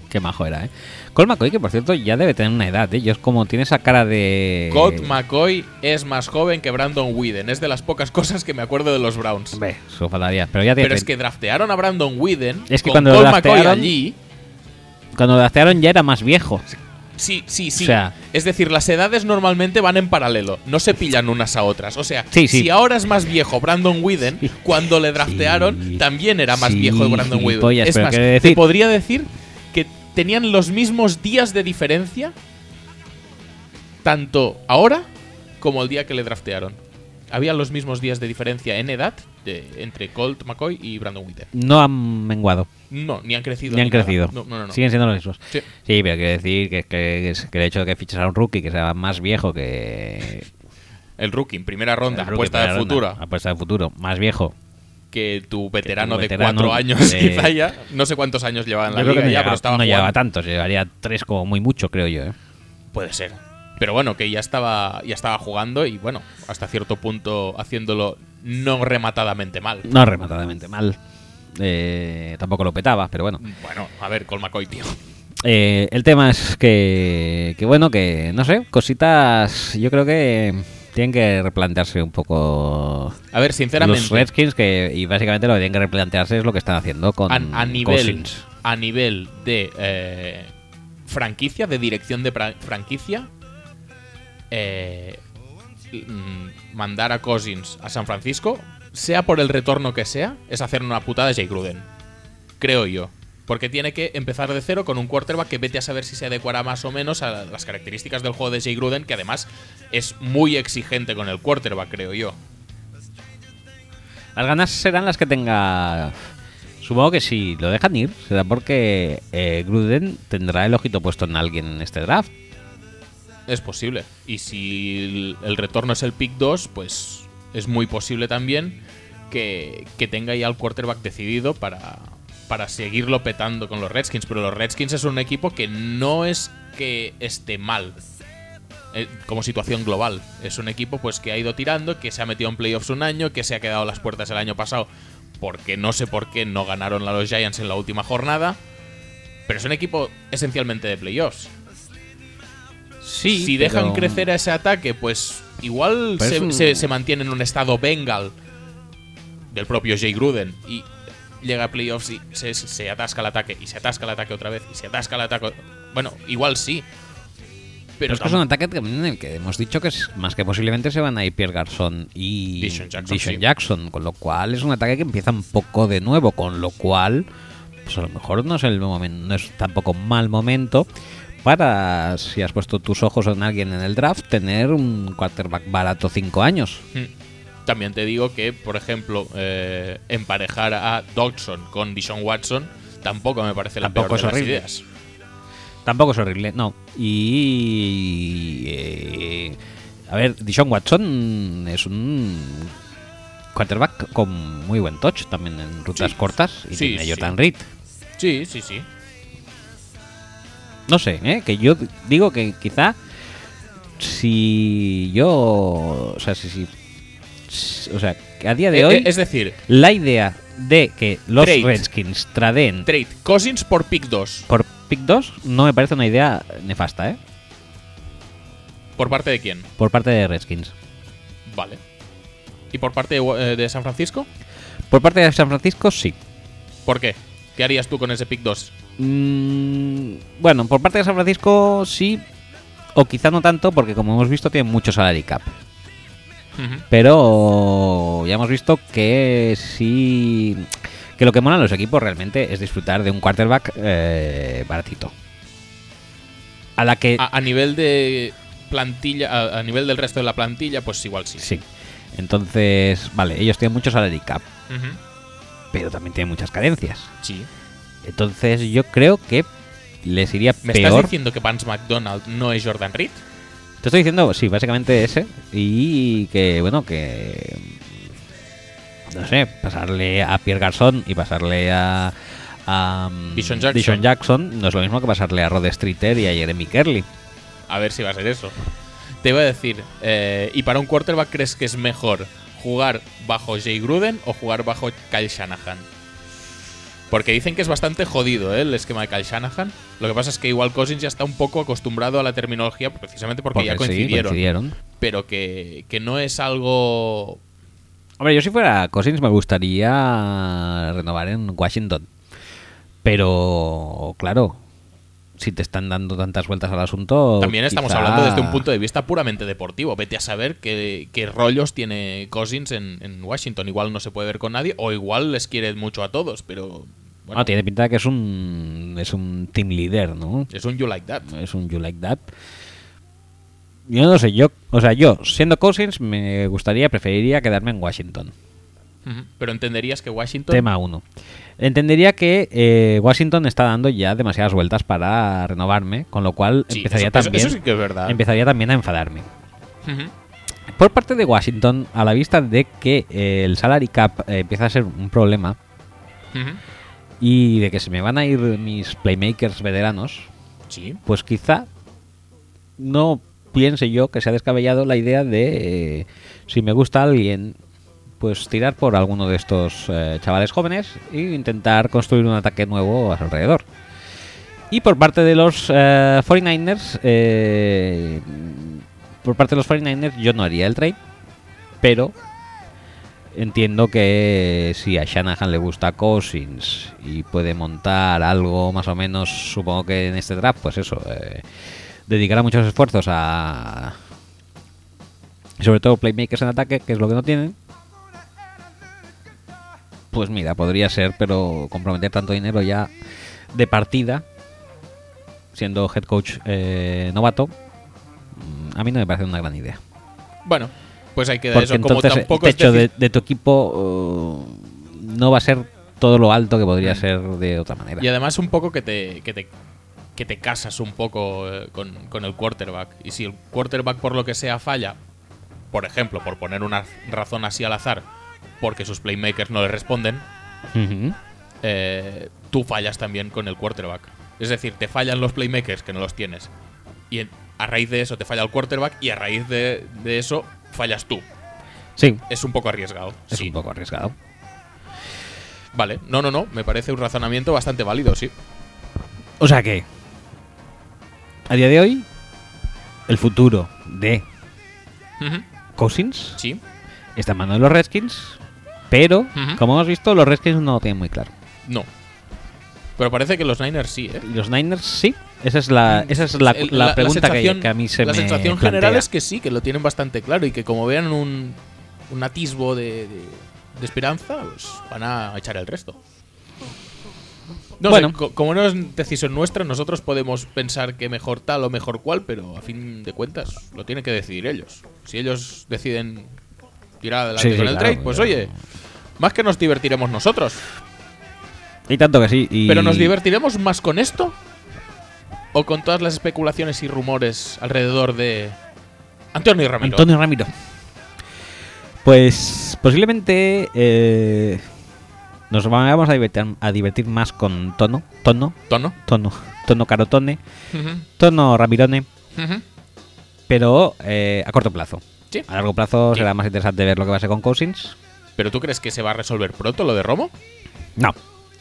[SPEAKER 1] Qué majo era, ¿eh? Colt McCoy, que por cierto ya debe tener una edad, ¿eh? Yo es como tiene esa cara de...
[SPEAKER 2] Colt McCoy es más joven que Brandon Whedon. Es de las pocas cosas que me acuerdo de los Browns.
[SPEAKER 1] Hombre, eso faltaría. Pero ya tiene
[SPEAKER 2] Pero es que draftearon a Brandon Whedon
[SPEAKER 1] Es que
[SPEAKER 2] con
[SPEAKER 1] cuando lo
[SPEAKER 2] Colt McCoy
[SPEAKER 1] draftearon-
[SPEAKER 2] allí.
[SPEAKER 1] Cuando lo draftearon ya era más viejo.
[SPEAKER 2] Sí, sí, sí.
[SPEAKER 1] O sea-
[SPEAKER 2] es decir, las edades normalmente van en paralelo. No se pillan unas a otras. O sea,
[SPEAKER 1] Sí, sí.
[SPEAKER 2] si ahora es más viejo Brandon Whedon, cuando le draftearon
[SPEAKER 1] Sí.
[SPEAKER 2] también era más
[SPEAKER 1] Sí,
[SPEAKER 2] viejo Brandon Whedon.
[SPEAKER 1] gilipollas,
[SPEAKER 2] Es
[SPEAKER 1] pero
[SPEAKER 2] más,
[SPEAKER 1] quiero
[SPEAKER 2] te
[SPEAKER 1] decir-
[SPEAKER 2] podría decir que tenían los mismos días de diferencia tanto ahora como el día que le draftearon. Había los mismos días de diferencia en edad de- entre Colt McCoy y Brandon Whedon.
[SPEAKER 1] No han menguado,
[SPEAKER 2] No, ni han crecido.
[SPEAKER 1] ni han
[SPEAKER 2] nada.
[SPEAKER 1] crecido.
[SPEAKER 2] No, no, no. no.
[SPEAKER 1] Siguen siendo los mismos.
[SPEAKER 2] Sí.
[SPEAKER 1] Sí, pero quiero decir que, que, que el hecho de que fiches a un rookie que sea más viejo que...
[SPEAKER 2] El rookie en primera ronda,
[SPEAKER 1] el rookie
[SPEAKER 2] apuesta de
[SPEAKER 1] primera ronda,
[SPEAKER 2] futura.
[SPEAKER 1] Apuesta de futuro, más viejo.
[SPEAKER 2] que tu veterano,
[SPEAKER 1] veterano
[SPEAKER 2] de cuatro años,
[SPEAKER 1] de-
[SPEAKER 2] quizá ya, no sé cuántos años llevaba en la
[SPEAKER 1] Yo creo que no,
[SPEAKER 2] liga ya,
[SPEAKER 1] llegaba,
[SPEAKER 2] pero estaba
[SPEAKER 1] no llevaba
[SPEAKER 2] jugando.
[SPEAKER 1] tanto, se llevaría tres como muy mucho, creo yo, ¿eh?
[SPEAKER 2] Puede ser. Pero bueno, que ya estaba, ya estaba jugando y bueno, hasta cierto punto haciéndolo no rematadamente mal.
[SPEAKER 1] No rematadamente mal. Eh, tampoco lo petaba, pero bueno.
[SPEAKER 2] Bueno, a ver, Col McCoy, tío.
[SPEAKER 1] Eh, el tema es que, que, bueno, que no sé, cositas. Yo creo que tienen que replantearse un poco
[SPEAKER 2] A ver,
[SPEAKER 1] los
[SPEAKER 2] sinceramente,
[SPEAKER 1] Redskins. que Y básicamente lo que tienen que replantearse es lo que están haciendo con
[SPEAKER 2] a, a nivel,
[SPEAKER 1] Cousins.
[SPEAKER 2] a nivel de eh, franquicia, de dirección de pra- franquicia, eh, mm, mandar a Cousins a San Francisco, sea por el retorno que sea, es hacer una putada de Jay Gruden. Creo yo. Porque tiene que empezar de cero con un quarterback que vete a saber si se adecuará más o menos a las características del juego de Jay Gruden, que además es muy exigente con el quarterback, creo yo.
[SPEAKER 1] Las ganas serán las que tenga. Supongo que si lo dejan ir, será porque eh, Gruden tendrá el ojito puesto en alguien en este draft.
[SPEAKER 2] Es posible. Y si el- el retorno es el pick 2, pues es muy posible también que, que tenga ya el quarterback decidido para, para seguirlo petando con los Redskins. Pero los Redskins es un equipo que no es que esté mal eh, como situación global. Es un equipo pues que ha ido tirando, que se ha metido en playoffs un año, que se ha quedado a las puertas el año pasado porque no sé por qué no ganaron a los Giants en la última jornada. Pero es un equipo esencialmente de playoffs
[SPEAKER 1] Sí,
[SPEAKER 2] si dejan crecer a ese ataque, pues igual
[SPEAKER 1] Pero
[SPEAKER 2] se,
[SPEAKER 1] es un-
[SPEAKER 2] se- se mantiene en un estado Bengal del propio Jay Gruden y llega a playoffs y se, se atasca el ataque y se atasca el ataque otra vez y se atasca el ataque. Bueno, igual sí.
[SPEAKER 1] Pero
[SPEAKER 2] Pero,
[SPEAKER 1] es que es un ataque también en el que hemos dicho que es más que posiblemente se van a ir Pierre Garzón y
[SPEAKER 2] Dishon Jackson, sí.
[SPEAKER 1] Jackson, con lo cual es un ataque que empieza un poco de nuevo, con lo cual pues a lo mejor no es el momento, no es tampoco mal momento para si has puesto tus ojos en alguien en el draft tener un quarterback barato cinco años.
[SPEAKER 2] Mm. También te digo que, por ejemplo, eh, emparejar a Dodson con Dishon Watson tampoco me parece la
[SPEAKER 1] Tampoco
[SPEAKER 2] peor
[SPEAKER 1] es
[SPEAKER 2] de las
[SPEAKER 1] horrible.
[SPEAKER 2] ideas.
[SPEAKER 1] Tampoco es horrible, no. Y. eh, a ver, Dishon Watson es un quarterback con muy buen touch también en rutas
[SPEAKER 2] Sí.
[SPEAKER 1] cortas. Y
[SPEAKER 2] Sí,
[SPEAKER 1] tiene
[SPEAKER 2] sí,
[SPEAKER 1] Jordan
[SPEAKER 2] sí.
[SPEAKER 1] Reed.
[SPEAKER 2] Sí, sí, sí.
[SPEAKER 1] No sé, ¿eh? que yo digo que quizá si yo. O sea, si. si- si- o sea, que a día de
[SPEAKER 2] Eh,
[SPEAKER 1] hoy.
[SPEAKER 2] eh, es decir,
[SPEAKER 1] la idea de que los
[SPEAKER 2] Trade.
[SPEAKER 1] Redskins traden
[SPEAKER 2] trade Cousins por pick 2.
[SPEAKER 1] por pick 2 no me parece una idea nefasta, ¿eh?
[SPEAKER 2] ¿Por parte de quién?
[SPEAKER 1] Por parte de Redskins.
[SPEAKER 2] Vale. ¿Y por parte de, Wa- eh, de San Francisco?
[SPEAKER 1] Por parte de San Francisco, sí.
[SPEAKER 2] ¿Por qué? ¿Qué harías tú con ese pick 2?
[SPEAKER 1] Mm, bueno, por parte de San Francisco, sí. O quizá no tanto, porque como hemos visto, tiene mucho salary cap. Pero ya hemos visto que sí. Que lo que mola a los equipos realmente es disfrutar de un quarterback eh, baratito. A la que.
[SPEAKER 2] A, a nivel de plantilla, a, a nivel del resto de la plantilla, pues igual sí.
[SPEAKER 1] Sí. Entonces, vale, ellos tienen mucho salary cap,
[SPEAKER 2] Ujú.
[SPEAKER 1] pero también tienen muchas carencias.
[SPEAKER 2] Sí.
[SPEAKER 1] Entonces, yo creo que les iría
[SPEAKER 2] ¿Me estás
[SPEAKER 1] peor.
[SPEAKER 2] diciendo que Vance McDonald no es Jordan Reed?
[SPEAKER 1] Te estoy diciendo, sí, básicamente ese. Y que, bueno, que. No sé, pasarle a Pierre Garzón y pasarle a. a mm,
[SPEAKER 2] Dishon Jackson.
[SPEAKER 1] Dishon Jackson no es lo mismo que pasarle a Rod Streeter y a Jeremy Kerley.
[SPEAKER 2] A ver si va a ser eso. Te iba a decir, eh, ¿y para un quarterback crees que es mejor jugar bajo Jay Gruden o jugar bajo Kyle Shanahan? Porque dicen que es bastante jodido ¿eh? el esquema de Kyle Shanahan. Lo que pasa es que igual Cousins ya está un poco acostumbrado a la terminología precisamente porque, ya
[SPEAKER 1] sí,
[SPEAKER 2] coincidieron. Pero que, que no es algo...
[SPEAKER 1] Hombre, yo si fuera Cousins me gustaría renovar en Washington. Pero, claro, si te están dando tantas vueltas al asunto.
[SPEAKER 2] También estamos
[SPEAKER 1] quizá-
[SPEAKER 2] hablando desde un punto de vista puramente deportivo. Vete a saber qué, qué rollos tiene Cousins en, en Washington. Igual no se puede ver con nadie o igual les quiere mucho a todos, pero...
[SPEAKER 1] Bueno, tiene pinta de que es un, es un team leader, ¿no?
[SPEAKER 2] Es un You Like That.
[SPEAKER 1] es un You Like That. Yo no sé, yo, o sea, yo, siendo Cousins, me gustaría, preferiría quedarme en Washington.
[SPEAKER 2] Pero entenderías que Washington.
[SPEAKER 1] Tema 1. Entendería que eh, Washington está dando ya demasiadas vueltas para renovarme, con lo cual
[SPEAKER 2] Sí,
[SPEAKER 1] empezaría,
[SPEAKER 2] eso- eso-
[SPEAKER 1] también,
[SPEAKER 2] eso sí que es verdad.
[SPEAKER 1] empezaría también a enfadarme.
[SPEAKER 2] Ujú.
[SPEAKER 1] Por parte de Washington, a la vista de que eh, el salary cap eh, empieza a ser un problema
[SPEAKER 2] Ujú.
[SPEAKER 1] y de que se me van a ir mis playmakers veteranos,
[SPEAKER 2] Sí.
[SPEAKER 1] pues quizá no piense yo que se ha descabellado la idea de eh, si me gusta alguien, pues tirar por alguno de estos eh, chavales jóvenes e intentar construir un ataque nuevo a su alrededor. Y por parte de los eh, 49ers, eh, por parte de los 49ers yo no haría el trade, pero entiendo que si a Shanahan le gusta Cousins y puede montar algo más o menos, supongo que en este draft, pues eso, eh, dedicará muchos esfuerzos a... Sobre todo playmakers en ataque, que es lo que no tienen. Pues mira, podría ser, pero comprometer tanto dinero ya de partida, siendo head coach eh, novato, mm, a mí no me parece una gran idea.
[SPEAKER 2] Bueno, pues hay que dar
[SPEAKER 1] Porque
[SPEAKER 2] eso. Como
[SPEAKER 1] entonces el
[SPEAKER 2] tampoco es
[SPEAKER 1] techo de,
[SPEAKER 2] decir-
[SPEAKER 1] de tu equipo eh, no va a ser todo lo alto que podría
[SPEAKER 2] Mm.
[SPEAKER 1] ser de otra manera.
[SPEAKER 2] Y además, un poco que te, que te, que te casas un poco eh, con, con el quarterback. Y si el quarterback, por lo que sea, falla, por ejemplo, por poner una razón así al azar, porque sus playmakers no le responden,
[SPEAKER 1] Ujú.
[SPEAKER 2] eh, tú fallas también con el quarterback. Es decir, te fallan los playmakers que no los tienes. Y en- a raíz de eso te falla el quarterback y a raíz de, de eso fallas tú.
[SPEAKER 1] Sí,
[SPEAKER 2] Es un poco arriesgado.
[SPEAKER 1] es
[SPEAKER 2] sí.
[SPEAKER 1] un poco arriesgado.
[SPEAKER 2] Vale, no, no, no. Me parece un razonamiento bastante válido, sí.
[SPEAKER 1] O sea que, a día de hoy, el futuro de
[SPEAKER 2] Ujú,
[SPEAKER 1] Cousins
[SPEAKER 2] Sí.
[SPEAKER 1] está en manos de los Redskins, pero,
[SPEAKER 2] Ujú.
[SPEAKER 1] como hemos visto, los Redskins no lo tienen muy claro.
[SPEAKER 2] No. Pero parece que los Niners sí, ¿eh?
[SPEAKER 1] Y los Niners sí. Esa es la, esa es la,
[SPEAKER 2] El-
[SPEAKER 1] la pregunta que-
[SPEAKER 2] sensación-
[SPEAKER 1] que, a mí se
[SPEAKER 2] la
[SPEAKER 1] me
[SPEAKER 2] sensación
[SPEAKER 1] plantea.
[SPEAKER 2] general es que sí, que lo tienen bastante claro y que como vean un, un atisbo de, de- de esperanza, pues van a echar el resto. No
[SPEAKER 1] Bueno.
[SPEAKER 2] sé, co- como no es decisión nuestra, nosotros podemos pensar que mejor tal o mejor cual, pero a fin de cuentas lo tienen que decidir ellos. Si ellos deciden tirar adelante
[SPEAKER 1] Sí, sí,
[SPEAKER 2] con el
[SPEAKER 1] claro,
[SPEAKER 2] trade, pues
[SPEAKER 1] pero-
[SPEAKER 2] oye, más que nos divertiremos nosotros.
[SPEAKER 1] Y tanto que sí. y-
[SPEAKER 2] Pero nos divertiremos más con esto o con todas las especulaciones y rumores alrededor de Antonio Ramiro.
[SPEAKER 1] Antonio Ramiro. Pues posiblemente eh, nos vamos a divertir, a divertir más con Tono, Tono,
[SPEAKER 2] Tono.
[SPEAKER 1] Tono, Tono Carotone, Tono Ramirone, pero eh, a corto plazo.
[SPEAKER 2] Sí.
[SPEAKER 1] A largo plazo
[SPEAKER 2] Sí.
[SPEAKER 1] será más interesante ver lo que va a ser con Cousins.
[SPEAKER 2] ¿Pero tú crees que se va a resolver pronto lo de Romo?
[SPEAKER 1] No,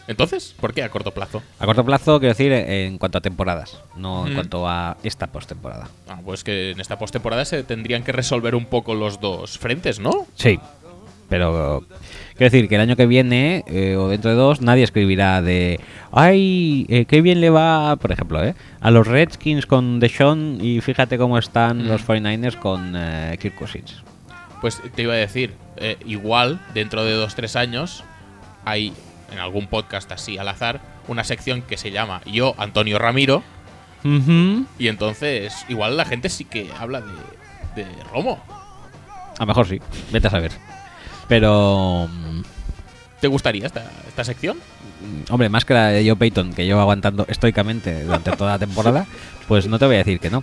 [SPEAKER 2] Entonces, ¿por qué a corto plazo?
[SPEAKER 1] a corto plazo quiero decir eh, en cuanto a temporadas, no en
[SPEAKER 2] Mm.
[SPEAKER 1] cuanto a esta postemporada.
[SPEAKER 2] Ah, pues que en esta postemporada se tendrían que resolver un poco los dos frentes, ¿no?
[SPEAKER 1] Sí, pero quiero decir que el año que viene eh, o dentro de dos nadie escribirá de ay eh, qué bien le va, por ejemplo, eh, a los Redskins con Deshaun y fíjate cómo están
[SPEAKER 2] Mm.
[SPEAKER 1] los 49ers con eh, Kirk Cousins.
[SPEAKER 2] Pues te iba a decir, eh, igual dentro de dos, tres años hay en algún podcast así al azar una sección que se llama Yo, Antonio Ramiro, y entonces igual la gente sí que habla de, de Romo.
[SPEAKER 1] A lo mejor sí, vete a saber. Pero mm,
[SPEAKER 2] ¿Te gustaría esta, esta sección?
[SPEAKER 1] hombre, más que la de Joe Payton que llevo aguantando estoicamente durante toda la temporada, pues no te voy a decir que no.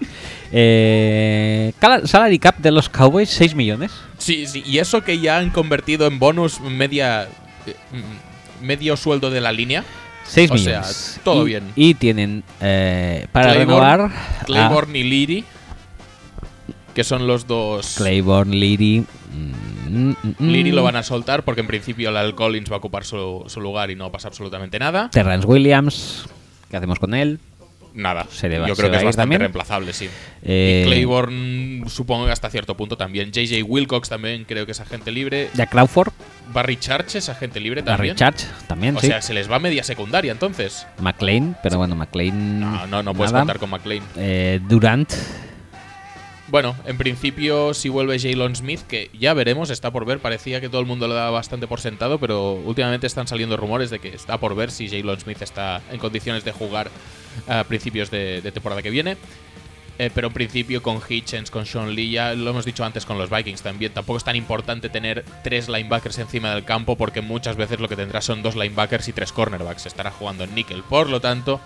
[SPEAKER 1] Eh, cala- salary cap de los Cowboys 6 millones.
[SPEAKER 2] Sí, sí, y eso que ya han convertido en bonus media eh, mm, medio sueldo de la línea.
[SPEAKER 1] 6
[SPEAKER 2] O sea,
[SPEAKER 1] millones.
[SPEAKER 2] todo
[SPEAKER 1] Y-
[SPEAKER 2] bien.
[SPEAKER 1] Y tienen eh, para
[SPEAKER 2] Claiborne-
[SPEAKER 1] renovar
[SPEAKER 2] Claiborne y Liri, que son los dos...
[SPEAKER 1] a ah, Claiborne, Liri. mm,
[SPEAKER 2] Liri lo van a soltar porque en principio Lal Collins va a ocupar su, su lugar y no pasa absolutamente nada.
[SPEAKER 1] Terrence Williams. ¿Qué hacemos con él?
[SPEAKER 2] Nada.
[SPEAKER 1] Se le va-
[SPEAKER 2] Yo
[SPEAKER 1] se va
[SPEAKER 2] creo que
[SPEAKER 1] a
[SPEAKER 2] es
[SPEAKER 1] ir
[SPEAKER 2] bastante
[SPEAKER 1] también.
[SPEAKER 2] reemplazable, sí.
[SPEAKER 1] Eh,
[SPEAKER 2] Y Claiborne, supongo que hasta cierto punto también. JJ Wilcox también creo que es agente libre.
[SPEAKER 1] Jack Crawford.
[SPEAKER 2] Barry Church es agente libre
[SPEAKER 1] Barry
[SPEAKER 2] también.
[SPEAKER 1] Church también,
[SPEAKER 2] o
[SPEAKER 1] sí.
[SPEAKER 2] sea, se les va media secundaria entonces. Ah,
[SPEAKER 1] McLean, pero bueno, McLean.
[SPEAKER 2] No, no, no puedes
[SPEAKER 1] Mm, nada.
[SPEAKER 2] contar con McLean.
[SPEAKER 1] Eh, Durant.
[SPEAKER 2] Bueno, en principio, si vuelve Jalen Smith, que ya veremos, está por ver. Parecía que todo el mundo lo daba bastante por sentado, pero últimamente están saliendo rumores de que está por ver si Jalen Smith está en condiciones de jugar a principios de, de temporada que viene. Eh, pero en principio, con Hitchens, con Sean Lee, ya lo hemos dicho antes con los Vikings también, tampoco es tan importante tener tres linebackers encima del campo, porque muchas veces lo que tendrás son dos linebackers y tres cornerbacks. Estará jugando en nickel, por lo tanto.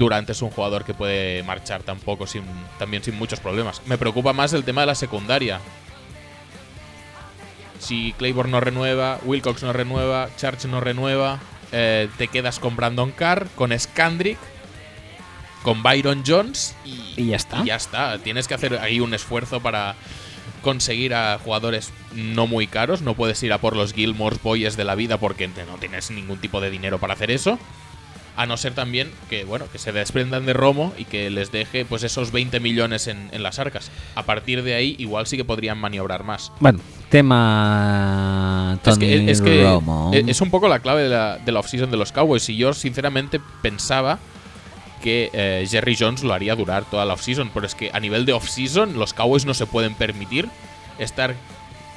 [SPEAKER 2] Durante es un jugador que puede marchar tampoco sin, también sin muchos problemas. Me preocupa más el tema de la secundaria. Si Claiborne no renueva, Wilcox no renueva, Church no renueva, eh, te quedas con Brandon Carr, con Scandrick, con Byron Jones y,
[SPEAKER 1] Y ya está.
[SPEAKER 2] y ya está. Tienes que hacer ahí un esfuerzo para conseguir a jugadores no muy caros. No puedes ir a por los Gilmore Boys de la vida porque te- no tienes ningún tipo de dinero para hacer eso. A no ser también que, bueno, que se desprendan de Romo y que les deje pues esos 20 millones en, en las arcas. A partir de ahí, igual sí que podrían maniobrar más.
[SPEAKER 1] Bueno, tema.
[SPEAKER 2] Es
[SPEAKER 1] Tony
[SPEAKER 2] que, es, que
[SPEAKER 1] Romo.
[SPEAKER 2] e- es un poco la clave de la, de la offseason de los Cowboys. Y yo, sinceramente, pensaba que eh, Jerry Jones lo haría durar toda la offseason. Pero es que a nivel de offseason, los Cowboys no se pueden permitir estar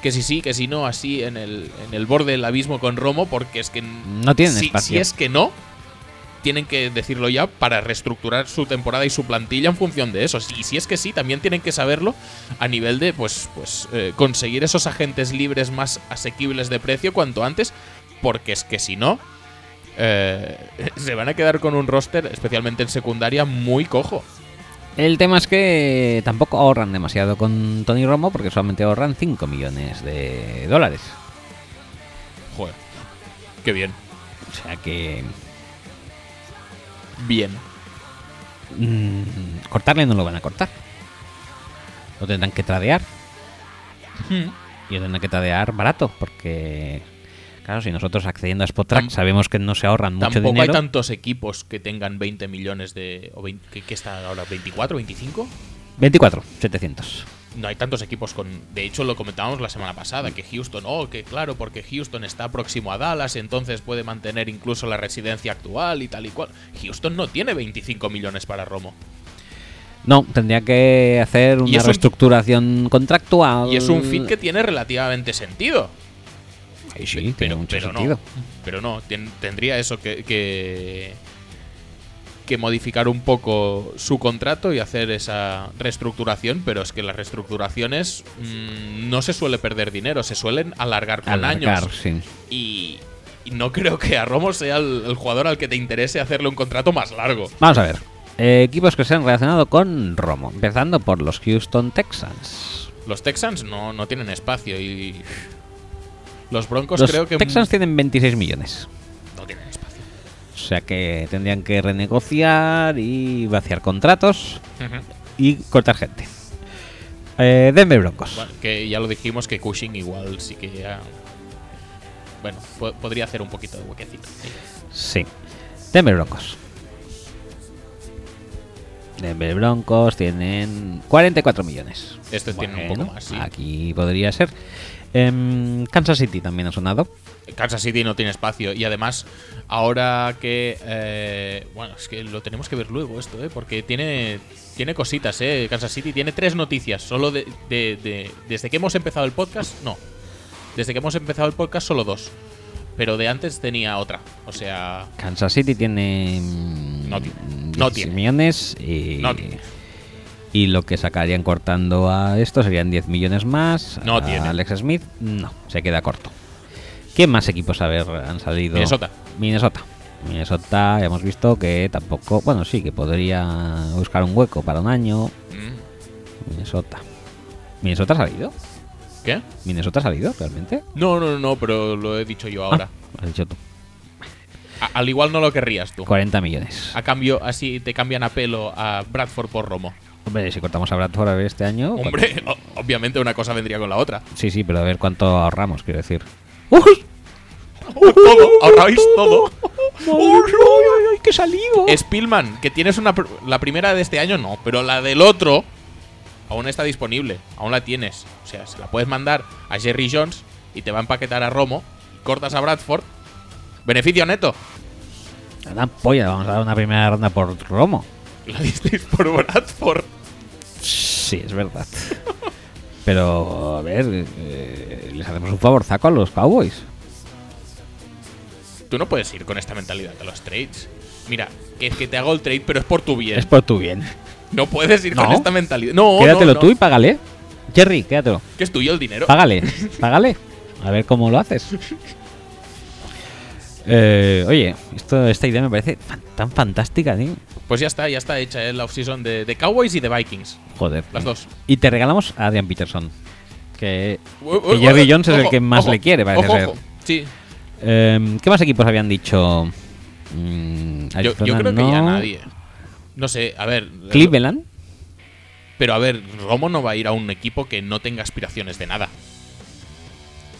[SPEAKER 2] que si sí, que si no, así en el, en el borde del abismo con Romo, porque es que.
[SPEAKER 1] No tienen
[SPEAKER 2] si,
[SPEAKER 1] espacio.
[SPEAKER 2] Si es que no. Tienen que decirlo ya para reestructurar su temporada y su plantilla en función de eso. Y si es que sí, también tienen que saberlo a nivel de pues, pues eh, conseguir esos agentes libres más asequibles de precio cuanto antes, porque es que si no, eh, se van a quedar con un roster, especialmente en secundaria, muy cojo.
[SPEAKER 1] El tema es que tampoco ahorran demasiado con Tony Romo porque solamente ahorran 5 millones de dólares.
[SPEAKER 2] Joder, qué bien,
[SPEAKER 1] O sea que
[SPEAKER 2] bien.
[SPEAKER 1] Mm, cortarle no lo van a cortar. Lo tendrán que tradear. Y lo tendrán que tradear barato, porque, claro, si nosotros accediendo a Spotrack
[SPEAKER 2] Tam-
[SPEAKER 1] sabemos que no se ahorran mucho
[SPEAKER 2] Tampoco hay
[SPEAKER 1] dinero.
[SPEAKER 2] tantos equipos que tengan 20 millones de. O 20 ¿qué, qué está ahora? ¿24, 25?
[SPEAKER 1] 24, 700.
[SPEAKER 2] No hay tantos equipos con. De hecho, lo comentábamos la semana pasada, que Houston, oh, que claro, porque Houston está próximo a Dallas, entonces puede mantener incluso la residencia actual y tal y cual. Houston no tiene 25 millones para Romo.
[SPEAKER 1] No, tendría que hacer
[SPEAKER 2] Y
[SPEAKER 1] una
[SPEAKER 2] es un-
[SPEAKER 1] reestructuración contractual.
[SPEAKER 2] Y es un
[SPEAKER 1] Mm.
[SPEAKER 2] fit que tiene relativamente sentido.
[SPEAKER 1] Ay, sí, tiene mucho
[SPEAKER 2] pero
[SPEAKER 1] sentido.
[SPEAKER 2] No, pero no, ten- tendría eso que, que. que modificar un poco su contrato y hacer esa reestructuración, pero es que las reestructuraciones mm, no se suele perder dinero, se suelen alargar con
[SPEAKER 1] Alargar,
[SPEAKER 2] años.
[SPEAKER 1] sí.
[SPEAKER 2] Y, y no creo que a Romo sea el, el jugador al que te interese hacerle un contrato más largo.
[SPEAKER 1] Vamos a ver. Eh, equipos que se han relacionado con Romo. Empezando por los Houston Texans.
[SPEAKER 2] Los Texans no, no tienen espacio y los Broncos
[SPEAKER 1] los
[SPEAKER 2] Pues creo que
[SPEAKER 1] Texans tienen 26 millones.
[SPEAKER 2] no tienen espacio.
[SPEAKER 1] O sea que tendrían que renegociar y vaciar contratos y cortar gente. Eh, Denver Broncos.
[SPEAKER 2] Bueno, que ya lo dijimos que Cushing igual sí que ya. Bueno, po- podría hacer un poquito de huequecito.
[SPEAKER 1] Sí. Denver Broncos. Denver Broncos tienen 44 millones.
[SPEAKER 2] Este tiene un
[SPEAKER 1] Bueno,
[SPEAKER 2] poco más, sí.
[SPEAKER 1] Aquí podría ser. Em, Kansas City también ha sonado.
[SPEAKER 2] Kansas City no tiene espacio y además ahora que eh, bueno es que lo tenemos que ver luego esto eh, porque tiene tiene cositas eh Kansas City tiene tres noticias solo de, de- de- desde que hemos empezado el podcast no desde que hemos empezado el podcast solo dos pero de antes tenía otra o sea
[SPEAKER 1] Kansas City tiene. mm,
[SPEAKER 2] No tiene. No
[SPEAKER 1] 16
[SPEAKER 2] tiene.
[SPEAKER 1] millones. Y,
[SPEAKER 2] No tiene.
[SPEAKER 1] y lo que sacarían cortando a esto serían 10 millones más.
[SPEAKER 2] No
[SPEAKER 1] a
[SPEAKER 2] tiene.
[SPEAKER 1] Alex Smith, no, se queda corto. ¿Qué más equipos a ver han salido?
[SPEAKER 2] Minnesota.
[SPEAKER 1] Minnesota. Minnesota, ya hemos visto que tampoco. Bueno, sí, que podría buscar un hueco para un año.
[SPEAKER 2] mm,
[SPEAKER 1] Minnesota. ¿Minnesota ha salido?
[SPEAKER 2] qué
[SPEAKER 1] ¿Minnesota ha salido realmente?
[SPEAKER 2] no no no pero lo he dicho yo
[SPEAKER 1] Ah,
[SPEAKER 2] ahora
[SPEAKER 1] has dicho tú.
[SPEAKER 2] A- al igual no lo querrías tú
[SPEAKER 1] 40 millones.
[SPEAKER 2] a cambio así te cambian a pelo a Bradford por Romo
[SPEAKER 1] Hombre, si cortamos a Bradford a ver este año. ¿cuánto-
[SPEAKER 2] hombre o- obviamente una cosa vendría con la otra
[SPEAKER 1] Sí, sí, pero a ver cuánto ahorramos, quiero decir. ¡Uy!
[SPEAKER 2] todo ahorráis todo
[SPEAKER 1] qué salido!
[SPEAKER 2] Spillman, que tienes una pr- la primera de este año no, pero la del otro aún está disponible, aún la tienes. O sea, se la puedes mandar a Jerry Jones y te va a empaquetar a Romo, cortas a Bradford, beneficio neto.
[SPEAKER 1] Una polla, vamos a dar una primera ronda por Romo.
[SPEAKER 2] La disteis por Bradford.
[SPEAKER 1] Sí, es verdad. Pero, a ver, eh, les hacemos un favorzaco a los Cowboys.
[SPEAKER 2] Tú no puedes ir con esta mentalidad a los trades. Mira, que es que te hago el trade, pero es por tu bien.
[SPEAKER 1] Es por tu bien.
[SPEAKER 2] No puedes ir con
[SPEAKER 1] No.
[SPEAKER 2] esta mentalidad. No,
[SPEAKER 1] quédatelo
[SPEAKER 2] no, no.
[SPEAKER 1] tú y págale. Jerry, quédatelo.
[SPEAKER 2] Que es tuyo el dinero.
[SPEAKER 1] Págale, págale. A ver cómo lo haces. Eh, oye, esto, esta idea me parece fan- tan fantástica, tío.
[SPEAKER 2] Pues ya está, ya está hecha eh, la offseason de, de Cowboys y de Vikings.
[SPEAKER 1] Joder.
[SPEAKER 2] Las dos.
[SPEAKER 1] Y te regalamos a Adrian Peterson. Que,
[SPEAKER 2] Uy,
[SPEAKER 1] que
[SPEAKER 2] uy,
[SPEAKER 1] Jerry
[SPEAKER 2] uy,
[SPEAKER 1] Jones es el
[SPEAKER 2] ojo,
[SPEAKER 1] que más
[SPEAKER 2] ojo,
[SPEAKER 1] le quiere, parece
[SPEAKER 2] ojo,
[SPEAKER 1] ser.
[SPEAKER 2] ojo. Sí,
[SPEAKER 1] Em, ¿Qué más equipos habían dicho? Mm,
[SPEAKER 2] Yo, yo
[SPEAKER 1] Arizona
[SPEAKER 2] creo que
[SPEAKER 1] no.
[SPEAKER 2] ya nadie. No sé, a ver.
[SPEAKER 1] Cleveland.
[SPEAKER 2] Pero a ver, Romo no va a ir a un equipo que no tenga aspiraciones de nada.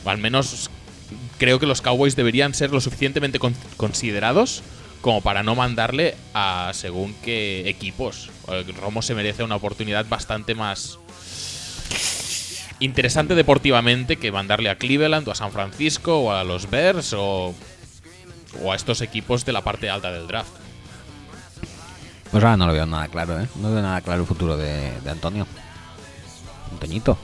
[SPEAKER 2] O al menos creo que los Cowboys deberían ser lo suficientemente con- considerados como para no mandarle a según qué equipos. Eh, Romo se merece una oportunidad bastante más interesante deportivamente que mandarle a Cleveland o a San Francisco o a los Bears o, o a estos equipos de la parte alta del draft.
[SPEAKER 1] Pues ahora no lo veo nada claro, ¿eh? No veo nada claro el futuro de, de Antonio. Antoñito.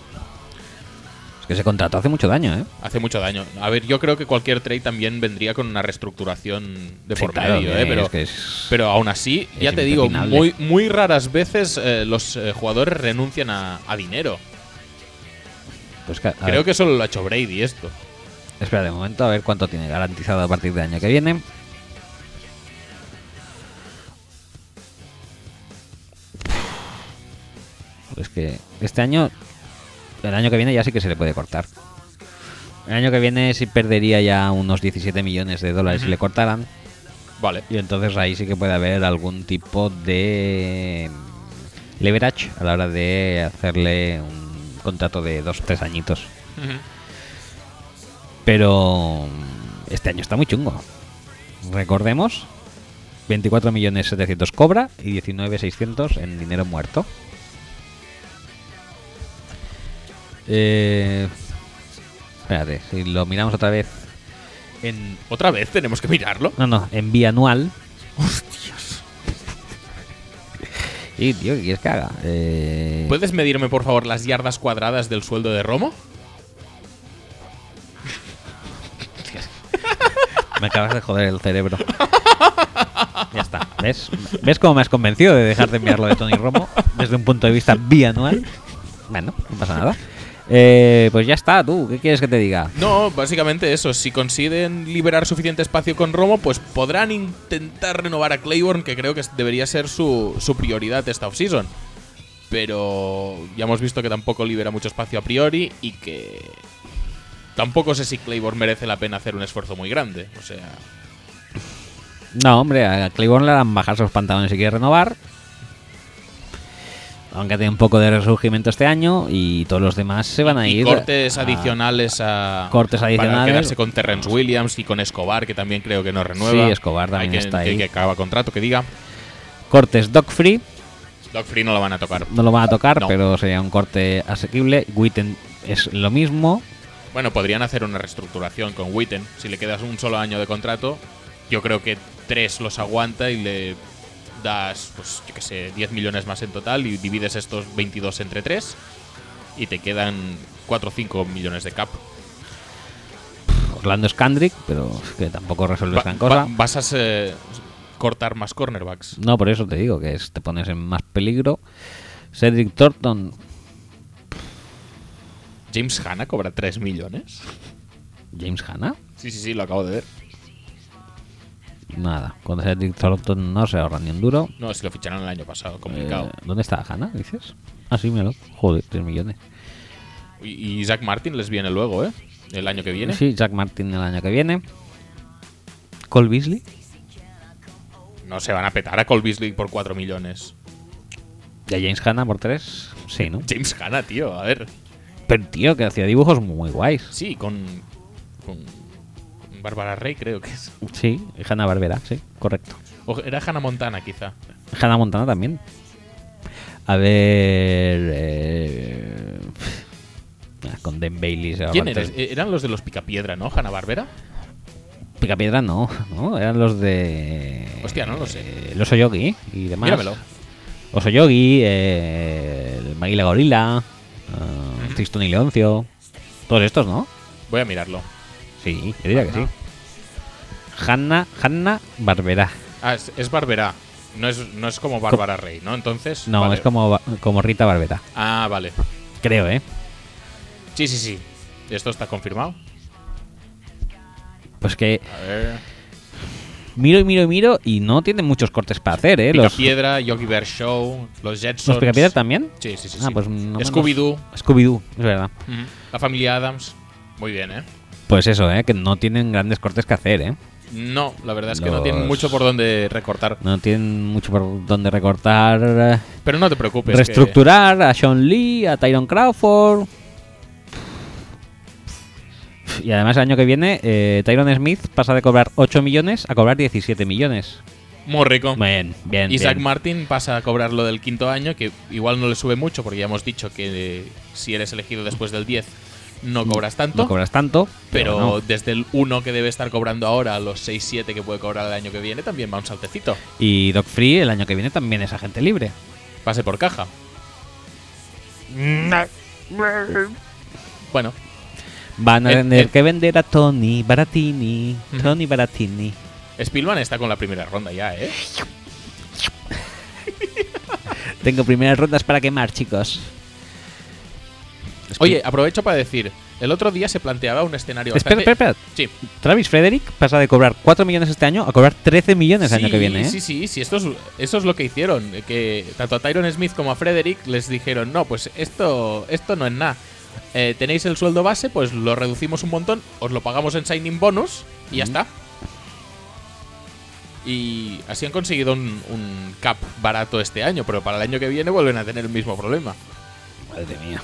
[SPEAKER 1] Es que se contrató hace mucho daño, ¿eh?
[SPEAKER 2] Hace mucho daño. A ver, yo creo que cualquier trade también vendría con una reestructuración de
[SPEAKER 1] Sí,
[SPEAKER 2] por
[SPEAKER 1] claro,
[SPEAKER 2] medio, ¿eh?
[SPEAKER 1] es
[SPEAKER 2] Pero,
[SPEAKER 1] que es-
[SPEAKER 2] pero aún así,
[SPEAKER 1] es
[SPEAKER 2] ya te digo,
[SPEAKER 1] impepinable.
[SPEAKER 2] muy, muy raras veces eh, los eh, jugadores renuncian a, a dinero.
[SPEAKER 1] Pues que- a
[SPEAKER 2] creo
[SPEAKER 1] ver,
[SPEAKER 2] que solo lo ha hecho Brady esto.
[SPEAKER 1] Espera de momento, a ver cuánto tiene garantizado a partir del año que viene. Es que este año, el año que viene ya sí que se le puede cortar. El año que viene sí perdería ya unos 17 millones de dólares si le cortaran.
[SPEAKER 2] Vale.
[SPEAKER 1] Y entonces ahí sí que puede haber algún tipo de mm, leverage a la hora de hacerle un contrato de dos o tres añitos. Pero mm, este año está muy chungo. Recordemos, 24.700.000 cobra y 19.600 en dinero muerto. Eh, espérate, si lo miramos otra vez en...
[SPEAKER 2] Otra vez tenemos que mirarlo.
[SPEAKER 1] No, no, en bianual. ¡Hostias! Y, tío, ¿qué quieres que haga? Eh,
[SPEAKER 2] ¿Puedes medirme, por favor, las yardas cuadradas del sueldo de Romo?
[SPEAKER 1] Me acabas de joder el cerebro. Ya está. ¿Ves? ¿Ves cómo me has convencido de dejar de enviar lo de Tony Romo desde un punto de vista bianual? Bueno, no pasa nada. Eh, pues ya está, tú. ¿Qué quieres que te diga?
[SPEAKER 2] No, básicamente eso. Si consiguen liberar suficiente espacio con Romo, pues podrán intentar renovar a Claiborne, que creo que debería ser su, su prioridad esta offseason. Pero ya hemos visto que tampoco libera mucho espacio a priori y que tampoco sé si Claiborne merece la pena hacer un esfuerzo muy grande. O sea,
[SPEAKER 1] No, hombre, a Claiborne le dan bajar sus pantalones y quiere renovar. Aunque tiene un poco de resurgimiento este año y todos los demás se van a
[SPEAKER 2] y
[SPEAKER 1] ir.
[SPEAKER 2] cortes
[SPEAKER 1] a-
[SPEAKER 2] adicionales a.
[SPEAKER 1] cortes
[SPEAKER 2] Para
[SPEAKER 1] adicionales.
[SPEAKER 2] quedarse con Terrence Williams y con Escobar, que también creo que no renueva.
[SPEAKER 1] Sí, Escobar también
[SPEAKER 2] Hay que,
[SPEAKER 1] está
[SPEAKER 2] que-
[SPEAKER 1] ahí.
[SPEAKER 2] Que acaba contrato, que diga.
[SPEAKER 1] Cortes Doc Free,
[SPEAKER 2] Doc Free no lo van a tocar.
[SPEAKER 1] no lo van a tocar,
[SPEAKER 2] No.
[SPEAKER 1] pero sería un corte asequible. Witten es lo mismo.
[SPEAKER 2] Bueno, podrían hacer una reestructuración con Witten. Si le quedas un solo año de contrato, yo creo que tres los aguanta y le das, pues, yo qué sé, 10 millones más en total y divides estos 22 entre tres y te quedan 4 o 5 millones de cap.
[SPEAKER 1] Orlando Scandrick, pero es que tampoco resuelve
[SPEAKER 2] Va-
[SPEAKER 1] gran
[SPEAKER 2] va-
[SPEAKER 1] cosa.
[SPEAKER 2] vas a eh, cortar más cornerbacks.
[SPEAKER 1] No, por eso te digo que es- te pones en más peligro. Cedric Thornton,
[SPEAKER 2] James Hanna cobra 3 millones.
[SPEAKER 1] James Hanna.
[SPEAKER 2] Sí, sí, sí, lo acabo de ver.
[SPEAKER 1] Nada, con Cedric Thornton no se ahorra ni un duro.
[SPEAKER 2] No, si lo ficharon el año pasado, complicado.
[SPEAKER 1] Eh, ¿Dónde está Hanna, dices? Ah, sí, míralo. Joder, 3 millones.
[SPEAKER 2] Y, y Zach Martin les viene luego, ¿eh? El año que viene.
[SPEAKER 1] Sí, Jack Martin el año que viene. Cole Beasley.
[SPEAKER 2] No se van a petar a Cole Beasley por 4 millones.
[SPEAKER 1] Y a James Hanna por 3. Sí, ¿no?
[SPEAKER 2] James Hanna, tío, a ver.
[SPEAKER 1] Pero tío, que hacía dibujos muy guays.
[SPEAKER 2] Sí, con. con. con Bárbara Rey, creo que es.
[SPEAKER 1] Sí, Hanna Barbera, sí, correcto.
[SPEAKER 2] O era Hannah Montana, quizá.
[SPEAKER 1] Hannah Montana también. A ver. eh, ah, con Den Bailey. se
[SPEAKER 2] ¿Quién
[SPEAKER 1] ahorra
[SPEAKER 2] eres?
[SPEAKER 1] tres-
[SPEAKER 2] Eh, Eran los de los Picapiedra, ¿no? Hannah Barbera.
[SPEAKER 1] Picapiedra no, ¿no? Eran los de.
[SPEAKER 2] Hostia, no lo sé.
[SPEAKER 1] eh, el Oso Yogi y demás.
[SPEAKER 2] Míramelo.
[SPEAKER 1] Oso Yogi, eh, el Maguila Gorila, eh, Tristón y Leoncio. Todos estos, ¿no?
[SPEAKER 2] Voy a mirarlo.
[SPEAKER 1] Sí, yo diría que sí. Hanna, Hanna Barbera.
[SPEAKER 2] Ah, es, es Barbera. No es, no es como Bárbara Rey, ¿no? Entonces.
[SPEAKER 1] No,
[SPEAKER 2] vale.
[SPEAKER 1] es como, Ba- como Rita Barbera.
[SPEAKER 2] Ah, vale.
[SPEAKER 1] Creo, ¿eh?
[SPEAKER 2] Sí, sí, sí. Esto está confirmado.
[SPEAKER 1] Pues que
[SPEAKER 2] A ver.
[SPEAKER 1] miro y miro y miro y no tienen muchos cortes para hacer, ¿eh? Los, los
[SPEAKER 2] Picapiedra, Yogi Bear Show, los Jetsons.
[SPEAKER 1] Picapiedra también.
[SPEAKER 2] Sí, sí, sí.
[SPEAKER 1] Ah,
[SPEAKER 2] sí.
[SPEAKER 1] pues no me
[SPEAKER 2] Scooby-Doo,
[SPEAKER 1] Scooby-Doo, es verdad.
[SPEAKER 2] ujú, la familia Adams. Muy bien, ¿eh?
[SPEAKER 1] Pues eso, ¿eh? Que no tienen grandes cortes que hacer, ¿eh?
[SPEAKER 2] No, la verdad es que no
[SPEAKER 1] Los-
[SPEAKER 2] tienen mucho por donde recortar.
[SPEAKER 1] No tienen mucho por donde recortar. eh,
[SPEAKER 2] Pero no te preocupes. Pues que-
[SPEAKER 1] reestructurar a Sean Lee, a Tyron Crawford. Y además el año que viene, eh, Tyron Smith pasa de cobrar 8 millones a cobrar 17 millones.
[SPEAKER 2] Muy rico.
[SPEAKER 1] Bien, bien.
[SPEAKER 2] Isaac
[SPEAKER 1] bien.
[SPEAKER 2] Martin pasa a cobrar lo del quinto año, que igual no le sube mucho, porque ya hemos dicho que eh, si eres elegido después del 10 no cobras tanto.
[SPEAKER 1] Mm, No cobras tanto.
[SPEAKER 2] pero
[SPEAKER 1] bueno.
[SPEAKER 2] desde el 1 que debe estar cobrando ahora a los 6-7 que puede cobrar el año que viene, también va un saltecito.
[SPEAKER 1] Y Doc Free el año que viene también es agente libre.
[SPEAKER 2] Pase por caja. Bueno,
[SPEAKER 1] Van a
[SPEAKER 2] El-
[SPEAKER 1] tener
[SPEAKER 2] el-
[SPEAKER 1] que vender a Tony Baratini. Tony Baratini.
[SPEAKER 2] Spillman está con la primera ronda ya, ¿eh?
[SPEAKER 1] Tengo primeras rondas para quemar, chicos.
[SPEAKER 2] Oye, aprovecho para decir, el otro día se planteaba un escenario...
[SPEAKER 1] Espera,
[SPEAKER 2] bastante-
[SPEAKER 1] espera, espera.
[SPEAKER 2] Sí.
[SPEAKER 1] Travis Frederick pasa de cobrar 4 millones este año a cobrar 13 millones el año
[SPEAKER 2] Sí,
[SPEAKER 1] que viene. ¿eh?
[SPEAKER 2] Sí, sí, sí, esto es, eso es lo que hicieron. eh, Que tanto a Tyron Smith como a Frederick les dijeron, no, pues esto, esto no es nada. Eh, tenéis el sueldo base, pues lo reducimos un montón, os lo pagamos en signing bonus y ya está. Y así han conseguido un, un cap barato este año, pero para el año que viene vuelven a tener el mismo problema.
[SPEAKER 1] Madre mía.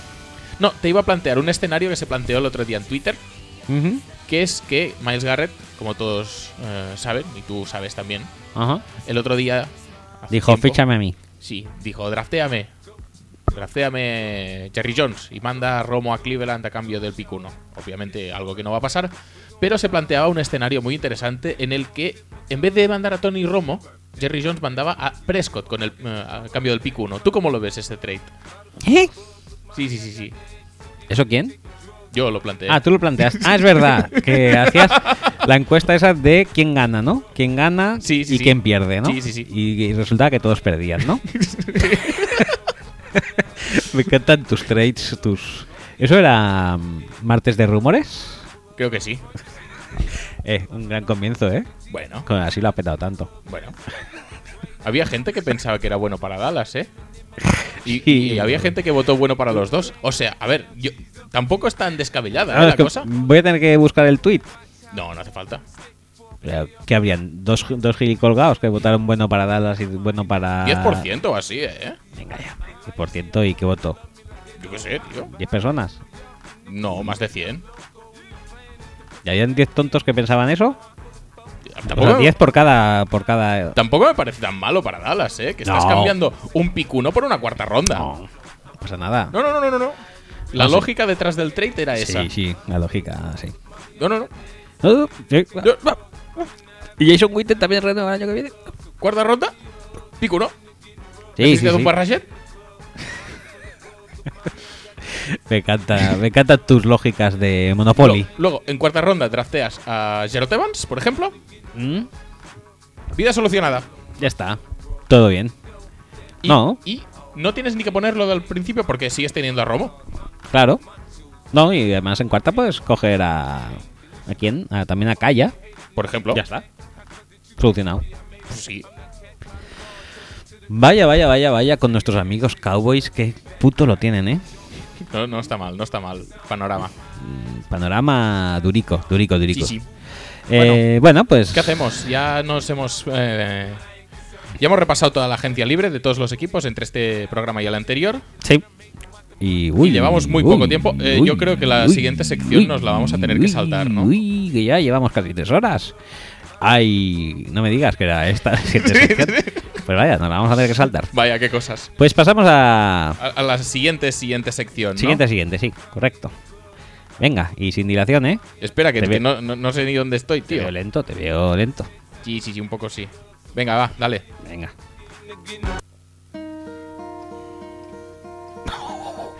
[SPEAKER 2] No, te iba a plantear un escenario que se planteó el otro día en Twitter,
[SPEAKER 1] Ujú,
[SPEAKER 2] que es que Miles Garrett, como todos eh, saben, y tú sabes también,
[SPEAKER 1] Ajá.
[SPEAKER 2] el otro día... hace
[SPEAKER 1] Dijo,
[SPEAKER 2] tiempo-
[SPEAKER 1] fíchame a mí.
[SPEAKER 2] Sí, dijo, drafteame. Drafteame Jerry Jones y manda a Romo a Cleveland a cambio del pick 1. Obviamente algo que no va a pasar, pero se planteaba un escenario muy interesante en el que en vez de mandar a Tony Romo, Jerry Jones mandaba a Prescott con el, eh, a cambio del pick 1. ¿Tú cómo lo ves este trade?
[SPEAKER 1] ¿Eh?
[SPEAKER 2] Sí, sí, sí, sí.
[SPEAKER 1] ¿Eso quién?
[SPEAKER 2] Yo lo planteé.
[SPEAKER 1] Ah, tú lo planteas. Ah, es verdad. Ah, Que hacías, la encuesta esa de quién gana, ¿no? ¿Quién gana
[SPEAKER 2] Sí, sí,
[SPEAKER 1] y
[SPEAKER 2] sí.
[SPEAKER 1] quién pierde, ¿no?
[SPEAKER 2] Sí, sí, sí.
[SPEAKER 1] Y, y resulta que todos perdían, ¿no? Me encantan tus trades, tus... ¿Eso era mm, martes de rumores?
[SPEAKER 2] Creo que sí.
[SPEAKER 1] Eh, un gran comienzo, ¿eh?
[SPEAKER 2] Bueno,
[SPEAKER 1] Con así lo ha petado tanto.
[SPEAKER 2] bueno. Había gente que pensaba que era bueno para Dallas, ¿eh? Y,
[SPEAKER 1] Sí.
[SPEAKER 2] y había gente que votó bueno para los dos. O sea, a ver, yo tampoco es tan descabellada ¿eh,
[SPEAKER 1] Ahora Ah, es
[SPEAKER 2] la
[SPEAKER 1] que
[SPEAKER 2] cosa.
[SPEAKER 1] Voy a tener que buscar el tweet.
[SPEAKER 2] No, no hace falta.
[SPEAKER 1] ¿Qué habrían? ¿Dos, dos gilicolgados que votaron bueno para Dallas y bueno para...
[SPEAKER 2] 10% o así, ¿eh?
[SPEAKER 1] Venga ya, hombre, 10% y qué votó.
[SPEAKER 2] Yo qué sé, tío.
[SPEAKER 1] ¿10 personas?
[SPEAKER 2] No, más de 100.
[SPEAKER 1] ¿Y habían 10 tontos que pensaban eso? O sea,
[SPEAKER 2] Tampoco,
[SPEAKER 1] 10 por cada... Por cada...
[SPEAKER 2] tampoco me parece tan malo para Dallas, ¿eh? Que estás
[SPEAKER 1] No.
[SPEAKER 2] cambiando un picuno por una cuarta ronda.
[SPEAKER 1] No,
[SPEAKER 2] No,
[SPEAKER 1] no pasa nada.
[SPEAKER 2] no, no, no, no. no. La
[SPEAKER 1] No sé.
[SPEAKER 2] lógica detrás del trade era esa.
[SPEAKER 1] sí, sí, la lógica, sí.
[SPEAKER 2] No, no, no.
[SPEAKER 1] No, no, sí.
[SPEAKER 2] Yo-
[SPEAKER 1] ¿Y Jason Witten también renueva el año que viene?
[SPEAKER 2] cuarta ronda, picuno.
[SPEAKER 1] Sí, sí,
[SPEAKER 2] ¿Necesitas
[SPEAKER 1] sí.
[SPEAKER 2] un barraget?
[SPEAKER 1] Me encanta, me encantan tus lógicas de Monopoly.
[SPEAKER 2] Luego, luego, en cuarta ronda drafteas a Gerald Evans, por ejemplo.
[SPEAKER 1] Mm,
[SPEAKER 2] Vida solucionada.
[SPEAKER 1] Ya está. Todo bien.
[SPEAKER 2] Y,
[SPEAKER 1] No.
[SPEAKER 2] Y no tienes ni que ponerlo del principio porque sigues teniendo a Romo.
[SPEAKER 1] Claro. No, y además en cuarta puedes coger a. ¿A quién? A- también a Kaya.
[SPEAKER 2] Por ejemplo.
[SPEAKER 1] Oh. Ya está. Solucionado.
[SPEAKER 2] Pues sí.
[SPEAKER 1] Vaya, vaya, vaya, vaya con nuestros amigos Cowboys. Qué puto lo tienen, ¿eh?
[SPEAKER 2] No, no está mal, no está mal. Panorama.
[SPEAKER 1] Panorama durico, durico, durico.
[SPEAKER 2] Sí, sí.
[SPEAKER 1] Eh, bueno, pues.
[SPEAKER 2] ¿Qué hacemos? Ya nos hemos. eh, ya hemos repasado toda la agencia libre de todos los equipos entre este programa y el anterior.
[SPEAKER 1] Sí. Y,
[SPEAKER 2] Y llevamos muy
[SPEAKER 1] uy,
[SPEAKER 2] poco tiempo. Eh, yo creo que la siguiente sección nos la vamos a tener que
[SPEAKER 1] uy,
[SPEAKER 2] saltar, ¿no?
[SPEAKER 1] Uy, que ya llevamos casi tres horas. Ay, no me digas que era esta la siguiente sección. Pues vaya, nos la vamos a tener que saltar.
[SPEAKER 2] Vaya, qué cosas.
[SPEAKER 1] Pues pasamos a.
[SPEAKER 2] A, a la siguiente, siguiente sección. ¿no?
[SPEAKER 1] Siguiente, siguiente, sí, correcto. Venga, y sin dilación, ¿eh?
[SPEAKER 2] Espera, que,
[SPEAKER 1] Te veo.
[SPEAKER 2] que no, no- no sé ni dónde estoy,
[SPEAKER 1] Te
[SPEAKER 2] tío.
[SPEAKER 1] veo lento, te veo lento.
[SPEAKER 2] Sí, sí, sí, un poco sí. Venga, va, dale.
[SPEAKER 1] Venga.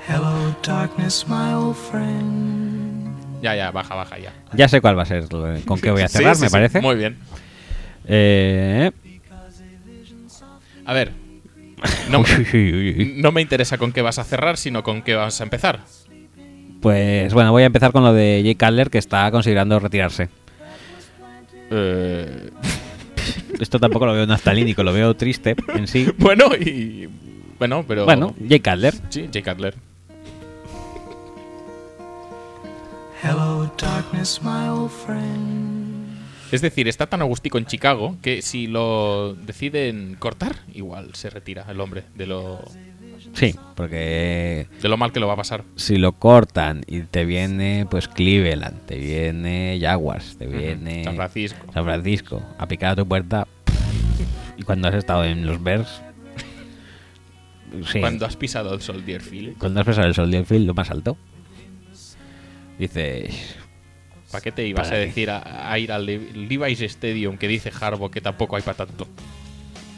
[SPEAKER 5] Hello, darkness, my old friend.
[SPEAKER 2] Ya, ya, baja, baja, ya.
[SPEAKER 1] Ya sé cuál va a ser, eh, con qué voy a
[SPEAKER 2] Sí,
[SPEAKER 1] cerrar,
[SPEAKER 2] sí,
[SPEAKER 1] me
[SPEAKER 2] sí,
[SPEAKER 1] parece.
[SPEAKER 2] Muy bien.
[SPEAKER 1] Eh,
[SPEAKER 2] A ver. No,
[SPEAKER 1] uy, uy, uy, uy.
[SPEAKER 2] no me interesa con qué vas a cerrar, sino con qué vas a empezar.
[SPEAKER 1] Pues bueno, voy a empezar con lo de Jay Cutler, que está considerando retirarse.
[SPEAKER 2] Eh,
[SPEAKER 1] Esto tampoco lo veo naftalínico, lo veo triste en sí.
[SPEAKER 2] Bueno, y. Bueno, pero.
[SPEAKER 1] Bueno, Jay Cutler.
[SPEAKER 2] Sí, Jay Cutler.
[SPEAKER 5] Hello, darkness, my old friend.
[SPEAKER 2] Es decir, está tan agustico en Chicago que si lo deciden cortar, igual se retira el hombre de lo,
[SPEAKER 1] Sí, porque
[SPEAKER 2] de lo mal que lo va a pasar.
[SPEAKER 1] si lo cortan y te viene pues Cleveland, te viene Jaguars, te viene
[SPEAKER 2] San Francisco.
[SPEAKER 1] San Francisco a picar a tu puerta y cuando has estado en los Bears sí,
[SPEAKER 2] Cuando has pisado el Soldier Field,
[SPEAKER 1] cuando has pasado el sol del field lo más alto dices
[SPEAKER 2] ¿para qué te ibas a
[SPEAKER 1] Para ti.
[SPEAKER 2] decir a, a ir al Le- Levi's Stadium que dice Harbo que tampoco hay para tanto?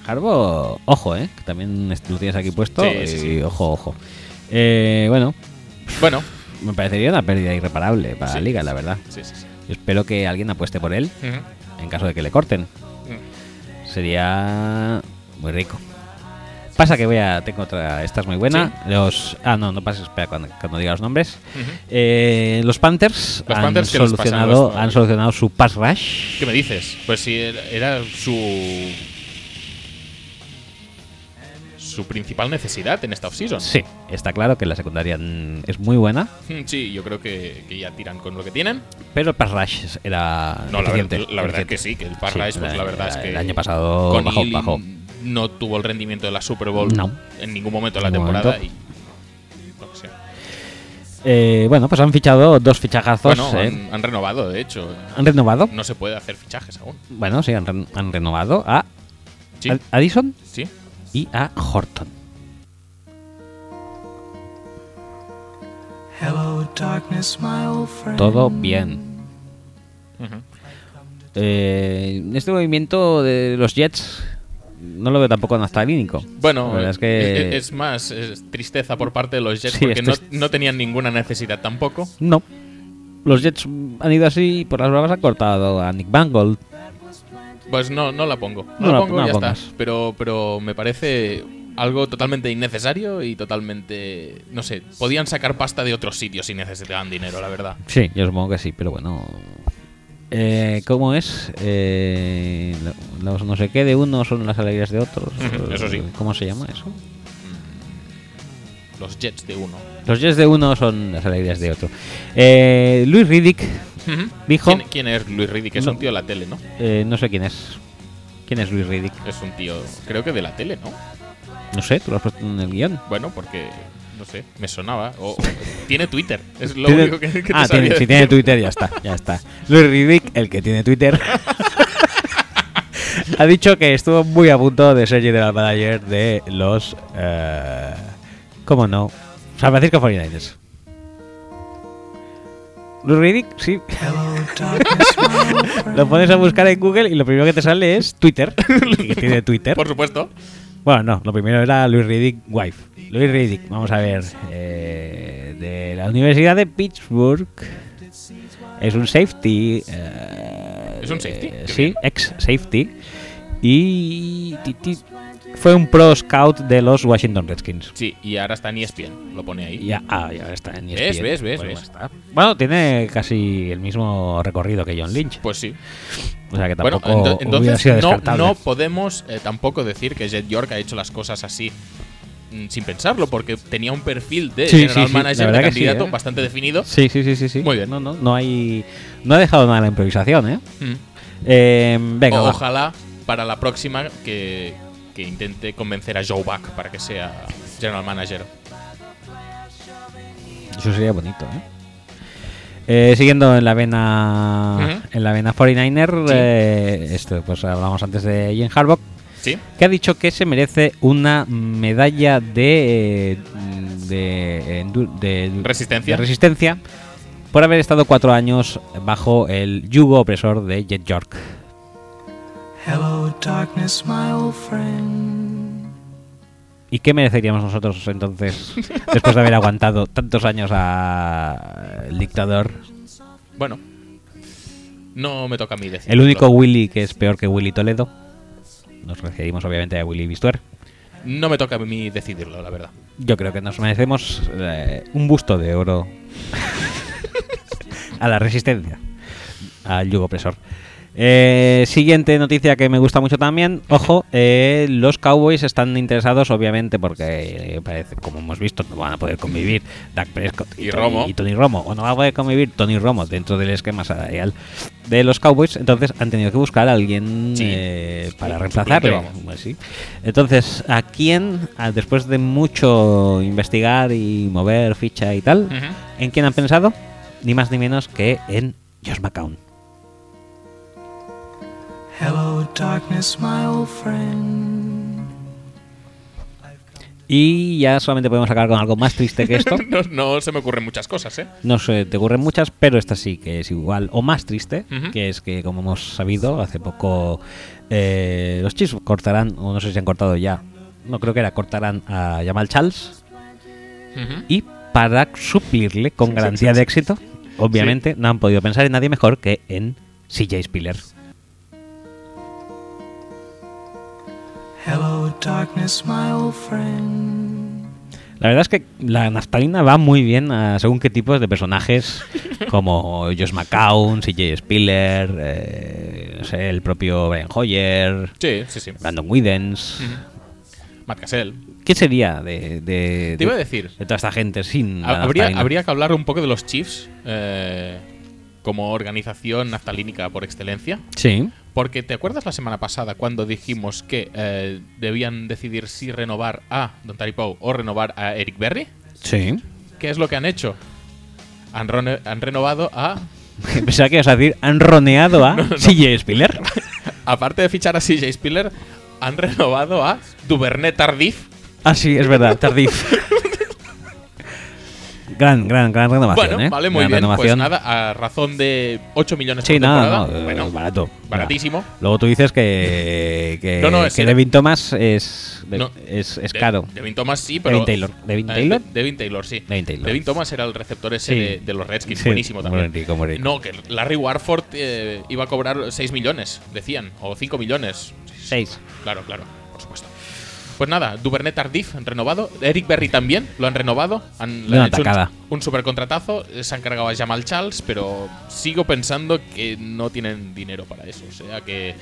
[SPEAKER 1] Harbo, ojo, ¿eh? Que también est- lo tienes aquí puesto.
[SPEAKER 2] Sí, sí,
[SPEAKER 1] y
[SPEAKER 2] sí.
[SPEAKER 1] ojo, ojo. Eh, bueno,
[SPEAKER 2] Bueno,
[SPEAKER 1] me parecería una pérdida irreparable para
[SPEAKER 2] Sí.
[SPEAKER 1] la liga, la verdad.
[SPEAKER 2] sí, sí, sí.
[SPEAKER 1] Yo espero que alguien apueste por él
[SPEAKER 2] Ujú.
[SPEAKER 1] en caso de que le corten.
[SPEAKER 2] Mm.
[SPEAKER 1] Sería muy rico. Pasa que voy a. Tengo otra. Esta es muy buena. Los. Ah, no, no pases. Espera cuando, cuando diga los nombres. Eh, los Panthers
[SPEAKER 2] Los
[SPEAKER 1] han,
[SPEAKER 2] Panthers que les pasan a los-
[SPEAKER 1] solucionado, han solucionado su pass rush.
[SPEAKER 2] ¿Qué me dices? Pues si era- era su. Su principal necesidad en esta offseason.
[SPEAKER 1] Sí, está claro que la secundaria mm, es muy buena,
[SPEAKER 2] Mm, Sí, yo creo que, que ya tiran con lo que tienen.
[SPEAKER 1] pero el pass rush era.
[SPEAKER 2] No, la, ver-
[SPEAKER 1] eficiente,
[SPEAKER 2] la verdad es que
[SPEAKER 1] eficiente.
[SPEAKER 2] sí, que el Parra
[SPEAKER 1] Sí,
[SPEAKER 2] es, pues,
[SPEAKER 1] la-
[SPEAKER 2] la verdad es
[SPEAKER 1] la-
[SPEAKER 2] que.
[SPEAKER 1] el año pasado
[SPEAKER 2] con
[SPEAKER 1] bajó,
[SPEAKER 2] Hill
[SPEAKER 1] bajó.
[SPEAKER 2] No tuvo el rendimiento de la Super Bowl
[SPEAKER 1] No.
[SPEAKER 2] en ningún momento de la
[SPEAKER 1] Ningún
[SPEAKER 2] temporada.
[SPEAKER 1] momento.
[SPEAKER 2] y- lo que sea.
[SPEAKER 1] Eh, bueno, pues han fichado dos fichajazos.
[SPEAKER 2] Bueno,
[SPEAKER 1] eh.
[SPEAKER 2] han, han renovado, de hecho.
[SPEAKER 1] han, renovado?
[SPEAKER 2] No se puede hacer fichajes aún.
[SPEAKER 1] Bueno, sí, han, ren- han renovado a
[SPEAKER 2] Sí,
[SPEAKER 1] Ad- Addison
[SPEAKER 2] sí.
[SPEAKER 1] y a Horton.
[SPEAKER 5] Hello, darkness, my old friend.
[SPEAKER 1] Todo bien.
[SPEAKER 2] Ujú.
[SPEAKER 1] Eh, este movimiento de los Jets no lo veo tampoco naftalínico. La
[SPEAKER 2] Bueno,
[SPEAKER 1] verdad
[SPEAKER 2] es,
[SPEAKER 1] es que.
[SPEAKER 2] es más, es tristeza por parte de los Jets
[SPEAKER 1] Sí,
[SPEAKER 2] porque
[SPEAKER 1] esto
[SPEAKER 2] no,
[SPEAKER 1] es-
[SPEAKER 2] no tenían ninguna necesidad tampoco.
[SPEAKER 1] No. los Jets han ido así y por las bravas han cortado a Nick Bangold.
[SPEAKER 2] Pues no, no la pongo. No,
[SPEAKER 1] No
[SPEAKER 2] la
[SPEAKER 1] la-
[SPEAKER 2] pongo
[SPEAKER 1] no
[SPEAKER 2] y
[SPEAKER 1] la
[SPEAKER 2] ya está.
[SPEAKER 1] pongas.
[SPEAKER 2] Pero, pero me parece algo totalmente innecesario y totalmente. No sé, podían sacar pasta de otros sitios si necesitaban dinero, la verdad.
[SPEAKER 1] Sí, yo supongo que sí, pero bueno. Eh, ¿Cómo es? Eh, lo- los no sé qué de unos son las alegrías de otros.
[SPEAKER 2] Ujú, eso sí.
[SPEAKER 1] ¿Cómo se llama eso?
[SPEAKER 2] Los Jets de uno.
[SPEAKER 1] Los jets de uno son las alegrías de otro. Eh, Luis Riddick, Dijo-
[SPEAKER 2] ¿Quién, quién es Luis Riddick? Es
[SPEAKER 1] No.
[SPEAKER 2] un tío de la tele, ¿no?
[SPEAKER 1] eh, no sé quién es. ¿Quién es Luis Riddick?
[SPEAKER 2] Es un tío, creo que de la tele, ¿no?
[SPEAKER 1] No sé, tú lo has puesto en el guión.
[SPEAKER 2] Bueno, porque. No sé, me sonaba. O, o- tiene Twitter. Es lo
[SPEAKER 1] Tiene-
[SPEAKER 2] único que, que te
[SPEAKER 1] ah,
[SPEAKER 2] sabía
[SPEAKER 1] tiene- si
[SPEAKER 2] decir.
[SPEAKER 1] tiene Twitter ya está, ya está. Luis Riddick, el que tiene Twitter, ha dicho que estuvo muy a punto de ser general manager de los, eh, ¿cómo no? San Francisco 49ers. Luis Riddick, sí. lo pones a buscar en Google y lo primero que te sale es Twitter, el que tiene Twitter.
[SPEAKER 2] Por supuesto.
[SPEAKER 1] Bueno, no, lo primero era Luis Riddick, wife. Luis Riddick, vamos a ver, eh, de la Universidad de Pittsburgh. Es un safety. eh,
[SPEAKER 2] ¿Es un safety?
[SPEAKER 1] eh,
[SPEAKER 2] Qué
[SPEAKER 1] sí,
[SPEAKER 2] bien.
[SPEAKER 1] ex safety. Y ti- ti- fue un pro scout de los Washington Redskins.
[SPEAKER 2] Sí, y ahora está en E ESPN. Lo pone ahí.
[SPEAKER 1] Ya, ah, ya está en
[SPEAKER 2] ¿Ves,
[SPEAKER 1] ESPN.
[SPEAKER 2] ves, ves,
[SPEAKER 1] Bueno,
[SPEAKER 2] ves?
[SPEAKER 1] Pues ya está. Bueno, tiene casi el mismo recorrido que John Lynch.
[SPEAKER 2] Pues sí.
[SPEAKER 1] O sea que
[SPEAKER 2] Bueno,
[SPEAKER 1] tampoco
[SPEAKER 2] ento-
[SPEAKER 1] hubiera
[SPEAKER 2] entonces
[SPEAKER 1] sido
[SPEAKER 2] no,
[SPEAKER 1] descartable.
[SPEAKER 2] no podemos eh, tampoco decir que Jed York ha hecho las cosas así mm, sin pensarlo, porque tenía un perfil de
[SPEAKER 1] Sí,
[SPEAKER 2] general
[SPEAKER 1] sí, sí, la
[SPEAKER 2] manager de
[SPEAKER 1] verdad que sí,
[SPEAKER 2] candidato
[SPEAKER 1] ¿eh?
[SPEAKER 2] bastante definido.
[SPEAKER 1] Sí, sí, sí, sí, sí.
[SPEAKER 2] Muy bien.
[SPEAKER 1] No, no, no hay. No ha dejado nada a la improvisación, ¿eh?
[SPEAKER 2] Mm.
[SPEAKER 1] Eh, venga,
[SPEAKER 2] O-
[SPEAKER 1] va.
[SPEAKER 2] Mm. ojalá para la próxima que, que intente convencer a Joe Buck para que sea general manager.
[SPEAKER 1] eso sería bonito. ¿eh? Eh, siguiendo en la vena
[SPEAKER 2] Ujú.
[SPEAKER 1] en la vena 49er,
[SPEAKER 2] Sí.
[SPEAKER 1] eh, esto pues hablamos antes de Jim Harbaugh,
[SPEAKER 2] ¿Sí?
[SPEAKER 1] que ha dicho que se merece una medalla de eh, de, eh, endu- de-
[SPEAKER 2] Resistencia.
[SPEAKER 1] de resistencia por haber estado cuatro años bajo el yugo opresor de Jet York.
[SPEAKER 5] Hello, darkness, my old friend.
[SPEAKER 1] ¿Y qué mereceríamos nosotros entonces después de haber aguantado tantos años a- al dictador?
[SPEAKER 2] Bueno, no me toca a mí decir.
[SPEAKER 1] El único Willy que es peor que Willy Toledo. Nos referimos obviamente a Willy Bistuer.
[SPEAKER 2] No me toca a mí decidirlo, la verdad.
[SPEAKER 1] Yo creo que nos merecemos eh, un busto de oro a la resistencia, al yugo opresor. Eh, siguiente noticia que me gusta mucho también. Ojo, eh, los Cowboys están interesados, obviamente, porque eh, parece, como hemos visto, no van a poder convivir Dak Prescott
[SPEAKER 2] Y Romo.
[SPEAKER 1] y Tony Romo, o no va a poder convivir Tony Romo dentro del esquema salarial de los Cowboys. Entonces han tenido que buscar a alguien
[SPEAKER 2] Sí.
[SPEAKER 1] eh, para
[SPEAKER 2] Un
[SPEAKER 1] reemplazarle.
[SPEAKER 2] suplente, vamos.
[SPEAKER 1] Pues sí. Entonces, ¿a quién, a- después de mucho investigar y mover ficha y tal,
[SPEAKER 2] Ujú.
[SPEAKER 1] en quién han pensado? Ni más ni menos que en Josh McCown.
[SPEAKER 5] Hello, darkness, my old friend.
[SPEAKER 1] Y ya solamente podemos acabar con algo más triste que esto.
[SPEAKER 2] no, no se me ocurren muchas cosas, ¿eh?
[SPEAKER 1] No sé, te ocurren muchas, pero esta sí que es igual o más triste,
[SPEAKER 2] Ujú.
[SPEAKER 1] que es que como hemos sabido hace poco eh, los Chiefs cortarán, o no sé si han cortado ya, no creo que era, cortarán a Jamal Charles
[SPEAKER 2] Ujú.
[SPEAKER 1] y para suplirle con garantía de éxito, obviamente no han podido pensar en nadie mejor que en CJ Spiller.
[SPEAKER 5] Hello, darkness, my old friend.
[SPEAKER 1] La verdad es que la naftalina va muy bien a según qué tipos de personajes, como Josh McCown, CJ Spiller, eh, no sé, el propio Brian Hoyer,
[SPEAKER 2] Sí, sí, sí.
[SPEAKER 1] Brandon Widens.
[SPEAKER 2] Matt Cassell.
[SPEAKER 1] ¿Qué sería de, de,
[SPEAKER 2] Te iba a
[SPEAKER 1] de,
[SPEAKER 2] decir,
[SPEAKER 1] de toda esta gente sin la
[SPEAKER 2] ha- habría,
[SPEAKER 1] naftalina?
[SPEAKER 2] habría que hablar un poco de los Chiefs eh, como organización naftalínica por excelencia.
[SPEAKER 1] Sí,
[SPEAKER 2] Porque te acuerdas la semana pasada cuando dijimos que eh, debían decidir si renovar a Don Taripo o renovar a Eric Berry.
[SPEAKER 1] sí.
[SPEAKER 2] ¿Qué es lo que han hecho? Han, rone- han renovado a.
[SPEAKER 1] Pensaba que ibas a decir, han roneado a CJ Spiller.
[SPEAKER 2] Aparte de fichar a CJ Spiller, han renovado a Duvernet Tardif.
[SPEAKER 1] Ah, sí, es verdad, tardif. Gran, gran, gran renovación.
[SPEAKER 2] Bueno,
[SPEAKER 1] ¿eh?
[SPEAKER 2] vale, muy
[SPEAKER 1] Gran
[SPEAKER 2] bien. Pues
[SPEAKER 1] renovación.
[SPEAKER 2] nada, a razón de 8 millones
[SPEAKER 1] Sí,
[SPEAKER 2] por
[SPEAKER 1] nada,
[SPEAKER 2] temporada.
[SPEAKER 1] no, eh,
[SPEAKER 2] bueno,
[SPEAKER 1] barato.
[SPEAKER 2] baratísimo.
[SPEAKER 1] Mira, Luego tú dices que, que,
[SPEAKER 2] No, no,
[SPEAKER 1] que
[SPEAKER 2] sí.
[SPEAKER 1] Devin Thomas es, de-
[SPEAKER 2] No.
[SPEAKER 1] es, es
[SPEAKER 2] De-
[SPEAKER 1] caro.
[SPEAKER 2] Devin Thomas sí, pero.
[SPEAKER 1] Devin Taylor. ¿Devin
[SPEAKER 2] Eh,
[SPEAKER 1] Taylor?
[SPEAKER 2] De- Devin Taylor, sí.
[SPEAKER 1] Devin Taylor.
[SPEAKER 2] Thomas era el receptor ese
[SPEAKER 1] Sí.
[SPEAKER 2] de, de los Redskins.
[SPEAKER 1] Sí,
[SPEAKER 2] Buenísimo
[SPEAKER 1] muy
[SPEAKER 2] también.
[SPEAKER 1] rico, muy rico.
[SPEAKER 2] No, que Larry Warford eh, iba a cobrar 6 millones, decían. O 5 millones.
[SPEAKER 1] Seis.
[SPEAKER 2] Claro, claro, por supuesto. Pues nada, Duvernay Tardif han renovado, Eric Berry también lo han renovado, han, le
[SPEAKER 1] Una
[SPEAKER 2] han hecho
[SPEAKER 1] atacada.
[SPEAKER 2] un, un supercontratazo, eh, se han cargado a Jamal Charles, pero sigo pensando que no tienen dinero para eso, o sea que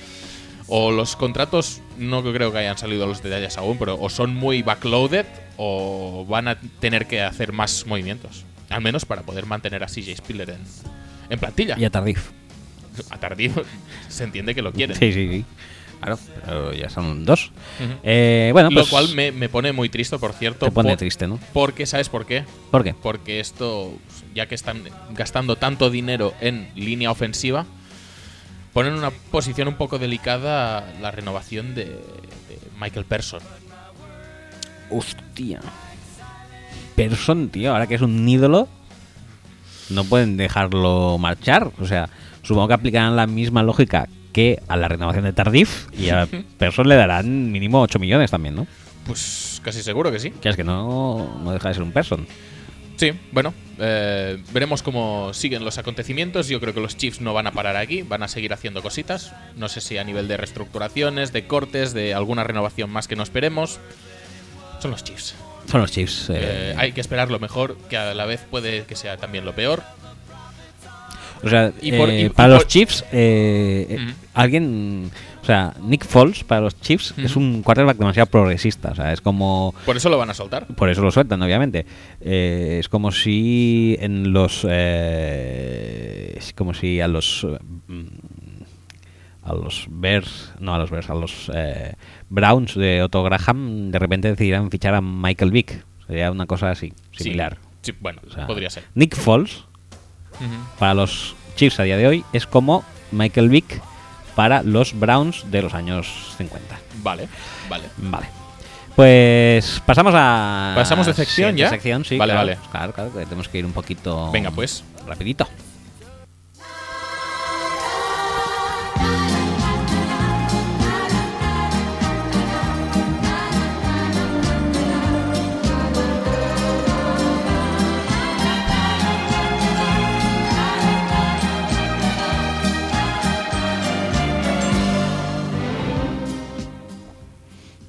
[SPEAKER 2] o los contratos no creo que hayan salido los detalles aún, pero o son muy backloaded o van a tener que hacer más movimientos, al menos para poder mantener a CJ Spiller en, en plantilla.
[SPEAKER 1] Y a Tardif.
[SPEAKER 2] A Tardif se entiende que lo quieren.
[SPEAKER 1] Sí, sí, sí. Claro, pero ya son dos.
[SPEAKER 2] Ujú.
[SPEAKER 1] Eh, bueno,
[SPEAKER 2] Lo
[SPEAKER 1] pues
[SPEAKER 2] cual me, me pone muy triste, por cierto.
[SPEAKER 1] te pone
[SPEAKER 2] por-
[SPEAKER 1] triste, ¿no?
[SPEAKER 2] Porque, ¿sabes por qué?
[SPEAKER 1] ¿Por qué?
[SPEAKER 2] Porque esto, ya que están gastando tanto dinero en línea ofensiva, ponen en una posición un poco delicada la renovación de, de Michael Person.
[SPEAKER 1] Hostia. Person, tío, ahora que es un ídolo, no pueden dejarlo marchar. O sea, supongo que aplicarán la misma lógica que a la renovación de Tardif y a Person le darán mínimo 8 millones también, ¿no?
[SPEAKER 2] Pues casi seguro que sí.
[SPEAKER 1] Que es que no, no deja de ser un Person.
[SPEAKER 2] Sí, bueno, eh, veremos cómo siguen los acontecimientos. Yo creo que los Chiefs no van a parar aquí, van a seguir haciendo cositas. No sé si a nivel de reestructuraciones, de cortes, de alguna renovación más que no esperemos. Son los Chiefs.
[SPEAKER 1] Son los Chiefs. eh,
[SPEAKER 2] Eh, hay que esperar lo mejor, que a la vez puede que sea también lo peor.
[SPEAKER 1] O sea,
[SPEAKER 2] Y por-
[SPEAKER 1] eh,
[SPEAKER 2] y- y
[SPEAKER 1] para los
[SPEAKER 2] por-
[SPEAKER 1] Chiefs, eh, eh,
[SPEAKER 2] Mm.
[SPEAKER 1] alguien. O sea, Nick Foles para los Chiefs es
[SPEAKER 2] Mm.
[SPEAKER 1] un quarterback demasiado progresista. O sea, es como.
[SPEAKER 2] Por eso lo van a soltar.
[SPEAKER 1] Por eso lo sueltan, obviamente. Eh, es como si en los. eh, es como si a los. eh, mm, A los Bears. No, a los Bears, a los eh, Browns de Otto Graham de repente decidieran fichar a Michael Vick. Sería una cosa así,
[SPEAKER 2] Sí.
[SPEAKER 1] similar.
[SPEAKER 2] Sí, bueno,
[SPEAKER 1] O sea,
[SPEAKER 2] podría ser.
[SPEAKER 1] Nick Foles
[SPEAKER 2] Ujú.
[SPEAKER 1] para los Chiefs a día de hoy es como Michael Vick para los Browns de los años 50.
[SPEAKER 2] Vale, vale.
[SPEAKER 1] Vale. Pues pasamos a.
[SPEAKER 2] ¿Pasamos de sección
[SPEAKER 1] siguiente
[SPEAKER 2] ya?
[SPEAKER 1] sección, sí.
[SPEAKER 2] Vale,
[SPEAKER 1] claro,
[SPEAKER 2] vale.
[SPEAKER 1] Claro, claro, que tenemos que ir un poquito.
[SPEAKER 2] Venga, pues.
[SPEAKER 1] Rapidito.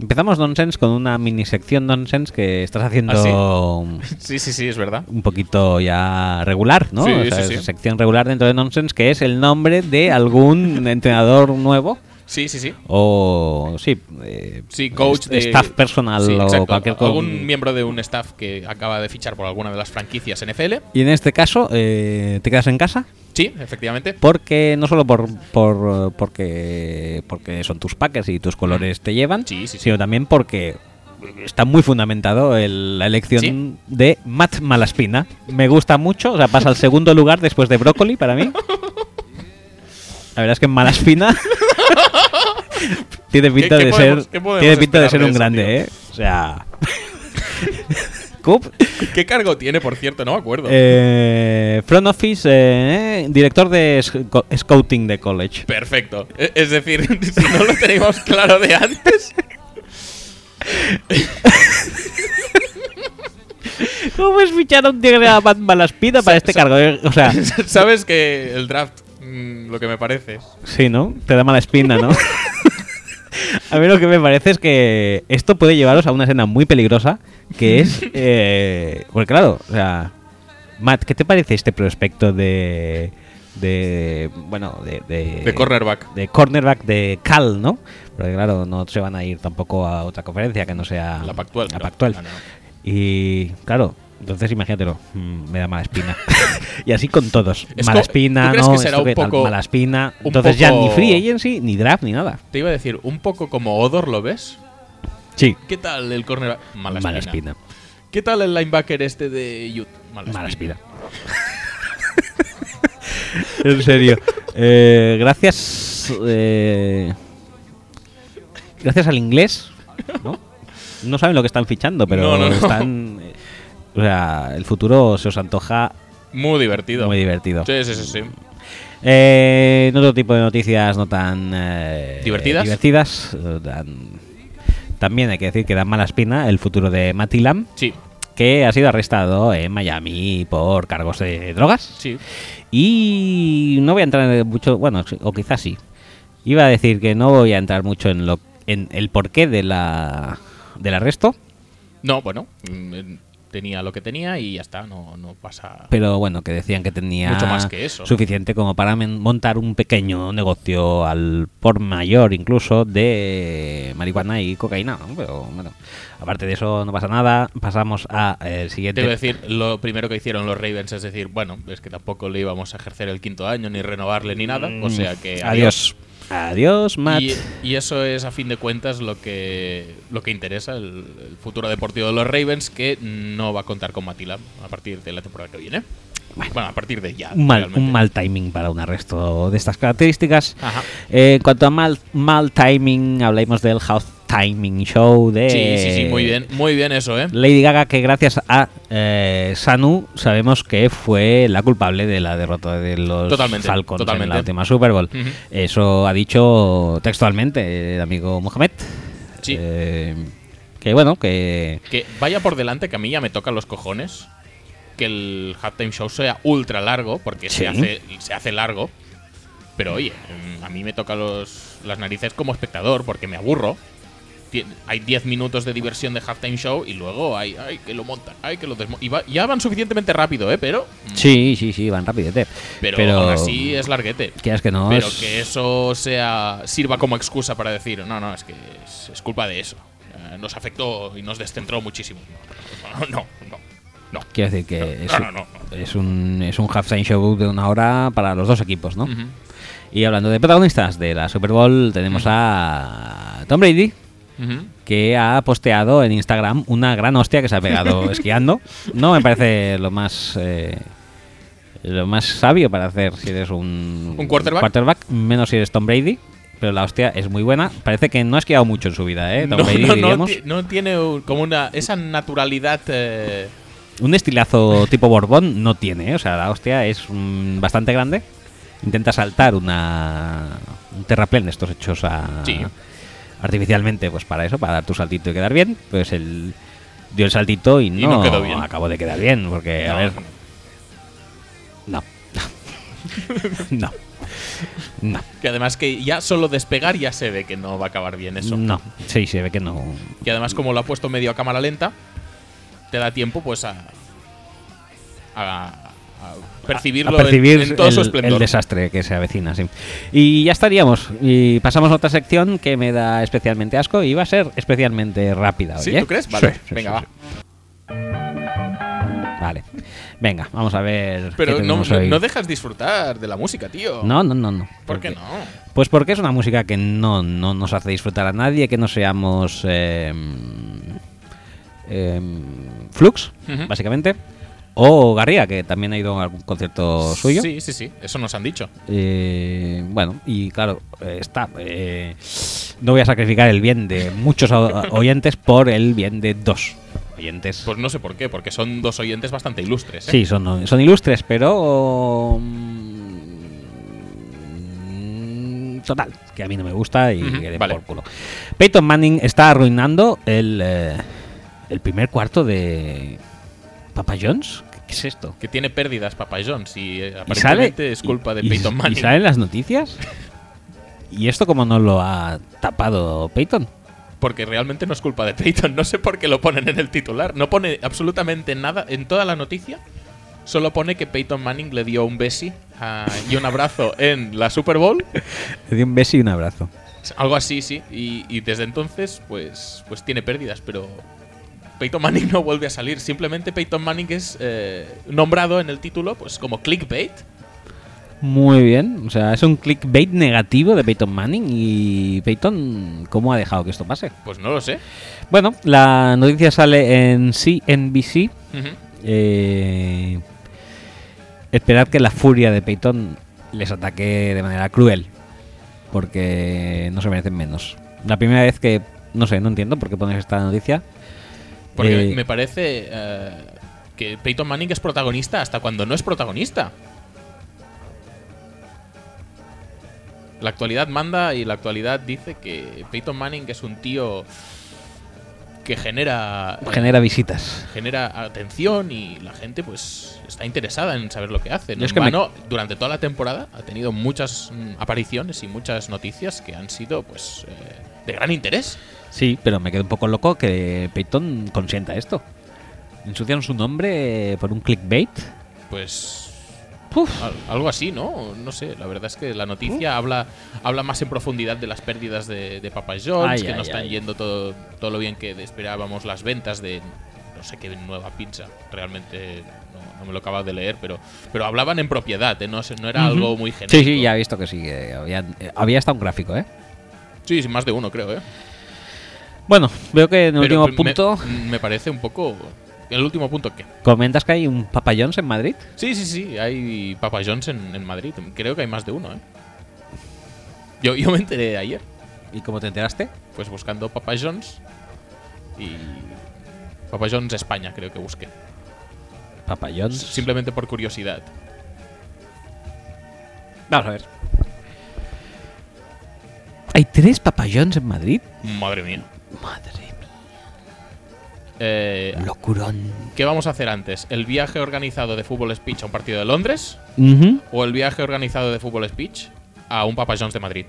[SPEAKER 1] Empezamos Nonsense con una mini sección Nonsense que estás haciendo
[SPEAKER 2] ¿Ah, sí?
[SPEAKER 1] un-
[SPEAKER 2] Sí, sí, sí, es verdad.
[SPEAKER 1] un poquito ya regular, ¿no?
[SPEAKER 2] Sí,
[SPEAKER 1] O
[SPEAKER 2] sí,
[SPEAKER 1] sea,
[SPEAKER 2] sí.
[SPEAKER 1] es Sección regular dentro de Nonsense que es el nombre de algún entrenador nuevo
[SPEAKER 2] Sí, sí, sí.
[SPEAKER 1] o sí, eh,
[SPEAKER 2] Sí, coach
[SPEAKER 1] est-
[SPEAKER 2] de.
[SPEAKER 1] staff personal
[SPEAKER 2] Sí,
[SPEAKER 1] o
[SPEAKER 2] exacto.
[SPEAKER 1] cualquier co-
[SPEAKER 2] Algún miembro de un staff que acaba de fichar por alguna de las franquicias NFL.
[SPEAKER 1] Y en este caso eh, te quedas en casa
[SPEAKER 2] Sí, efectivamente.
[SPEAKER 1] porque no solo por, por eh, porque porque son tus packers y tus colores te llevan,
[SPEAKER 2] Sí, sí, sí.
[SPEAKER 1] sino también porque está muy fundamentado el- la elección
[SPEAKER 2] Sí.
[SPEAKER 1] de Matt Malaspina. Me gusta mucho, o sea, pasa al segundo lugar después de Brócoli para mí. La verdad es que Malaspina tiene pinta
[SPEAKER 2] qué
[SPEAKER 1] de
[SPEAKER 2] podemos-
[SPEAKER 1] ser
[SPEAKER 2] qué podemos
[SPEAKER 1] tiene pinta de
[SPEAKER 2] esperar
[SPEAKER 1] ser
[SPEAKER 2] de
[SPEAKER 1] un
[SPEAKER 2] eso,
[SPEAKER 1] grande,
[SPEAKER 2] tío?
[SPEAKER 1] ¿eh? O sea, Cup
[SPEAKER 2] ¿Qué cargo tiene, por cierto? No me acuerdo.
[SPEAKER 1] eh, front office, eh, director de sc- scouting de college.
[SPEAKER 2] Perfecto. E- Es decir, si no lo teníamos claro de antes.
[SPEAKER 1] ¿Cómo es fichar a un tigre a Matt Malaspina para este cargo? eh? O sea,
[SPEAKER 2] Sabes que el draft, mm, lo que me parece.
[SPEAKER 1] sí, ¿no? Te da mala espina, ¿no? a mí lo que me parece es que esto puede llevaros a una escena muy peligrosa, que es... Eh, porque claro, o sea... Matt, ¿qué te parece este prospecto de... de bueno, de... De,
[SPEAKER 2] De cornerback.
[SPEAKER 1] de cornerback de Cal, ¿no? Porque claro, no se van a ir tampoco a otra conferencia que no sea
[SPEAKER 2] La Pactual.
[SPEAKER 1] la
[SPEAKER 2] no.
[SPEAKER 1] Pactual.
[SPEAKER 2] Ah, no.
[SPEAKER 1] Y claro, entonces imagínatelo, mm, me da mala espina. y así con todos.
[SPEAKER 2] Es
[SPEAKER 1] mala
[SPEAKER 2] co-
[SPEAKER 1] espina,
[SPEAKER 2] ¿tú crees
[SPEAKER 1] no,
[SPEAKER 2] que será
[SPEAKER 1] esto
[SPEAKER 2] un
[SPEAKER 1] tal,
[SPEAKER 2] poco-
[SPEAKER 1] mala espina.
[SPEAKER 2] un
[SPEAKER 1] Entonces ya ni
[SPEAKER 2] poco-
[SPEAKER 1] free agency, ni draft, ni nada.
[SPEAKER 2] Te iba a decir, un poco como Odor, ¿lo ves?
[SPEAKER 1] Sí,
[SPEAKER 2] ¿Qué tal el cornerback? Mala,
[SPEAKER 1] mala
[SPEAKER 2] espina.
[SPEAKER 1] espina.
[SPEAKER 2] ¿Qué tal el linebacker este de Utah? Mala,
[SPEAKER 1] Mala espina. en serio. Eh, gracias. eh, gracias al inglés. ¿no? No saben lo que están fichando, pero
[SPEAKER 2] No, no, no.
[SPEAKER 1] están. eh, O sea, el futuro se os antoja
[SPEAKER 2] Muy divertido.
[SPEAKER 1] muy divertido.
[SPEAKER 2] Sí, sí, sí, sí.
[SPEAKER 1] Eh, en otro tipo de noticias no tan eh,
[SPEAKER 2] ¿Divertidas?
[SPEAKER 1] divertidas, eh, dan- también hay que decir que da mala espina el futuro de Matilam,
[SPEAKER 2] Sí,
[SPEAKER 1] que ha sido arrestado en Miami por cargos de drogas.
[SPEAKER 2] sí.
[SPEAKER 1] Y no voy a entrar en mucho, bueno, sí, o quizás sí. Iba a decir que no voy a entrar mucho en lo en el porqué de la del arresto,
[SPEAKER 2] No, bueno, mm, tenía lo que tenía y ya está, no, no pasa.
[SPEAKER 1] pero bueno, que decían que tenía
[SPEAKER 2] Mucho más que eso.
[SPEAKER 1] suficiente como para men- montar un pequeño negocio al por mayor incluso de marihuana y cocaína, ¿no? pero bueno, aparte de eso no pasa nada. Pasamos a eh, el
[SPEAKER 2] Te voy a
[SPEAKER 1] siguiente.
[SPEAKER 2] decir, lo primero que hicieron los Ravens es decir, bueno, es que tampoco le íbamos a ejercer el quinto año ni renovarle ni nada, o sea que.
[SPEAKER 1] Mm, adiós. Adiós, Matt.
[SPEAKER 2] Y, y eso es a fin de cuentas lo que lo que interesa el, el futuro deportivo de los Ravens que no va a contar con Matila a partir de la temporada que viene. Bueno, a partir de ya.
[SPEAKER 1] un mal,
[SPEAKER 2] realmente.
[SPEAKER 1] un mal timing para un arresto de estas características.
[SPEAKER 2] Ajá.
[SPEAKER 1] Eh, en cuanto a mal, mal timing, hablemos del House Timing Show de
[SPEAKER 2] Sí, sí, sí, muy bien, muy bien eso, ¿eh?
[SPEAKER 1] Lady Gaga, que gracias a eh, Sanu sabemos que fue la culpable de la derrota de los
[SPEAKER 2] Totalmente,
[SPEAKER 1] Falcons en
[SPEAKER 2] totalmente.
[SPEAKER 1] la última Super Bowl.
[SPEAKER 2] Ujú.
[SPEAKER 1] Eso ha dicho textualmente el amigo Mohamed.
[SPEAKER 2] Sí.
[SPEAKER 1] Eh, que bueno, que
[SPEAKER 2] Que vaya por delante que a mí ya me toca los cojones que el halftime show sea ultra largo porque
[SPEAKER 1] Sí.
[SPEAKER 2] se hace se hace largo. Pero oye, mm, a mí me toca los las narices como espectador porque me aburro. Ti- Hay 10 minutos de diversión de halftime show y luego hay, ay, que lo montan, ay, que lo desmontan. Y va- ya van suficientemente rápido, ¿eh? Pero, mm,
[SPEAKER 1] sí, sí, sí, van rapidete.
[SPEAKER 2] pero, aún así es larguete.
[SPEAKER 1] quieras que no,
[SPEAKER 2] Pero
[SPEAKER 1] es-
[SPEAKER 2] que eso sea sirva como excusa para decir, no, no, es que es, es culpa de eso. Eh, Nos afectó y nos descentró muchísimo. No, no, no. no, no.
[SPEAKER 1] Quiero decir que
[SPEAKER 2] No,
[SPEAKER 1] es,
[SPEAKER 2] no,
[SPEAKER 1] un-
[SPEAKER 2] no,
[SPEAKER 1] es un es un halftime show de una hora para los dos equipos, ¿no?
[SPEAKER 2] Ujú.
[SPEAKER 1] Y hablando de protagonistas de la Super Bowl, tenemos a Tom Brady,
[SPEAKER 2] Ujú.
[SPEAKER 1] que ha posteado en Instagram una gran hostia que se ha pegado esquiando. No me parece lo más eh, lo más sabio para hacer si eres un,
[SPEAKER 2] ¿Un quarterback?
[SPEAKER 1] menos si eres Tom Brady. Pero la hostia es muy buena. Parece que no ha esquiado mucho en su vida, ¿eh? Tom
[SPEAKER 2] No,
[SPEAKER 1] Brady,
[SPEAKER 2] no, no
[SPEAKER 1] diríamos.
[SPEAKER 2] ti- no tiene un- como una esa naturalidad. eh,
[SPEAKER 1] Un estilazo tipo Borbón no tiene, ¿eh? o sea, la hostia es mm, bastante grande. Intenta saltar una un terraplén de estos hechos a-
[SPEAKER 2] Sí.
[SPEAKER 1] artificialmente, pues para eso, para dar tu saltito y quedar bien. Pues él dio el saltito y no,
[SPEAKER 2] no quedó bien.
[SPEAKER 1] acabó de quedar bien, porque Eh, a
[SPEAKER 2] no,
[SPEAKER 1] ver, no,
[SPEAKER 2] no.
[SPEAKER 1] no, no,
[SPEAKER 2] Que además que ya solo despegar ya se ve que no va a acabar bien eso.
[SPEAKER 1] no, sí, se ve que no.
[SPEAKER 2] Y además como lo ha puesto medio a cámara lenta, te da tiempo pues a... a- a percibirlo en-
[SPEAKER 1] a percibir
[SPEAKER 2] en, todo
[SPEAKER 1] el,
[SPEAKER 2] su
[SPEAKER 1] el
[SPEAKER 2] esplendor.
[SPEAKER 1] desastre que se avecina, sí. Y ya estaríamos. Y pasamos a otra sección que me da especialmente asco y va a ser especialmente rápida. hoy,
[SPEAKER 2] ¿Sí?
[SPEAKER 1] ¿eh?
[SPEAKER 2] ¿Tú crees? Vale,
[SPEAKER 1] Sí, sí,
[SPEAKER 2] venga,
[SPEAKER 1] sí,
[SPEAKER 2] va.
[SPEAKER 1] sí. Vale. Venga, vamos a ver. qué
[SPEAKER 2] Pero no,
[SPEAKER 1] tenemos
[SPEAKER 2] no,
[SPEAKER 1] hoy.
[SPEAKER 2] no dejas disfrutar de la música, tío.
[SPEAKER 1] no, no, no, no.
[SPEAKER 2] ¿Por
[SPEAKER 1] Porque-
[SPEAKER 2] qué no?
[SPEAKER 1] Pues porque es una música que no, no nos hace disfrutar a nadie, que no seamos eh, em, Flux,
[SPEAKER 2] Ujú.
[SPEAKER 1] básicamente. O Garría, que también ha ido a algún concierto suyo.
[SPEAKER 2] Sí, sí, sí. Eso nos han dicho.
[SPEAKER 1] Eh, bueno, y claro, eh, está. eh, no voy a sacrificar el bien de muchos o- oyentes por el bien de dos oyentes.
[SPEAKER 2] Pues no sé por qué, porque son dos oyentes bastante ilustres. ¿eh?
[SPEAKER 1] sí, son, son ilustres, pero. mm, Total, que a mí no me gusta y
[SPEAKER 2] Ujú,
[SPEAKER 1] que den
[SPEAKER 2] vale.
[SPEAKER 1] por culo. Peyton Manning está arruinando el, eh, el primer cuarto de. Papa Jones. ¿Qué- ¿Qué es esto?
[SPEAKER 2] Que tiene pérdidas, Papa Jones, y eh,
[SPEAKER 1] ¿Y sale?
[SPEAKER 2] aparentemente es culpa de
[SPEAKER 1] y-
[SPEAKER 2] Peyton Manning.
[SPEAKER 1] ¿Y salen las noticias? ¿Y esto como no lo ha tapado Peyton?
[SPEAKER 2] Porque realmente no es culpa de Peyton. No sé por qué lo ponen en el titular. No pone absolutamente nada en toda la noticia. Solo pone que Peyton Manning le dio un besi ah, y un abrazo en la Super Bowl.
[SPEAKER 1] Le dio un beso y un abrazo.
[SPEAKER 2] Algo así, sí. Y, y desde entonces, pues, pues tiene pérdidas, pero Peyton Manning no vuelve a salir. Simplemente Peyton Manning es eh, nombrado en el título, pues como clickbait.
[SPEAKER 1] Muy bien, o sea, es un clickbait negativo de Peyton Manning y Peyton, ¿cómo ha dejado que esto pase?
[SPEAKER 2] Pues no lo sé.
[SPEAKER 1] Bueno, la noticia sale en CNBC.
[SPEAKER 2] Ujú.
[SPEAKER 1] Eh, esperad que la furia de Peyton les ataque de manera cruel. Porque no se merecen menos. La primera vez que. No sé, no entiendo por qué pones esta noticia.
[SPEAKER 2] Porque
[SPEAKER 1] Eh,
[SPEAKER 2] me parece eh, que Peyton Manning es protagonista hasta cuando no es protagonista. La actualidad manda y la actualidad dice que Peyton Manning es un tío que genera eh,
[SPEAKER 1] Genera visitas.
[SPEAKER 2] genera atención y la gente pues está interesada en saber lo que hace.
[SPEAKER 1] Yo
[SPEAKER 2] No
[SPEAKER 1] es
[SPEAKER 2] en
[SPEAKER 1] que me-
[SPEAKER 2] vano, durante toda la temporada ha tenido muchas mm, apariciones y muchas noticias que han sido pues eh, de gran interés.
[SPEAKER 1] Sí, pero me quedo un poco loco que Peyton consienta esto. Ensucian su nombre eh, por un clickbait.
[SPEAKER 2] Pues
[SPEAKER 1] Uf.
[SPEAKER 2] al- algo así, ¿no? No sé, la verdad es que la
[SPEAKER 1] Uh.
[SPEAKER 2] noticia habla, habla más en profundidad de las pérdidas de, de Papa John's,
[SPEAKER 1] Ay,
[SPEAKER 2] que
[SPEAKER 1] ay,
[SPEAKER 2] no están
[SPEAKER 1] ay.
[SPEAKER 2] yendo todo, todo lo bien que esperábamos las ventas de no sé qué nueva pizza. Realmente no, no me lo acabo de leer, pero, pero hablaban en propiedad, ¿eh? no, sé, no era algo muy genérico.
[SPEAKER 1] Sí, sí, ya he visto que sí. que había, eh, había hasta un gráfico, ¿eh?
[SPEAKER 2] Sí, sí, más de uno, creo, ¿eh?
[SPEAKER 1] Bueno, veo que en el
[SPEAKER 2] Pero
[SPEAKER 1] último
[SPEAKER 2] me-
[SPEAKER 1] punto
[SPEAKER 2] Me, parece un poco. ¿El último punto qué?
[SPEAKER 1] comentas que hay un papayón en Madrid.
[SPEAKER 2] Sí, sí, sí, hay Papa John's en, en Madrid. Creo que hay más de uno, ¿eh? Yo, yo me enteré ayer.
[SPEAKER 1] ¿Y cómo te enteraste?
[SPEAKER 2] pues buscando Papa John's y Papa John's España creo que busqué
[SPEAKER 1] Papayón.
[SPEAKER 2] simplemente por curiosidad
[SPEAKER 1] Vamos a ver. ¿Hay tres papayones en Madrid?
[SPEAKER 2] madre mía
[SPEAKER 1] Madre mía.
[SPEAKER 2] Eh,
[SPEAKER 1] Locurón.
[SPEAKER 2] ¿qué vamos a hacer antes? ¿el viaje organizado de Fútbol Speech a un partido de Londres?
[SPEAKER 1] Ujú.
[SPEAKER 2] ¿o el viaje organizado de Fútbol Speech a un Papa John's de Madrid?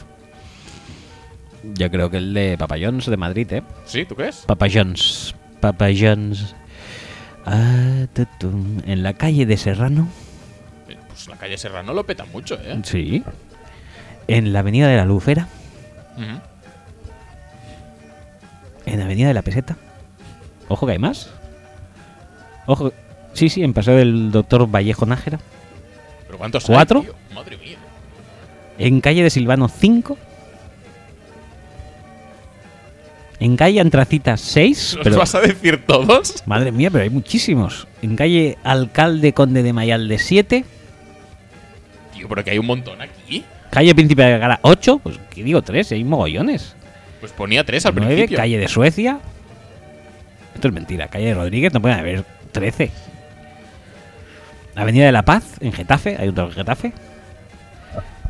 [SPEAKER 1] Yo creo que el de papayones de Madrid, ¿eh?
[SPEAKER 2] ¿sí? ¿tú crees?
[SPEAKER 1] Papayones. Papayones. Ah, tu, tu. En la calle de Serrano.
[SPEAKER 2] Eh, pues la calle Serrano lo peta mucho ¿eh?
[SPEAKER 1] Sí. En la avenida de la Lucera.
[SPEAKER 2] Ujú.
[SPEAKER 1] En Avenida de la Peseta. Ojo que hay más. Ojo. Sí, sí, en Paseo del Doctor Vallejo Nájera.
[SPEAKER 2] ¿pero cuántos hay,
[SPEAKER 1] ¿Cuatro?
[SPEAKER 2] tío? madre mía
[SPEAKER 1] En calle de Silvano 5. En calle Antracita 6.
[SPEAKER 2] ¿los
[SPEAKER 1] Pero,
[SPEAKER 2] vas a decir todos?
[SPEAKER 1] madre mía, pero hay muchísimos. En calle Alcalde Conde de Mayalde 7.
[SPEAKER 2] tío pero que hay un montón aquí
[SPEAKER 1] Calle Príncipe de Gara 8. Pues, ¿qué digo? 3, hay mogollones.
[SPEAKER 2] pues ponía tres al
[SPEAKER 1] 9,
[SPEAKER 2] principio
[SPEAKER 1] calle de Suecia. Esto es mentira. Calle de Rodríguez no pueden haber 13. Avenida de la Paz, en Getafe. Hay otro en Getafe.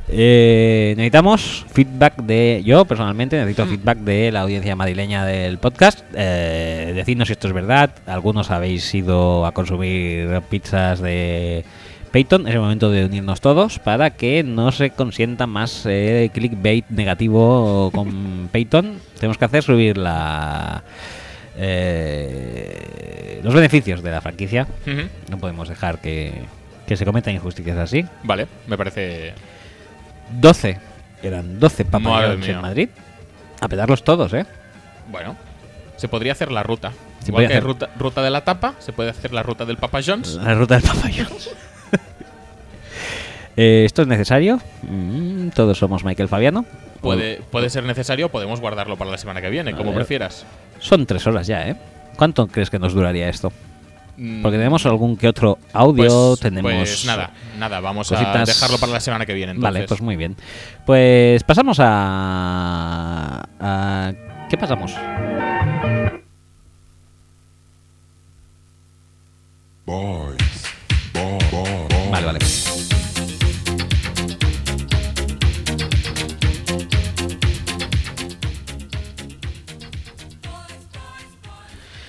[SPEAKER 1] Eh, necesitamos feedback de. Yo personalmente necesito feedback de la audiencia madrileña del podcast. Eh, decidnos si esto es verdad. Algunos habéis ido a consumir pizzas de Peyton. Es el momento de unirnos todos para que no se consienta más eh, clickbait negativo con Peyton. Tenemos que hacer subir la. eh, los beneficios de la franquicia.
[SPEAKER 2] Ujú.
[SPEAKER 1] No podemos dejar que, que se cometan injusticias así.
[SPEAKER 2] vale me parece
[SPEAKER 1] 12. Eran 12
[SPEAKER 2] Madre
[SPEAKER 1] papayos
[SPEAKER 2] mía.
[SPEAKER 1] en Madrid. A petarlos todos, ¿eh?
[SPEAKER 2] Bueno, se podría hacer la ruta.
[SPEAKER 1] Se
[SPEAKER 2] Igual
[SPEAKER 1] podría
[SPEAKER 2] que hay
[SPEAKER 1] hacer.
[SPEAKER 2] ruta, ruta de la tapa, se puede hacer la ruta del Papa John's.
[SPEAKER 1] La ruta del papayón. Eh, ¿Esto es necesario? Mm, todos somos Michael Fabiano.
[SPEAKER 2] Puede, puede ser necesario, podemos guardarlo para la semana que viene,
[SPEAKER 1] A
[SPEAKER 2] como
[SPEAKER 1] ver.
[SPEAKER 2] prefieras.
[SPEAKER 1] Son tres horas ya, ¿eh? ¿Cuánto crees que nos duraría esto?
[SPEAKER 2] Mm,
[SPEAKER 1] Porque tenemos algún que otro audio,
[SPEAKER 2] pues-
[SPEAKER 1] tenemos...
[SPEAKER 2] pues nada, nada, vamos a
[SPEAKER 1] cositas-
[SPEAKER 2] dejarlo para la semana que viene. Entonces.
[SPEAKER 1] Vale, pues muy bien. Pues pasamos a... a- ¿Qué pasamos? Vale, vale.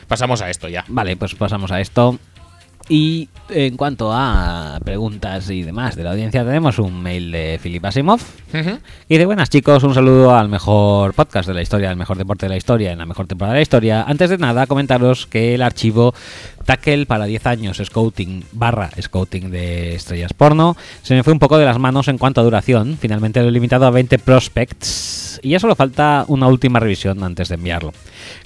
[SPEAKER 2] Pasamos a esto ya.
[SPEAKER 1] Vale, pues pasamos a esto. Y en cuanto a preguntas y demás de la audiencia, tenemos un mail de Filip Asimov.
[SPEAKER 2] Ujú.
[SPEAKER 1] Y dice, buenas chicos, un saludo al mejor podcast de la historia, al mejor deporte de la historia, en la mejor temporada de la historia. Antes de nada, comentaros que el archivo Tackle para 10 años, Scouting barra Scouting de estrellas porno, se me fue un poco de las manos en cuanto a duración. Finalmente lo he limitado a 20 prospects y ya solo falta una última revisión antes de enviarlo.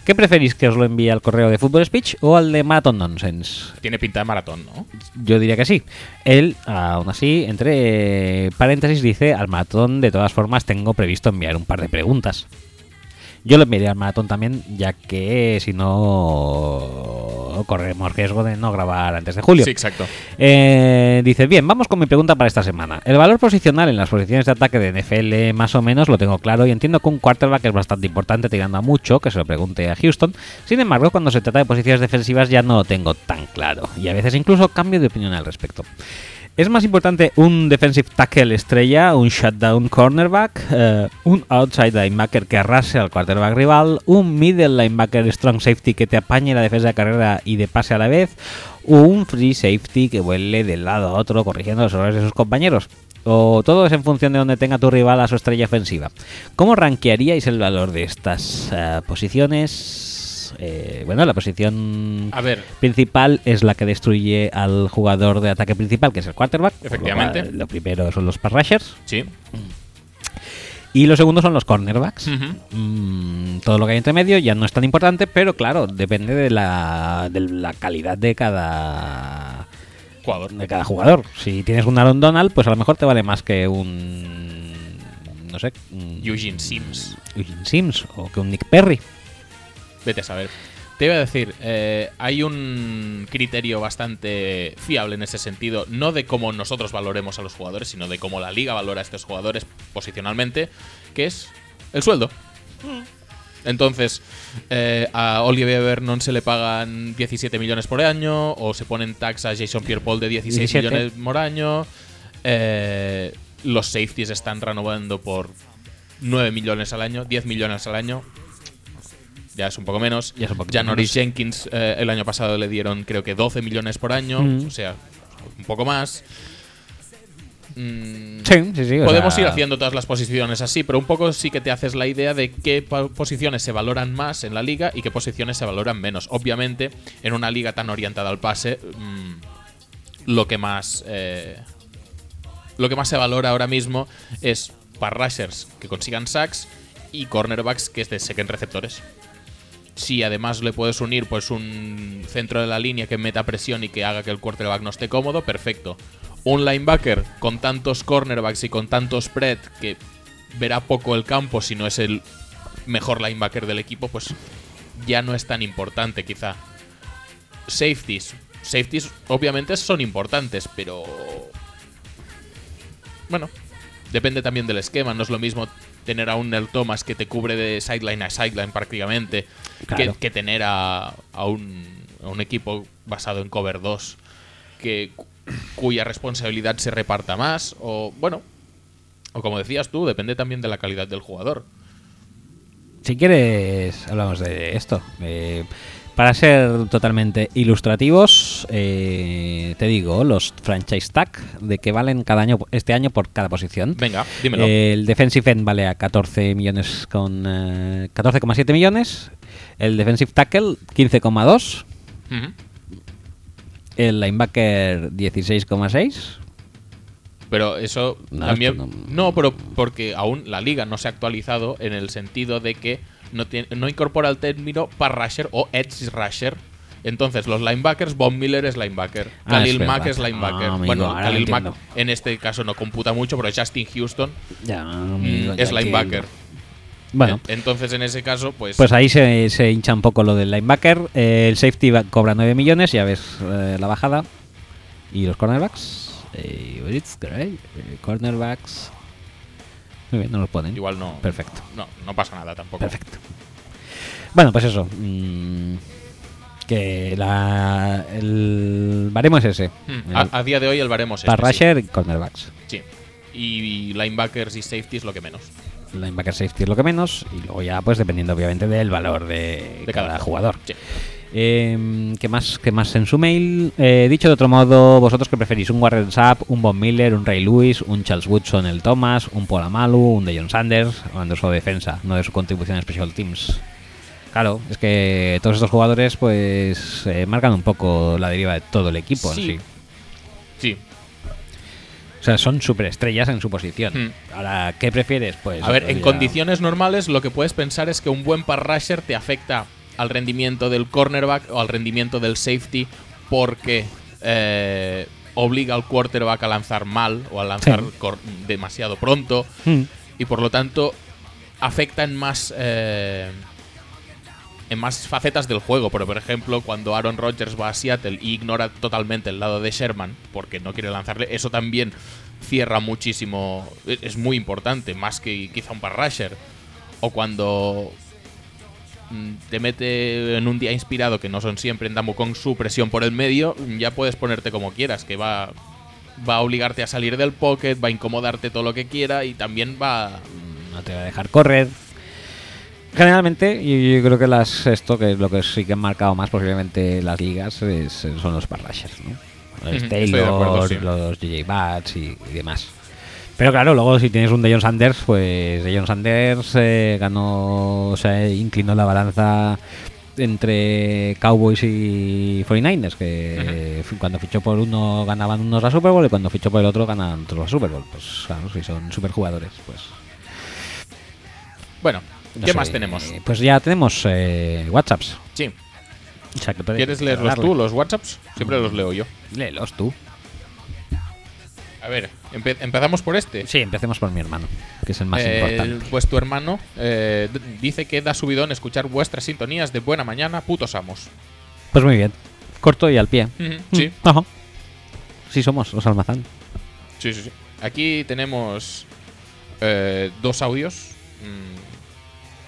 [SPEAKER 1] ¿Qué preferís que os lo envíe al correo de Football Speech o al de Marathon Nonsense?
[SPEAKER 2] Tiene pinta de maratón, ¿no?
[SPEAKER 1] Yo diría que sí. Él, aún así, entre eh, paréntesis, dice al maratón, de todas formas, tengo previsto enviar un par de preguntas. Yo lo enviaré al maratón también, ya que si no... o corremos riesgo de no grabar antes de julio.
[SPEAKER 2] Sí, exacto.
[SPEAKER 1] Eh, dice, bien, vamos con mi pregunta para esta semana. El valor posicional en las posiciones de ataque de NFL más o menos lo tengo claro y entiendo que un quarterback es bastante importante tirando a mucho, que se lo pregunte a Houston. Sin embargo, cuando se trata de posiciones defensivas ya no lo tengo tan claro y a veces incluso cambio de opinión al respecto. ¿Es más importante un defensive tackle estrella, un shutdown cornerback, eh, un outside linebacker que arrase al quarterback rival, un middle linebacker strong safety que te apañe la defensa de carrera y de pase a la vez, o un free safety que vuele de lado a otro corrigiendo los errores de sus compañeros? ¿O todo es en función de donde tenga tu rival a su estrella ofensiva? ¿Cómo rankearíais el valor de estas eh, posiciones? Eh, bueno, la posición
[SPEAKER 2] A ver,
[SPEAKER 1] principal es la que destruye al jugador de ataque principal, que es el quarterback. por lo
[SPEAKER 2] Efectivamente.
[SPEAKER 1] cual, Lo, primero son los pass rushers.
[SPEAKER 2] sí.
[SPEAKER 1] Y lo segundo son los cornerbacks.
[SPEAKER 2] Ujú.
[SPEAKER 1] Mm, todo lo que hay entre medio ya no es tan importante, pero claro, depende de la, de la calidad de cada
[SPEAKER 2] Jugador.
[SPEAKER 1] de cada jugador. Si tienes un Aaron Donald, pues a lo mejor te vale más que un no sé, un
[SPEAKER 2] Eugene Sims.
[SPEAKER 1] Eugene Sims o que un Nick Perry.
[SPEAKER 2] Vete a saber. Te iba a decir, eh, hay un criterio bastante fiable en ese sentido, no de cómo nosotros valoremos a los jugadores, sino de cómo la liga valora a estos jugadores posicionalmente, que es el sueldo. Entonces, eh, a Olivier Vernon se le pagan 17 millones por año, o se ponen tax a Jason Pierre-Paul de 16
[SPEAKER 1] 17.
[SPEAKER 2] millones por año. eh, los safeties están renovando por 9 millones al año, 10 millones al año. Ya es un poco menos.
[SPEAKER 1] Ya es un poquito
[SPEAKER 2] Janoris Jenkins eh, el año pasado le dieron creo que 12 millones por año,
[SPEAKER 1] Mm.
[SPEAKER 2] o sea, un poco más. Mm,
[SPEAKER 1] Sí, sí, sí. o
[SPEAKER 2] Podemos
[SPEAKER 1] sea,
[SPEAKER 2] ir haciendo todas las posiciones así, pero un poco sí que te haces la idea de qué pa- posiciones se valoran más en la liga y qué posiciones se valoran menos. Obviamente, en una liga tan orientada al pase, mm, lo que más. eh, lo que más se valora ahora mismo es para rushers que consigan sacks y cornerbacks que se sequen receptores. Si además le puedes unir pues un centro de la línea que meta presión y que haga que el quarterback no esté cómodo, perfecto. Un linebacker con tantos cornerbacks y con tanto spread que verá poco el campo si no es el mejor linebacker del equipo, pues ya no es tan importante quizá. Safeties. Safeties obviamente son importantes, pero... Bueno, depende también del esquema. No es lo mismo tener a un Nel Thomas que te cubre de sideline a sideline prácticamente
[SPEAKER 1] Claro.
[SPEAKER 2] que, que tener a, a un, a un equipo basado en cover 2 que, cu- cuya responsabilidad se reparta más. O bueno, o como decías tú, depende también de la calidad del jugador.
[SPEAKER 1] Si quieres, hablamos de esto. Eh, para ser totalmente ilustrativos, eh, te digo los franchise tag de que valen cada año este año por cada posición.
[SPEAKER 2] Venga, dímelo.
[SPEAKER 1] El defensive end vale a 14 millones con eh, 14,7 millones. El defensive tackle 15,2.
[SPEAKER 2] Ujú.
[SPEAKER 1] El linebacker 16,6.
[SPEAKER 2] Pero eso
[SPEAKER 1] No,
[SPEAKER 2] también.
[SPEAKER 1] esto
[SPEAKER 2] No,
[SPEAKER 1] no-
[SPEAKER 2] pero porque aún la liga no se ha actualizado en el sentido de que no, tiene, no incorpora el término par rusher o edge rusher. Entonces, los linebackers, Von Miller es linebacker,
[SPEAKER 1] Ah, es
[SPEAKER 2] Khalil Mack
[SPEAKER 1] verdad.
[SPEAKER 2] es linebacker.
[SPEAKER 1] Ah, amigo,
[SPEAKER 2] bueno,
[SPEAKER 1] ahora lo
[SPEAKER 2] Khalil Mack
[SPEAKER 1] entiendo.
[SPEAKER 2] en este caso no computa mucho, pero Justin Houston
[SPEAKER 1] Ya,
[SPEAKER 2] mm,
[SPEAKER 1] amigo, ya
[SPEAKER 2] es
[SPEAKER 1] que-
[SPEAKER 2] linebacker. ¿Eh?
[SPEAKER 1] Bueno.
[SPEAKER 2] En- Entonces, en ese caso, pues.
[SPEAKER 1] Pues ahí se, se hincha un poco lo del linebacker. Eh, el safety va- cobra 9 millones, ya ves eh, la bajada. Y los cornerbacks. Eh, it's great. Eh, cornerbacks. Muy bien, no los ponen.
[SPEAKER 2] igual no.
[SPEAKER 1] Perfecto.
[SPEAKER 2] No, no pasa nada tampoco.
[SPEAKER 1] Perfecto. Bueno, pues eso. mm, que la, el baremo es ese.
[SPEAKER 2] Mm,
[SPEAKER 1] El
[SPEAKER 2] A, a día de hoy el baremo es
[SPEAKER 1] pass
[SPEAKER 2] este, sí.
[SPEAKER 1] rusher y cornerbacks.
[SPEAKER 2] Sí. Y linebackers y safeties lo que menos.
[SPEAKER 1] Linebacker safety es lo que menos. Y luego ya, pues dependiendo obviamente del valor de,
[SPEAKER 2] De cada
[SPEAKER 1] cada, jugador.
[SPEAKER 2] Sí.
[SPEAKER 1] Eh, ¿Qué más? ¿Qué más en su mail? Eh, dicho de otro modo, vosotros que preferís un Warren Sapp, un Von Miller, un Ray Lewis, un Charles Woodson, el Thomas, un Paul Amalu, un Dejon Sanders, hablando de su defensa, no de su contribución en Special Teams. Claro, es que todos estos jugadores pues eh, marcan un poco la deriva de todo el equipo
[SPEAKER 2] Sí.
[SPEAKER 1] en sí.
[SPEAKER 2] Sí,
[SPEAKER 1] O sea, son superestrellas en su posición.
[SPEAKER 2] Hmm.
[SPEAKER 1] Ahora, ¿qué prefieres? Pues
[SPEAKER 2] A ver,
[SPEAKER 1] otro
[SPEAKER 2] en
[SPEAKER 1] día-
[SPEAKER 2] condiciones normales lo que puedes pensar es que un buen pass rusher te afecta al rendimiento del cornerback o al rendimiento del safety porque eh, obliga al quarterback a lanzar mal o a lanzar
[SPEAKER 1] Sí.
[SPEAKER 2] cor- demasiado pronto
[SPEAKER 1] Hmm.
[SPEAKER 2] y por lo tanto afectan más eh, en más facetas del juego, pero por ejemplo, cuando Aaron Rodgers va a Seattle y ignora totalmente el lado de Sherman porque no quiere lanzarle, eso también cierra muchísimo, es es muy importante, más que quizá un parrasher. O cuando mm, te mete en un día inspirado, que no son siempre en Damu con su presión por el medio, ya puedes ponerte como quieras, que va, va a obligarte a salir del pocket, va a incomodarte todo lo que quiera y también va...
[SPEAKER 1] no te va a dejar correr. Generalmente, y yo creo que las esto, que es lo que sí que han marcado más posiblemente las ligas, es- son los parrashers, ¿no? Los
[SPEAKER 2] Ujú, estoy de
[SPEAKER 1] Taylor,
[SPEAKER 2] acuerdo, sí.
[SPEAKER 1] los JJ Bats y, y demás. Pero claro, luego si tienes un Deion Sanders, pues Deion Sanders eh, ganó, o sea, inclinó la balanza entre Cowboys y 49ers, que fi- cuando fichó por uno ganaban unos la Super Bowl y cuando fichó por el otro ganaban otros la Super Bowl. Pues claro, si son superjugadores, pues
[SPEAKER 2] Bueno,
[SPEAKER 1] no
[SPEAKER 2] ¿qué
[SPEAKER 1] sé,
[SPEAKER 2] más tenemos?
[SPEAKER 1] eh, pues ya tenemos eh, WhatsApps.
[SPEAKER 2] Sí.
[SPEAKER 1] O sea, que puedes
[SPEAKER 2] ¿Quieres leerlos
[SPEAKER 1] darle.
[SPEAKER 2] tú, los WhatsApps? Siempre los leo yo.
[SPEAKER 1] Léelos tú.
[SPEAKER 2] A ver, empe- empezamos por este.
[SPEAKER 1] Sí, empecemos por mi hermano, que es el más
[SPEAKER 2] Eh,
[SPEAKER 1] importante.
[SPEAKER 2] Pues tu hermano eh, d- dice que da subidón escuchar vuestras sintonías de buena mañana, putos amos.
[SPEAKER 1] Pues muy bien. Corto y al pie.
[SPEAKER 2] Ujú, Sí,
[SPEAKER 1] Mm, Ajá. Sí somos, los almazán.
[SPEAKER 2] sí, sí, sí. Aquí tenemos eh, dos audios. mm,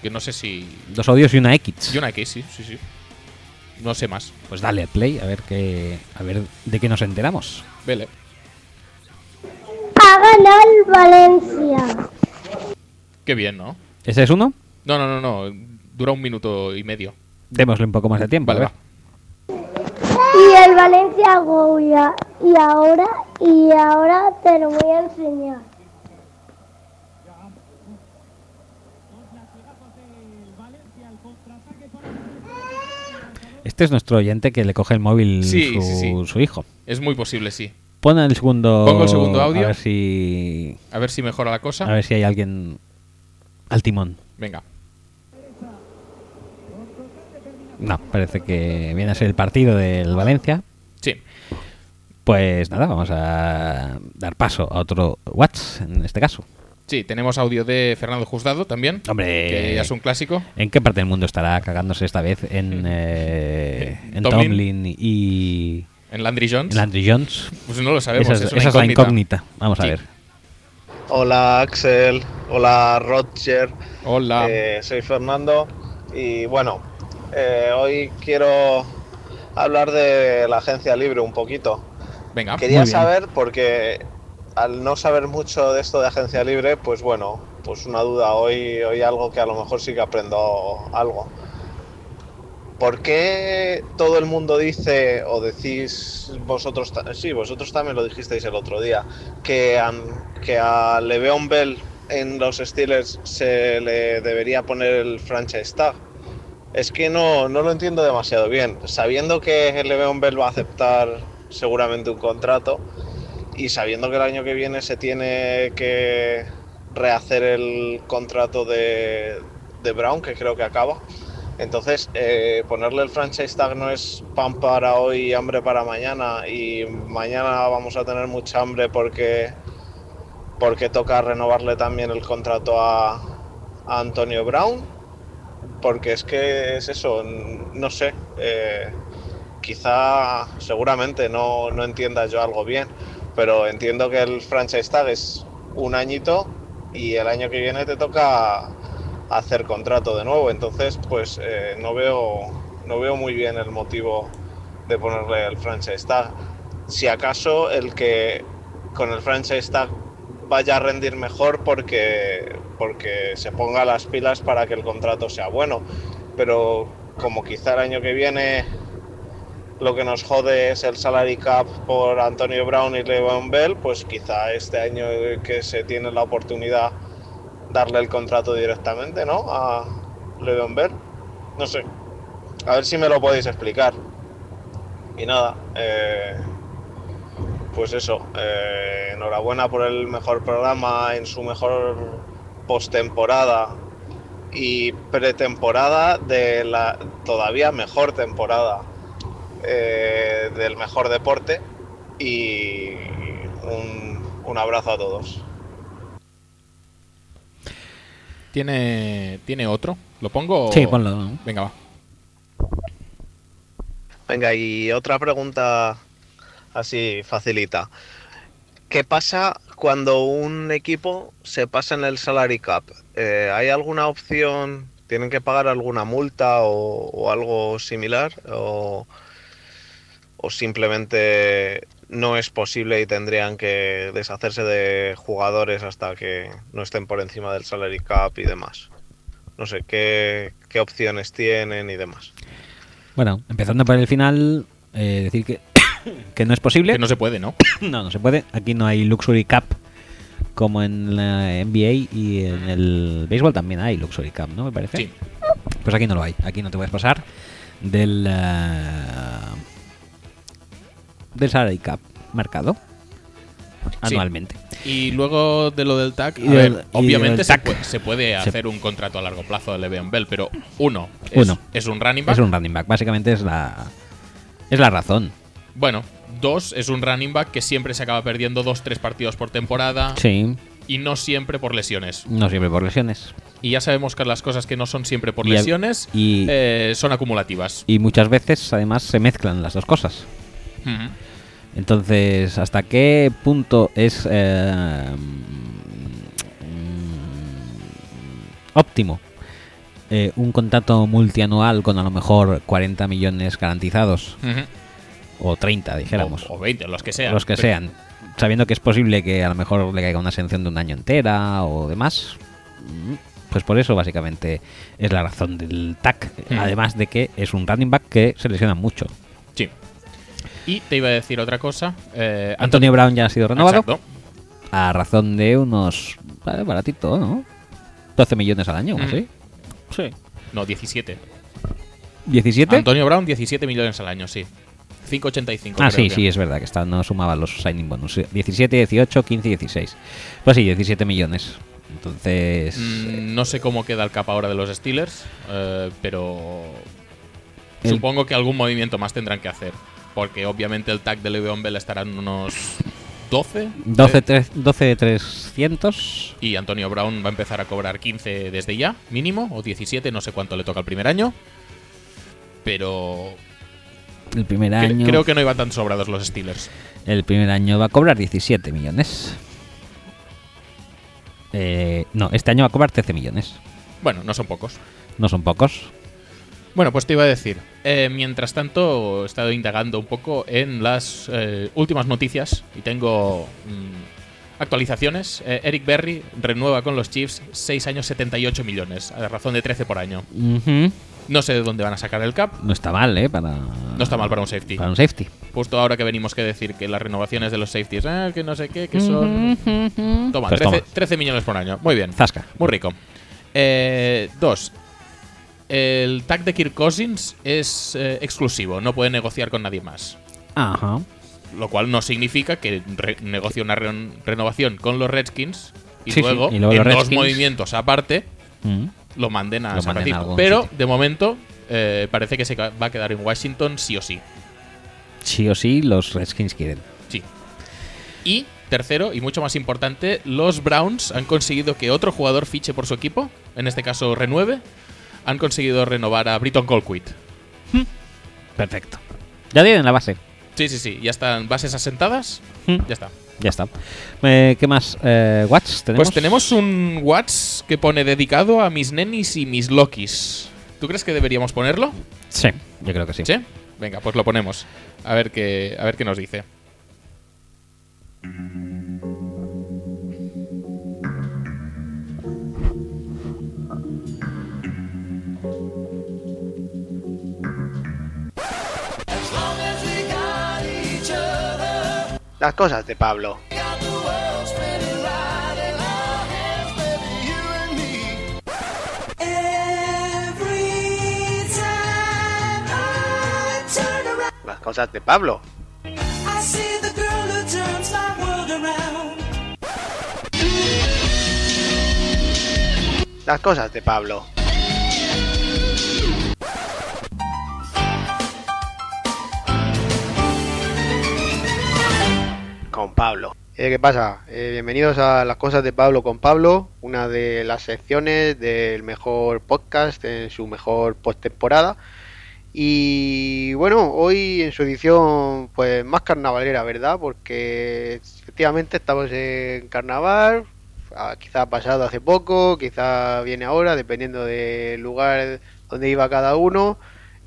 [SPEAKER 2] que no sé si.
[SPEAKER 1] Dos audios y una X.
[SPEAKER 2] Yo una que sí, sí, sí. No sé más.
[SPEAKER 1] Pues dale al play, a ver qué, a ver de qué nos enteramos.
[SPEAKER 2] Vele.
[SPEAKER 6] Ha ganado el Valencia.
[SPEAKER 2] Qué bien, ¿no?
[SPEAKER 1] ¿Ese es uno?
[SPEAKER 2] No, no, no, no. Dura un minuto y medio.
[SPEAKER 1] Démosle un poco más de tiempo.
[SPEAKER 2] Vale,
[SPEAKER 1] a ver.
[SPEAKER 2] va.
[SPEAKER 6] Y el Valencia Goya. Y ahora, y ahora te lo voy a enseñar.
[SPEAKER 1] Este es nuestro oyente que le coge el móvil
[SPEAKER 2] Sí,
[SPEAKER 1] su,
[SPEAKER 2] sí, sí.
[SPEAKER 1] su hijo.
[SPEAKER 2] Es muy posible, sí.
[SPEAKER 1] Pon el segundo.
[SPEAKER 2] Pongo el segundo audio.
[SPEAKER 1] A ver si,
[SPEAKER 2] A ver si mejora la cosa.
[SPEAKER 1] a ver si hay alguien al timón.
[SPEAKER 2] Venga.
[SPEAKER 1] No, parece que viene a ser el partido del Valencia.
[SPEAKER 2] Sí.
[SPEAKER 1] Pues nada, vamos a dar paso a otro Watts en este caso.
[SPEAKER 2] Sí, tenemos audio de Fernando Juzgado también.
[SPEAKER 1] Hombre.
[SPEAKER 2] Que ya es un clásico.
[SPEAKER 1] ¿En qué parte del mundo estará cagándose esta vez? ¿En, eh, en
[SPEAKER 2] Tomlin.
[SPEAKER 1] Tomlin. y
[SPEAKER 2] En Landry Jones.
[SPEAKER 1] en Landry Jones?
[SPEAKER 2] Pues no lo sabemos.
[SPEAKER 1] esa es,
[SPEAKER 2] es, una
[SPEAKER 1] esa es la
[SPEAKER 2] incógnita.
[SPEAKER 1] incógnita. Vamos
[SPEAKER 2] Sí.
[SPEAKER 1] a ver.
[SPEAKER 7] Hola Axel, hola Roger,
[SPEAKER 2] Hola.
[SPEAKER 7] Eh, soy Fernando y bueno, eh, hoy quiero hablar de la agencia libre un poquito.
[SPEAKER 2] Venga.
[SPEAKER 7] Quería
[SPEAKER 1] muy bien.
[SPEAKER 7] saber porque al no saber mucho de esto de agencia libre, pues bueno, pues una duda hoy, hoy algo que a lo mejor sí que aprendo algo. ¿Por qué todo el mundo dice o decís vosotros, ta- sí, vosotros también lo dijisteis el otro día, que, am- que a Le'Veon Bell en los Steelers se le debería poner el franchise tag? Es que no, no lo entiendo demasiado bien. Sabiendo que el Le'Veon Bell va a aceptar seguramente un contrato y sabiendo que el año que viene se tiene que rehacer el contrato de, de Brown, que creo que acaba. Entonces, eh, ponerle el franchise tag no es pan para hoy y hambre para mañana. Y mañana vamos a tener mucha hambre porque, porque toca renovarle también el contrato a- a Antonio Brown porque es que es eso, n- no sé, eh, quizá seguramente no, no entienda yo algo bien, pero entiendo que el franchise tag es un añito y el año que viene te toca hacer contrato de nuevo, entonces pues eh, no, veo, no veo muy bien el motivo de ponerle el franchise tag. Si acaso el que con el franchise tag vaya a rendir mejor porque, porque se ponga las pilas para que el contrato sea bueno. Pero como quizá el año que viene lo que nos jode es el salary cap por Antonio Brown y Levan Bell, pues quizá este año que se tiene la oportunidad darle el contrato directamente, ¿no? A Levan Bell. No sé. A ver si me lo podéis explicar. Y nada, eh, pues eso, eh, enhorabuena por el mejor programa en su mejor postemporada y pretemporada de la todavía mejor temporada eh, del mejor deporte y un- un abrazo a todos.
[SPEAKER 2] ¿Tiene, ¿Tiene otro? ¿Lo pongo? o-
[SPEAKER 1] Sí, ponlo.
[SPEAKER 2] Venga, va.
[SPEAKER 7] Venga, y otra pregunta así facilita. ¿Qué pasa cuando un equipo se pasa en el salary cap? Eh, ¿Hay alguna opción? ¿Tienen que pagar alguna multa o, o algo similar? ¿O, o simplemente no es posible y tendrían que deshacerse de jugadores hasta que no estén por encima del salary cap y demás? No sé, ¿qué, qué opciones tienen y demás?
[SPEAKER 1] Bueno, empezando por el final, eh, decir que, que no es posible.
[SPEAKER 2] Que no se puede, ¿no?
[SPEAKER 1] No, no se puede. Aquí no hay Luxury Cup como en la NBA y en el béisbol también hay Luxury Cup, ¿no? Me parece.
[SPEAKER 2] Sí.
[SPEAKER 1] Pues aquí no lo hay. Aquí no te puedes pasar del, ah, del Salary Cup marcado anualmente.
[SPEAKER 2] Y luego de lo del TAC, a
[SPEAKER 1] Y
[SPEAKER 2] ver,
[SPEAKER 1] del- y
[SPEAKER 2] obviamente
[SPEAKER 1] del
[SPEAKER 2] se
[SPEAKER 1] TAC.
[SPEAKER 2] puede, se puede hacer un contrato a largo plazo de Le'Veon Bell, pero uno, es,
[SPEAKER 1] Uno.
[SPEAKER 2] es un running back.
[SPEAKER 1] Es un running back. Básicamente es la, es la razón.
[SPEAKER 2] Bueno, dos, es un running back que siempre se acaba perdiendo dos, tres partidos por temporada
[SPEAKER 1] Sí,
[SPEAKER 2] y no siempre por lesiones.
[SPEAKER 1] no siempre por lesiones.
[SPEAKER 2] Y ya sabemos que las cosas que no son siempre por
[SPEAKER 1] Y a-
[SPEAKER 2] lesiones
[SPEAKER 1] y-
[SPEAKER 2] eh, son acumulativas.
[SPEAKER 1] Y muchas veces, además, se mezclan las dos cosas.
[SPEAKER 2] Ujú.
[SPEAKER 1] Entonces, ¿hasta qué punto es eh, mm, óptimo eh, un contrato multianual con a lo mejor 40 millones garantizados
[SPEAKER 2] Ujú.
[SPEAKER 1] o 30, dijéramos,
[SPEAKER 2] O, o 20, los que sean.
[SPEAKER 1] los que
[SPEAKER 2] Pero-
[SPEAKER 1] sean, sabiendo que es posible que a lo mejor le caiga una sanción de un año entera o demás? Mm, Pues por eso básicamente es la razón del TAC,
[SPEAKER 2] Mm.
[SPEAKER 1] además de que es un running back que se lesiona mucho.
[SPEAKER 2] Sí. Y te iba a decir otra cosa. eh,
[SPEAKER 1] Antonio Brown ya ha sido renovado.
[SPEAKER 2] Exacto.
[SPEAKER 1] a razón de unos vale, baratito, ¿no? 12 millones al año,
[SPEAKER 2] Mm.
[SPEAKER 1] así. Sí.
[SPEAKER 2] No, 17.
[SPEAKER 1] ¿17?
[SPEAKER 2] Antonio Brown, 17 millones al año, sí. 5,85.
[SPEAKER 1] ah, sí,
[SPEAKER 2] creo que.
[SPEAKER 1] sí, es verdad que está, no sumaba los signing bonus. 17, 18, 15, 16. Pues sí, 17 millones. Entonces,
[SPEAKER 2] Mm, no sé cómo queda el cap ahora de los Steelers, eh, pero
[SPEAKER 1] El-
[SPEAKER 2] supongo que algún movimiento más tendrán que hacer. Porque obviamente el tag de Le'Veon Bell estará en unos 12.
[SPEAKER 1] 12,
[SPEAKER 2] eh,
[SPEAKER 1] tres- 12 de 300.
[SPEAKER 2] y Antonio Brown va a empezar a cobrar 15 desde ya, mínimo, o 17, no sé cuánto le toca el primer año. Pero
[SPEAKER 1] El primer
[SPEAKER 2] cre-
[SPEAKER 1] Este año.
[SPEAKER 2] creo que no iban tan sobrados los Steelers.
[SPEAKER 1] El primer año va a cobrar 17 millones. Eh, no, este año va a cobrar 13 millones.
[SPEAKER 2] Bueno, no son pocos.
[SPEAKER 1] No son pocos.
[SPEAKER 2] Bueno, pues te iba a decir. eh, mientras tanto, he estado indagando un poco en las eh, últimas noticias y tengo mm, actualizaciones. Eh, Eric Berry renueva con los Chiefs 6 años 78 millones, a razón de 13 por año.
[SPEAKER 1] Ujú.
[SPEAKER 2] No sé de dónde van a sacar el cap.
[SPEAKER 1] No está mal, ¿eh? Para,
[SPEAKER 2] No está mal para un safety.
[SPEAKER 1] Para un safety.
[SPEAKER 2] Justo ahora que venimos que decir que las renovaciones de los safeties, ah, que no sé qué, que son. Toma,
[SPEAKER 1] Pues
[SPEAKER 2] 13,
[SPEAKER 1] toma.
[SPEAKER 2] 13 millones por año. Muy bien.
[SPEAKER 1] Zasca.
[SPEAKER 2] Muy rico. Eh, dos. El tag de Kirk Cousins es eh, exclusivo, no puede negociar con nadie más.
[SPEAKER 1] Ajá.
[SPEAKER 2] Lo cual no significa que re- negocie una re- renovación con los Redskins y
[SPEAKER 1] Sí, sí,
[SPEAKER 2] luego,
[SPEAKER 1] y luego
[SPEAKER 2] en
[SPEAKER 1] los
[SPEAKER 2] dos
[SPEAKER 1] Redskins.
[SPEAKER 2] movimientos aparte
[SPEAKER 1] Mm.
[SPEAKER 2] lo manden a
[SPEAKER 1] Lo
[SPEAKER 2] San
[SPEAKER 1] manden a
[SPEAKER 2] Francisco.
[SPEAKER 1] algún
[SPEAKER 2] Pero
[SPEAKER 1] sitio.
[SPEAKER 2] de momento eh, parece que se ca- va a quedar en Washington sí o sí.
[SPEAKER 1] Sí o sí, los Redskins quieren.
[SPEAKER 2] Sí. Y tercero, y mucho más importante, los Browns han conseguido que otro jugador fiche por su equipo, en este caso renueve. Han conseguido renovar a Britton Colquitt.
[SPEAKER 1] Perfecto. Ya tienen la base.
[SPEAKER 2] Sí, sí, sí, ya están bases asentadas.
[SPEAKER 1] Hmm.
[SPEAKER 2] Ya está.
[SPEAKER 1] Ya está. Eh, ¿Qué más? Eh, ¿Watch? ¿Tenemos?
[SPEAKER 2] Pues tenemos un Whats que pone dedicado a mis nenis y mis lokis. ¿Tú crees que deberíamos ponerlo?
[SPEAKER 1] Sí, yo creo que sí.
[SPEAKER 2] ¿Sí? Venga, pues lo ponemos. A ver qué, a ver qué nos dice.
[SPEAKER 7] Las cosas de Pablo.
[SPEAKER 4] Every time I turn around,
[SPEAKER 7] Las cosas de Pablo.
[SPEAKER 4] I see the girl who turns my world around.
[SPEAKER 7] Las cosas de Pablo. Con Pablo.
[SPEAKER 8] Eh, ¿Qué pasa? Eh, bienvenidos a Las Cosas de Pablo con Pablo, una de las secciones del mejor podcast en su mejor postemporada. Y bueno, hoy en su edición pues más carnavalera, ¿verdad? Porque efectivamente estamos en carnaval, ah, quizá ha pasado hace poco, quizá viene ahora, dependiendo del lugar donde iba cada uno.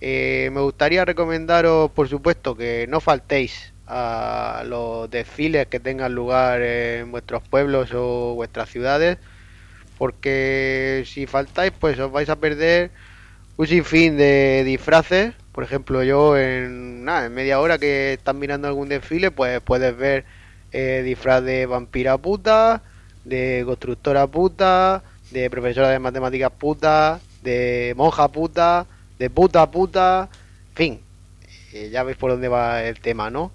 [SPEAKER 8] Eh, me gustaría recomendaros, por supuesto, que no faltéis a los desfiles que tengan lugar en vuestros pueblos o vuestras ciudades, porque si faltáis, pues os vais a perder un sinfín de disfraces. Por ejemplo, yo en, nada, en media hora que están mirando algún desfile, pues puedes ver eh, disfraz de vampira puta, de constructora puta, de profesora de matemáticas puta, de monja puta, de puta puta, en fin. eh, ya veis por dónde va el tema, ¿no?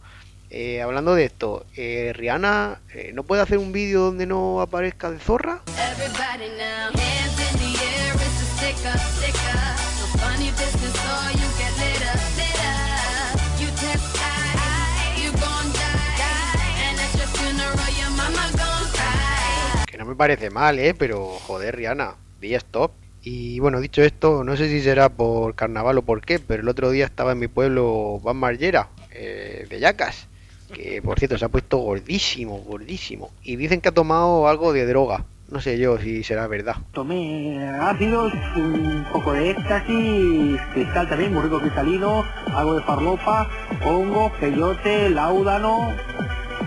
[SPEAKER 8] Eh, hablando de esto, eh, Rihanna, eh, ¿no puede hacer un vídeo donde no aparezca de zorra?
[SPEAKER 9] Everybody now, hands in the air, it's a sticker, sticker. No funny business, or you get lit up, lit up. You test I, you gon' die, die. And at your funeral, your mama gon' cry.
[SPEAKER 8] Que no me parece mal, ¿eh? Pero joder, Rihanna, di stop. Y bueno, dicho esto, no sé si será por carnaval o por qué, pero el otro día estaba en mi pueblo Van Margera, eh, de Yacas, que por cierto se ha puesto gordísimo, gordísimo. Y dicen que ha tomado algo de droga. No sé yo si será verdad.
[SPEAKER 10] Tomé ácidos, un poco de éxtasis, cristal también, muy rico cristalino, algo de farlopa, hongo, peyote, láudano,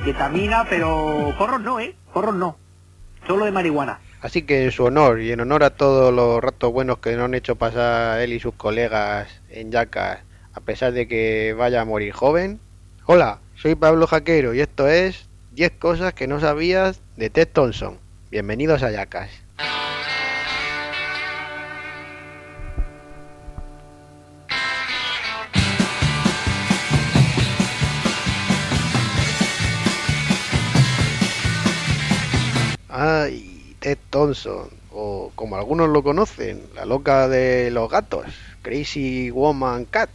[SPEAKER 10] ketamina, pero porros no, ¿eh? Porros no. Solo de marihuana.
[SPEAKER 8] Así que en su honor y en honor a todos los ratos buenos que nos han hecho pasar él y sus colegas en Yacas, a pesar de que vaya a morir joven. Hola, soy Pablo Jaquero y esto es 10 cosas que no sabías de Ted Thompson. Bienvenidos a Yacas. Ay, Ted Thompson, o como algunos lo conocen, la loca de los gatos, Crazy Woman Cat.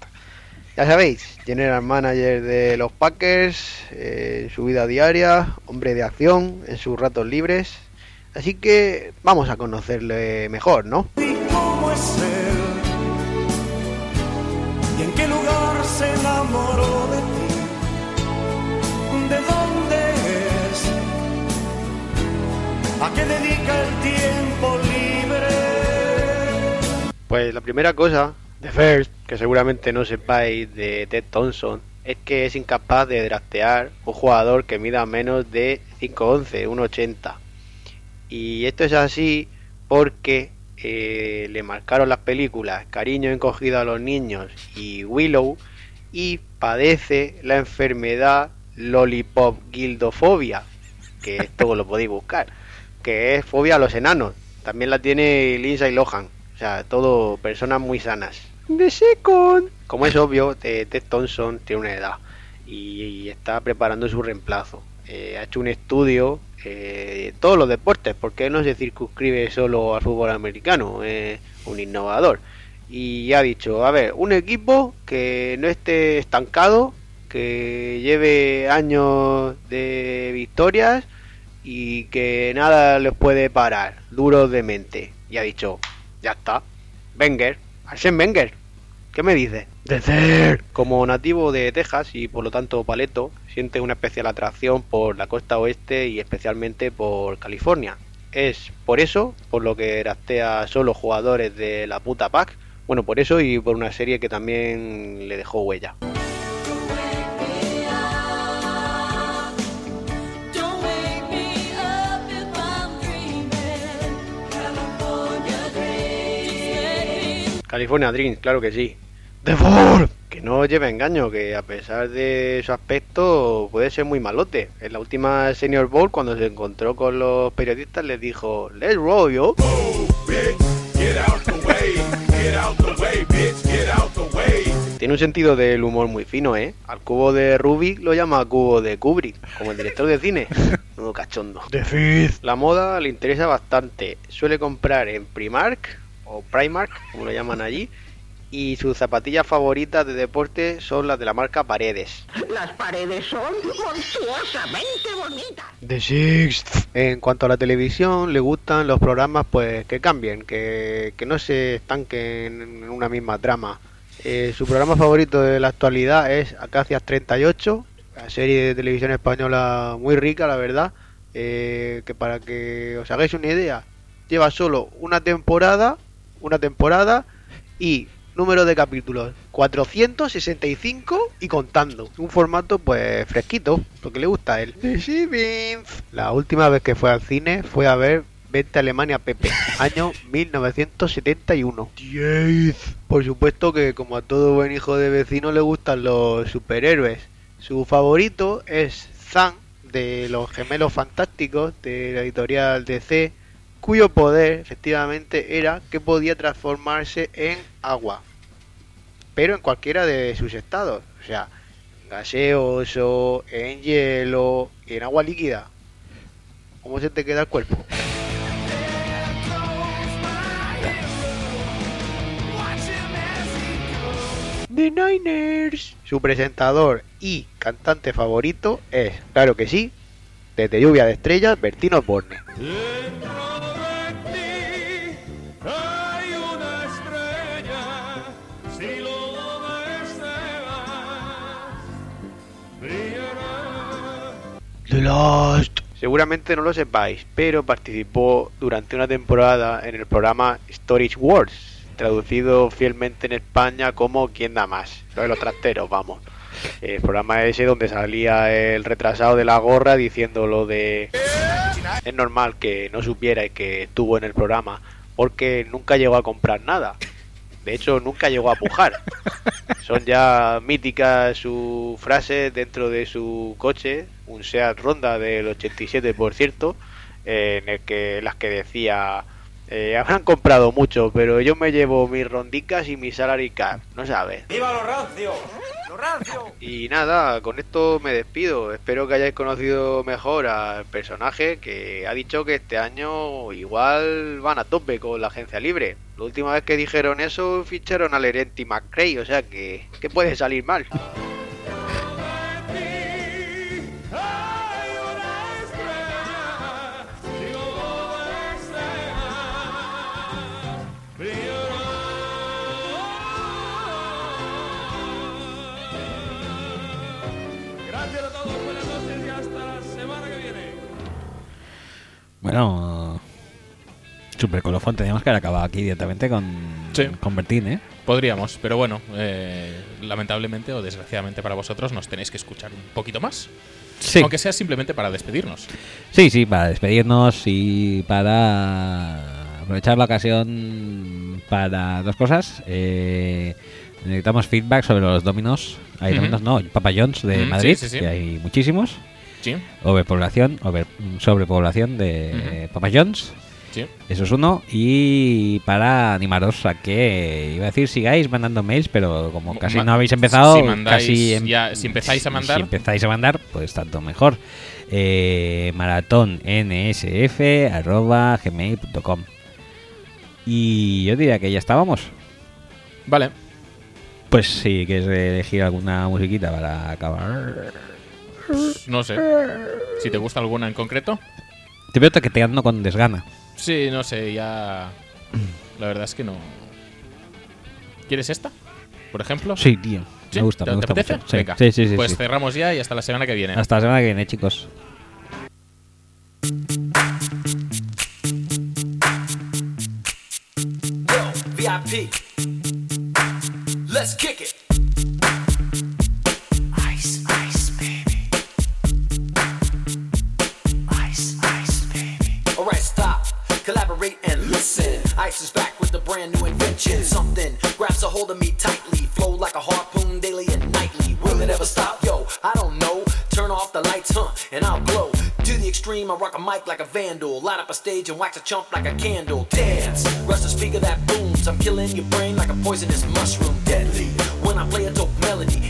[SPEAKER 8] Ya sabéis, general manager de los Packers, eh, en su vida diaria, hombre de acción, en sus ratos libres. Así que vamos a conocerle mejor, ¿no?
[SPEAKER 5] ¿Y cómo es él? ¿Y en qué lugar se enamoró de ti? ¿De dónde es? ¿A qué dedica el tiempo libre?
[SPEAKER 8] Pues la primera cosa, The First, que seguramente no sepáis de Ted Thompson, es que es incapaz de draftear un jugador que mida menos de 5'11, 1'80. Y esto es así porque eh, le marcaron las películas Cariño encogido a los niños y Willow y padece la enfermedad Lollipop Guildofobia, que esto lo podéis buscar, que es fobia a los enanos. También la tiene Lindsay Lohan, o sea, todo personas muy sanas. De Second. Como es obvio, eh, Ted Thompson tiene una edad y, y está preparando su reemplazo. Eh, ha hecho un estudio eh, de todos los deportes, porque él no se circunscribe solo al fútbol americano, es un innovador. Y ha dicho, a ver, un equipo que no esté estancado, que lleve años de victorias y que nada les puede parar, duros de mente. Y ha dicho, ya está, Wenger, Arsène Wenger, ¿qué me dices? Como nativo de Texas y por lo tanto paleto, siente una especial atracción por la costa oeste y especialmente por California. Es por eso, por lo que draftea solo jugadores de la puta pack, bueno, por eso y por una serie que también le dejó huella.
[SPEAKER 9] Don't wake me up if I'm dreaming. California dreams.
[SPEAKER 8] California Dreams, claro que sí. ¡Devor! Que no lleve engaño, que a pesar de su aspecto puede ser muy malote. En la última Senior Bowl, cuando se encontró con los periodistas, les dijo, Let's roll, yo. Tiene un sentido del humor muy fino, ¿eh? Al cubo de Rubik lo llama cubo de Kubrick, como el director de cine. Menudo cachondo. La moda le interesa bastante. Suele comprar en Primark, o Primark, como lo llaman allí, y sus zapatillas favoritas de deporte son las de la marca Paredes.
[SPEAKER 10] Las paredes son monstruosamente bonitas.
[SPEAKER 8] The Sixth. En cuanto a la televisión, le gustan los programas pues que cambien, que, que no se estanquen en una misma trama. Eh, su programa favorito de la actualidad es Acacias 38, la serie de televisión española muy rica, la verdad. eh, que para que os hagáis una idea, lleva solo una temporada, una temporada y número de capítulos 465 y contando. Un formato pues fresquito, lo que le gusta a él. Sí, Vince. La última vez que fue al cine fue a ver Vente a Alemania Pepe, año 1971. Por supuesto que como a todo buen hijo de vecino le gustan los superhéroes. Su favorito es Zan de los gemelos fantásticos de la editorial DC, cuyo poder efectivamente era que podía transformarse en agua. Pero en cualquiera de sus estados, o sea, en gaseoso, en hielo y en agua líquida. ¿Cómo se te queda el cuerpo? The Niners. Su presentador y cantante favorito es, claro que sí, desde Lluvia de Estrellas, Bertino Borne.
[SPEAKER 4] Hay una estrella, si lo ves te vas, brillará.
[SPEAKER 8] The Lost. Seguramente no lo sepáis, pero participó durante una temporada en el programa Storage Wars, traducido fielmente en España como ¿Quién da más? Lo de los trasteros, vamos. El programa ese donde salía el retrasado de la gorra diciendo lo de... Es normal que no supierais que estuvo en el programa, porque nunca llegó a comprar nada. De hecho, nunca llegó a pujar. Son ya míticas sus frases dentro de su coche, un Seat Ronda del 87, por cierto, eh, en el que las que decía eh, habrán comprado mucho, pero yo me llevo mis rondicas y mi salary cap, no sabes.
[SPEAKER 5] ¡Viva los rancios! ¡Los rancios!
[SPEAKER 8] Y nada, con esto me despido. Espero que hayáis conocido mejor al personaje que ha dicho que este año igual van a tope con la agencia libre. La última vez que dijeron eso ficharon al Erenti McCray, o sea que, que puede salir mal.
[SPEAKER 4] Gracias a todos, buenas noches y hasta la semana que viene.
[SPEAKER 1] Bueno, super colofón. Teníamos que haber acabado aquí directamente con,
[SPEAKER 2] Sí.
[SPEAKER 1] con Bertín, ¿eh?
[SPEAKER 2] Podríamos, pero bueno, eh, lamentablemente o desgraciadamente para vosotros nos tenéis que escuchar un poquito más.
[SPEAKER 1] Sí.
[SPEAKER 2] Aunque sea simplemente para despedirnos.
[SPEAKER 1] Sí, sí, para despedirnos y para aprovechar la ocasión para dos cosas. Eh, necesitamos feedback sobre los dominos. Hay
[SPEAKER 2] Ujú.
[SPEAKER 1] dominos, no, Papa John's de
[SPEAKER 2] Mm, sí,
[SPEAKER 1] Madrid,
[SPEAKER 2] sí, sí.
[SPEAKER 1] que hay muchísimos.
[SPEAKER 2] Sí,
[SPEAKER 1] Overpoblación, over, sobrepoblación de Papa John's.
[SPEAKER 2] sí.
[SPEAKER 1] Eso es uno. Y para animaros a que, iba a decir, sigáis mandando mails, pero como
[SPEAKER 2] Ma-
[SPEAKER 1] casi
[SPEAKER 2] ma-
[SPEAKER 1] no habéis empezado,
[SPEAKER 2] si mandáis
[SPEAKER 1] casi em-
[SPEAKER 2] ya- si empezáis a
[SPEAKER 1] si-
[SPEAKER 2] mandar.
[SPEAKER 1] si empezáis a mandar, pues tanto mejor. Eh, maratón nsf arroba gmail.com Y yo diría que ya estábamos.
[SPEAKER 2] Vale.
[SPEAKER 1] Pues sí, que es elegir alguna musiquita para acabar.
[SPEAKER 2] No sé. Si te gusta alguna en concreto.
[SPEAKER 1] Te veo taqueteando con desgana.
[SPEAKER 2] Sí, no sé, ya. La verdad es que no. ¿Quieres esta? Por ejemplo.
[SPEAKER 1] Sí, tío.
[SPEAKER 2] ¿Sí?
[SPEAKER 1] Me gusta,
[SPEAKER 2] ¿Te,
[SPEAKER 1] me
[SPEAKER 2] te
[SPEAKER 1] gusta
[SPEAKER 2] apetece?
[SPEAKER 1] mucho. Sí,
[SPEAKER 2] Venga.
[SPEAKER 1] sí, sí, sí,
[SPEAKER 2] pues
[SPEAKER 1] sí.
[SPEAKER 2] cerramos ya y hasta la semana que viene.
[SPEAKER 1] Hasta la semana que viene, chicos.
[SPEAKER 4] Yo, VIP. Let's kick it. Ice, ice, baby. Ice, ice, baby. Alright, stop. Collaborate and listen. Ice is back with a brand new invention. Something grabs a hold of me tightly. Flow like a harpoon daily and nightly. Will it ever stop? Yo, I don't know. Turn off the lights, huh? And I'll glow. To the extreme, I rock a mic like a vandal. Light up a stage and wax a chump like a candle. Dance, rush the speaker that booms. I'm killing your brain like a poisonous mushroom. Deadly. When I play a dope melody,